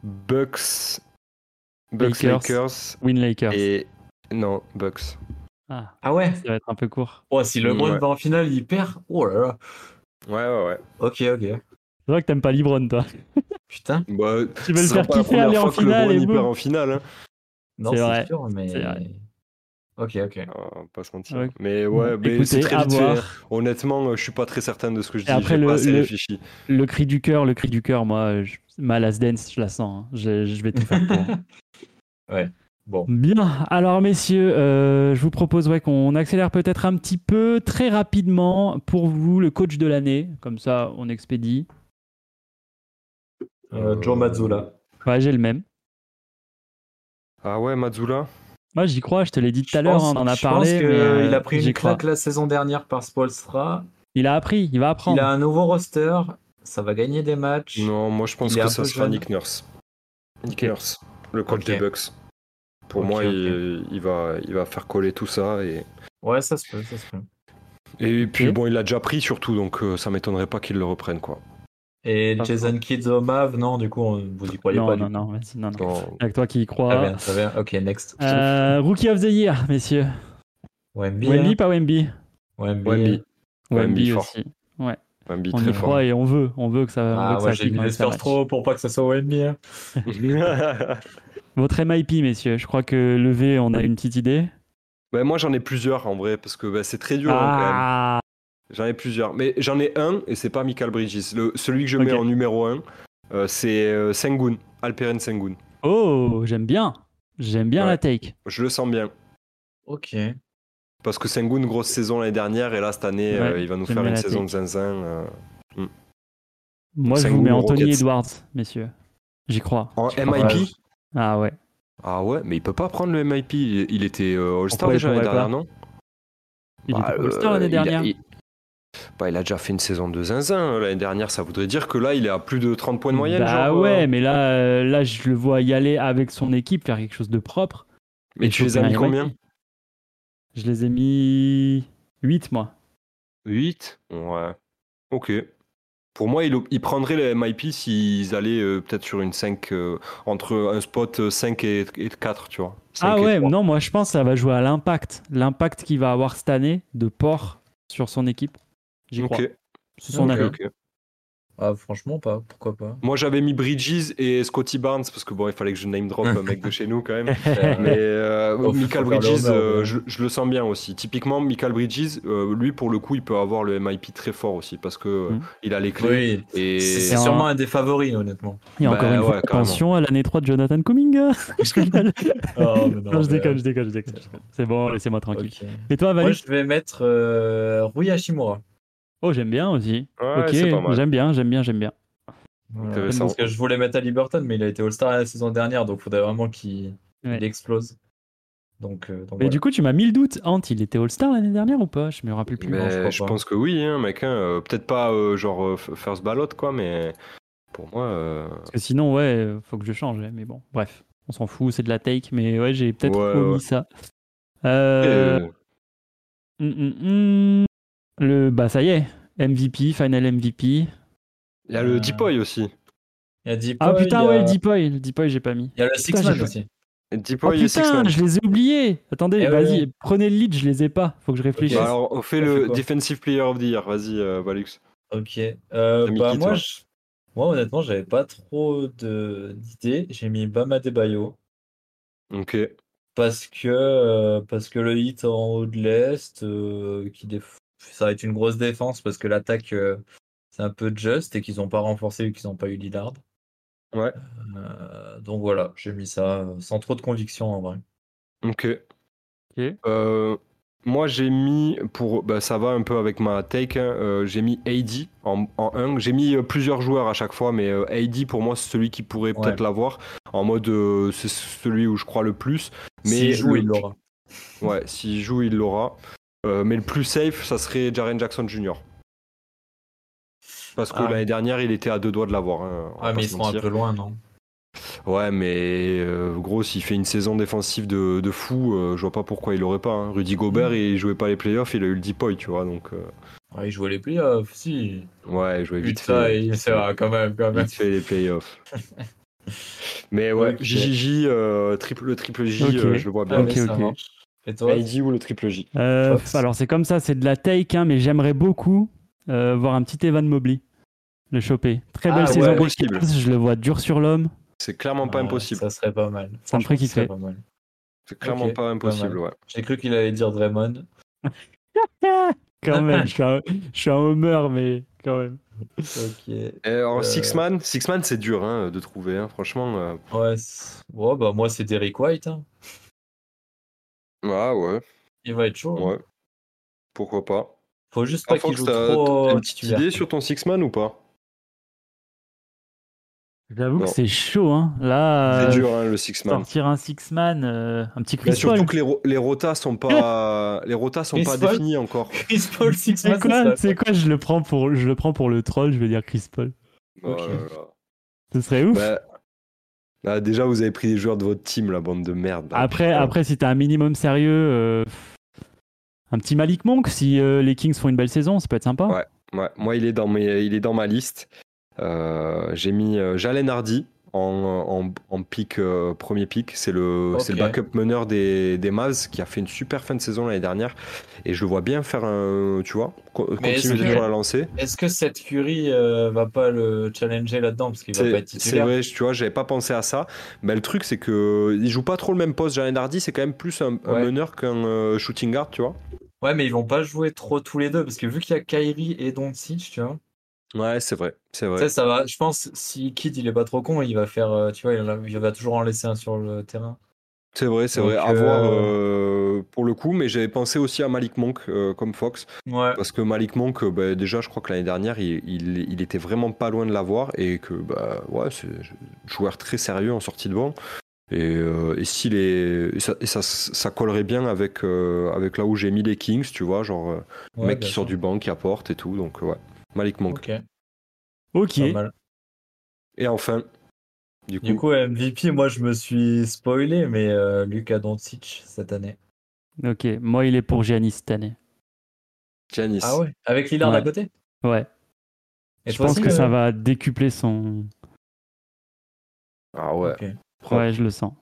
[SPEAKER 5] Bucks, Bucks
[SPEAKER 1] Lakers.
[SPEAKER 5] Lakers
[SPEAKER 1] Win Lakers.
[SPEAKER 5] et non Bucks.
[SPEAKER 1] Ah,
[SPEAKER 4] Ah ouais
[SPEAKER 1] ça va être un peu court.
[SPEAKER 4] oh, Si LeBron
[SPEAKER 5] Ouais.
[SPEAKER 4] va en finale, il perd. Oh là là.
[SPEAKER 5] Ouais, ouais, ouais.
[SPEAKER 4] Ok, ok.
[SPEAKER 1] C'est vrai que t'aimes pas Libron, toi. (laughs)
[SPEAKER 4] Putain.
[SPEAKER 5] Bah,
[SPEAKER 1] Tu veux le
[SPEAKER 5] ce sera
[SPEAKER 1] faire
[SPEAKER 5] pas
[SPEAKER 1] kiffer,
[SPEAKER 5] la première
[SPEAKER 1] aller en
[SPEAKER 5] fois que
[SPEAKER 1] finale
[SPEAKER 5] LeBron,
[SPEAKER 1] et
[SPEAKER 5] il perd
[SPEAKER 1] boum.
[SPEAKER 5] en finale, hein.
[SPEAKER 4] Non,
[SPEAKER 1] C'est
[SPEAKER 4] c'est
[SPEAKER 1] vrai.
[SPEAKER 4] sûr, mais.
[SPEAKER 1] C'est vrai.
[SPEAKER 4] Ok, ok.
[SPEAKER 5] Ah, on va pas se mentir.
[SPEAKER 1] Ouais.
[SPEAKER 5] Mais ouais, mais c'est
[SPEAKER 1] Écoutez,
[SPEAKER 5] très
[SPEAKER 1] à
[SPEAKER 5] vite fait,
[SPEAKER 1] voir.
[SPEAKER 5] hein. Honnêtement, euh, je suis pas très certain de ce que je
[SPEAKER 1] Et
[SPEAKER 5] dis.
[SPEAKER 1] après,
[SPEAKER 5] J'ai
[SPEAKER 1] le-
[SPEAKER 5] pas assez
[SPEAKER 1] le-
[SPEAKER 5] réfléchi.
[SPEAKER 1] Le cri du cœur, le cri du cœur, moi, je, ma last dance, je la sens. hein. Je, je vais tout faire pour.
[SPEAKER 4] (laughs) Bon.
[SPEAKER 1] Bien. Alors, messieurs, euh, je vous propose ouais, qu'on accélère peut-être un petit peu, très rapidement, pour vous, le coach de l'année. Comme ça, on expédie.
[SPEAKER 4] Euh, Joe Mazzulla.
[SPEAKER 1] Ouais, Bah, j'ai le même.
[SPEAKER 5] Ah ouais, Mazula.
[SPEAKER 1] Moi, j'y crois, je te l'ai dit tout à
[SPEAKER 4] Je
[SPEAKER 1] l'heure,
[SPEAKER 4] pense-
[SPEAKER 1] hein, on en a
[SPEAKER 4] je
[SPEAKER 1] parlé.
[SPEAKER 4] pense que
[SPEAKER 1] mais, euh,
[SPEAKER 4] il a pris
[SPEAKER 1] j'y
[SPEAKER 4] une
[SPEAKER 1] crois.
[SPEAKER 4] claque la saison dernière par Spolstra.
[SPEAKER 1] Il a appris, il va apprendre.
[SPEAKER 4] Il a un nouveau roster. Ça va gagner des matchs.
[SPEAKER 5] Non, moi je pense
[SPEAKER 4] Il est
[SPEAKER 5] que
[SPEAKER 4] un
[SPEAKER 5] ça
[SPEAKER 4] peu
[SPEAKER 5] sera
[SPEAKER 4] jeune.
[SPEAKER 5] Nick Nurse. Nick
[SPEAKER 4] Ok.
[SPEAKER 5] Nurse, le coach
[SPEAKER 4] Ok.
[SPEAKER 5] des Bucks. Pour
[SPEAKER 4] Ok,
[SPEAKER 5] moi,
[SPEAKER 4] ok.
[SPEAKER 5] Il, il va, il va faire coller tout ça et.
[SPEAKER 4] Ouais, ça se peut, ça se peut.
[SPEAKER 5] Et puis
[SPEAKER 1] Ok.
[SPEAKER 5] bon, il l'a déjà pris surtout, donc euh, ça m'étonnerait pas qu'il le reprenne quoi.
[SPEAKER 4] Et
[SPEAKER 1] Pas
[SPEAKER 4] Jason Kidd au Mav, non, du coup, on- vous y croyez
[SPEAKER 1] non,
[SPEAKER 4] pas.
[SPEAKER 1] non,
[SPEAKER 4] du
[SPEAKER 1] non, vas-y, non, non.
[SPEAKER 5] Non.
[SPEAKER 1] Avec toi qui y
[SPEAKER 4] coup.
[SPEAKER 1] crois.
[SPEAKER 4] Très bien, très bien. Ok, next.
[SPEAKER 1] Euh, rookie of the Year, messieurs.
[SPEAKER 4] Wemby.
[SPEAKER 1] Wemby, pas Wemby
[SPEAKER 4] Wemby.
[SPEAKER 1] euh,
[SPEAKER 5] Wemby, Wemby
[SPEAKER 1] Wemby
[SPEAKER 5] fort.
[SPEAKER 1] aussi.
[SPEAKER 5] Wemby
[SPEAKER 1] On
[SPEAKER 5] très
[SPEAKER 1] y
[SPEAKER 5] fort.
[SPEAKER 1] croit et on veut, on veut que ça. on veut
[SPEAKER 4] Ah,
[SPEAKER 1] que
[SPEAKER 4] moi,
[SPEAKER 1] ça
[SPEAKER 4] j'ai
[SPEAKER 1] clique,
[SPEAKER 4] mis
[SPEAKER 1] on veut
[SPEAKER 4] les
[SPEAKER 1] que ça
[SPEAKER 4] Spurs
[SPEAKER 1] matche.
[SPEAKER 4] trop pour pas que ça soit Wemby. hein.
[SPEAKER 1] Votre MIP, messieurs, je crois que levé, on a une petite idée.
[SPEAKER 5] (laughs) Ben, moi j'en ai plusieurs en vrai, parce que ben, c'est très dur hein, quand même.
[SPEAKER 1] Ah,
[SPEAKER 5] J'en ai plusieurs. Mais j'en ai un, et c'est pas Michael Bridges. Le, celui que je mets
[SPEAKER 1] Ok.
[SPEAKER 5] en numéro un, euh, c'est euh, Sengun, Alperen Sengun.
[SPEAKER 1] Oh, j'aime bien. J'aime bien
[SPEAKER 5] Ouais.
[SPEAKER 1] la take.
[SPEAKER 5] Je le sens bien.
[SPEAKER 4] Ok.
[SPEAKER 5] Parce que Sengun, grosse saison l'année dernière, et là, cette année,
[SPEAKER 1] Ouais,
[SPEAKER 5] euh, il va nous
[SPEAKER 1] j'aime
[SPEAKER 5] faire
[SPEAKER 1] bien
[SPEAKER 5] une
[SPEAKER 1] la
[SPEAKER 5] saison
[SPEAKER 1] take.
[SPEAKER 5] de zinzin. euh,
[SPEAKER 1] Moi, je
[SPEAKER 5] Sengun
[SPEAKER 1] vous mets
[SPEAKER 5] ou
[SPEAKER 1] Anthony
[SPEAKER 5] Rockets.
[SPEAKER 1] Edwards, messieurs. J'y crois.
[SPEAKER 5] En
[SPEAKER 1] J'y crois.
[SPEAKER 5] MIP
[SPEAKER 4] ouais.
[SPEAKER 1] Ah ouais.
[SPEAKER 5] Ah ouais, mais il peut pas prendre le MIP. Il, il était euh, All-Star
[SPEAKER 1] Pourquoi il
[SPEAKER 5] déjà l'année
[SPEAKER 1] pourrait pas
[SPEAKER 5] dernière, non
[SPEAKER 1] Il
[SPEAKER 5] Bah,
[SPEAKER 1] était
[SPEAKER 5] euh,
[SPEAKER 1] All-Star l'année
[SPEAKER 5] il a-
[SPEAKER 1] dernière.
[SPEAKER 5] il- Bah, il a déjà fait une saison de zinzin euh, l'année dernière, ça voudrait dire que là, il est à plus de 30 points de moyenne.
[SPEAKER 1] Bah
[SPEAKER 5] genre, euh,
[SPEAKER 1] ouais, mais là, euh, là, je le vois y aller avec son équipe, faire quelque chose de propre.
[SPEAKER 5] Mais
[SPEAKER 1] Et
[SPEAKER 5] tu les as
[SPEAKER 1] choper
[SPEAKER 5] mis
[SPEAKER 1] un
[SPEAKER 5] combien
[SPEAKER 1] MVP. Je les ai mis 8, moi.
[SPEAKER 5] 8 Ouais. Ok. Pour moi, il, il prendrait les MIP s'ils allaient euh, peut-être sur une 5, euh, entre un spot euh, 5 et, et 4, tu vois. 5
[SPEAKER 1] Ah
[SPEAKER 5] et
[SPEAKER 1] ouais,
[SPEAKER 5] 3.
[SPEAKER 1] non, moi je pense que ça va jouer à l'impact. L'impact qu'il va avoir cette année de Port sur son équipe. J'y
[SPEAKER 5] Ok,
[SPEAKER 1] crois. C'est son
[SPEAKER 4] Ok.
[SPEAKER 1] avis.
[SPEAKER 5] ok.
[SPEAKER 4] Ah, franchement, pas.
[SPEAKER 1] (laughs)
[SPEAKER 4] Pourquoi pas
[SPEAKER 5] Moi, j'avais mis Bridges et Scotty Barnes, parce que bon, il fallait que je name
[SPEAKER 1] (laughs)
[SPEAKER 5] drop un mec de chez nous quand même.
[SPEAKER 4] Euh,
[SPEAKER 5] Mais euh,
[SPEAKER 4] Faut- faut
[SPEAKER 5] Michael
[SPEAKER 4] faire
[SPEAKER 5] Bridges,
[SPEAKER 4] l'honneur,
[SPEAKER 5] euh,
[SPEAKER 4] ouais.
[SPEAKER 5] je, je le sens bien aussi. Typiquement, Michael Bridges, euh, lui, pour le coup, il peut avoir le MIP très fort aussi parce que euh,
[SPEAKER 1] Mm.
[SPEAKER 5] il a les clés.
[SPEAKER 4] (laughs) Oui.
[SPEAKER 5] Et
[SPEAKER 4] C'est
[SPEAKER 1] Et
[SPEAKER 4] c'est
[SPEAKER 1] en-
[SPEAKER 4] sûrement un des
[SPEAKER 1] (laughs)
[SPEAKER 4] favoris, honnêtement.
[SPEAKER 1] Et encore
[SPEAKER 5] Bah
[SPEAKER 1] une
[SPEAKER 5] ouais,
[SPEAKER 1] fois,
[SPEAKER 5] carrément.
[SPEAKER 1] attention à l'année 3 de Jonathan Cumming.
[SPEAKER 4] (laughs) Oh,
[SPEAKER 1] Non,
[SPEAKER 4] mais non,
[SPEAKER 1] je
[SPEAKER 4] mais-
[SPEAKER 1] déconne, je déconne, je déconne. C'est bon, laissez-moi tranquille.
[SPEAKER 4] Ok.
[SPEAKER 1] Et toi, Valis
[SPEAKER 4] Moi, je vais mettre euh, Rui Hashimura.
[SPEAKER 1] Oh, j'aime bien aussi.
[SPEAKER 5] Ouais, c'est pas
[SPEAKER 1] ok,
[SPEAKER 5] mal.
[SPEAKER 1] j'aime bien, j'aime bien, j'aime bien.
[SPEAKER 4] Voilà.
[SPEAKER 5] Intéressant.
[SPEAKER 4] Parce que je voulais mettre à Liberton, mais il a été All-Star la saison dernière, donc faudrait vraiment qu'il il
[SPEAKER 1] Ouais.
[SPEAKER 4] explose. Donc, euh, donc
[SPEAKER 1] Mais
[SPEAKER 4] voilà.
[SPEAKER 1] du coup, tu m'as mis le doute. Ant, il était All-Star l'année dernière ou pas Je me rappelle plus.
[SPEAKER 5] Mais
[SPEAKER 4] Non, je crois
[SPEAKER 5] je,
[SPEAKER 4] pas.
[SPEAKER 5] pense que oui, hein, mec. hein, euh, Peut-être pas euh, genre euh, f- first ballot, quoi, mais pour moi, euh,
[SPEAKER 1] Parce que sinon, ouais, euh, faut que je change. Mais bon, bref, on s'en fout, c'est de la take. Mais ouais, j'ai peut-être
[SPEAKER 5] Ouais,
[SPEAKER 1] omis
[SPEAKER 5] ouais.
[SPEAKER 1] ça. Euh,
[SPEAKER 5] euh,
[SPEAKER 1] hum, hum, hum. Le, bah, ça y est. MVP, final MVP.
[SPEAKER 5] il y a le
[SPEAKER 4] euh,
[SPEAKER 5] Deepoy aussi.
[SPEAKER 4] Il y a Deep
[SPEAKER 1] Ah
[SPEAKER 4] Boy,
[SPEAKER 1] putain,
[SPEAKER 4] il y a-
[SPEAKER 1] ouais, le Deepoy. Le Deepoy, j'ai pas mis.
[SPEAKER 4] Il y a le
[SPEAKER 1] Putain,
[SPEAKER 4] Six Man
[SPEAKER 1] j'ai-
[SPEAKER 4] aussi.
[SPEAKER 1] Oh
[SPEAKER 5] Deepoy et
[SPEAKER 1] putain,
[SPEAKER 5] Sexton.
[SPEAKER 1] je les ai oubliés. Attendez,
[SPEAKER 4] Eh
[SPEAKER 1] vas-y,
[SPEAKER 4] ouais.
[SPEAKER 1] prenez le lead, je les ai pas. Faut que je réfléchisse.
[SPEAKER 5] Bah alors, on fait
[SPEAKER 4] Ça fait
[SPEAKER 5] le
[SPEAKER 4] quoi
[SPEAKER 5] Defensive Player of the Year. Vas-y, euh, Valux.
[SPEAKER 4] Ok. Euh,
[SPEAKER 5] T'as mis
[SPEAKER 4] bah,
[SPEAKER 5] qui,
[SPEAKER 4] moi,
[SPEAKER 5] toi
[SPEAKER 4] je- moi, honnêtement, j'avais pas trop de- d'idées. J'ai mis Bama Debayo
[SPEAKER 5] Ok.
[SPEAKER 4] parce que, euh, parce que le hit en haut de l'Est, euh, qui déf- ça va être une grosse défense parce que l'attaque, euh, c'est un peu juste et qu'ils ont pas renforcé vu qu'ils n'ont pas eu Lillard.
[SPEAKER 5] Ouais.
[SPEAKER 4] Euh, donc voilà, j'ai mis ça euh, sans trop de conviction en vrai.
[SPEAKER 5] Ok. Euh, moi, j'ai mis, pour, bah, ça va un peu avec ma take, hein, euh, j'ai mis AD en, en 1. J'ai mis euh, plusieurs joueurs à chaque fois, mais euh, AD pour moi, c'est celui qui pourrait
[SPEAKER 4] Ouais.
[SPEAKER 5] peut-être l'avoir. En mode, euh, c'est celui où je crois le plus. Mais
[SPEAKER 4] S'il joue,
[SPEAKER 5] le-
[SPEAKER 4] il l'aura.
[SPEAKER 5] Ouais, s'il joue, il l'aura. Euh, mais le plus safe, ça serait Jaren Jackson Jr. Parce que
[SPEAKER 4] Ah.
[SPEAKER 5] l'année dernière, il était à deux doigts de l'avoir. hein, on va
[SPEAKER 4] Ah,
[SPEAKER 5] pas
[SPEAKER 4] mais ils
[SPEAKER 5] se
[SPEAKER 4] seront un
[SPEAKER 5] mentir.
[SPEAKER 4] peu loin, non?
[SPEAKER 5] Ouais, mais euh, gros, s'il fait une saison défensive de, de fou, euh, je vois pas pourquoi il l'aurait pas. hein. Rudy Gobert,
[SPEAKER 4] Mm.
[SPEAKER 5] il jouait pas les playoffs, il a eu le deep tu vois, donc euh,
[SPEAKER 4] Ouais, ils jouaient les playoffs, si.
[SPEAKER 5] ouais, il jouait vite
[SPEAKER 4] Putain,
[SPEAKER 5] fait,
[SPEAKER 4] il ça va, quand même, quand même.
[SPEAKER 5] vite fait les
[SPEAKER 4] (laughs)
[SPEAKER 5] playoffs. mais ouais,
[SPEAKER 4] Ok.
[SPEAKER 5] JJJ, euh, triple, le triple J,
[SPEAKER 1] Ok.
[SPEAKER 5] euh, je le vois
[SPEAKER 4] Ah,
[SPEAKER 5] bien.
[SPEAKER 4] mais
[SPEAKER 1] Ok,
[SPEAKER 4] ça
[SPEAKER 1] ok.
[SPEAKER 4] marche. Et toi?
[SPEAKER 5] ID ou le triple J.
[SPEAKER 1] Euh,
[SPEAKER 4] Fox.
[SPEAKER 1] alors c'est comme ça, c'est de la take, hein, mais j'aimerais beaucoup euh, voir un petit Evan Mobley le choper. Très belle
[SPEAKER 4] Ah
[SPEAKER 1] saison
[SPEAKER 4] ouais,
[SPEAKER 1] des
[SPEAKER 5] possible.
[SPEAKER 1] Cavs, je le vois dur sur l'homme. (laughs)
[SPEAKER 5] C'est clairement pas
[SPEAKER 4] Ouais,
[SPEAKER 5] impossible.
[SPEAKER 4] Ça serait pas mal.
[SPEAKER 1] Ça me ferait
[SPEAKER 4] Franchement, ça serait
[SPEAKER 1] kiffer.
[SPEAKER 4] pas mal.
[SPEAKER 5] C'est clairement
[SPEAKER 4] ok,
[SPEAKER 5] pas impossible,
[SPEAKER 4] mal.
[SPEAKER 5] ouais.
[SPEAKER 4] J'ai cru qu'il allait dire Draymond.
[SPEAKER 1] Ah, quand même, je suis, un, je suis un homer, mais quand même.
[SPEAKER 4] Ok.
[SPEAKER 5] Et alors,
[SPEAKER 4] Euh,
[SPEAKER 5] Six Man, Six Man, c'est dur hein, de trouver, hein, franchement. euh,
[SPEAKER 4] Ouais, c'est- ouais, bah moi c'est Derrick White. hein.
[SPEAKER 5] Ouais, Ah ouais,
[SPEAKER 4] Il va être chaud. hein.
[SPEAKER 5] ouais. Ah, Pourquoi pas.
[SPEAKER 4] Faut juste pas
[SPEAKER 5] Par
[SPEAKER 4] qu'il
[SPEAKER 5] Fox,
[SPEAKER 4] joue
[SPEAKER 5] t'as
[SPEAKER 4] trop
[SPEAKER 5] t'as
[SPEAKER 4] en
[SPEAKER 5] une petite
[SPEAKER 4] titulaire.
[SPEAKER 5] idée sur ton Six Man ou pas
[SPEAKER 1] J'avoue que
[SPEAKER 5] Bon.
[SPEAKER 1] c'est chaud, hein. Là,
[SPEAKER 5] C'est
[SPEAKER 1] euh,
[SPEAKER 5] dur, hein, le six man.
[SPEAKER 1] sortir un six man, euh, un
[SPEAKER 4] Bah,
[SPEAKER 1] petit
[SPEAKER 5] Mais
[SPEAKER 1] Chris Paul.
[SPEAKER 5] surtout que les, ro- les rotas
[SPEAKER 1] (laughs)
[SPEAKER 5] sont pas, les rotas sont
[SPEAKER 4] Chris
[SPEAKER 5] pas
[SPEAKER 4] Paul
[SPEAKER 5] définis encore.
[SPEAKER 4] Chris Paul six
[SPEAKER 1] C'est
[SPEAKER 4] man, ça
[SPEAKER 1] quoi,
[SPEAKER 4] serait-
[SPEAKER 1] c'est quoi je, le prends pour, je le prends pour le troll, je vais dire Chris Paul.
[SPEAKER 5] Oh là
[SPEAKER 1] Ce serait ouf.
[SPEAKER 5] là. Bah, ah, déjà, vous avez pris des joueurs de votre team, la bande de merde. là,
[SPEAKER 1] Après,
[SPEAKER 5] putain.
[SPEAKER 1] après, si t'as un minimum sérieux, euh, un petit Malik Monk, si euh, les Kings font une belle saison, ça peut être sympa.
[SPEAKER 5] Ouais. Ouais, moi, il est dans, mes, il est dans ma liste. Euh, J'ai mis euh, Jalen Hardy en, en, en pick, euh, premier pick. C'est le, c'est le
[SPEAKER 4] Ok.
[SPEAKER 5] backup meneur des, des Mavs qui a fait une super fin de saison l'année dernière. Et je le vois bien faire un. Tu vois, co-
[SPEAKER 4] Mais est-ce
[SPEAKER 5] continuer
[SPEAKER 4] que-
[SPEAKER 5] toujours à lancer.
[SPEAKER 4] Est-ce que cette Curry euh, va pas le challenger là-dedans parce qu'il va pas être
[SPEAKER 5] C'est c'est
[SPEAKER 4] titulaire
[SPEAKER 5] vrai, tu vois, j'avais pas pensé à ça. Mais le truc, c'est que il joue pas trop le même poste. Jalen Hardy, c'est quand même plus un, un
[SPEAKER 4] Ouais.
[SPEAKER 5] meneur qu'un euh, shooting guard, tu vois.
[SPEAKER 4] Ouais, mais ils vont pas jouer trop tous les deux parce que vu qu'il y a Kyrie et Doncic, tu vois,
[SPEAKER 5] Ouais, c'est vrai, c'est
[SPEAKER 4] Tu
[SPEAKER 5] vrai.
[SPEAKER 4] sais, ça va. Je pense si Kid il est pas trop con, il va faire, euh, tu vois, il, en a- il va toujours en laisser un sur le terrain.
[SPEAKER 5] C'est vrai, c'est
[SPEAKER 4] Donc,
[SPEAKER 5] vrai. À
[SPEAKER 4] euh,
[SPEAKER 5] voir euh, pour le coup, mais j'avais pensé aussi à Malik Monk euh, comme Fox.
[SPEAKER 4] Ouais.
[SPEAKER 5] Parce que Malik Monk, euh, bah, déjà, je crois que l'année dernière, il, il- il était vraiment pas loin de l'avoir et que, bah, ouais, c'est un joueur très sérieux en sortie de banc. Et, euh, et s'il est, et ça, et ça, ça collerait bien avec, euh, avec là où j'ai mis les Kings, tu vois, genre euh,
[SPEAKER 4] ouais,
[SPEAKER 5] mec
[SPEAKER 4] bien
[SPEAKER 5] qui sort
[SPEAKER 4] sûr.
[SPEAKER 5] du banc, qui apporte et tout. Donc, ouais, Malik Monk.
[SPEAKER 4] Ok.
[SPEAKER 1] Ok.
[SPEAKER 4] Pas mal.
[SPEAKER 5] Et enfin, du coup,
[SPEAKER 4] Du coup, MVP, moi je me suis spoilé, mais euh, Luka Doncic cette année.
[SPEAKER 1] Ok. Moi, il est pour Giannis cette année.
[SPEAKER 5] Giannis.
[SPEAKER 4] Ah ouais Avec Lillard
[SPEAKER 1] Ouais.
[SPEAKER 4] à côté
[SPEAKER 1] Ouais.
[SPEAKER 4] Et
[SPEAKER 1] je
[SPEAKER 4] toi
[SPEAKER 1] pense
[SPEAKER 4] aussi,
[SPEAKER 1] que ça
[SPEAKER 4] euh
[SPEAKER 1] va décupler son.
[SPEAKER 5] Ah ouais.
[SPEAKER 4] Ok.
[SPEAKER 5] propre.
[SPEAKER 1] Ouais, je le sens.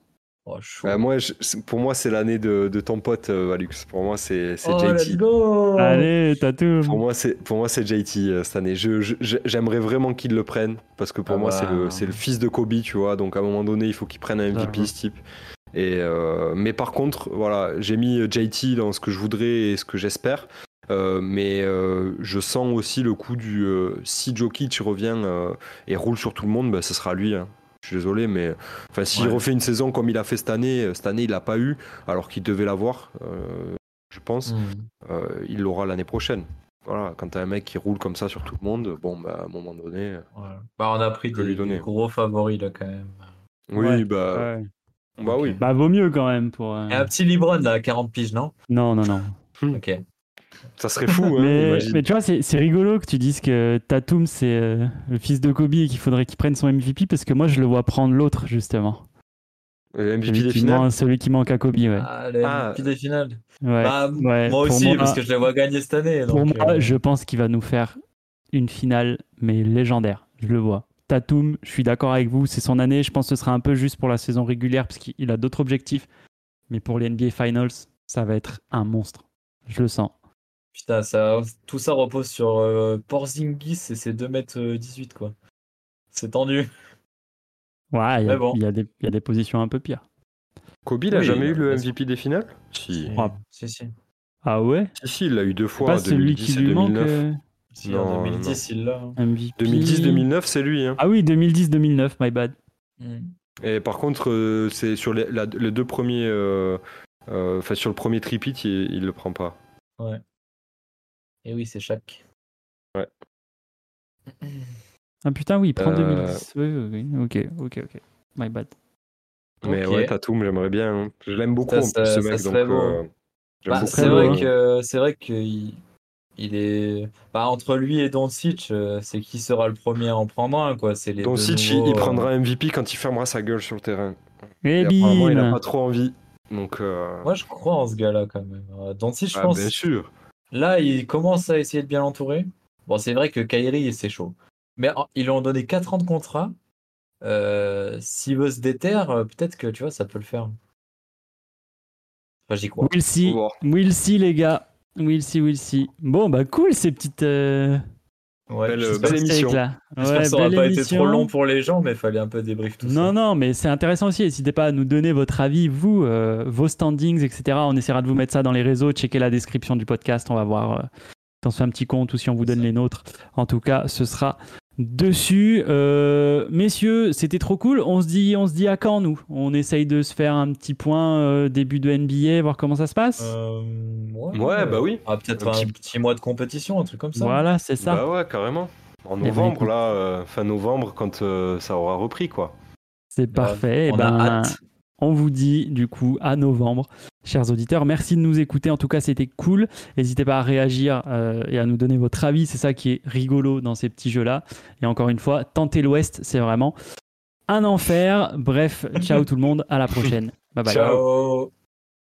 [SPEAKER 4] Oh, chaud.
[SPEAKER 5] Bah, moi, je- c'est- pour moi, c'est l'année de, de ton pote, euh, Valux. Pour moi, c'est c'est
[SPEAKER 4] oh, let's
[SPEAKER 5] JT.
[SPEAKER 4] go
[SPEAKER 1] Allez, Tatum.
[SPEAKER 4] Hmm.
[SPEAKER 5] Pour moi, c'est pour moi, c'est JT euh, cette année. Je- je- je- J'aimerais vraiment qu'il le prenne parce que pour
[SPEAKER 4] Ah
[SPEAKER 5] moi,
[SPEAKER 4] bah.
[SPEAKER 5] c'est le, c'est le fils de Kobe, tu vois. Donc à un moment donné, il faut qu'il prenne un MVP
[SPEAKER 1] Clairement.
[SPEAKER 5] ce type. Et euh, mais par contre, voilà, j'ai mis JT dans ce que je voudrais et ce que j'espère. Euh, mais euh, je sens aussi le coup du euh, si Jokic revient euh, et roule sur tout le monde, bah, ce sera lui. hein. Je suis désolé, mais enfin, s'il
[SPEAKER 4] Ouais.
[SPEAKER 5] refait une saison comme il a fait cette année, euh, cette année il l'a pas eu, alors qu'il devait l'avoir, euh, je pense
[SPEAKER 4] Hmm.
[SPEAKER 5] euh, il l'aura l'année prochaine. Voilà, quand t'as un mec qui roule comme ça sur tout le monde, bon, bah, à un moment donné. euh,
[SPEAKER 4] Ouais. Bah, on a pris
[SPEAKER 5] Que lui
[SPEAKER 4] des,
[SPEAKER 5] donner.
[SPEAKER 4] des gros favoris là quand même.
[SPEAKER 5] Oui,
[SPEAKER 1] Ouais.
[SPEAKER 5] bah,
[SPEAKER 1] Ouais.
[SPEAKER 5] bah
[SPEAKER 4] Ok.
[SPEAKER 5] oui.
[SPEAKER 1] Bah, vaut mieux quand même pour. euh,
[SPEAKER 4] Et un petit Libron là, à 40 piges, non
[SPEAKER 1] Non, non, non.
[SPEAKER 4] Ok.
[SPEAKER 5] Ça serait
[SPEAKER 4] (laughs)
[SPEAKER 5] fou, hein,
[SPEAKER 1] mais,
[SPEAKER 5] imagine.
[SPEAKER 1] mais tu vois, c'est c'est rigolo que tu dises que Tatum, c'est euh, le fils de Kobe et qu'il faudrait qu'il prenne son MVP parce que moi, je le vois prendre l'autre, justement.
[SPEAKER 5] Le MVP
[SPEAKER 1] Celui
[SPEAKER 5] des
[SPEAKER 1] qui,
[SPEAKER 5] finales.
[SPEAKER 1] manque- celui qui manque à Kobe, ouais.
[SPEAKER 4] Ah, le
[SPEAKER 5] Ah.
[SPEAKER 4] MVP des finales.
[SPEAKER 1] Ouais.
[SPEAKER 4] Bah,
[SPEAKER 1] ouais,
[SPEAKER 4] moi
[SPEAKER 1] pour
[SPEAKER 4] aussi,
[SPEAKER 1] moi-
[SPEAKER 4] parce que je les vois gagner cette année.
[SPEAKER 1] Pour
[SPEAKER 4] donc,
[SPEAKER 1] moi,
[SPEAKER 4] euh,
[SPEAKER 1] je pense qu'il va nous faire une finale, mais légendaire. Je le vois. Tatum, je suis d'accord avec vous, c'est son année. Je pense que ce sera un peu juste pour la saison régulière, parce qu'il a d'autres objectifs. Mais pour les NBA Finals, ça va être un monstre. Je le sens.
[SPEAKER 4] Putain, ça, tout ça repose sur euh, Porzingis et ses 2m18, quoi. C'est tendu.
[SPEAKER 1] Ouais, il y, a-
[SPEAKER 4] Mais bon.
[SPEAKER 1] il y a des- il y a des positions un peu pires.
[SPEAKER 5] Kobe, il a
[SPEAKER 4] Oui,
[SPEAKER 5] jamais eu
[SPEAKER 4] bien
[SPEAKER 5] le
[SPEAKER 4] sûr.
[SPEAKER 5] MVP des finales si.
[SPEAKER 1] Ah.
[SPEAKER 4] Si, si.
[SPEAKER 1] Ah ouais
[SPEAKER 5] si, si, il l'a eu deux fois.
[SPEAKER 1] Pas
[SPEAKER 5] en
[SPEAKER 1] celui
[SPEAKER 5] 2010
[SPEAKER 1] qui
[SPEAKER 5] et
[SPEAKER 1] lui manque
[SPEAKER 5] 2009.
[SPEAKER 1] euh,
[SPEAKER 4] Si,
[SPEAKER 5] Non,
[SPEAKER 4] en 2010, il l'a. hein.
[SPEAKER 1] MVP.
[SPEAKER 5] 2010-2009, c'est lui. hein.
[SPEAKER 1] Ah oui, 2010-2009, my bad.
[SPEAKER 4] Mm.
[SPEAKER 5] Et par contre, euh, c'est sur les, la- les deux premiers. euh, euh, Enfin, sur le premier tripit, il, il le prend pas.
[SPEAKER 4] Et Eh oui, c'est Shaq. (clears throat)
[SPEAKER 5] Ouais.
[SPEAKER 1] Ah putain, oui, il prend
[SPEAKER 5] Euh.
[SPEAKER 1] 2010. Oui, oui, oui. Ok, ok, ok. My bad.
[SPEAKER 5] Mais
[SPEAKER 4] Ok.
[SPEAKER 5] ouais, Tatum, j'aimerais bien. hein. Je l'aime beaucoup
[SPEAKER 4] Ça,
[SPEAKER 5] en plus,
[SPEAKER 4] ça-
[SPEAKER 5] ce
[SPEAKER 4] ça
[SPEAKER 5] mec. Donc,
[SPEAKER 4] serait beau.
[SPEAKER 5] euh, j'aime
[SPEAKER 4] Bah,
[SPEAKER 5] beaucoup. hein.
[SPEAKER 4] c'est
[SPEAKER 1] le
[SPEAKER 4] vrai
[SPEAKER 1] voir.
[SPEAKER 4] que c'est vrai que il, il est bah, entre lui et Doncic, euh, c'est qui sera le premier à en prendre un quoi. C'est les deux
[SPEAKER 5] Doncic, il-
[SPEAKER 4] nouveaux,
[SPEAKER 5] il
[SPEAKER 4] euh,
[SPEAKER 5] prendra MVP quand il fermera sa gueule sur le terrain.
[SPEAKER 1] Et,
[SPEAKER 5] Et apparemment, il n'a
[SPEAKER 1] bim.
[SPEAKER 5] pas trop envie. Donc, euh,
[SPEAKER 4] Moi, je crois en ce gars-là quand même. Euh, Doncic, je
[SPEAKER 5] ah,
[SPEAKER 4] pense.
[SPEAKER 5] bien sûr.
[SPEAKER 4] Là, il commence à essayer de bien l'entourer. Bon, c'est vrai que Kyrie, c'est chaud. Mais en- ils lui ont donné 4 ans de contrat. Euh, S'il veut se déterre, euh, peut-être que tu vois, ça peut le faire. Enfin, j'y crois.
[SPEAKER 1] We'll see.
[SPEAKER 5] Faut voir.
[SPEAKER 1] We'll see, les gars. We'll see, we'll see. Bon, bah cool ces petites. Euh...
[SPEAKER 4] Ouais,
[SPEAKER 5] belle-
[SPEAKER 4] j'espère-
[SPEAKER 5] belle
[SPEAKER 1] petites
[SPEAKER 5] émission.
[SPEAKER 1] takes, là.
[SPEAKER 4] j'espère que ça
[SPEAKER 1] Ouais,
[SPEAKER 4] aura
[SPEAKER 1] belle
[SPEAKER 4] pas été
[SPEAKER 1] émission.
[SPEAKER 4] trop long pour les gens, mais il fallait un peu débrief tout ça.
[SPEAKER 1] Non, non, mais c'est intéressant aussi. N'hésitez pas à nous donner votre avis, vous, euh, vos standings, etc. On essaiera de vous mettre ça dans les réseaux. Checkez la description du podcast. On va voir euh, si on se fait un petit compte ou si on vous donne les nôtres. En tout cas, ce sera dessus. Euh, messieurs, c'était trop cool. On se dit, on se dit à quand nous On essaye de se faire un petit point euh, début de NBA, voir comment ça se passe.
[SPEAKER 4] Euh, ouais,
[SPEAKER 5] Ouais, bah oui.
[SPEAKER 4] Ah, peut-être
[SPEAKER 5] Un
[SPEAKER 4] un,
[SPEAKER 5] petit-
[SPEAKER 4] petit... mois de compétition, un truc comme ça.
[SPEAKER 1] voilà, c'est ça.
[SPEAKER 5] Bah ouais, carrément. En
[SPEAKER 1] ben,
[SPEAKER 5] novembre,
[SPEAKER 1] écoute.
[SPEAKER 5] là, euh, fin novembre, quand euh, ça aura repris, quoi.
[SPEAKER 1] c'est parfait. Eh
[SPEAKER 4] On
[SPEAKER 1] ben,
[SPEAKER 4] a hâte.
[SPEAKER 1] On vous dit du coup à novembre, chers auditeurs. Merci de nous écouter. En tout cas, c'était cool. N'hésitez pas à réagir euh, et à nous donner votre avis. C'est ça qui est rigolo dans ces petits jeux-là. Et encore une fois, tenter l'Ouest, c'est vraiment un enfer. Bref, ciao tout le monde. À la prochaine. Bye bye.
[SPEAKER 4] Ciao.